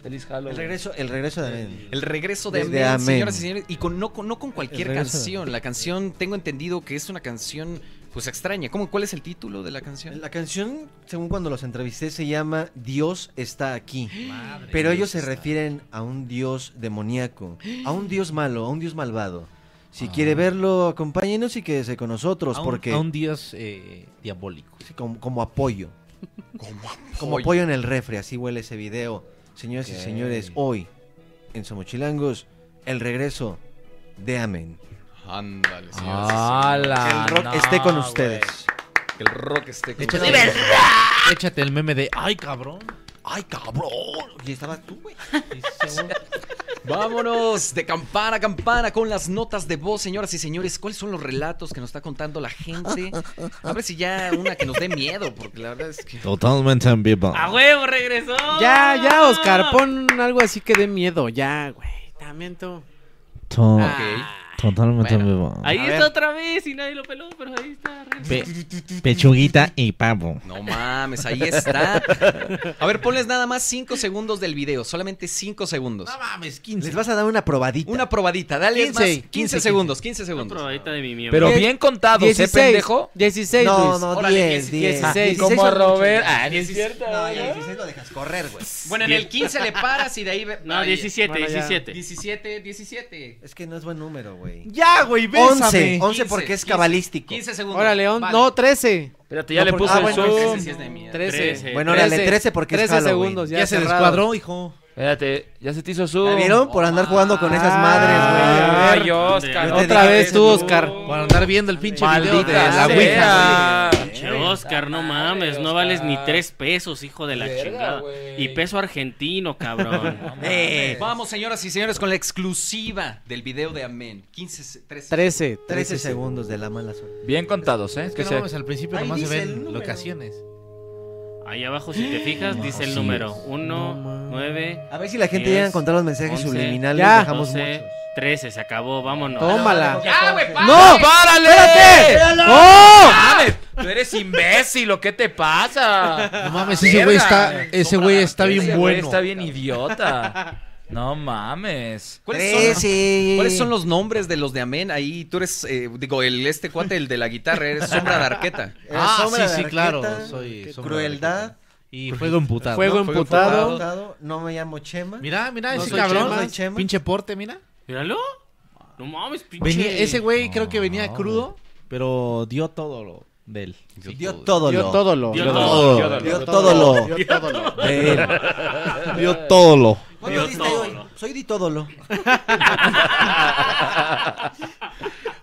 [SPEAKER 8] Feliz Halloween.
[SPEAKER 4] El regreso, el regreso de Amén.
[SPEAKER 3] El regreso de
[SPEAKER 4] Desde
[SPEAKER 3] Amén,
[SPEAKER 4] Amén.
[SPEAKER 3] señoras y señores. Y con, no, con- no con cualquier
[SPEAKER 4] El regreso de
[SPEAKER 3] canción. La canción, tengo entendido que es una canción, pues extraña. ¿Cómo, ¿Cuál es el título de la canción?
[SPEAKER 4] La canción, según cuando los entrevisté, se llama Dios está aquí. pero ellos se refieren a un Dios demoníaco, a un Dios malo, a un Dios malvado. Si quiere verlo, acompáñenos y quédese con nosotros,
[SPEAKER 7] Ah. A un,
[SPEAKER 4] porque
[SPEAKER 7] a un dios eh, diabólico.
[SPEAKER 4] Sí, como, como apoyo. Como
[SPEAKER 7] apoyo.
[SPEAKER 4] apoyo en el refri, así huele ese este video. Señoras y
[SPEAKER 7] Ok.
[SPEAKER 4] señores, hoy en Somochilangos, el regreso de Amén.
[SPEAKER 3] Ándale,
[SPEAKER 4] señoras
[SPEAKER 7] y señores.
[SPEAKER 4] Que el rock
[SPEAKER 7] no,
[SPEAKER 4] esté con
[SPEAKER 7] güey.
[SPEAKER 4] ustedes.
[SPEAKER 3] Que el rock esté con
[SPEAKER 7] Échate,
[SPEAKER 3] ustedes.
[SPEAKER 7] échate el meme de ¡Ay, cabrón! ¡Ay, cabrón!
[SPEAKER 4] Y estabas tú, güey.
[SPEAKER 3] Vámonos de campana a campana con las notas de voz, señoras y señores. ¿Cuáles son los relatos que nos está contando la gente? A ver si ya una que nos dé miedo, porque la verdad es que.
[SPEAKER 7] Totalmente en vivo.
[SPEAKER 5] ¡A huevo, regresó!
[SPEAKER 6] Ya, ya, Oscar, pon algo así que dé miedo, ya, güey. También tú.
[SPEAKER 7] To-
[SPEAKER 6] Ah.
[SPEAKER 7] Totalmente vivo.
[SPEAKER 5] Ahí
[SPEAKER 7] A
[SPEAKER 5] está
[SPEAKER 7] ver.
[SPEAKER 5] otra vez y nadie lo peló, pero ahí está.
[SPEAKER 7] Pe- pechuguita y pavo.
[SPEAKER 3] No mames, ahí está. A ver, ponles nada más 5 segundos del video, solamente 5 segundos. No
[SPEAKER 7] mames, 15.
[SPEAKER 4] Les vas a dar una probadita.
[SPEAKER 3] Una probadita, dale 15,
[SPEAKER 4] 15,
[SPEAKER 3] 15,
[SPEAKER 4] 15.
[SPEAKER 3] segundos, 15 segundos.
[SPEAKER 5] probadita de mi miembro.
[SPEAKER 8] Pero bien contados, ¿eh,
[SPEAKER 6] 16,
[SPEAKER 8] pendejo?
[SPEAKER 6] 16,
[SPEAKER 8] No,
[SPEAKER 6] Luis.
[SPEAKER 8] no,
[SPEAKER 6] Órale,
[SPEAKER 8] 10,
[SPEAKER 6] 16.
[SPEAKER 8] Ah,
[SPEAKER 6] 16.
[SPEAKER 8] como
[SPEAKER 6] son
[SPEAKER 8] Robert.
[SPEAKER 6] muchos.
[SPEAKER 8] Ah, ni es cierto,
[SPEAKER 4] No, ya 16 lo dejas correr, güey.
[SPEAKER 3] Bueno, en el 15 le paras y de ahí... ve-
[SPEAKER 5] No, 17,
[SPEAKER 4] Bueno, ya.
[SPEAKER 5] 17.
[SPEAKER 3] 17, 17.
[SPEAKER 4] Es que no es buen número, güey.
[SPEAKER 6] Ya, güey, bésame.
[SPEAKER 4] 11, 11 porque es
[SPEAKER 3] 15,
[SPEAKER 4] cabalístico.
[SPEAKER 3] 15 segundos.
[SPEAKER 6] Órale, on- no, 13.
[SPEAKER 8] Espérate,
[SPEAKER 3] ya le puso
[SPEAKER 6] ah,
[SPEAKER 3] el zoom.
[SPEAKER 6] 13,
[SPEAKER 3] Ese sí es de mierda.
[SPEAKER 6] 13.
[SPEAKER 8] 13.
[SPEAKER 4] Bueno, órale, 13 porque es
[SPEAKER 6] 13
[SPEAKER 4] Halloween.
[SPEAKER 6] segundos, ya,
[SPEAKER 4] Ya se
[SPEAKER 6] cerrado.
[SPEAKER 4] descuadró, hijo.
[SPEAKER 8] Espérate, ya se te hizo zoom.
[SPEAKER 4] ¿La vieron? Por andar jugando con esas madres, güey.
[SPEAKER 8] Ay,
[SPEAKER 7] Este,
[SPEAKER 8] Oscar.
[SPEAKER 4] Yo te dije que ese es
[SPEAKER 7] Por andar viendo el pinche video de
[SPEAKER 8] Maldita
[SPEAKER 7] la
[SPEAKER 8] sea.
[SPEAKER 7] Ouija. güey.
[SPEAKER 5] Che, Oscar, no mames, no vales ni tres pesos, hijo de la chingada. Y peso argentino, cabrón.
[SPEAKER 3] Eh, Vamos, señoras y señores, con la exclusiva del video de Amén. 15, se- 13.
[SPEAKER 6] 13.
[SPEAKER 4] 13 segundos de la mala suerte.
[SPEAKER 8] Bien contados, ¿eh?
[SPEAKER 7] Es que no
[SPEAKER 8] se-
[SPEAKER 7] mames, al principio
[SPEAKER 4] Ahí
[SPEAKER 7] nomás se
[SPEAKER 4] dice el
[SPEAKER 7] ven
[SPEAKER 4] número.
[SPEAKER 7] locaciones.
[SPEAKER 5] Ahí abajo, si te fijas,
[SPEAKER 7] No,
[SPEAKER 5] dice el
[SPEAKER 7] sí
[SPEAKER 5] número
[SPEAKER 7] es.
[SPEAKER 5] 1, 9.
[SPEAKER 4] A ver si la gente llega a encontrar los mensajes subliminales,
[SPEAKER 6] Ya.
[SPEAKER 4] dejamos
[SPEAKER 5] 13, se acabó, vámonos.
[SPEAKER 6] Tómala.
[SPEAKER 8] ¡Ya, güey!
[SPEAKER 6] No,
[SPEAKER 8] ¡Párale!
[SPEAKER 6] espérate.
[SPEAKER 8] ¡No!
[SPEAKER 5] ¡Oh!
[SPEAKER 4] ¡Oh!
[SPEAKER 6] ¡No!
[SPEAKER 8] ¡Mames! Tú eres imbécil, ¿o qué te pasa?
[SPEAKER 7] No mames, ese güey
[SPEAKER 8] Verga.
[SPEAKER 7] está, ese güey está
[SPEAKER 8] Ese
[SPEAKER 7] bien
[SPEAKER 8] güey
[SPEAKER 7] bueno.
[SPEAKER 8] Está bien idiota. No mames.
[SPEAKER 3] ¿Cuáles son,
[SPEAKER 4] Trece.
[SPEAKER 3] ¿Cuáles son los nombres de los de Amén? Ahí tú eres, eh, digo, el este cuate, el de la guitarra, eres Sombra de Arqueta.
[SPEAKER 7] Ah,
[SPEAKER 4] Sombra de
[SPEAKER 7] sí, sí,
[SPEAKER 4] Arqueta,
[SPEAKER 7] claro. Soy sombra de
[SPEAKER 4] Crueldad.
[SPEAKER 7] Arqueta. Y fuego emputado.
[SPEAKER 6] Fuego
[SPEAKER 7] ¿no?
[SPEAKER 6] emputado.
[SPEAKER 4] Emputado, No me llamo Chema.
[SPEAKER 7] Mira, mira,
[SPEAKER 4] No
[SPEAKER 7] ese
[SPEAKER 4] soy
[SPEAKER 7] cabrón.
[SPEAKER 4] Chema, soy Chema.
[SPEAKER 7] Pinche porte, mira.
[SPEAKER 5] Míralo. No mames, pinche.
[SPEAKER 7] Venía- ese güey creo que venía crudo, pero dio todo lo de él.
[SPEAKER 4] Dio todo
[SPEAKER 7] Dio
[SPEAKER 4] lo.
[SPEAKER 7] todo lo.
[SPEAKER 4] Dio
[SPEAKER 7] Dio
[SPEAKER 4] todo.
[SPEAKER 7] todo.
[SPEAKER 4] Dio todo lo.
[SPEAKER 7] Dio todo lo.
[SPEAKER 4] De él.
[SPEAKER 7] Dio todo lo.
[SPEAKER 4] ¿Cuánto diste hoy? Soy di todo lo.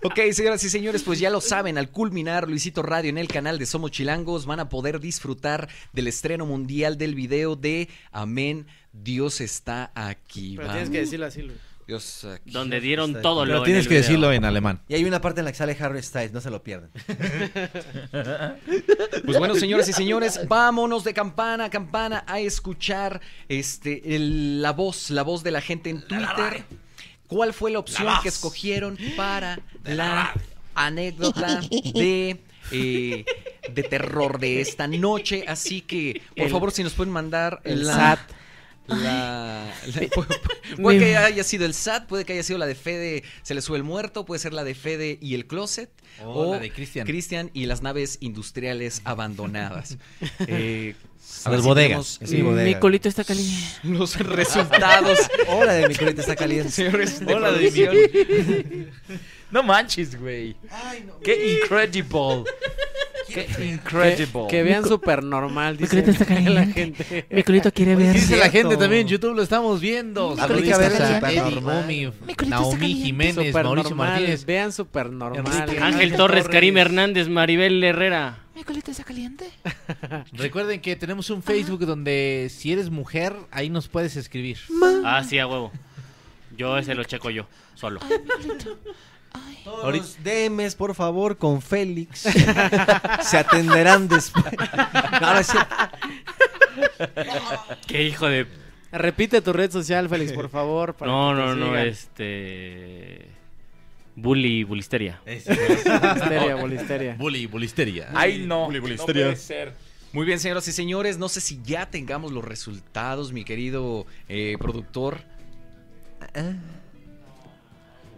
[SPEAKER 3] Ok, señoras y señores, pues ya lo saben, al culminar Luisito Radio en el canal de Somos Chilangos van a poder disfrutar del estreno mundial del video de Amén, Dios está aquí.
[SPEAKER 6] Pero tienes que decirlo así, Luis.
[SPEAKER 3] Dios aquí.
[SPEAKER 5] Donde dieron todo
[SPEAKER 7] Pero tienes que decirlo en alemán.
[SPEAKER 4] Y hay una parte en la que sale Harry Styles, no se lo pierdan.
[SPEAKER 3] Pues bueno, señoras y señores, vámonos de campana a campana a escuchar este el- la voz, la voz de la gente en Twitter. ¿Cuál fue la opción
[SPEAKER 19] La voz.
[SPEAKER 3] que escogieron para la anécdota de eh, de terror de esta noche? Así que, por
[SPEAKER 6] El-
[SPEAKER 3] favor, si nos pueden mandar
[SPEAKER 6] el
[SPEAKER 3] la
[SPEAKER 6] SAT.
[SPEAKER 3] la- la- pu- pu- puede que haya sido el SAT, puede que haya sido la de Fede Se le sube el muerto, puede ser la de Fede y el closet.
[SPEAKER 7] O la de Cristian.
[SPEAKER 3] Cristian y las naves industriales abandonadas. Eh,
[SPEAKER 7] Las
[SPEAKER 3] a ver si
[SPEAKER 7] bodegas.
[SPEAKER 3] tenemos
[SPEAKER 4] Sí, bodega.
[SPEAKER 5] Mi colito está caliente.
[SPEAKER 3] Los resultados.
[SPEAKER 4] Hola de mi colita está caliente.
[SPEAKER 3] Señores, de
[SPEAKER 8] Hola,
[SPEAKER 3] producción.
[SPEAKER 8] David. No manches, güey. Qué incredible. Qué incredible.
[SPEAKER 6] Que vean súper normal.
[SPEAKER 7] Mi colito está
[SPEAKER 6] la
[SPEAKER 7] caliente.
[SPEAKER 6] gente.
[SPEAKER 7] Mi colito
[SPEAKER 6] quiere
[SPEAKER 7] Pues dice la gente también en YouTube, lo estamos viendo.
[SPEAKER 4] Mi
[SPEAKER 7] Saluditos
[SPEAKER 4] colita verde
[SPEAKER 7] a
[SPEAKER 4] supernormal.
[SPEAKER 7] Eddie, Omi,
[SPEAKER 6] Mi colito está
[SPEAKER 7] Naomi
[SPEAKER 6] caliente.
[SPEAKER 7] Jiménez,
[SPEAKER 6] Supernormal,
[SPEAKER 7] Mauricio Martínez.
[SPEAKER 6] Vean súper normal.
[SPEAKER 7] Enrique
[SPEAKER 5] Ángel Torres, Karim Hernández, Maribel Herrera.
[SPEAKER 7] ¿Mi colita está caliente? Recuerden que tenemos un Facebook donde si eres mujer, ahí nos puedes escribir.
[SPEAKER 5] Ah, sí, a huevo. Yo ese lo checo yo, solo.
[SPEAKER 4] Todos los DMs, por favor, con Félix. Se atenderán después. Ahora sí.
[SPEAKER 5] Qué hijo de...
[SPEAKER 6] Repite tu red social, Félix, por favor. para
[SPEAKER 5] No,
[SPEAKER 6] que te
[SPEAKER 5] no, no,
[SPEAKER 6] sigan.
[SPEAKER 5] este... Bully, bulisteria.
[SPEAKER 6] Bolisteria, bolisteria.
[SPEAKER 7] Bully, bulisteria.
[SPEAKER 8] Ay, no.
[SPEAKER 7] Bully,
[SPEAKER 8] No
[SPEAKER 7] bulisteria.
[SPEAKER 8] puede ser.
[SPEAKER 3] Muy bien, señoras y señores, no sé si ya tengamos los resultados, mi querido eh, productor.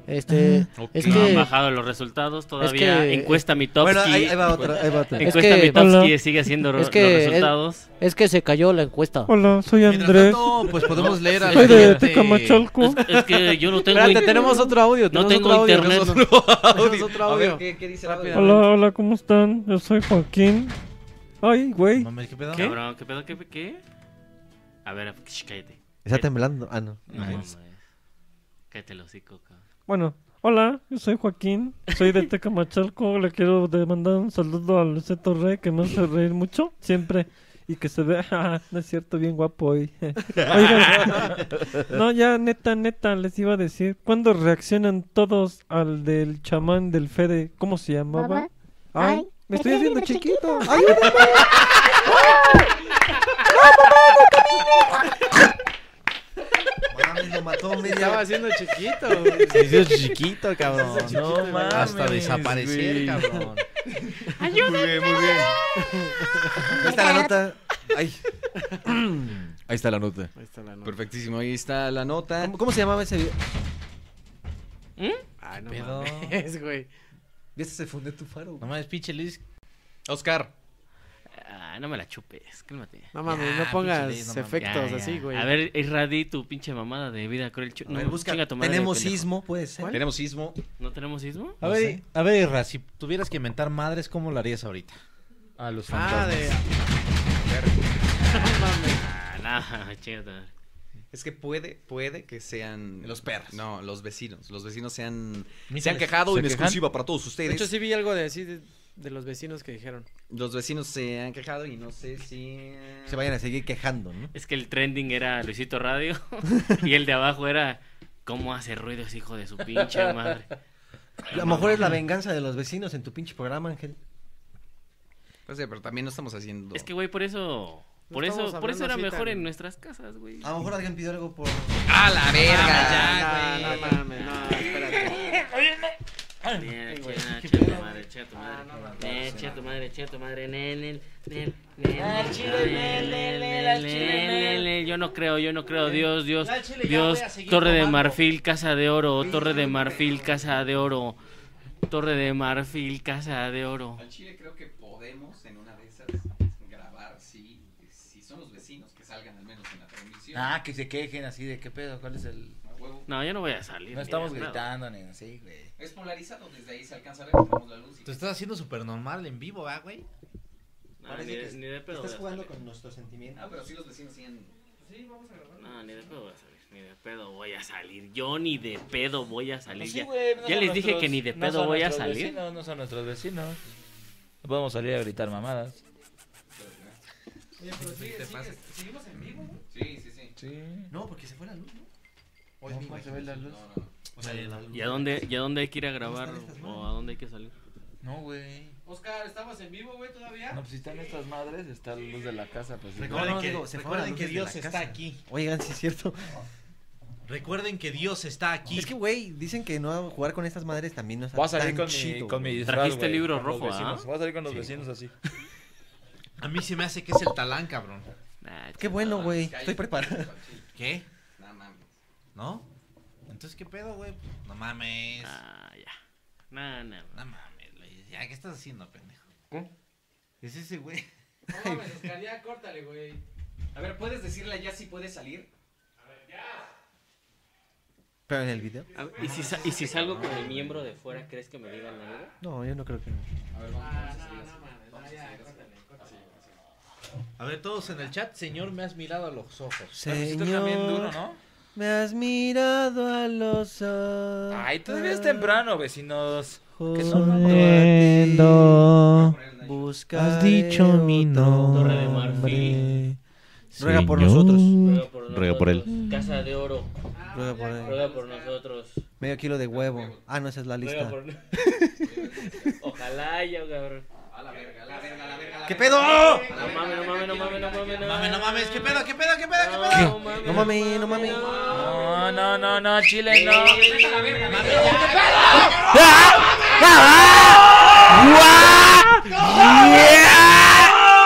[SPEAKER 6] Este,
[SPEAKER 3] Ok.
[SPEAKER 6] es
[SPEAKER 5] No
[SPEAKER 6] que-
[SPEAKER 5] han bajado los resultados todavía.
[SPEAKER 6] que-
[SPEAKER 5] Encuesta Mitofsky.
[SPEAKER 4] Bueno, ahí- ahí va otro, ahí va otro.
[SPEAKER 5] Encuesta
[SPEAKER 6] Es que-
[SPEAKER 5] Mitofsky
[SPEAKER 6] Hola.
[SPEAKER 5] sigue haciendo ro-
[SPEAKER 6] Es que-
[SPEAKER 5] los resultados.
[SPEAKER 6] Es que se cayó la encuesta.
[SPEAKER 11] Hola, soy Andrés.
[SPEAKER 7] Mientras tanto, pues podemos leer a la
[SPEAKER 11] Soy de
[SPEAKER 7] gente.
[SPEAKER 11] Tecamachalco.
[SPEAKER 5] Es que yo no tengo...
[SPEAKER 6] Espérate,
[SPEAKER 5] in-
[SPEAKER 6] tenemos otro audio.
[SPEAKER 5] No
[SPEAKER 6] tenemos
[SPEAKER 5] tengo
[SPEAKER 6] otro audio,
[SPEAKER 5] internet.
[SPEAKER 6] tenemos otro audio. Tenemos otro
[SPEAKER 3] A ver,
[SPEAKER 6] audio.
[SPEAKER 3] ¿qué- qué dice el audio?
[SPEAKER 11] Hola, hola, ¿cómo están? Yo soy Joaquín. Ay, güey.
[SPEAKER 7] Mames, ¿qué pedo?
[SPEAKER 5] Cabrón, ¿qué pedo? ¿Qué? qué? A ver, sh, cállate.
[SPEAKER 4] Está temblando. Ah, no.
[SPEAKER 5] No, mames. Cállate el hocico, cabrón.
[SPEAKER 11] Bueno, hola, yo soy Joaquín, soy de Tecamachalco, le quiero de- mandar un saludo a Luceto Rey que me hace reír mucho, siempre, y que se vea, ah, no es cierto, bien guapo hoy. Oigan, no, ya neta, neta, les iba a decir, ¿cuándo reaccionan todos al del chamán del Fede? ¿Cómo se llamaba? Mamá. Ay, me estoy haciendo chiquito. Ay,
[SPEAKER 4] Mames, lo mató media,
[SPEAKER 6] haciendo chiquito,
[SPEAKER 15] Se hizo chiquito, cabrón.
[SPEAKER 6] Se hizo chiquito,
[SPEAKER 15] No mames, Hasta desaparecer,
[SPEAKER 6] güey.
[SPEAKER 15] cabrón.
[SPEAKER 6] Ayúdenme.
[SPEAKER 4] Muy bien, muy bien. Ahí está la nota. Ay.
[SPEAKER 3] Ahí está la nota.
[SPEAKER 6] Ahí está la nota.
[SPEAKER 3] Perfectísimo, ahí está la nota.
[SPEAKER 4] ¿Cómo, cómo se llamaba ese video?
[SPEAKER 6] Ay, no
[SPEAKER 3] Pedo.
[SPEAKER 6] mames, güey.
[SPEAKER 3] Ya se funde tu faro.
[SPEAKER 15] No mames, pinche Luis.
[SPEAKER 3] Oscar.
[SPEAKER 5] Ah, no me la chupes, cálmate.
[SPEAKER 6] No mames, no pongas efectos así, güey.
[SPEAKER 5] A ver, Irradí, tu pinche mamada de vida cruel. chu-
[SPEAKER 4] A ver,
[SPEAKER 5] no,
[SPEAKER 4] busca.
[SPEAKER 5] chinga tu madre,
[SPEAKER 4] Tenemos
[SPEAKER 5] pendejo.
[SPEAKER 4] sismo, puede ser. ¿Cuál?
[SPEAKER 3] Tenemos sismo.
[SPEAKER 5] ¿No tenemos sismo?
[SPEAKER 15] A ver, a ver, Irra, si tuvieras que mentar madres, ¿cómo lo harías ahorita? A los
[SPEAKER 5] Ah,
[SPEAKER 15] fantasmas.
[SPEAKER 5] de- Ah, nah, chinga tu madre.
[SPEAKER 3] Es que puede, puede que sean los perros. No, los vecinos. Los vecinos se han,
[SPEAKER 6] Mis
[SPEAKER 3] se han
[SPEAKER 6] ángeles.
[SPEAKER 3] quejado
[SPEAKER 6] ¿Se
[SPEAKER 3] en
[SPEAKER 6] quejan?
[SPEAKER 3] exclusiva para todos ustedes.
[SPEAKER 6] De hecho, sí vi algo de así de, de los vecinos que dijeron.
[SPEAKER 3] Los vecinos se han quejado y no sé si
[SPEAKER 4] Se vayan a seguir quejando, ¿no?
[SPEAKER 5] Es que el trending era Luisito Radio y el de abajo era cómo hace ruidos, hijo de su pinche madre.
[SPEAKER 4] A lo mejor es la venganza de los vecinos en tu pinche programa, Ángel.
[SPEAKER 3] Pues sí, pero también no estamos haciendo.
[SPEAKER 5] Es que güey, por eso por
[SPEAKER 4] estamos
[SPEAKER 5] eso por eso
[SPEAKER 4] hablando
[SPEAKER 5] era
[SPEAKER 4] así
[SPEAKER 5] mejor
[SPEAKER 4] tan-
[SPEAKER 5] en nuestras casas, güey. Ah,
[SPEAKER 4] A lo mejor alguien pidió algo por.
[SPEAKER 3] ¡A la
[SPEAKER 6] verga! No, no, no mames, no,
[SPEAKER 5] Nel, chea, chea tu madre, chea tu madre. Nel, chea tu madre, chea tu madre. Nel, nel, nel, nel,
[SPEAKER 2] Al
[SPEAKER 5] nel,
[SPEAKER 2] chile,
[SPEAKER 5] nel,
[SPEAKER 2] nel, nel,
[SPEAKER 5] nel,
[SPEAKER 2] al chile,
[SPEAKER 5] nel,
[SPEAKER 2] nel.
[SPEAKER 5] nel, nel. Yo no creo, yo no creo. Dios, Dios,
[SPEAKER 2] Al chile, ya
[SPEAKER 5] Dios.
[SPEAKER 2] voy a seguir
[SPEAKER 5] Torre de
[SPEAKER 2] tomando.
[SPEAKER 5] marfil, casa de oro. Torre de marfil, casa de oro. Torre de marfil, casa de oro.
[SPEAKER 3] Al Chile creo que podemos en una de esas grabar si, si son los vecinos que salgan al menos en la transmisión.
[SPEAKER 7] Ah, que se quejen así de qué pedo, cuál es el.
[SPEAKER 5] No, yo no voy a salir.
[SPEAKER 7] No
[SPEAKER 5] ni
[SPEAKER 7] estamos
[SPEAKER 5] de pedo.
[SPEAKER 7] gritando ni así, güey.
[SPEAKER 3] Es polarizado, desde ahí se alcanza a ver, tenemos la luz.
[SPEAKER 7] Tú estás haciendo súper normal en vivo, ¿verdad, güey?
[SPEAKER 5] No, Ah, ni de- ni de pedo voy a
[SPEAKER 4] con nuestros sentimientos.
[SPEAKER 3] Ah, pero sí los vecinos siguen. Sí, vamos a grabar.
[SPEAKER 5] No, ni de pedo voy a salir, ni de pedo voy a salir. Yo ni de pedo voy a salir.
[SPEAKER 7] Pues sí,
[SPEAKER 5] ya
[SPEAKER 7] güey, no
[SPEAKER 5] ya
[SPEAKER 7] son
[SPEAKER 5] les dije
[SPEAKER 7] nuestros-
[SPEAKER 5] que ni de
[SPEAKER 7] no
[SPEAKER 5] pedo
[SPEAKER 7] son
[SPEAKER 5] voy a
[SPEAKER 7] nuestros
[SPEAKER 5] salir.
[SPEAKER 7] vecinos,
[SPEAKER 8] No son nuestros vecinos. No podemos salir a gritar mamadas.
[SPEAKER 3] Oye, pero sigue, sigue, ¿seguimos en vivo? Sí, sí, sí.
[SPEAKER 4] No, porque se fue la luz, ¿no?
[SPEAKER 3] Hoy
[SPEAKER 4] No,
[SPEAKER 3] mismo
[SPEAKER 4] fue,
[SPEAKER 3] hay
[SPEAKER 4] se ve
[SPEAKER 3] luz.
[SPEAKER 4] la luz.
[SPEAKER 3] No, no, no.
[SPEAKER 4] O sea, la luz.
[SPEAKER 5] ¿Y a dónde, y a dónde hay que ir a grabar o a dónde hay que salir?
[SPEAKER 7] No, güey.
[SPEAKER 34] Oscar, ¿estamos en vivo, güey, todavía?
[SPEAKER 8] No, pues si están estas madres, está la luz de la casa. Pues, sí.
[SPEAKER 4] Recuerden
[SPEAKER 8] No, no,
[SPEAKER 4] que-
[SPEAKER 8] digo,
[SPEAKER 4] se fue
[SPEAKER 7] Recuerden
[SPEAKER 4] la
[SPEAKER 7] que
[SPEAKER 4] luz de
[SPEAKER 7] Dios
[SPEAKER 4] la
[SPEAKER 7] está
[SPEAKER 4] casa.
[SPEAKER 7] aquí.
[SPEAKER 4] Oigan, sí es cierto.
[SPEAKER 7] Recuerden que Dios está aquí.
[SPEAKER 4] Es que, güey, dicen que no jugar con estas madres también no está
[SPEAKER 8] Voy a salir
[SPEAKER 4] tan
[SPEAKER 8] con,
[SPEAKER 4] chido,
[SPEAKER 8] mi, con mi
[SPEAKER 4] güey.
[SPEAKER 8] disfraz, güey, con los
[SPEAKER 5] ¿ah?
[SPEAKER 8] vecinos. Voy a salir con los vecinos así.
[SPEAKER 7] A mí se me hace que es el talán, cabrón.
[SPEAKER 4] Qué bueno, güey. Estoy preparado.
[SPEAKER 7] ¿Qué?
[SPEAKER 3] No mames.
[SPEAKER 7] ¿No? Entonces, ¿qué pedo, güey? No mames.
[SPEAKER 5] Ah, ya. No, no.
[SPEAKER 7] No mames, güey. Ya, ¿qué estás haciendo, pendejo?
[SPEAKER 5] ¿Qué?
[SPEAKER 7] Es ese, güey.
[SPEAKER 34] No mames, Oscar, ya córtale, güey.
[SPEAKER 3] A ver, ¿puedes decirle ya si puede salir?
[SPEAKER 4] Pero en el video.
[SPEAKER 5] A ver, Ah, ¿Y si, sa- y si salgo con el miembro de fuera, crees que me digan algo?
[SPEAKER 4] No, yo no creo que no.
[SPEAKER 3] A ver, vamos, vamos a salir así.
[SPEAKER 7] A ver, todos en el chat, señor, me has mirado a los ojos.
[SPEAKER 4] Señor, me has mirado a los ojos.
[SPEAKER 8] Ay, todavía es temprano, vecinos. Que son
[SPEAKER 15] Corriendo, has dicho mi
[SPEAKER 5] Torre de
[SPEAKER 15] nombre.
[SPEAKER 5] marfil.
[SPEAKER 4] Ruega por
[SPEAKER 15] Señor.
[SPEAKER 4] nosotros.
[SPEAKER 5] Ruega por
[SPEAKER 15] Ruega por
[SPEAKER 5] nosotros.
[SPEAKER 15] él.
[SPEAKER 5] Casa de oro.
[SPEAKER 4] Ruega por él.
[SPEAKER 5] Ruega por nosotros.
[SPEAKER 4] Medio kilo de huevo. Ah, no, esa es la
[SPEAKER 5] Ruega
[SPEAKER 4] lista.
[SPEAKER 5] por... Ojalá ya, cabrón.
[SPEAKER 3] A la verga, a la verga, a la verga.
[SPEAKER 4] ¿Qué pedo?
[SPEAKER 5] No mames, no mames, no mames, no mames. No mames,
[SPEAKER 7] no mames, ¿qué pedo, qué pedo, qué pedo,
[SPEAKER 5] qué pedo?
[SPEAKER 4] No mames, no mames.
[SPEAKER 8] No, no, no, no, Chile, no.
[SPEAKER 2] ¡Ah! ¡Ah!